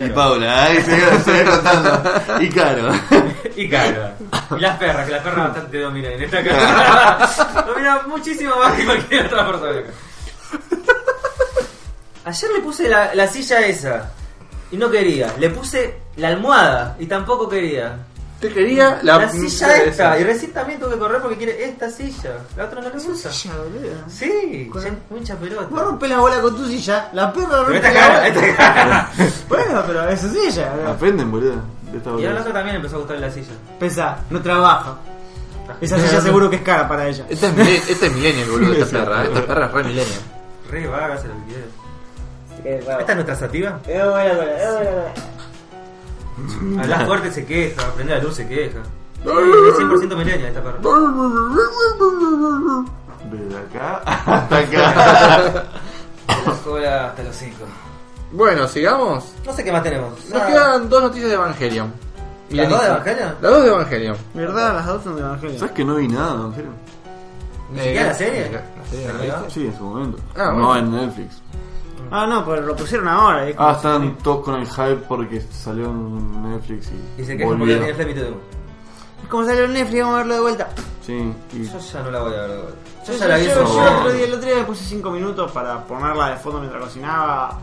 [SPEAKER 1] Y Paula, ahí se sigue contando. Y caro.
[SPEAKER 4] Y Carla. Y las perras, que las perras bastante dominan en esta casa. dominan muchísimo más que cualquier otra persona. Ayer le puse la, la silla esa y no quería. Le puse la almohada y tampoco quería.
[SPEAKER 2] Te quería la,
[SPEAKER 4] La, silla esta.
[SPEAKER 2] esa.
[SPEAKER 4] Y recién también tuve que correr porque quiere esta silla. La otra no la usa.
[SPEAKER 3] Ya, boludo.
[SPEAKER 4] Sí, ya- mucha pelota.
[SPEAKER 3] Vos rompés la bola con tu silla, la perra
[SPEAKER 4] Pero
[SPEAKER 3] rompe
[SPEAKER 4] esta
[SPEAKER 3] la
[SPEAKER 4] cara,
[SPEAKER 3] bola.
[SPEAKER 4] esta cara.
[SPEAKER 3] Bueno, pero eso sí ya. ¿no?
[SPEAKER 1] Aprenden, boludo. De esta
[SPEAKER 4] Y a la
[SPEAKER 1] boludo.
[SPEAKER 4] otra también empezó a gustarle la silla.
[SPEAKER 3] Pensá, no trabaja. Esa silla seguro que es cara para ella.
[SPEAKER 2] Esta es, mile- esta es millennial, boludo, esta perra. ¿eh? Esta perra es re millennial.
[SPEAKER 4] Re vaga, hace lo que quiere.
[SPEAKER 3] Es
[SPEAKER 4] ¿Esta es nuestra sativa?
[SPEAKER 3] buena bola, es buena bola.
[SPEAKER 4] Hablas fuerte se queja, prende la luz se queja. Es 100% milenial esta perra.
[SPEAKER 1] De acá hasta acá.
[SPEAKER 4] De la cola hasta los 5.
[SPEAKER 2] Bueno, sigamos.
[SPEAKER 4] No sé qué más tenemos.
[SPEAKER 2] Nos
[SPEAKER 4] Nada.
[SPEAKER 2] quedan dos noticias de Evangelion.
[SPEAKER 4] ¿Las dos de Evangelion?
[SPEAKER 2] Las dos de Evangelion.
[SPEAKER 3] ¿Verdad? Las dos son de Evangelio.
[SPEAKER 1] ¿Sabes que no vi nada, en serio?
[SPEAKER 2] ¿Ni
[SPEAKER 4] siquiera la serie?
[SPEAKER 2] Eh, La serie, ¿no?
[SPEAKER 4] ¿Verdad?
[SPEAKER 1] Sí, en su momento.
[SPEAKER 2] Ah,
[SPEAKER 1] no
[SPEAKER 2] bueno.
[SPEAKER 1] en Netflix.
[SPEAKER 3] Ah, no, pero lo pusieron ahora. es como-
[SPEAKER 1] Ah, están todos con el hype porque salió en Netflix y.
[SPEAKER 4] Y se queja porque
[SPEAKER 1] volvió.
[SPEAKER 4] tiene flamito de humo.
[SPEAKER 3] Es como salió en Netflix, vamos a verlo de vuelta.
[SPEAKER 1] Sí, y.
[SPEAKER 4] Yo ya no la voy a ver. de vuelta. Yo
[SPEAKER 3] Yo,
[SPEAKER 4] ya la vi
[SPEAKER 3] yo-
[SPEAKER 4] hace
[SPEAKER 3] yo
[SPEAKER 1] favor.
[SPEAKER 3] el otro día, el otro día le puse 5 minutos para ponerla de fondo mientras cocinaba.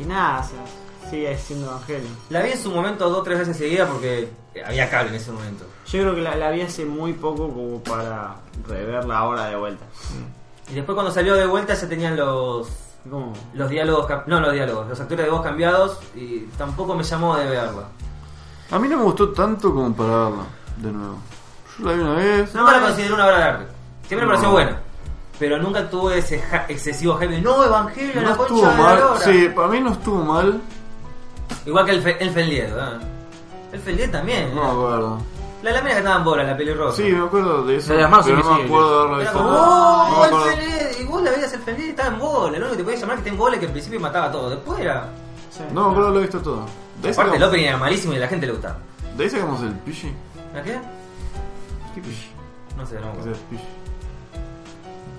[SPEAKER 3] Y nada, o sea, sigue siendo Evangelio.
[SPEAKER 4] La vi en su momento dos o tres veces seguida porque había cable en ese momento.
[SPEAKER 3] Yo creo que la, la vi hace muy poco como para reverla ahora de vuelta.
[SPEAKER 4] Y después cuando salió de vuelta ya tenían los
[SPEAKER 3] Como...
[SPEAKER 4] los diálogos, cam- no los diálogos, los actores de voz cambiados y tampoco me llamó de verla.
[SPEAKER 1] A mí no me gustó tanto como para verla, de nuevo. Yo la vi una vez.
[SPEAKER 4] No me la considero una obra de arte. Siempre me
[SPEAKER 1] No.
[SPEAKER 4] pareció buena. Pero nunca tuve ese ja- excesivo hype de no, Evangelio,
[SPEAKER 1] No
[SPEAKER 4] la
[SPEAKER 1] estuvo
[SPEAKER 4] concha de
[SPEAKER 1] mal.
[SPEAKER 4] la lora".
[SPEAKER 1] Sí, para mí no estuvo mal.
[SPEAKER 4] Igual que el, fe, el Fenlied, ¿verdad? El Fenlied también. ¿eh?
[SPEAKER 1] No me acuerdo.
[SPEAKER 4] La lámina que estaba en bola, la pelirroja.
[SPEAKER 1] Sí, me acuerdo de eso.
[SPEAKER 2] La llamás
[SPEAKER 1] pero no me
[SPEAKER 2] invisible.
[SPEAKER 1] acuerdo de haberla
[SPEAKER 4] Era
[SPEAKER 1] visto.
[SPEAKER 4] como,
[SPEAKER 1] No me
[SPEAKER 4] ¡Oh!
[SPEAKER 1] acuerdo.
[SPEAKER 4] el Fenlied. Y vos la veías el Fenlied y estaba en bola. Lo único que te podías llamar que está en bola y que al principio mataba a todo. Después era.
[SPEAKER 3] sí.
[SPEAKER 1] No me acuerdo de haberlo visto todo. De esa
[SPEAKER 4] Aparte, el
[SPEAKER 1] sacamos,
[SPEAKER 4] opening era malísimo y a la gente le gustaba.
[SPEAKER 1] de ahí sacamos el pichi.
[SPEAKER 4] ¿La qué?
[SPEAKER 1] ¿Qué pichi?
[SPEAKER 4] No sé, no me
[SPEAKER 1] ¿Qué es
[SPEAKER 4] acuerdo.
[SPEAKER 1] el pichi?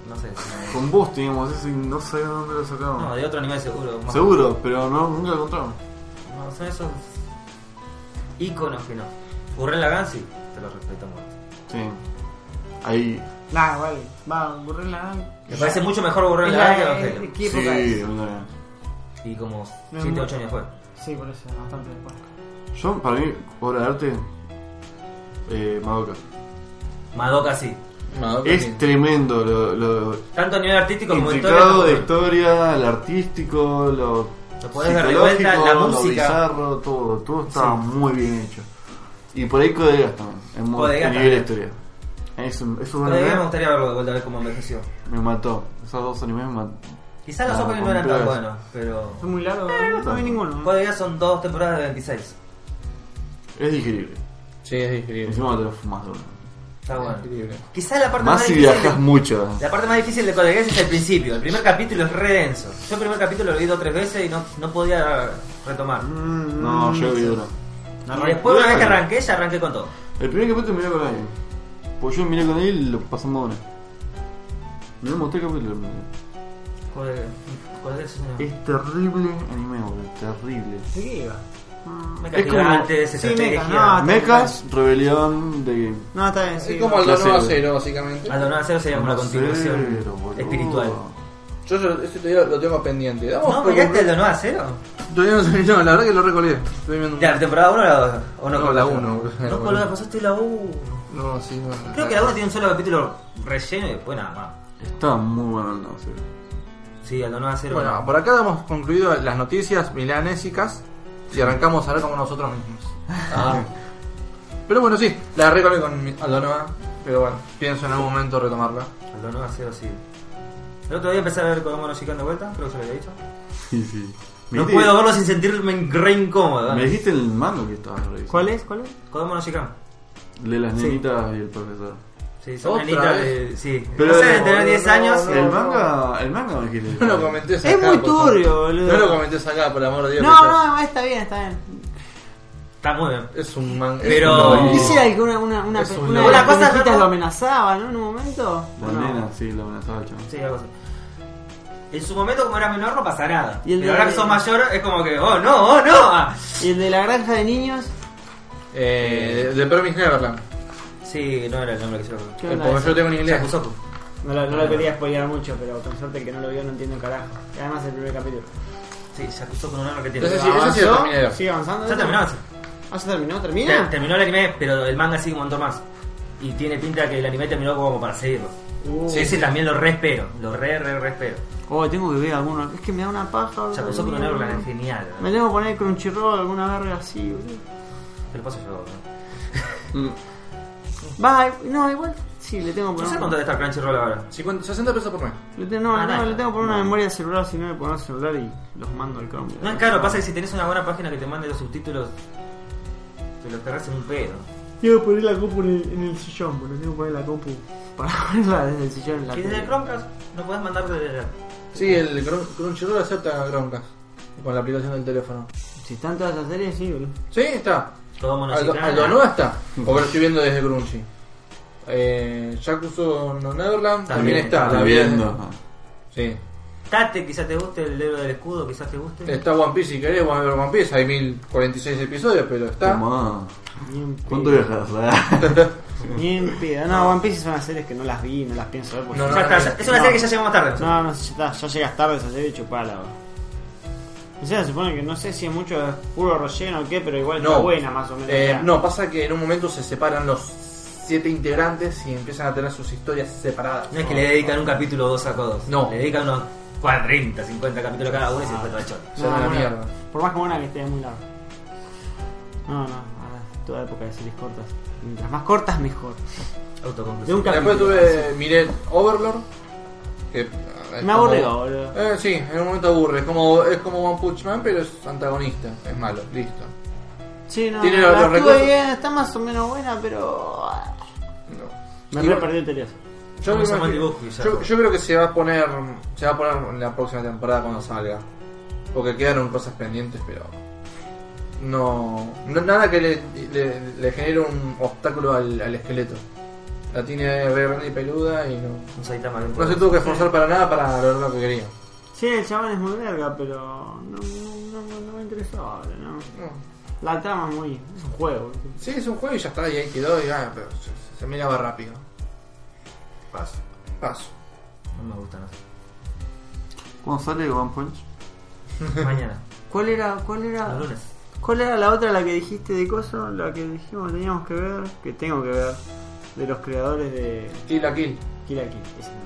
[SPEAKER 4] No sé.
[SPEAKER 1] Con vos teníamos ese y no sé de dónde lo sacamos.
[SPEAKER 4] No, de otro anime seguro. más-
[SPEAKER 1] Seguro, pero no, nunca lo encontramos.
[SPEAKER 4] No, son esos. íconos que no. Burren Lagansi, te lo respeto mucho.
[SPEAKER 1] Sí. Ahí.
[SPEAKER 3] Nah, vale. Va, burrela.
[SPEAKER 4] Me parece mucho mejor Borrón
[SPEAKER 3] Es
[SPEAKER 4] la que
[SPEAKER 3] la-
[SPEAKER 4] Evangelio.
[SPEAKER 3] ¿Qué
[SPEAKER 1] sí,
[SPEAKER 3] época es?
[SPEAKER 1] una-
[SPEAKER 4] Y como
[SPEAKER 3] No,
[SPEAKER 4] 7
[SPEAKER 3] no.
[SPEAKER 4] 8 años fue.
[SPEAKER 3] Sí, por eso, bastante después.
[SPEAKER 1] Yo, para mí, obra de arte. Eh, Madoka.
[SPEAKER 4] Madoka sí.
[SPEAKER 2] No,
[SPEAKER 1] Es tremendo lo, lo
[SPEAKER 4] Tanto a nivel artístico como
[SPEAKER 1] intricado de
[SPEAKER 4] histórico.
[SPEAKER 1] historia, el artístico, lo,
[SPEAKER 4] Lo podés ver de vuelta,
[SPEAKER 1] psicológico,
[SPEAKER 4] la
[SPEAKER 1] lo
[SPEAKER 4] música.
[SPEAKER 1] bizarro, todo, todo está muy bien hecho. Y por ahí Codegas también, en, mo-
[SPEAKER 4] Codegas
[SPEAKER 1] a nivel de
[SPEAKER 4] también.
[SPEAKER 1] historia. Es un, es un
[SPEAKER 4] Todavía me
[SPEAKER 1] anime,
[SPEAKER 4] gustaría verlo de vuelta a ver cómo envejeció.
[SPEAKER 1] me mató. Esos dos animes me mató.
[SPEAKER 4] Quizás los
[SPEAKER 1] Ah,
[SPEAKER 4] openings no eran tan
[SPEAKER 1] compras.
[SPEAKER 4] buenos, pero.
[SPEAKER 3] Es muy
[SPEAKER 4] Eh,
[SPEAKER 3] largo, no, no vi ninguno.
[SPEAKER 4] Todavía son dos temporadas de 26.
[SPEAKER 1] Es digerible.
[SPEAKER 2] Sí, es increíble.
[SPEAKER 1] Encima te lo fumas de una.
[SPEAKER 4] Está
[SPEAKER 3] Ah,
[SPEAKER 4] bueno. Quizás la parte
[SPEAKER 1] Más si
[SPEAKER 4] difícil de-
[SPEAKER 1] viajas mucho. eh.
[SPEAKER 4] La parte más difícil de Code Geass es el principio. El primer capítulo es re denso. Yo el primer capítulo lo vi dos o tres veces y no, no podía retomar.
[SPEAKER 3] Mm,
[SPEAKER 1] No,
[SPEAKER 4] Mm.
[SPEAKER 1] yo vi uno.
[SPEAKER 4] Y después, una vez que arranqué, ya arranqué con todo.
[SPEAKER 1] El primer capítulo miré con alguien. Pues yo miré con él y lo pasamos una. Miramos tres capítulos. miré.
[SPEAKER 4] Code Code Geass es una-
[SPEAKER 1] Es terrible anime, boludo. Terrible.
[SPEAKER 3] ¿De qué iba?
[SPEAKER 4] Mecas
[SPEAKER 1] Es como-
[SPEAKER 4] gigantes,
[SPEAKER 3] sí,
[SPEAKER 4] estrategia.
[SPEAKER 3] mecas, no,
[SPEAKER 1] Mechas, rebelión de.
[SPEAKER 3] No, está bien, sí.
[SPEAKER 2] Es como el
[SPEAKER 1] La
[SPEAKER 2] Dono a
[SPEAKER 1] serie.
[SPEAKER 3] Ah.
[SPEAKER 2] Cero, básicamente.
[SPEAKER 4] Aldonado Cero sería como una
[SPEAKER 1] Cero,
[SPEAKER 4] continuación
[SPEAKER 1] boludo.
[SPEAKER 4] espiritual.
[SPEAKER 2] Yo eso, eso todavía lo tengo pendiente. Vamos
[SPEAKER 4] ¿No
[SPEAKER 2] por
[SPEAKER 4] miraste
[SPEAKER 3] este
[SPEAKER 4] el
[SPEAKER 2] completo.
[SPEAKER 4] de Noah Cero?
[SPEAKER 2] Todavía no sé, no, la verdad que lo recolé. Estoy viendo un...
[SPEAKER 4] ¿La temporada 1 o la 2? ¿O no,
[SPEAKER 2] No, la 1.
[SPEAKER 4] No, boludo, la pasaste la 1.
[SPEAKER 2] No, sí, no.
[SPEAKER 4] Creo que la 1 tiene un solo capítulo relleno y después nada más.
[SPEAKER 1] Estaba muy bueno el no, sí.
[SPEAKER 4] Sí, el de Noah Cero.
[SPEAKER 2] Bueno, por acá hemos concluido las noticias milanésicas y arrancamos ahora con nosotros mismos.
[SPEAKER 4] Ah.
[SPEAKER 2] Pero bueno, sí, la recolé con mi- Aldonova, pero bueno, pienso en algún momento retomarla.
[SPEAKER 4] El de Noah Cero sí. El otro día empecé a ver Kodomo no Chican de vuelta, creo que se lo había dicho.
[SPEAKER 1] Sí, sí. Me
[SPEAKER 4] No
[SPEAKER 1] dijiste-
[SPEAKER 4] puedo verlo sin sentirme re incómodo.
[SPEAKER 1] Me
[SPEAKER 4] ¿eh?
[SPEAKER 1] dijiste el mando que estabas revisando.
[SPEAKER 3] ¿Cuál es? ¿Cuál es?
[SPEAKER 4] Kodomo no Chican.
[SPEAKER 1] De las nenitas y el profesor.
[SPEAKER 4] Sí, son
[SPEAKER 2] ¿Otra
[SPEAKER 4] nenitas
[SPEAKER 2] vez?
[SPEAKER 4] de- Sí.
[SPEAKER 1] Pero-
[SPEAKER 4] no sé, deben tener 10
[SPEAKER 2] no,
[SPEAKER 4] años.
[SPEAKER 2] no,
[SPEAKER 1] el
[SPEAKER 2] no.
[SPEAKER 1] manga, el manga me dijiste.
[SPEAKER 2] No lo comentes
[SPEAKER 3] Es
[SPEAKER 2] acá,
[SPEAKER 3] muy
[SPEAKER 2] por favor.
[SPEAKER 3] turbio, boludo.
[SPEAKER 2] No lo comentes acá, por amor de Dios. que
[SPEAKER 3] No, no, está bien, está bien.
[SPEAKER 4] Está muy bien.
[SPEAKER 2] ya- Es un manga.
[SPEAKER 4] Pero-
[SPEAKER 2] es un
[SPEAKER 3] ¿Qué era que una, una, una,
[SPEAKER 2] Es un
[SPEAKER 3] una,
[SPEAKER 2] lobo.
[SPEAKER 3] de las
[SPEAKER 4] Una cosa
[SPEAKER 3] conejitas
[SPEAKER 4] loco.
[SPEAKER 3] lo amenazaba, ¿no? En un momento.
[SPEAKER 1] La
[SPEAKER 3] ¿O no?
[SPEAKER 1] nena, sí, la amenazaba el chabón.
[SPEAKER 4] Sí, algo así. En su momento, como era menor, no pasa nada.
[SPEAKER 3] Y el
[SPEAKER 4] Pero
[SPEAKER 3] de-
[SPEAKER 4] ahora que sos mayor, es como que, oh no, oh no. Ah.
[SPEAKER 3] Y el de la granja de niños.
[SPEAKER 2] Eh, de, de Promised Neverland.
[SPEAKER 4] Sí, no era el nombre que yo recuerdo.
[SPEAKER 3] ¿Qué
[SPEAKER 2] Eh,
[SPEAKER 3] onda
[SPEAKER 2] Porque
[SPEAKER 3] ese?
[SPEAKER 2] yo tengo ni idea.
[SPEAKER 4] Yakusoku.
[SPEAKER 3] No lo, no lo quería spoilear mucho, pero con suerte el que no lo vio no entiende un carajo. Y además el primer capítulo.
[SPEAKER 4] Sí, Yakusoku no era lo que tiene.
[SPEAKER 2] Ese sí,
[SPEAKER 4] Ah,
[SPEAKER 2] ese sí lo terminé de ver.
[SPEAKER 3] ¿Sigue
[SPEAKER 4] Ya
[SPEAKER 3] avanzando? eso?
[SPEAKER 4] terminó. sí.
[SPEAKER 3] Ah, ya terminó,
[SPEAKER 4] Ter-
[SPEAKER 3] ¿termina?
[SPEAKER 4] Terminó el anime, pero el manga sigue un montón más. Y tiene pinta que el anime terminó como para seguirlo.
[SPEAKER 3] Uh.
[SPEAKER 4] Sí, ese también lo re espero. Lo re, re, re espero.
[SPEAKER 3] Oh, tengo que ver alguno. Es que me da una paja. boludo.
[SPEAKER 4] Yakusoku no era es genial. ¿no?
[SPEAKER 3] Me tengo que poner Crunchyroll alguna verga así, boludo.
[SPEAKER 4] Te lo paso yo. ¿no?
[SPEAKER 3] Va, eh, no, igual. Sí, le tengo
[SPEAKER 4] No
[SPEAKER 3] que
[SPEAKER 4] sé
[SPEAKER 3] poner.
[SPEAKER 4] cuánto debe estar Crunchyroll ahora.
[SPEAKER 2] 50 60 pesos por mes.
[SPEAKER 3] Le tengo, no,
[SPEAKER 4] Ah,
[SPEAKER 3] no,
[SPEAKER 4] no,
[SPEAKER 3] le tengo que poner una
[SPEAKER 4] no.
[SPEAKER 3] memoria celular, si no le pongo celular y los mando al Chrome.
[SPEAKER 4] No es caro, pasa que si tenés una buena página que te mande los subtítulos, te los cargas en un pedo.
[SPEAKER 3] Tengo que poner la compu en el, en el sillón, boludo. Tengo que poner la compu para ponerla desde el sillón en la
[SPEAKER 4] Y desde
[SPEAKER 3] tele.
[SPEAKER 4] el Chromecast no podés mandar desde
[SPEAKER 2] Sí, el Crun- Crunchyroll acepta Chromecast con la aplicación del teléfono.
[SPEAKER 3] Si están todas las series, sí, boludo.
[SPEAKER 2] Sí, está.
[SPEAKER 4] todo
[SPEAKER 2] Aldo,
[SPEAKER 4] monociclada.
[SPEAKER 2] Aldo Nova está. O lo estoy viendo desde Crunchy. Eh, Yakuso no Neverland también, está.
[SPEAKER 1] Está
[SPEAKER 2] la vi
[SPEAKER 1] viendo. ajá.
[SPEAKER 2] desde- Sí.
[SPEAKER 4] Tate, quizás te guste el héroe del escudo, quizás te guste.
[SPEAKER 2] Está One Piece, si querés, vamos a ver One Piece. Hay 1046 episodios, pero está.
[SPEAKER 1] Tomá.
[SPEAKER 3] Ni en
[SPEAKER 1] ¿Cuánto
[SPEAKER 3] pedo.
[SPEAKER 1] viajas? Ah,
[SPEAKER 3] Ni en pedo. No, One Piece son las series que no las vi, no las pienso ver. porque-
[SPEAKER 2] No,
[SPEAKER 3] No,
[SPEAKER 2] no.
[SPEAKER 3] no,
[SPEAKER 4] Ya está, ya- es una
[SPEAKER 3] No.
[SPEAKER 4] serie que ya llegamos tarde.
[SPEAKER 3] no, ya, está, ya llegas tarde esa serie y chupala, boludo. O sea, se supone que no sé si es mucho es puro relleno o qué, pero igual está buena más o menos.
[SPEAKER 2] Eh,
[SPEAKER 3] ya.
[SPEAKER 2] no, pasa que en un momento se separan los siete integrantes y empiezan a tener sus historias separadas.
[SPEAKER 4] No es que le dedican un capítulo dos a dos.
[SPEAKER 2] No.
[SPEAKER 4] Le dedican unos 40, 50 capítulos cada uno y se fue todo el chorro.
[SPEAKER 2] Se van a la
[SPEAKER 3] bueno,
[SPEAKER 2] mierda.
[SPEAKER 3] Por más que buena que esté, es muy larga. No, no, ahora toda época de series cortas. Mientras más cortas, mejor. De un
[SPEAKER 4] Autoconclusivo.
[SPEAKER 2] Después
[SPEAKER 3] capítulo.
[SPEAKER 2] tuve Miré Overlord. Que, ah, es
[SPEAKER 3] Me
[SPEAKER 2] como-
[SPEAKER 3] aburrió, boludo.
[SPEAKER 2] Eh, sí, en un momento aburre. Es como, es como One Punch Man, pero es antagonista. Es malo, listo.
[SPEAKER 3] Sí, no,
[SPEAKER 2] Tiene
[SPEAKER 3] no,
[SPEAKER 2] los-
[SPEAKER 3] la
[SPEAKER 2] los
[SPEAKER 3] estuve
[SPEAKER 2] recursos.
[SPEAKER 3] bien, está más o menos buena, pero. ah,
[SPEAKER 2] No.
[SPEAKER 3] Me
[SPEAKER 2] Y
[SPEAKER 3] re
[SPEAKER 2] bueno,
[SPEAKER 3] perdí el teléfono.
[SPEAKER 2] Yo,
[SPEAKER 4] No
[SPEAKER 2] me
[SPEAKER 4] se llama el
[SPEAKER 2] imagino-
[SPEAKER 4] dibujo y ya
[SPEAKER 2] yo,
[SPEAKER 4] está.
[SPEAKER 2] yo creo que se va a poner se va a poner en la próxima temporada cuando salga. Porque quedaron cosas pendientes, pero no, no- nada que le, le, le genere un obstáculo al, al esqueleto. La tiene re grande y peluda y no,
[SPEAKER 4] Un Saitama bien
[SPEAKER 2] no se
[SPEAKER 4] poderoso.
[SPEAKER 2] tuvo que esforzar para nada para lograr lo que quería.
[SPEAKER 3] Sí, el chabón es muy verga, pero. No, no, no, no me interesaba, boludo, ¿no?
[SPEAKER 2] No.
[SPEAKER 3] La trama es muy. Es un juego. boludo.
[SPEAKER 2] Sí, es un juego y ya está, y ahí quedó, y ah, pero se, se miraba rápido. Paso. Paso.
[SPEAKER 4] No me gusta, no.
[SPEAKER 1] ¿Cuándo sale One Punch?
[SPEAKER 4] Mañana.
[SPEAKER 3] ¿Cuál era, cuál
[SPEAKER 4] Los
[SPEAKER 3] era,
[SPEAKER 4] lunes.
[SPEAKER 3] cuál era la otra, la que dijiste de coso? La que dijimos que teníamos que ver, que tengo que ver, de los creadores de
[SPEAKER 2] Kill a kill.
[SPEAKER 3] Kill la Kill. Esa no era.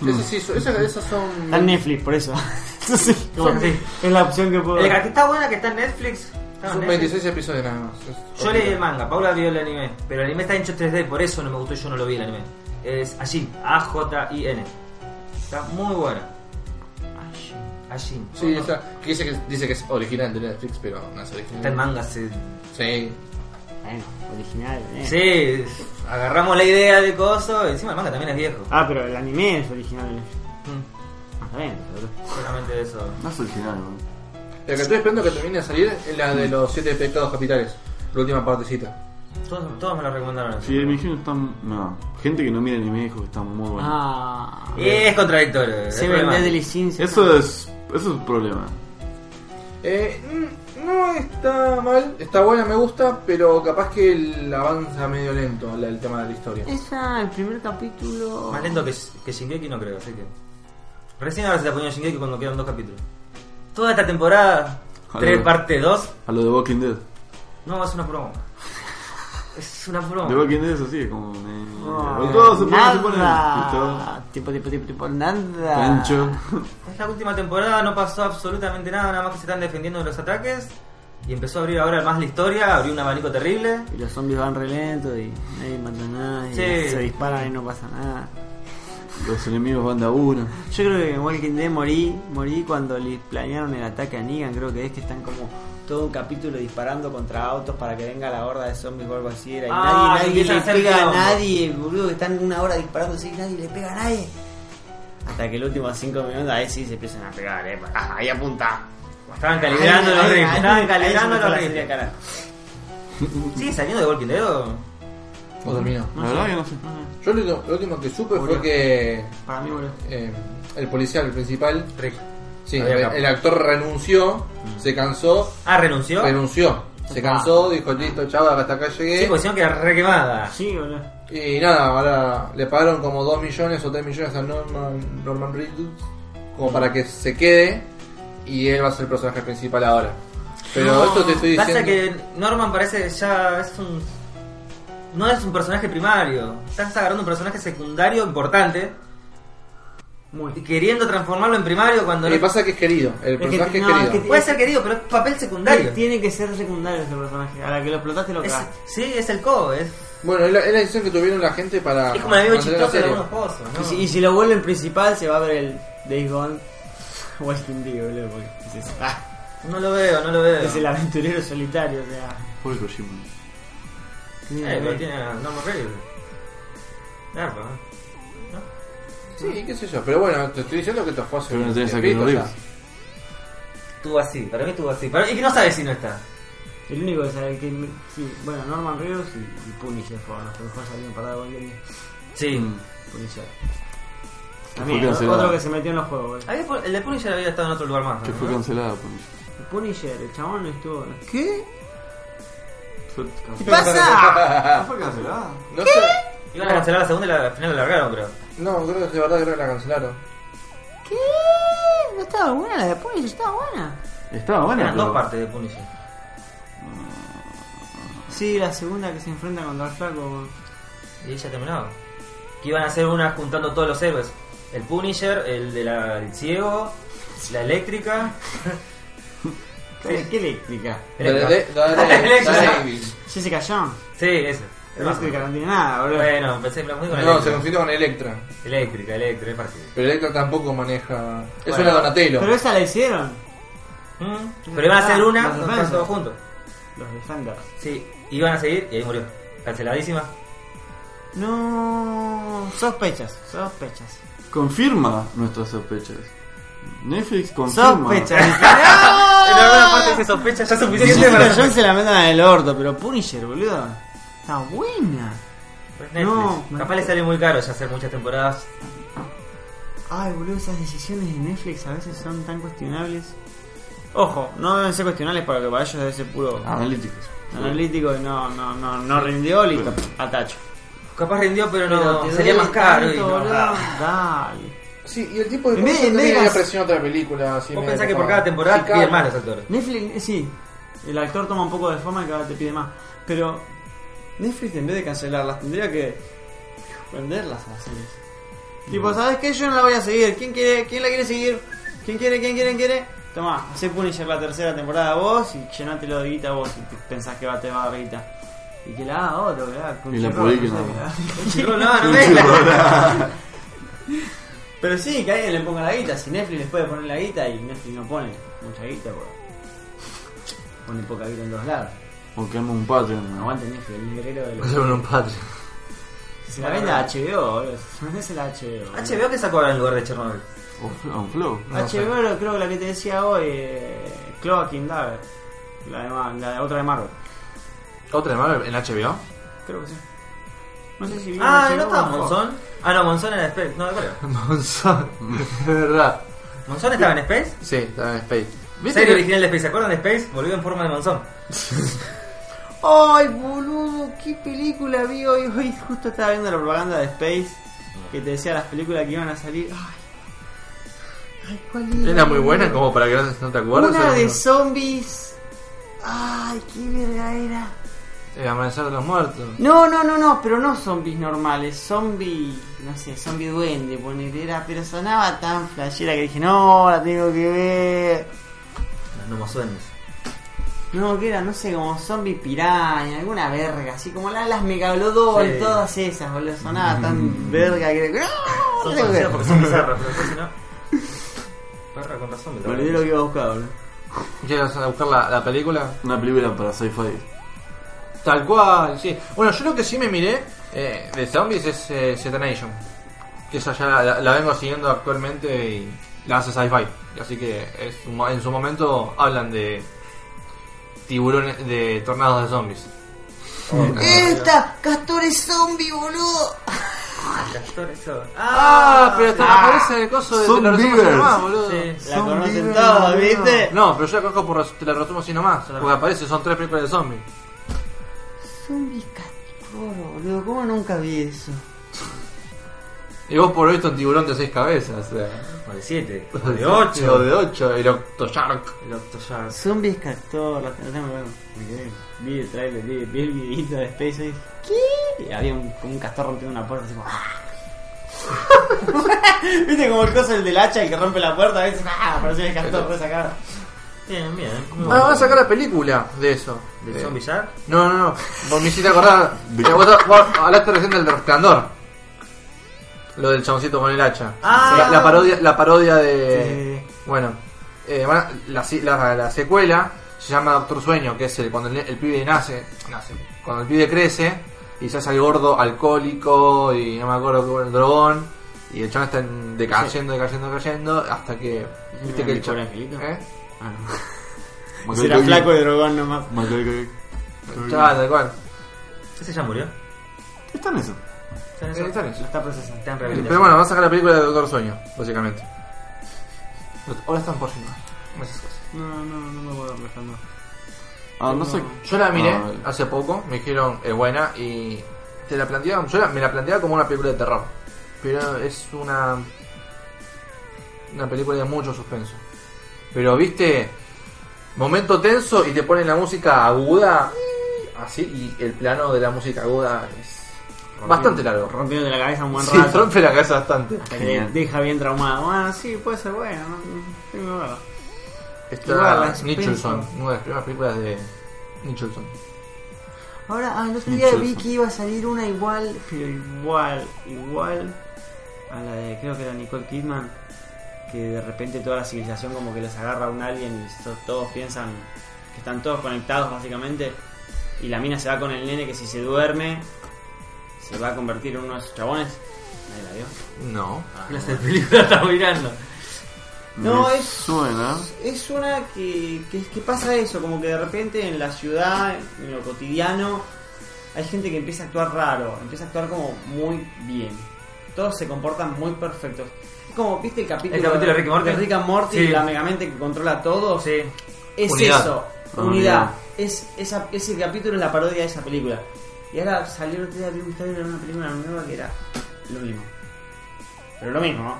[SPEAKER 2] Mm. Ese sí, so- esas, esas son.
[SPEAKER 3] Está en Netflix, por eso. Entonces,
[SPEAKER 4] Bueno, sí.
[SPEAKER 3] es la opción que puedo.
[SPEAKER 4] El que está buena que está en Netflix. Está en
[SPEAKER 2] Son
[SPEAKER 4] Netflix.
[SPEAKER 2] 26 episodios nada más. Es
[SPEAKER 4] Yo leí el manga, Paula vio el anime, pero el anime está hecho 3D, por eso no me gustó y yo no lo vi el anime. Es Ajin, A-J-I-N. Está muy buena. Ajin.
[SPEAKER 2] Sí, esa, que dice que, dice que es original de Netflix, pero no es original.
[SPEAKER 4] Está en manga, se...
[SPEAKER 2] Sí.
[SPEAKER 3] Bueno, original. eh.
[SPEAKER 4] Sí, agarramos la idea de coso, encima el manga también es viejo.
[SPEAKER 3] Ah, pero el anime es original.
[SPEAKER 4] Mm,
[SPEAKER 3] Ah, Está bien, boludo.
[SPEAKER 4] Solamente eso.
[SPEAKER 1] No es original, bro.
[SPEAKER 2] La que estoy esperando que termine de salir es la de los siete pecados capitales. La última partecita.
[SPEAKER 4] Todos, todos me lo recomendaron.
[SPEAKER 1] Sí, me dijeron que está. No, gente que no mira anime dijo que está muy bueno.
[SPEAKER 3] Ah.
[SPEAKER 4] Y es
[SPEAKER 3] Eh,
[SPEAKER 4] contradictorio.
[SPEAKER 3] Se
[SPEAKER 4] es problemático.
[SPEAKER 3] Deadly Sins.
[SPEAKER 1] Eso es. Eso es un problema.
[SPEAKER 2] Eh, mm, no está mal, está buena, me gusta, pero capaz que el- avanza medio lento la- el tema de la historia.
[SPEAKER 3] Esa, el primer capítulo.
[SPEAKER 4] Más lento que, que Shingeki no creo, así que. Recién ahora se está poniendo Shingeki cuando quedan dos capítulos. Toda esta temporada,
[SPEAKER 1] Joder.
[SPEAKER 4] 3 parte 2,
[SPEAKER 1] A lo de Walking Dead.
[SPEAKER 4] no, es una broma. Es una
[SPEAKER 1] De
[SPEAKER 4] broma.
[SPEAKER 1] Walking Dead es así, como. eh,
[SPEAKER 3] Ah,
[SPEAKER 1] todo se pone, se pone.
[SPEAKER 3] nada. Ah. Tipo, tipo, tipo, tipo, nada.
[SPEAKER 1] Pancho.
[SPEAKER 4] Es la última temporada, no pasó absolutamente nada, nada más que se están defendiendo de los ataques. Y empezó a abrir ahora más la historia, abrió un abanico terrible.
[SPEAKER 3] Y los zombies van re lento y nadie mata a nadie.
[SPEAKER 4] Sí.
[SPEAKER 3] Se disparan y no pasa nada.
[SPEAKER 1] Los enemigos van de a uno.
[SPEAKER 3] Yo creo que en Walking Dead morí, morí cuando le planearon el ataque a Negan, creo que es que están como todo un capítulo disparando contra autos para que venga la horda de zombies o algo así. Era, y
[SPEAKER 4] Ah, y
[SPEAKER 3] nadie, nadie
[SPEAKER 4] empiezan a
[SPEAKER 3] le
[SPEAKER 4] hacer
[SPEAKER 3] pega a
[SPEAKER 4] quilombo.
[SPEAKER 3] nadie, boludo, que están una hora disparando así, nadie le pega a nadie. Hasta que el último cinco minutos, ahí sí se empiezan a pegar, eh, ah, ahí apunta.
[SPEAKER 4] Estaban calibrando
[SPEAKER 3] Ahí,
[SPEAKER 4] los
[SPEAKER 3] ahí,
[SPEAKER 4] rifles,
[SPEAKER 3] ahí,
[SPEAKER 4] estaban
[SPEAKER 3] ahí se me
[SPEAKER 4] calibrando
[SPEAKER 3] fue la
[SPEAKER 4] los
[SPEAKER 3] serie al
[SPEAKER 4] rifles.
[SPEAKER 3] carajo.
[SPEAKER 4] ¿Sigue saliendo de Walking Dead o...?
[SPEAKER 2] O terminó.
[SPEAKER 1] La verdad que no sé.
[SPEAKER 2] Yo lo, lo último que supe
[SPEAKER 3] Murió.
[SPEAKER 2] fue que
[SPEAKER 3] Para mí, boludo.
[SPEAKER 2] eh, el policial, el principal,
[SPEAKER 4] Rick.
[SPEAKER 2] sí,
[SPEAKER 4] Había Mm.
[SPEAKER 2] el,
[SPEAKER 4] capo.
[SPEAKER 2] el actor renunció, se cansó,
[SPEAKER 4] Ah, ¿renunció?
[SPEAKER 2] renunció, se cansó, dijo listo, chaval, hasta acá llegué.
[SPEAKER 4] Sí, pues. porque si no queda re quemada.
[SPEAKER 3] Sí, boludo.
[SPEAKER 2] Y nada, ahora le pagaron como 2 millones o 3 millones a Norman, Norman Reedus como para que se quede y él va a ser el personaje principal ahora. Pero esto te estoy diciendo. eh,
[SPEAKER 4] Pasa que Norman parece ya es un... No es un personaje primario. Estás agarrando un personaje secundario importante. Y queriendo transformarlo en primario cuando...
[SPEAKER 2] Lo que pasa que es querido, el
[SPEAKER 3] que-
[SPEAKER 2] personaje es
[SPEAKER 3] no,
[SPEAKER 2] querido.
[SPEAKER 3] es que-
[SPEAKER 4] Puede ser querido, pero es papel secundario.
[SPEAKER 3] Tiene que ser secundario ese personaje. A la que lo explotaste lo
[SPEAKER 4] Es-
[SPEAKER 3] cagaste.
[SPEAKER 4] sí, es el co. Es,
[SPEAKER 2] Bueno, es la, es la decisión que tuvieron la gente para.
[SPEAKER 4] es como el amigo
[SPEAKER 2] mantener la
[SPEAKER 4] chistoso de
[SPEAKER 2] serie.
[SPEAKER 4] algunos pozos, ¿no?
[SPEAKER 3] Y, si, y si lo vuelven principal, se va a ver el Days Gone Walking Dead, boludo. Porque es, eso. Ah,
[SPEAKER 4] No lo veo, no lo veo.
[SPEAKER 3] es el aventurero solitario, o sea.
[SPEAKER 1] Pobre Kojima.
[SPEAKER 4] Eh, pero tiene a Norman Reedus. eh. Garpa, ¿no?
[SPEAKER 2] Sí, qué sé yo, pero bueno, te estoy diciendo que esto fue hace
[SPEAKER 1] Pero no tenés a Keanu
[SPEAKER 2] tiempito, o sea.
[SPEAKER 1] Reeves.
[SPEAKER 4] Estuvo así, para mí estuvo así. Para y que no sabes si no está.
[SPEAKER 3] El único que sabe que. Sí, bueno, Norman Reedus y, y Punisher fueron los que mejor salieron para dar Walking Dead.
[SPEAKER 4] Sí.
[SPEAKER 3] Punisher.
[SPEAKER 1] Que fue
[SPEAKER 3] También, otro,
[SPEAKER 1] cancelado.
[SPEAKER 3] que se metió en los juegos, eh. boludo.
[SPEAKER 4] Había- el de Punisher había estado en otro lugar más.
[SPEAKER 1] Que
[SPEAKER 4] ¿no?
[SPEAKER 1] fue cancelada por mí.
[SPEAKER 3] Punisher, el chabón no estuvo.
[SPEAKER 1] ¿Qué? Fue
[SPEAKER 3] ¿Qué pasa?
[SPEAKER 1] cancelada. Fue cancelada.
[SPEAKER 2] No sé.
[SPEAKER 4] Iban a cancelar la segunda y la, al final la largaron, creo.
[SPEAKER 3] Ah,
[SPEAKER 2] No, creo que de verdad creo que la cancelaron.
[SPEAKER 3] ¿Qué? No estaba buena la de Punisher, estaba buena.
[SPEAKER 1] Estaba buena,
[SPEAKER 4] Eran dos
[SPEAKER 1] pero.
[SPEAKER 4] partes de Punisher.
[SPEAKER 3] Sí, la segunda que se enfrenta contra el flaco. boludo.
[SPEAKER 4] Y ella terminaba. Que iban a hacer una juntando todos los héroes. El Punisher, el de la el ciego, la eléctrica.
[SPEAKER 3] ¿Qué eléctrica?
[SPEAKER 4] Electra.
[SPEAKER 2] Dale- dale-
[SPEAKER 4] Electra.
[SPEAKER 2] dale-
[SPEAKER 3] Jessica Jones.
[SPEAKER 4] Sí, ese.
[SPEAKER 3] Eléctrica no tiene nada, boludo.
[SPEAKER 4] Bueno, empecé muy con
[SPEAKER 2] No, se
[SPEAKER 4] eléctrica.
[SPEAKER 2] confundió con Electra.
[SPEAKER 4] eléctrica, eléctrica, es partido.
[SPEAKER 2] Pero Electra tampoco maneja. Es
[SPEAKER 4] Bueno.
[SPEAKER 2] una Donatello.
[SPEAKER 3] Pero esa la hicieron
[SPEAKER 4] Mm, Pero iban a hacer una
[SPEAKER 3] Las
[SPEAKER 4] con
[SPEAKER 3] defensas.
[SPEAKER 4] todos juntos.
[SPEAKER 3] los de Sanders.
[SPEAKER 4] Sí, iban a seguir y ahí murió. Canceladísima.
[SPEAKER 3] No. Sospechas, sospechas.
[SPEAKER 1] Confirma nuestras sospechas. Netflix confirma.
[SPEAKER 3] Sospechas. Ah.
[SPEAKER 4] En alguna parte se sospecha ya suficiente
[SPEAKER 3] Jessica
[SPEAKER 4] para.
[SPEAKER 3] Jones se la metan en el orto, pero Punisher, boludo. Está buena.
[SPEAKER 4] Pues Netflix.
[SPEAKER 3] No, me
[SPEAKER 4] Capaz
[SPEAKER 3] acuerdo.
[SPEAKER 4] le sale muy caro ya hacer muchas temporadas.
[SPEAKER 3] Ay, boludo, esas decisiones de Netflix a veces son tan cuestionables. Ojo, no deben ser cuestionables porque para ellos debe ser puro
[SPEAKER 1] Analíticos.
[SPEAKER 3] analítico y no, no, no, no rindió, listo, atacho.
[SPEAKER 4] Capaz rindió, pero no.
[SPEAKER 3] Pero te
[SPEAKER 4] sería
[SPEAKER 3] duele
[SPEAKER 4] más caro. y
[SPEAKER 3] tanto,
[SPEAKER 4] no.
[SPEAKER 3] boludo.
[SPEAKER 4] Ah.
[SPEAKER 3] Dale.
[SPEAKER 2] Sí, y el tipo de
[SPEAKER 3] En vez-
[SPEAKER 2] producción
[SPEAKER 3] en vez
[SPEAKER 2] también
[SPEAKER 3] de
[SPEAKER 2] le
[SPEAKER 3] las-
[SPEAKER 2] presiona otra película. Así
[SPEAKER 4] Vos
[SPEAKER 2] medio
[SPEAKER 4] pensás que
[SPEAKER 2] como-
[SPEAKER 4] por cada temporada
[SPEAKER 2] Sí, cada-
[SPEAKER 4] piden más los actores.
[SPEAKER 3] Netflix, eh, sí, el actor toma un poco de fama y cada vez te pide más. Pero Netflix en vez de cancelarlas tendría que venderlas a las series. Tipo, ¿sabes qué? Yo no la voy a seguir. ¿Quién quiere? ¿Quién la quiere seguir? ¿Quién quiere? ¿Quién quiere? ¿Quién quiere? Tomá, hacé Punisher la tercera temporada vos y llenátelo de guita vos si te- pensás que va, te va a dar guita. Y que la haga otro, que la haga con
[SPEAKER 1] Y la
[SPEAKER 3] Chirrón,
[SPEAKER 1] publiquen,
[SPEAKER 3] sé,
[SPEAKER 1] ¿no?
[SPEAKER 3] que la-
[SPEAKER 4] No, no, no venga.
[SPEAKER 3] Pero sí, que alguien le ponga la guita. Si Netflix les puede poner la guita y Netflix no pone mucha guita, pues. Pone poca guita en todos lados.
[SPEAKER 1] O que arme un Patreon. ¿no?
[SPEAKER 3] Aguante Netflix, el negrero de los.
[SPEAKER 2] Hacer un padre.
[SPEAKER 3] Se la vende a HBO, boludo. Se la vende a la HBO. boludo.
[SPEAKER 4] HBO que sacó ahora en lugar de Chernobyl.
[SPEAKER 1] O fl- a un flow.
[SPEAKER 3] HBO, lo- creo que la que te decía hoy, eh, Cloaking Dagger. La, de, Ma- la de- otra de Marvel.
[SPEAKER 2] ¿Otra de Marvel en HBO?
[SPEAKER 3] Creo que sí. No sé si vi
[SPEAKER 4] Ah,
[SPEAKER 3] en
[SPEAKER 4] ¿no
[SPEAKER 3] HBO
[SPEAKER 4] estaba
[SPEAKER 3] o en Fox.
[SPEAKER 4] Monzón? Ah, no, Monzón era de Space. No, de acuerdo.
[SPEAKER 2] Monzón. De verdad.
[SPEAKER 4] ¿Monzón estaba en Space?
[SPEAKER 2] Sí, estaba en Space.
[SPEAKER 1] ¿Viste
[SPEAKER 4] Serie
[SPEAKER 1] que-
[SPEAKER 4] original de Space, ¿se acuerdan de Space? Volvió en forma de monzón.
[SPEAKER 3] ¡Ay, boludo! ¡Qué película vi hoy! Hoy justo estaba viendo la propaganda de Space que te decía las películas que iban a salir. ¡Ay! Ay, ¿cuál era?
[SPEAKER 2] Era muy buena como para que no- no te acuerdes.
[SPEAKER 3] Una
[SPEAKER 2] era
[SPEAKER 3] de
[SPEAKER 2] una-
[SPEAKER 3] zombies. ¡Ay, qué verga era!
[SPEAKER 2] El amanecer de los muertos.
[SPEAKER 3] No, no, no, no, pero no zombies normales, zombie, no sé, zombie duende, ponele, era, pero sonaba tan flashera que dije, no, la tengo que ver.
[SPEAKER 4] Los nomosueños.
[SPEAKER 3] No, que era, no sé, como zombie piraña, alguna verga, así como la, las megalodon,
[SPEAKER 4] Sí.
[SPEAKER 3] todas esas, boludo, sonaba
[SPEAKER 2] Mm.
[SPEAKER 3] tan verga que era, no,
[SPEAKER 4] Son
[SPEAKER 3] la tengo que ver.
[SPEAKER 4] conocidos porque son bizarros, pero después si no. Perra con razón, me lo
[SPEAKER 3] Olvidé lo que iba a buscar, boludo.
[SPEAKER 2] ¿Quieres vas a buscar la, la película?
[SPEAKER 1] Una película para sci-fi.
[SPEAKER 2] Tal cual, sí. Bueno, yo lo que sí me miré eh, de zombies es eh, Zetanation. Que esa ya la- la, la vengo siguiendo actualmente y la hace sci-fi. Así que es un mo- en su momento hablan de tiburones, de tornados de zombies.
[SPEAKER 4] Oh,
[SPEAKER 3] ¡Esta! ¡Castores zombie, boludo!
[SPEAKER 4] Castor, eso.
[SPEAKER 2] Ah, pero te aparece el coso de
[SPEAKER 1] Son
[SPEAKER 2] te lo resumo así
[SPEAKER 1] beavers.
[SPEAKER 2] nomás, boludo.
[SPEAKER 3] La
[SPEAKER 1] Zombie
[SPEAKER 3] conocen
[SPEAKER 1] verga,
[SPEAKER 3] todos,
[SPEAKER 1] boludo.
[SPEAKER 3] ¿viste?
[SPEAKER 2] No, pero yo la conozco por res- te la resumo así nomás. Porque aparece, son tres películas de zombies.
[SPEAKER 3] Zombie castor, boludo, ¿cómo nunca vi eso?
[SPEAKER 2] Y vos por esto un tiburón de seis cabezas. O sea.
[SPEAKER 4] O de 7, o de 8.
[SPEAKER 2] O de 8, el Octoshark.
[SPEAKER 4] El Octoshark.
[SPEAKER 3] Zombies Castor, la tengo que ver. Vi el trailer, vi, vi el videito de Space Ace. ¿Qué? Y había un, como un castor rompiendo una puerta así como. ¡ah! ¿Viste como el coso el del hacha el que rompe la puerta? A veces ¡ah! apareció el castor resacado.
[SPEAKER 4] Bien, bien. ¿Cómo
[SPEAKER 2] Ah, van a sacar la película de eso.
[SPEAKER 4] ¿Del
[SPEAKER 2] Eh,
[SPEAKER 4] Zombie Shark?
[SPEAKER 2] No, no, no. Vos me hiciste acordar. eh, vos, vos hablaste recién del resplandor. Lo del chaboncito con el hacha.
[SPEAKER 4] Ah.
[SPEAKER 2] la, la parodia, la parodia de.
[SPEAKER 3] Sí, sí,
[SPEAKER 2] Bueno, eh, van a- la, si- la- la secuela se llama Doctor Sueño, que es el, cuando el, el pibe nace, nace. Cuando el pibe crece y se hace el gordo alcohólico y no me acuerdo cómo, el drogón. Y el chabón está en- decayendo, decayendo, decayendo. Hasta que.
[SPEAKER 3] ¿Era mi pobre angelito?
[SPEAKER 2] ¿Eh?
[SPEAKER 3] Ah, no.
[SPEAKER 1] Macaulay
[SPEAKER 3] Ese era
[SPEAKER 1] Culkin.
[SPEAKER 3] flaco de dragón nomás.
[SPEAKER 1] Macaulay Culkin.
[SPEAKER 2] Ya, tal cual.
[SPEAKER 4] Ese ya murió.
[SPEAKER 1] ¿Qué está en eso?
[SPEAKER 4] Está en
[SPEAKER 2] Eh,
[SPEAKER 4] eso.
[SPEAKER 2] está bien.
[SPEAKER 3] Lo está procesando.
[SPEAKER 4] Está en
[SPEAKER 2] Pero
[SPEAKER 4] rehabilitación.
[SPEAKER 2] bueno, van a sacar la película de Doctor Sueño, básicamente. Ahora están por filmar. Esas cosas.
[SPEAKER 3] No, no, no me puedo reflejar
[SPEAKER 1] Ah, no sé.
[SPEAKER 2] Yo la miré
[SPEAKER 1] Ah, vale.
[SPEAKER 2] hace poco, me dijeron es buena y te la planteaban, yo la- me la planteaba como una película de terror, pero es una una película de mucho suspenso. Pero viste momento tenso y te ponen la música aguda así y el plano de la música aguda es bastante largo.
[SPEAKER 3] Rompiendo la cabeza un buen
[SPEAKER 2] Sí,
[SPEAKER 3] rato.
[SPEAKER 2] rompe la cabeza bastante.
[SPEAKER 3] Hasta que te deja bien traumado. Bueno, sí, puede ser bueno. No, no tengo nada. Igual,
[SPEAKER 2] Está
[SPEAKER 3] la
[SPEAKER 2] Nicholson,
[SPEAKER 3] suspenso.
[SPEAKER 2] una de las primeras películas de Nicholson.
[SPEAKER 3] Ahora, ah, el otro
[SPEAKER 1] Mucho
[SPEAKER 3] día vi
[SPEAKER 1] eso.
[SPEAKER 3] que iba a salir una igual, pero igual, igual a la de, creo que era Nicole Kidman, que de repente toda la civilización como que les agarra un alien y to- todos piensan que están todos conectados básicamente, y la mina se va con el nene que si se duerme se va a convertir en uno de esos chabones. Nadie la vio.
[SPEAKER 2] No.
[SPEAKER 4] Clase de Ah, película está mirando.
[SPEAKER 3] No,
[SPEAKER 1] Me
[SPEAKER 3] es-
[SPEAKER 1] Suena.
[SPEAKER 3] Es una que, que, que pasa eso, como que de repente en la ciudad, en lo cotidiano, hay gente que empieza a actuar raro, empieza a actuar como muy bien. Todos se comportan muy perfectos. Es como, ¿viste el capítulo,
[SPEAKER 4] El capítulo de Rick y Morty?
[SPEAKER 3] Rick and Morty,
[SPEAKER 4] Sí.
[SPEAKER 3] la megamente que controla todo?
[SPEAKER 4] Sí.
[SPEAKER 3] Es
[SPEAKER 2] Unidad.
[SPEAKER 3] eso,
[SPEAKER 1] Ah,
[SPEAKER 3] unidad.
[SPEAKER 1] unidad.
[SPEAKER 3] Es, esa, ese capítulo es la parodia de esa película. Y ahora salió el otro día, vi un trailer de una película nueva que era lo mismo. Pero lo mismo, ¿no?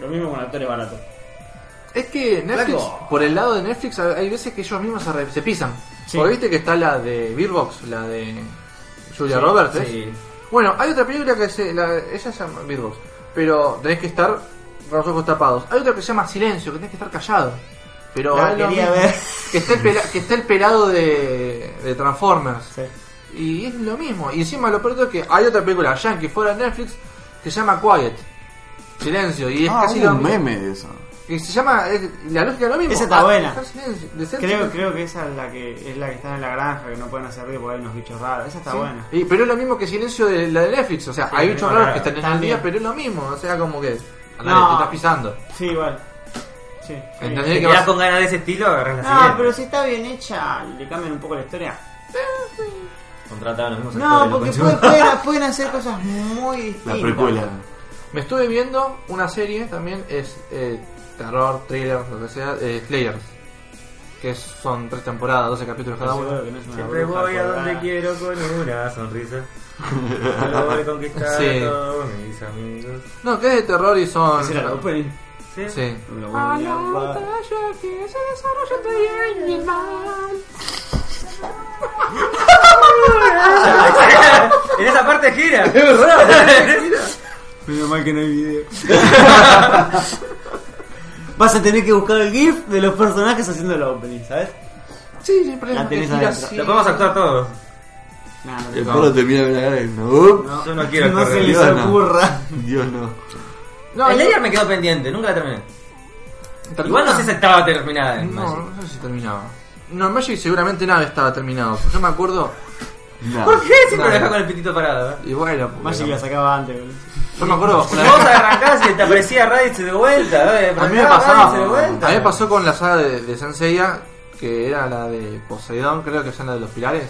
[SPEAKER 3] Lo mismo con actores baratos.
[SPEAKER 2] Es que Netflix,
[SPEAKER 3] Flaco.
[SPEAKER 2] por el lado de Netflix, hay hay veces que ellos mismos se, re- se pisan.
[SPEAKER 3] Sí.
[SPEAKER 2] Porque viste que está la de Beerbox, la de Julia Roberts. ¿eh? Bueno, hay otra película que se. La, ella se llama Beerbox, pero tenés que estar con los ojos tapados. Hay otra que se llama Silencio, que tenés que estar callado. Pero
[SPEAKER 3] La
[SPEAKER 2] es lo
[SPEAKER 3] quería
[SPEAKER 2] mismo.
[SPEAKER 3] ver.
[SPEAKER 2] Que está el, pela- que está el pelado de, de Transformers.
[SPEAKER 3] Sí.
[SPEAKER 2] Y es lo mismo. Y encima lo peor es que hay otra película, Yankee, fuera de Netflix, que se llama Quiet. Silencio. Y es
[SPEAKER 1] Ah,
[SPEAKER 2] casi
[SPEAKER 1] hubo
[SPEAKER 2] lo
[SPEAKER 1] un
[SPEAKER 2] mismo.
[SPEAKER 1] meme de eso.
[SPEAKER 2] Que se llama. eh, La lógica es lo mismo.
[SPEAKER 3] Esa está
[SPEAKER 2] Ah,
[SPEAKER 3] buena.
[SPEAKER 2] estar silencio, de ser-
[SPEAKER 3] Creo, creo que esa es la que es la que está en la granja, que no pueden hacer ruido porque hay unos bichos raros. Esa está
[SPEAKER 2] Sí.
[SPEAKER 3] buena.
[SPEAKER 2] Y- pero es lo mismo que silencio de la de Netflix. O sea, hay bichos raros que están en el
[SPEAKER 3] También.
[SPEAKER 2] día, pero es lo mismo. O sea, como que. andale,
[SPEAKER 3] No.
[SPEAKER 2] te estás pisando.
[SPEAKER 3] Sí, igual. Sí. está bien.
[SPEAKER 2] ¿Entendés
[SPEAKER 4] Si
[SPEAKER 2] que
[SPEAKER 4] quedás
[SPEAKER 2] vas-
[SPEAKER 4] con ganas de ese estilo, agarras la
[SPEAKER 3] No,
[SPEAKER 4] siguiente.
[SPEAKER 3] pero si está bien hecha, le cambian un poco la historia.
[SPEAKER 4] Contrataban los mismos
[SPEAKER 3] No,
[SPEAKER 4] actores,
[SPEAKER 3] porque
[SPEAKER 4] los conchudos.
[SPEAKER 3] pueden, pueden- pueden hacer cosas muy
[SPEAKER 1] La
[SPEAKER 3] distintas.
[SPEAKER 1] precuela.
[SPEAKER 2] Me estuve viendo una serie también, es eh, terror, thriller, lo que sea, eh, Slayers. que son tres temporadas, 12 capítulos cada uno.
[SPEAKER 7] Seguro que no es una
[SPEAKER 4] Siempre
[SPEAKER 7] bruja
[SPEAKER 4] voy a donde
[SPEAKER 7] colgada.
[SPEAKER 4] quiero con una sonrisa. Yo lo voy a conquistar
[SPEAKER 2] Sí.
[SPEAKER 4] a todos mis amigos.
[SPEAKER 2] No, que es de terror y son.
[SPEAKER 7] Ese era el opening.
[SPEAKER 4] Sí.
[SPEAKER 2] Sí.
[SPEAKER 7] Una
[SPEAKER 3] Ah.
[SPEAKER 7] buena mierda.
[SPEAKER 4] en esa parte gira.
[SPEAKER 7] Menos mal que no hay video.
[SPEAKER 3] Vas a tener que buscar el GIF de los personajes haciendo el opening, ¿sabes?
[SPEAKER 2] Sí, sí, pero
[SPEAKER 3] La
[SPEAKER 2] es que
[SPEAKER 3] tenés
[SPEAKER 2] gira
[SPEAKER 3] adentro.
[SPEAKER 2] así.
[SPEAKER 4] Lo podemos actuar todos.
[SPEAKER 3] Nah, no,
[SPEAKER 1] El perro te mira con la cara y no.
[SPEAKER 4] Yo no quiero
[SPEAKER 3] no
[SPEAKER 4] actuar.
[SPEAKER 3] se
[SPEAKER 4] de-
[SPEAKER 3] les
[SPEAKER 1] Dios, no.
[SPEAKER 3] ocurra.
[SPEAKER 1] Dios no.
[SPEAKER 2] No,
[SPEAKER 4] el
[SPEAKER 2] yo-
[SPEAKER 4] Layer me quedó pendiente, nunca la terminé.
[SPEAKER 2] ¿Termina?
[SPEAKER 4] Igual no sé si estaba terminada. eh, en
[SPEAKER 2] No,
[SPEAKER 4] Magic.
[SPEAKER 2] no sé si terminaba. No, en Magic seguramente nada estaba terminado. Yo me acuerdo.
[SPEAKER 1] Nada.
[SPEAKER 4] ¿Por qué siempre
[SPEAKER 2] No.
[SPEAKER 4] lo deja con el pitito parado? eh?
[SPEAKER 2] Y bueno, porque-
[SPEAKER 3] Magic la sacaba antes, boludo.
[SPEAKER 2] yo me acuerdo. una vez-
[SPEAKER 4] Vos arrancás y te aparecía Raditz de vuelta. eh,
[SPEAKER 2] A mí me
[SPEAKER 4] arrancaba
[SPEAKER 2] pasaba.
[SPEAKER 4] Raditz de vuelta.
[SPEAKER 2] A mí me pasó con la saga de, de Senseiya, que era la de Poseidón, creo que es la de los pilares.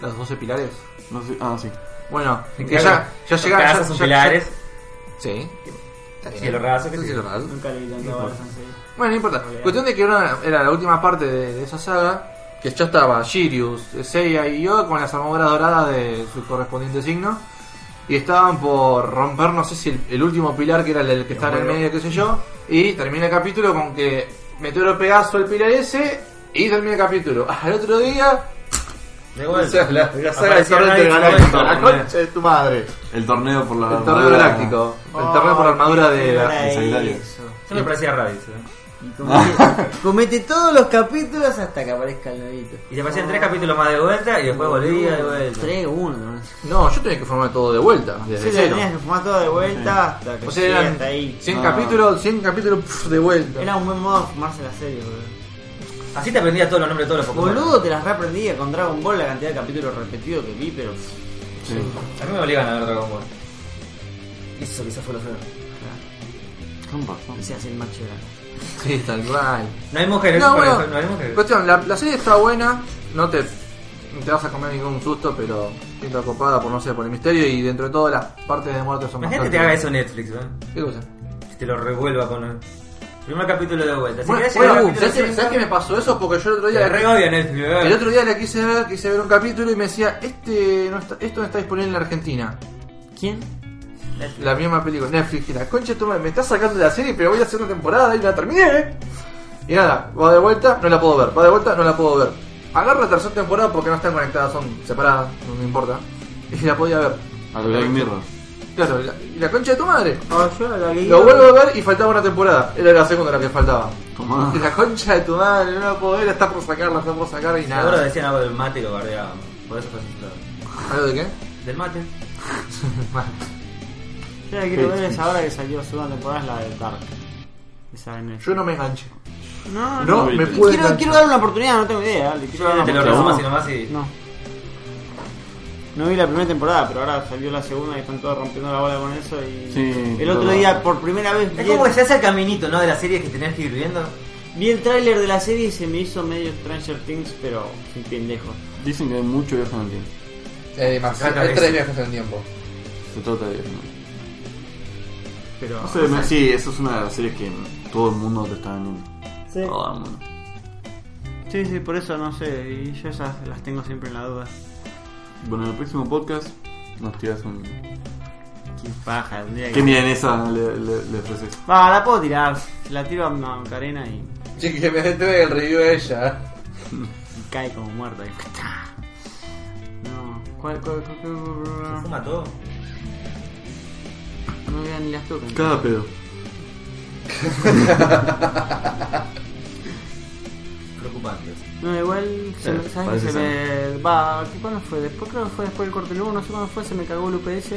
[SPEAKER 2] Los 12 pilares.
[SPEAKER 1] No sé. Ah, sí.
[SPEAKER 2] Bueno,
[SPEAKER 4] Sí,
[SPEAKER 2] que
[SPEAKER 4] claro.
[SPEAKER 2] ya, ya
[SPEAKER 4] Los
[SPEAKER 2] llegaba. ya-
[SPEAKER 4] pedazos son
[SPEAKER 2] ya-
[SPEAKER 4] pilares.
[SPEAKER 2] ya- sí.
[SPEAKER 4] Cielo raso, que
[SPEAKER 2] Sí,
[SPEAKER 4] sí.
[SPEAKER 2] cielo raso.
[SPEAKER 3] Nunca le vi tanto a Barça, en serio.
[SPEAKER 2] Bueno, no importa. Cuestión de que era, era la última parte de, de esa saga, que ya estaba Sirius, Seiya y yo con las armaduras doradas de su correspondiente signo. Y estaban por romper, no sé si el, el último pilar que era el, que estaba en el medio, qué sé yo. Y termina el capítulo con que Meteoro Pegaso el pilar ese y termina el capítulo. Al otro día...
[SPEAKER 4] De
[SPEAKER 2] o sea,
[SPEAKER 4] vuelta.
[SPEAKER 2] la, la saga de
[SPEAKER 4] Aparecía
[SPEAKER 2] Torrente
[SPEAKER 4] Raditz de
[SPEAKER 2] Galáctico, la
[SPEAKER 4] vuelta.
[SPEAKER 2] concha de tu madre.
[SPEAKER 1] El torneo por la.
[SPEAKER 2] El torneo
[SPEAKER 1] armadura-
[SPEAKER 2] galáctico. El torneo por
[SPEAKER 3] Oh,
[SPEAKER 2] la armadura de... la-
[SPEAKER 1] de Sagitario.
[SPEAKER 4] Yo me parecía Raditz. eh.
[SPEAKER 3] Y comete, comete todos los capítulos hasta que aparezca el novito.
[SPEAKER 4] Y te aparecían tres capítulos más de vuelta y después volvía de vuelta.
[SPEAKER 3] 3 1.
[SPEAKER 2] No, yo tenía que formar todo de vuelta. Desde
[SPEAKER 3] Sí,
[SPEAKER 2] cero.
[SPEAKER 3] tenías que fumar todo de vuelta hasta que
[SPEAKER 2] O sea,
[SPEAKER 3] llegue
[SPEAKER 2] eran
[SPEAKER 3] hasta ahí.
[SPEAKER 2] 100
[SPEAKER 1] Ah.
[SPEAKER 2] capítulos, 100 capítulos pf, de vuelta.
[SPEAKER 3] Era un buen modo de fumarse la serie, boludo.
[SPEAKER 4] Así te aprendía todos los nombres de todos los Pokémon.
[SPEAKER 3] Boludo, te las reaprendía con Dragon Ball la cantidad de capítulos repetidos que vi, pero. pff,
[SPEAKER 1] Sí.
[SPEAKER 4] A mí me obligan a ver Dragon Ball. Eso quizás fue lo feo.
[SPEAKER 1] Con razón.
[SPEAKER 3] se hace el macho de la-
[SPEAKER 2] Sí, tal cual.
[SPEAKER 4] No hay mujeres,
[SPEAKER 2] No,
[SPEAKER 4] por
[SPEAKER 2] bueno,
[SPEAKER 4] ejemplo, no hay mujeres.
[SPEAKER 2] Cuestión, la, la serie está buena, no te, no te vas a comer ningún susto, pero siento copada por no sé, por el misterio y dentro de todas las partes de muerte son
[SPEAKER 4] Imagínate que te haga
[SPEAKER 2] bastante-
[SPEAKER 4] eso Netflix, ¿eh?
[SPEAKER 2] ¿Qué cosa?
[SPEAKER 4] Que te lo revuelva con el primer capítulo de vuelta. Si
[SPEAKER 2] Bueno,
[SPEAKER 4] querés llegar al
[SPEAKER 2] bueno,
[SPEAKER 4] capítulo
[SPEAKER 2] ¿sabes, que,
[SPEAKER 4] cinco,
[SPEAKER 2] ¿sabes que me pasó eso? Porque yo el otro
[SPEAKER 4] Te
[SPEAKER 2] día...
[SPEAKER 4] re odia Netflix,
[SPEAKER 2] El
[SPEAKER 4] ¿verdad?
[SPEAKER 2] otro día la quise ver, quise ver un capítulo y me decía, este no está, esto no está disponible en la Argentina.
[SPEAKER 3] ¿Quién?
[SPEAKER 2] La misma película, Netflix, y la concha de tu madre, me está sacando de la serie, pero voy a hacer una temporada y la terminé. ¿eh? Y nada, va de vuelta, no la puedo ver, va de vuelta, no la puedo ver. Agarro la tercera temporada porque no están conectadas, son separadas, no me importa. Y la podía ver.
[SPEAKER 1] A lo Black Mirror.
[SPEAKER 2] Claro, y la, y la concha de tu madre.
[SPEAKER 3] Ah, yo la leí.
[SPEAKER 2] Lo vuelvo a ver y faltaba una temporada, era la segunda la que faltaba.
[SPEAKER 1] Tomá.
[SPEAKER 2] Y la concha de tu madre, no la puedo ver, está por sacarla, está por sacar y
[SPEAKER 4] Seguro
[SPEAKER 2] nada.
[SPEAKER 4] decían algo del mate y lo bardeaban. Por eso fue asustado.
[SPEAKER 2] ¿Algo de qué?
[SPEAKER 4] Del mate.
[SPEAKER 3] Yo la quiero ver es ahora que salió su segunda temporada, es la de Dark. Esa en el-
[SPEAKER 2] Yo no me enganché.
[SPEAKER 3] No,
[SPEAKER 2] No,
[SPEAKER 1] no,
[SPEAKER 2] me
[SPEAKER 1] no.
[SPEAKER 2] pude
[SPEAKER 3] Quiero,
[SPEAKER 2] enganchar.
[SPEAKER 3] quiero darle una oportunidad, no tengo idea. dale, quiero darle
[SPEAKER 4] Te
[SPEAKER 3] una
[SPEAKER 4] lo
[SPEAKER 3] oportunidad.
[SPEAKER 4] resumo así nomás y.
[SPEAKER 3] No. No vi la primera temporada, pero ahora salió la segunda y están todos rompiendo la bola con eso. Y
[SPEAKER 1] Sí,
[SPEAKER 3] el otro
[SPEAKER 1] todo.
[SPEAKER 3] día, por primera vez, vi
[SPEAKER 4] Es como que
[SPEAKER 3] el,
[SPEAKER 4] se hace el caminito, ¿no? De las series que tenías que ir viendo.
[SPEAKER 3] vi el tráiler de la serie y se me hizo medio Stranger Things, pero sin pendejo.
[SPEAKER 1] Dicen que hay mucho viaje en el tiempo.
[SPEAKER 2] Eh, demasiado,
[SPEAKER 4] Saca
[SPEAKER 2] hay tres
[SPEAKER 4] eso.
[SPEAKER 2] viajes en el tiempo.
[SPEAKER 1] Se trata de viaje en el tiempo.
[SPEAKER 3] Pero
[SPEAKER 1] No sé, me- sí, eso es una de las series que todo el mundo te está vendiendo.
[SPEAKER 3] sí.
[SPEAKER 1] Todo el mundo.
[SPEAKER 3] sí, sí, por eso no sé. Y yo esas las tengo siempre en la duda.
[SPEAKER 1] Bueno, en el próximo podcast nos tiras un.
[SPEAKER 3] Qué paja, tendría
[SPEAKER 1] ¿Qué
[SPEAKER 3] que.
[SPEAKER 1] milanesa le, le, le ofreces?
[SPEAKER 3] Va, la puedo tirar. Se la tiro a Macarena y
[SPEAKER 2] Sí, que me detuve el review de ella.
[SPEAKER 3] y cae como muerta. y- No, ¿cuál, cuál, cuál, cuál, cuál?
[SPEAKER 4] Fuma todo.
[SPEAKER 3] No vean ni las tocan.
[SPEAKER 1] Cada pedo.
[SPEAKER 4] Preocupante.
[SPEAKER 3] No, igual, se me-
[SPEAKER 1] Eh,
[SPEAKER 3] ¿sabes que
[SPEAKER 1] parece
[SPEAKER 3] se me... Va, ¿qué- ¿cuándo fue? Después creo que fue después del corte luego, no sé cuándo fue, se me cagó el UPS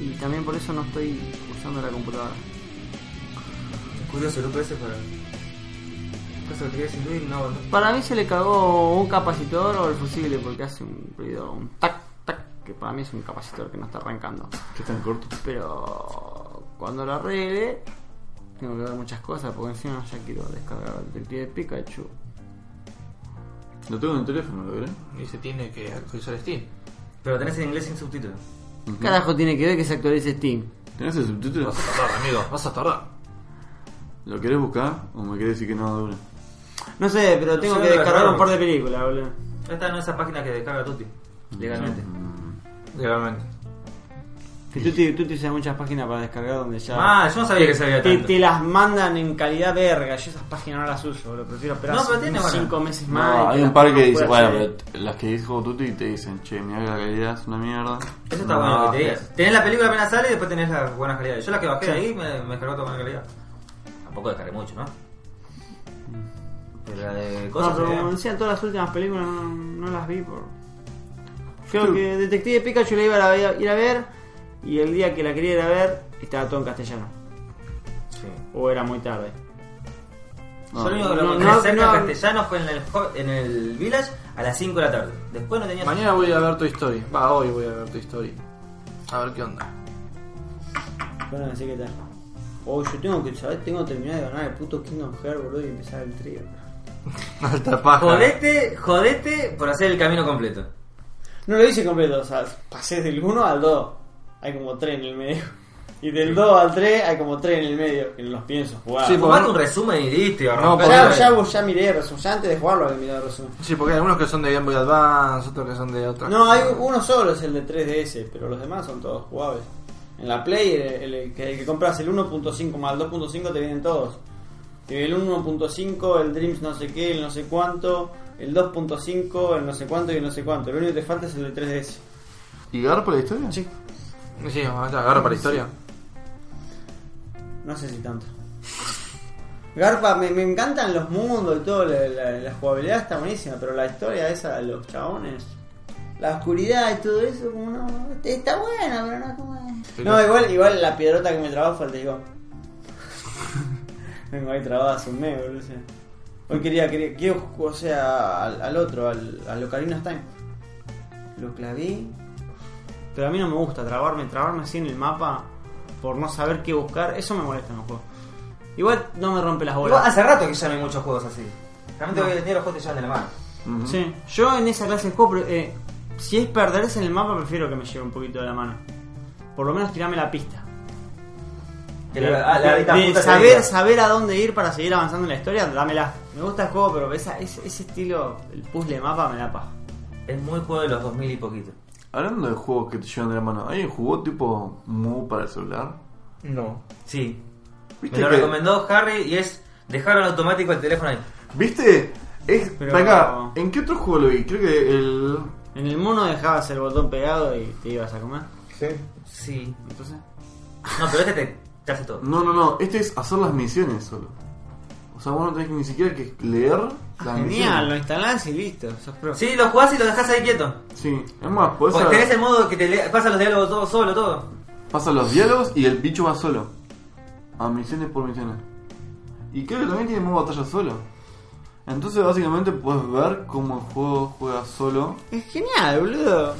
[SPEAKER 3] y también por eso no estoy usando la computadora.
[SPEAKER 4] Es curioso el UPS para. Cosa que te quedas incluir, no aguantó.
[SPEAKER 3] Para mí se le cagó un capacitor o el fusible porque hace un ruido, un tac, tac, que para mí es un capacitor que no está arrancando.
[SPEAKER 1] ¿Qué tan corto?
[SPEAKER 3] Pero cuando lo arregle, tengo que ver muchas cosas porque encima ya quiero descargar el detective Pikachu.
[SPEAKER 1] Lo tengo en el teléfono, ¿lo veré?
[SPEAKER 2] Y se tiene que actualizar Steam.
[SPEAKER 4] Pero tenés en inglés sin subtítulos.
[SPEAKER 3] ¿Qué Carajo, tiene que ver que se actualice Steam.
[SPEAKER 1] ¿Tenés el subtítulo?
[SPEAKER 2] Vas a tardar, amigo, vas a tardar.
[SPEAKER 1] ¿Lo querés buscar o me querés decir que no de una?
[SPEAKER 3] No sé, pero
[SPEAKER 4] No
[SPEAKER 3] tengo
[SPEAKER 4] sé,
[SPEAKER 3] que
[SPEAKER 4] la
[SPEAKER 3] descargar un
[SPEAKER 4] verdad.
[SPEAKER 3] par de películas, boludo.
[SPEAKER 4] Esta no es esa página que descarga Tutti. Legalmente. Mm.
[SPEAKER 2] Legalmente.
[SPEAKER 3] Que Tutti, Tutti se da muchas páginas para descargar donde ya.
[SPEAKER 4] Ah, yo no sabía que se había
[SPEAKER 3] te,
[SPEAKER 4] tanto.
[SPEAKER 3] te las mandan en calidad verga. Yo esas páginas no las uso, lo prefiero esperar
[SPEAKER 4] No, pero tiene
[SPEAKER 3] unos
[SPEAKER 4] buena.
[SPEAKER 3] cinco meses
[SPEAKER 1] No,
[SPEAKER 3] más. y
[SPEAKER 1] hay
[SPEAKER 3] que
[SPEAKER 1] un
[SPEAKER 3] las
[SPEAKER 1] par que
[SPEAKER 3] puedas
[SPEAKER 1] dice, bueno,
[SPEAKER 3] hacer.
[SPEAKER 1] pero t- las que dijo Tuti te dicen, che, mira que la calidad es una mierda.
[SPEAKER 4] Eso está
[SPEAKER 1] No,
[SPEAKER 4] bueno que te
[SPEAKER 1] es-
[SPEAKER 4] digas. Tenés la película apenas sale y después tenés la buena calidad. Yo la que bajé ahí me, me descargó toda buena calidad. Tampoco descargué mucho, ¿no? Pero la de cosas.
[SPEAKER 3] No, pero
[SPEAKER 4] eh,
[SPEAKER 3] como decía, todas las últimas películas no, no las vi por. Creo que Detective Pikachu la iba a la- ir a ver y el día que la quería ir a ver estaba todo en castellano.
[SPEAKER 4] sí.
[SPEAKER 3] O era muy tarde.
[SPEAKER 4] Yo lo único que lo
[SPEAKER 3] No,
[SPEAKER 4] encontré
[SPEAKER 3] no,
[SPEAKER 4] cerca
[SPEAKER 3] no.
[SPEAKER 4] en castellano fue en el, jo- en el Village a las 5 de la tarde. Después no tenía.
[SPEAKER 2] Mañana voy a ver tu historia. Va, hoy voy a ver tu historia. A ver qué onda.
[SPEAKER 3] Bueno, así que tal. Oh, yo tengo que saber, tengo que terminar de ganar el puto Kingdom Hearts, boludo, y empezar el trío.
[SPEAKER 2] Alta paja.
[SPEAKER 4] Jodete, jodete por hacer el camino completo.
[SPEAKER 3] No lo hice completo, o sea, pasé del 1 al 2. Hay como 3 en el medio. Y del 2 al 3 hay como 3 en el medio, que no los pienso jugar.
[SPEAKER 2] Sí,
[SPEAKER 4] Fumate un resumen y listo. y
[SPEAKER 2] No,
[SPEAKER 4] arrancá.
[SPEAKER 3] ya, ya, ya miré resumen, ya antes de jugarlo había mirado resumen.
[SPEAKER 2] Sí, porque hay algunos que son de Game Boy Advance, otros que son de otras.
[SPEAKER 3] No, hay uno solo, es el de 3DS, pero los demás son todos jugables. En la Play, eh, el, el que, el que compras el 1.5 más el 2.5 te vienen todos. Te viene el 1.5, el Dreams no sé qué, el no sé cuánto, el 2.5, el no sé cuánto y el no sé cuánto. Lo único que te falta es el de 3DS.
[SPEAKER 1] ¿Y Garpa la historia?
[SPEAKER 3] Sí.
[SPEAKER 2] Sí, ahora agarro para la historia.
[SPEAKER 3] No sé si tanto. Garpa, me, me encantan los mundos y todo, la, la- la jugabilidad está buenísima, pero la historia esa de los chabones, la oscuridad y todo eso, como no, está buena, pero no como es. No, igual, igual la piedrota que me trabó fue el Teigón. Vengo ahí trabada hace un mes, boludo. o sea. Hoy quería, quería, quiero, ju- o sea, al, al otro, al, al Ocarina of Time. Lo clavé. Pero a mí no me gusta trabarme, trabarme así en el mapa por no saber qué buscar, eso me molesta en los juegos. Igual no me rompe las
[SPEAKER 4] Igual
[SPEAKER 3] bolas.
[SPEAKER 4] hace rato que ya no hay muchos juegos así. Realmente hoy en día los juegos te llevan de la mano.
[SPEAKER 1] Ujú.
[SPEAKER 3] Sí, yo en esa clase de juego, pre- eh, si es perderse en el mapa, prefiero que me lleve un poquito de la mano. Por lo menos tirame la pista.
[SPEAKER 4] Que
[SPEAKER 3] De-
[SPEAKER 4] la- ah, la-
[SPEAKER 3] de-
[SPEAKER 4] esta
[SPEAKER 3] de
[SPEAKER 4] puta que
[SPEAKER 3] saber,
[SPEAKER 4] diga.
[SPEAKER 3] saber a dónde ir para seguir avanzando en la historia, dámela. Me gusta el juego, pero esa- ese, ese estilo, el puzzle de mapa, me da paja.
[SPEAKER 4] Es muy juego de los 2000 y poquito.
[SPEAKER 1] Hablando de juegos que te llevan de la mano, ¿alguien jugó tipo Mu para el celular?
[SPEAKER 2] No.
[SPEAKER 4] Sí. Me
[SPEAKER 1] ¿Viste
[SPEAKER 4] lo
[SPEAKER 1] que-
[SPEAKER 4] recomendó Harry y es dejar en automático el teléfono ahí.
[SPEAKER 1] ¿Viste? Es,
[SPEAKER 3] Pero-
[SPEAKER 1] acá, ¿en qué otro juego lo vi? Creo que el...
[SPEAKER 3] En el mono dejabas el botón pegado y te ibas a comer.
[SPEAKER 4] Sí.
[SPEAKER 3] Entonces,
[SPEAKER 4] No, pero este te, te hace todo.
[SPEAKER 1] No, no, no, este es hacer las misiones solo. O sea, vos no tenés ni siquiera que leer
[SPEAKER 4] Ah,
[SPEAKER 1] las
[SPEAKER 3] genial, lo instalás y listo, sos pro.
[SPEAKER 4] Sí, lo jugás y lo dejás ahí quieto.
[SPEAKER 1] misiones. Sí, es más, podés
[SPEAKER 4] Porque
[SPEAKER 1] a-
[SPEAKER 4] tenés el modo que te le- pasa los diálogos todo solo, todo.
[SPEAKER 1] pasa los diálogos y el bicho va solo. A misiones por misiones. Y creo que también tiene modo batalla solo. Entonces básicamente puedes ver cómo el juego juega solo.
[SPEAKER 3] Es genial, boludo.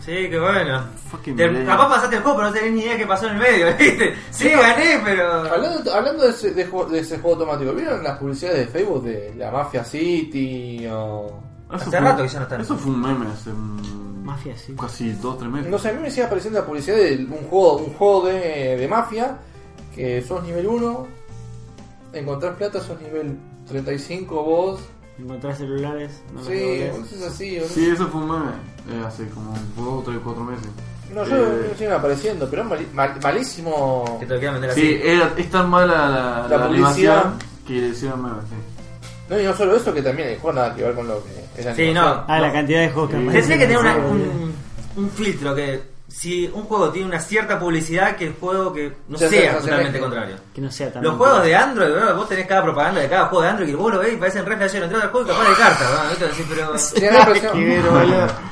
[SPEAKER 4] Sí, qué bueno.
[SPEAKER 1] Fucking
[SPEAKER 4] Te-
[SPEAKER 1] bien.
[SPEAKER 4] capaz pasaste el juego, pero no tenés ni idea qué pasó en el medio, ¿viste? Sí, gané, pero.
[SPEAKER 2] Hablando, hablando de, ese, de juego- de ese juego automático, ¿vieron las publicidades de Facebook de la Mafia City o...?
[SPEAKER 1] Eso
[SPEAKER 4] Hace
[SPEAKER 1] fue-
[SPEAKER 4] rato que ya no está en-
[SPEAKER 1] Eso fue un meme hace mm,
[SPEAKER 3] Mafia, sí.
[SPEAKER 1] casi 2-3 meses.
[SPEAKER 2] No sé, a mí me sigue apareciendo la publicidad de un juego, un juego de, de Mafia, que sos nivel 1, encontrás plata, sos nivel 35 vos.
[SPEAKER 3] Encontrás celulares, no los
[SPEAKER 2] sí,
[SPEAKER 3] devolvés.
[SPEAKER 2] es así. o no-
[SPEAKER 1] Sí, eso fue un meme eh, hace como 2 3 4 meses.
[SPEAKER 2] No, yo
[SPEAKER 1] Eh,
[SPEAKER 2] no siguen apareciendo, pero es mali- mal- malísimo.
[SPEAKER 4] Que te lo quieran vender
[SPEAKER 1] Sí, eh,
[SPEAKER 4] así.
[SPEAKER 1] era, es tan mala la,
[SPEAKER 2] La
[SPEAKER 1] la animación
[SPEAKER 2] publicidad.
[SPEAKER 1] que le hicieron meme, sí.
[SPEAKER 2] No, y no solo eso, que también el juego nada que ver con lo que es la
[SPEAKER 4] Sí,
[SPEAKER 2] animación.
[SPEAKER 4] no.
[SPEAKER 3] Ah, la cantidad de juegos que
[SPEAKER 1] Sí.
[SPEAKER 4] Decía
[SPEAKER 3] aparecen
[SPEAKER 4] que
[SPEAKER 3] en
[SPEAKER 4] tiene
[SPEAKER 3] el
[SPEAKER 4] una-
[SPEAKER 3] juego, boludo.
[SPEAKER 4] un, un filtro que si un juego tiene una cierta publicidad que el juego que no
[SPEAKER 2] Ya se- ya
[SPEAKER 4] sea
[SPEAKER 2] se
[SPEAKER 4] totalmente
[SPEAKER 2] mezcla.
[SPEAKER 4] contrario.
[SPEAKER 3] Que no sea tan.
[SPEAKER 4] Los juegos de Android, bro, vos tenés cada propaganda de cada juego de Android que vos lo veis y parecen re flasheros. Entrás al juego y capaz de cartas, bro. ¿viste? Decís, pero...
[SPEAKER 2] Tenía la impresión-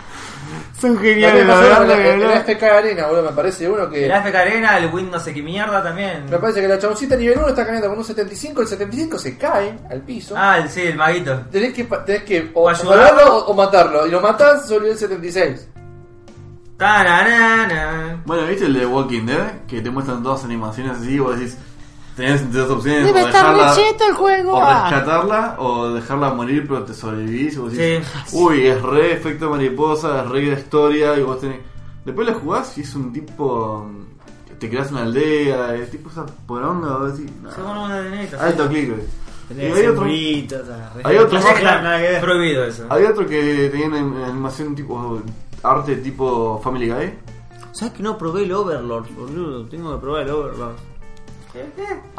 [SPEAKER 3] Son
[SPEAKER 2] Lo que
[SPEAKER 3] geniales,
[SPEAKER 2] me pasó con la- el,
[SPEAKER 3] boludo.
[SPEAKER 2] el FK Arena, boludo, me parece uno que...
[SPEAKER 4] El AFK Arena, el Win no sé qué mierda también.
[SPEAKER 2] Me parece que la chaboncita nivel 1 está caminando con un 75, el 75 se cae al piso.
[SPEAKER 4] Ah, el- sí, el maguito.
[SPEAKER 2] Tenés que, pa- tenés que o
[SPEAKER 4] O ayudarlo.
[SPEAKER 2] ayudarlo o, o matarlo. Y lo matás, sos nivel 76.
[SPEAKER 4] Taranana.
[SPEAKER 1] Bueno, ¿viste el de Walking Dead? Que te muestran todas las animaciones así y vos decís, tenés dos opciones, o dejarla,
[SPEAKER 3] el juego.
[SPEAKER 1] o rescatarla o dejarla morir pero te sobrevivís y vos decís,
[SPEAKER 4] Sí.
[SPEAKER 1] uy, es re efecto mariposa, es re la historia y vos tenés... Después la jugás y es un tipo... mm, Te creas una aldea, es tipo esa poronga, vos decís, "Nah".
[SPEAKER 4] Según una de neta.
[SPEAKER 1] Alto clic, güey. Y hay otro- hay
[SPEAKER 3] Hay
[SPEAKER 1] otro-
[SPEAKER 4] Parece que está
[SPEAKER 3] nada que ver.
[SPEAKER 4] prohibido eso.
[SPEAKER 1] Había otro que tenía una animación tipo arte tipo Family Guy.
[SPEAKER 3] ¿Sabes que no probé el Overlord, boludo? Tengo que probar el Overlord.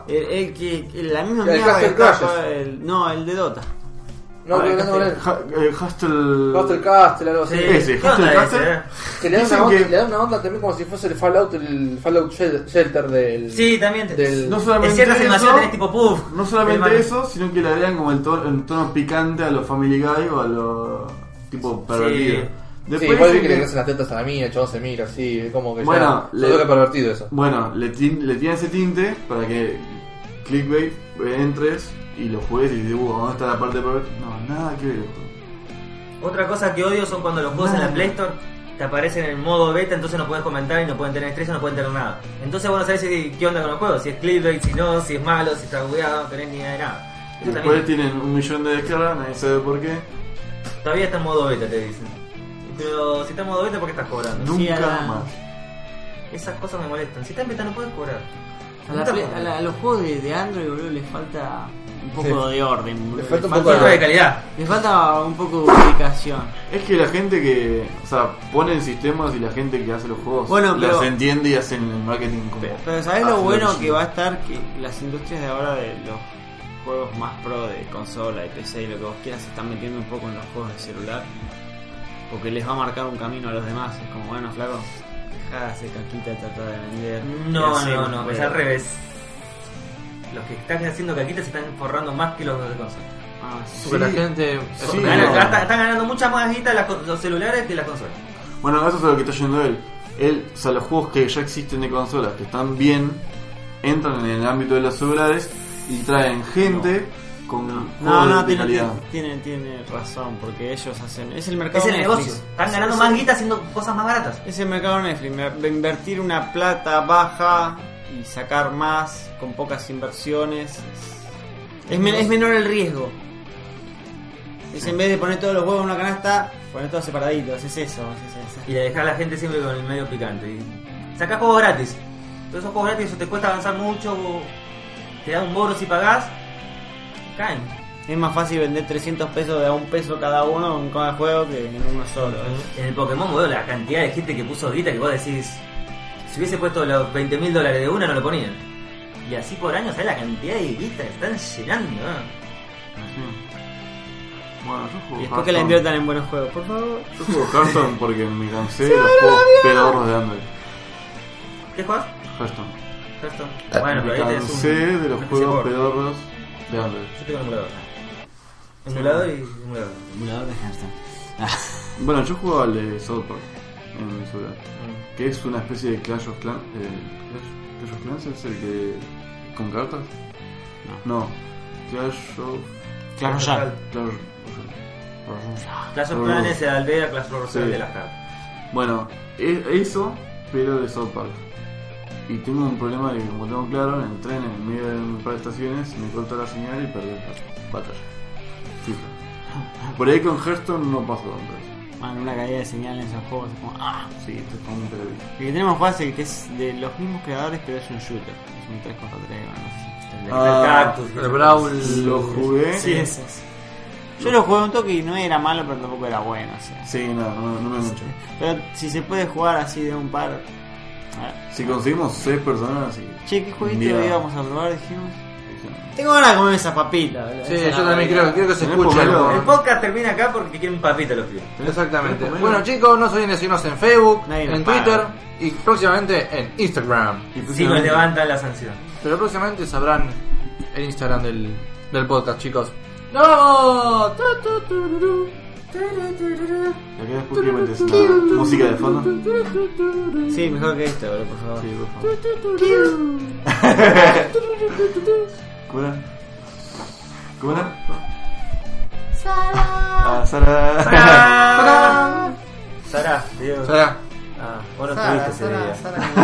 [SPEAKER 3] El, el que, el- la misma
[SPEAKER 2] El
[SPEAKER 3] mierda
[SPEAKER 2] Castle
[SPEAKER 3] que está
[SPEAKER 2] Crashers.
[SPEAKER 3] con el- No, el de Dota.
[SPEAKER 2] No,
[SPEAKER 1] Ah,
[SPEAKER 2] creo que
[SPEAKER 1] Castle-
[SPEAKER 2] no vale.
[SPEAKER 1] Ha- eh, Hustle.
[SPEAKER 2] Castle Castle, algo así.
[SPEAKER 4] Sí.
[SPEAKER 1] Ese,
[SPEAKER 4] ¿Qué
[SPEAKER 1] Hustle
[SPEAKER 4] onda
[SPEAKER 1] Castle.
[SPEAKER 4] ese, eh?
[SPEAKER 2] Que le da,
[SPEAKER 1] Dicen
[SPEAKER 2] una onda,
[SPEAKER 1] que-
[SPEAKER 2] le da una onda también como si fuese el Fallout, el Fallout Shel- Shelter del.
[SPEAKER 4] Sí, también. te-
[SPEAKER 2] del-
[SPEAKER 1] No
[SPEAKER 4] en
[SPEAKER 1] solamente
[SPEAKER 4] ciertas
[SPEAKER 1] eso,
[SPEAKER 4] animaciones tenés tipo puff.
[SPEAKER 1] no solamente
[SPEAKER 4] Hermano.
[SPEAKER 1] eso, sino que le agregan como el tono, el tono picante a los Family Guy o a los tipo pervertido.
[SPEAKER 2] Sí,
[SPEAKER 1] Después
[SPEAKER 2] igual vi
[SPEAKER 1] dicen
[SPEAKER 2] que le
[SPEAKER 1] que-
[SPEAKER 2] crecen las tetas a la mía, el chabón se mira así, es como que
[SPEAKER 1] Bueno,
[SPEAKER 2] ya.
[SPEAKER 1] le-
[SPEAKER 2] Yo creo que pervertido eso.
[SPEAKER 1] Bueno, le, tin- le tiene ese tinte para que clickbait entres y lo juegues y dices, "Uh, ¿dónde está la parte de pervertido? No, nada que ver. esto.
[SPEAKER 4] Otra cosa que odio son cuando los juegos en la Play Store te aparecen en modo beta, entonces no puedes comentar y no pueden tener estrellas, no pueden tener nada. Entonces vos no sabés si- qué onda con los juegos, si es clickbait, si no, si es malo, si está bugueado, no tenés ni idea de nada. Eso
[SPEAKER 1] Después
[SPEAKER 4] también
[SPEAKER 1] tienen un millón de descargas, nadie sabe por qué.
[SPEAKER 4] todavía está en modo beta, te dicen. Pero si está en modo beta, ¿por qué estás cobrando?
[SPEAKER 1] Nunca
[SPEAKER 3] a la-
[SPEAKER 1] más.
[SPEAKER 4] Esas cosas me molestan. Si está en beta, no puedes cobrar.
[SPEAKER 3] A, la
[SPEAKER 4] Nunca
[SPEAKER 3] play-
[SPEAKER 4] cobras.
[SPEAKER 3] a la- a los juegos de, de Android, boludo, les falta un poco de orden, boludo.
[SPEAKER 2] Les falta un
[SPEAKER 4] Falta
[SPEAKER 2] Bueno.
[SPEAKER 4] de calidad.
[SPEAKER 3] les falta un poco de ubicación.
[SPEAKER 1] Es que la gente que, o sea, pone en sistemas y la gente que hace los juegos
[SPEAKER 3] Bueno,
[SPEAKER 1] las
[SPEAKER 3] pero-
[SPEAKER 1] entiende y hacen el marketing como.
[SPEAKER 3] Pero ¿sabés
[SPEAKER 1] Ah,
[SPEAKER 3] lo
[SPEAKER 1] sí,
[SPEAKER 3] bueno
[SPEAKER 1] sí.
[SPEAKER 3] que va a estar que las industrias de ahora de los juegos más pro de consola, de PC y lo que vos quieras se están metiendo un poco en los juegos de celular? Porque les va a marcar un camino a los demás. Es como, bueno, flaco, dejá de hacer caquita, trata de vender.
[SPEAKER 4] No,
[SPEAKER 3] y hacer
[SPEAKER 4] no,
[SPEAKER 3] un
[SPEAKER 4] no,
[SPEAKER 3] juego.
[SPEAKER 4] es al revés. Los que están haciendo caquitas se están forrando más que los de consola.
[SPEAKER 3] Ah, sí.
[SPEAKER 2] Porque la gente.
[SPEAKER 1] Sí,
[SPEAKER 4] Ganan-
[SPEAKER 1] no.
[SPEAKER 4] gasta- están ganando mucha más guita las con- los celulares que las consolas.
[SPEAKER 1] Bueno, eso es a lo que está yendo él. Él, o sea, los juegos que ya existen de consolas, que están bien, entran en el ámbito de los celulares y traen gente con
[SPEAKER 3] No,
[SPEAKER 1] juegos
[SPEAKER 3] no,
[SPEAKER 1] de
[SPEAKER 3] tiene,
[SPEAKER 1] calidad.
[SPEAKER 3] tiene, tiene razón, porque ellos hacen. Es el mercado
[SPEAKER 4] Es el
[SPEAKER 3] Netflix.
[SPEAKER 4] negocio. Están
[SPEAKER 3] Es-
[SPEAKER 4] ganando
[SPEAKER 3] es
[SPEAKER 4] más
[SPEAKER 3] el-
[SPEAKER 4] guita haciendo cosas más baratas.
[SPEAKER 3] Es el mercado Netflix. me- de Invertir una plata baja y sacar más con pocas inversiones. Es- Es, men- es menor el riesgo. Es en vez de poner todos los huevos en una canasta, poner todos separaditos. Es eso. es eso.
[SPEAKER 4] Y le dejar a la gente siempre con el medio picante. Y sacás juegos gratis. Todos esos juegos gratis, eso te cuesta avanzar mucho. o Te dan un bono si pagás. Caen.
[SPEAKER 3] Es más fácil vender 300 pesos de a un peso cada uno en cada juego que en uno solo. ¿eh?
[SPEAKER 4] En el Pokémon, veo la cantidad de gente que puso guita que vos decís. Si hubiese puesto los 20 mil dólares de una, no lo ponían. Y así por año, ¿sabes la cantidad de guita que están llenando? eh?
[SPEAKER 1] Bueno, yo juego
[SPEAKER 3] Y después que la
[SPEAKER 1] Hearthstone.
[SPEAKER 3] inviertan en buenos juegos, por favor.
[SPEAKER 1] Yo juego Hearthstone porque me cansé de los juegos pedorros de Android.
[SPEAKER 4] ¿Qué jugás?
[SPEAKER 1] Hearthstone.
[SPEAKER 4] Hearthstone. Bueno,
[SPEAKER 1] me
[SPEAKER 4] pero ahí tenés un.
[SPEAKER 1] cansé de los
[SPEAKER 4] un
[SPEAKER 1] juegos
[SPEAKER 4] cyborg.
[SPEAKER 1] pedorros de Android.
[SPEAKER 4] Yo tengo un emulador. Emulador y emulador.
[SPEAKER 3] Emulador de Hearthstone.
[SPEAKER 1] Bueno, yo juego al de South Park en mi celular. Que es una especie de Clash of Clans. Eh, Clash, Clash of Clans es el que. con cartas? No. Clash of.
[SPEAKER 3] Claro, ya.
[SPEAKER 1] Clash of-
[SPEAKER 4] Clash of
[SPEAKER 1] Mm.
[SPEAKER 4] Clans es el aldea, Clash of Royale
[SPEAKER 1] Sí.
[SPEAKER 4] de las cartas.
[SPEAKER 1] Bueno, es eso, pero de South Park. Y tengo un problema de que, como tengo claro, en el tren, en medio de un par de estaciones, me corta la señal y perdí la batalla. Fijo. Por ahí con Hearthstone no pasó tanto.
[SPEAKER 3] Man, una caída de señal en esos juegos. es como, ah.
[SPEAKER 1] Sí, esto es como un televisor.
[SPEAKER 3] El que tenemos fácil, que es de los mismos creadores, pero es un shooter. Es un 3 contra 3 o no
[SPEAKER 4] El
[SPEAKER 1] Ah,
[SPEAKER 4] cactus.
[SPEAKER 2] El Brawl.
[SPEAKER 1] Lo jugué.
[SPEAKER 3] sé. ese es. Yo lo jugué un toque y no era malo, pero tampoco era bueno. O sea.
[SPEAKER 1] Sí, no, no, no me mucho.
[SPEAKER 3] Pero si se puede jugar así de un par. a ver.
[SPEAKER 1] Si conseguimos 6 personas, así.
[SPEAKER 3] Che, ¿qué jueguito
[SPEAKER 1] Mira.
[SPEAKER 3] hoy vamos a probar? Dijimos. Tengo ganas de comer esas papitas. boludo.
[SPEAKER 2] Sí,
[SPEAKER 3] Esa
[SPEAKER 2] yo también
[SPEAKER 3] barbaridad.
[SPEAKER 2] creo, creo que se
[SPEAKER 1] Tenés
[SPEAKER 2] escucha
[SPEAKER 1] pomelo.
[SPEAKER 2] algo.
[SPEAKER 4] El podcast termina acá porque quieren papita los pibes.
[SPEAKER 2] Exactamente.
[SPEAKER 1] Tenés
[SPEAKER 2] Bueno, chicos, no se olviden de seguirnos en Facebook,
[SPEAKER 3] Nadie nos
[SPEAKER 2] en
[SPEAKER 3] paga.
[SPEAKER 2] Twitter y próximamente en Instagram.
[SPEAKER 1] Y
[SPEAKER 4] Si nos levantan la sanción.
[SPEAKER 2] Pero próximamente sabrán el Instagram del, del podcast, chicos. ¡No!
[SPEAKER 1] Y acá después quiero meterse una música de fondo.
[SPEAKER 3] Sí, mejor que esto, boludo, por favor.
[SPEAKER 1] Sí, por favor. ¿Cómo era? ¿Cómo era? Sara. Ah, Sara.
[SPEAKER 4] Sará. Sará, Diego.
[SPEAKER 2] Será.
[SPEAKER 4] Ah, vos no estuviste ese día.
[SPEAKER 3] Sara.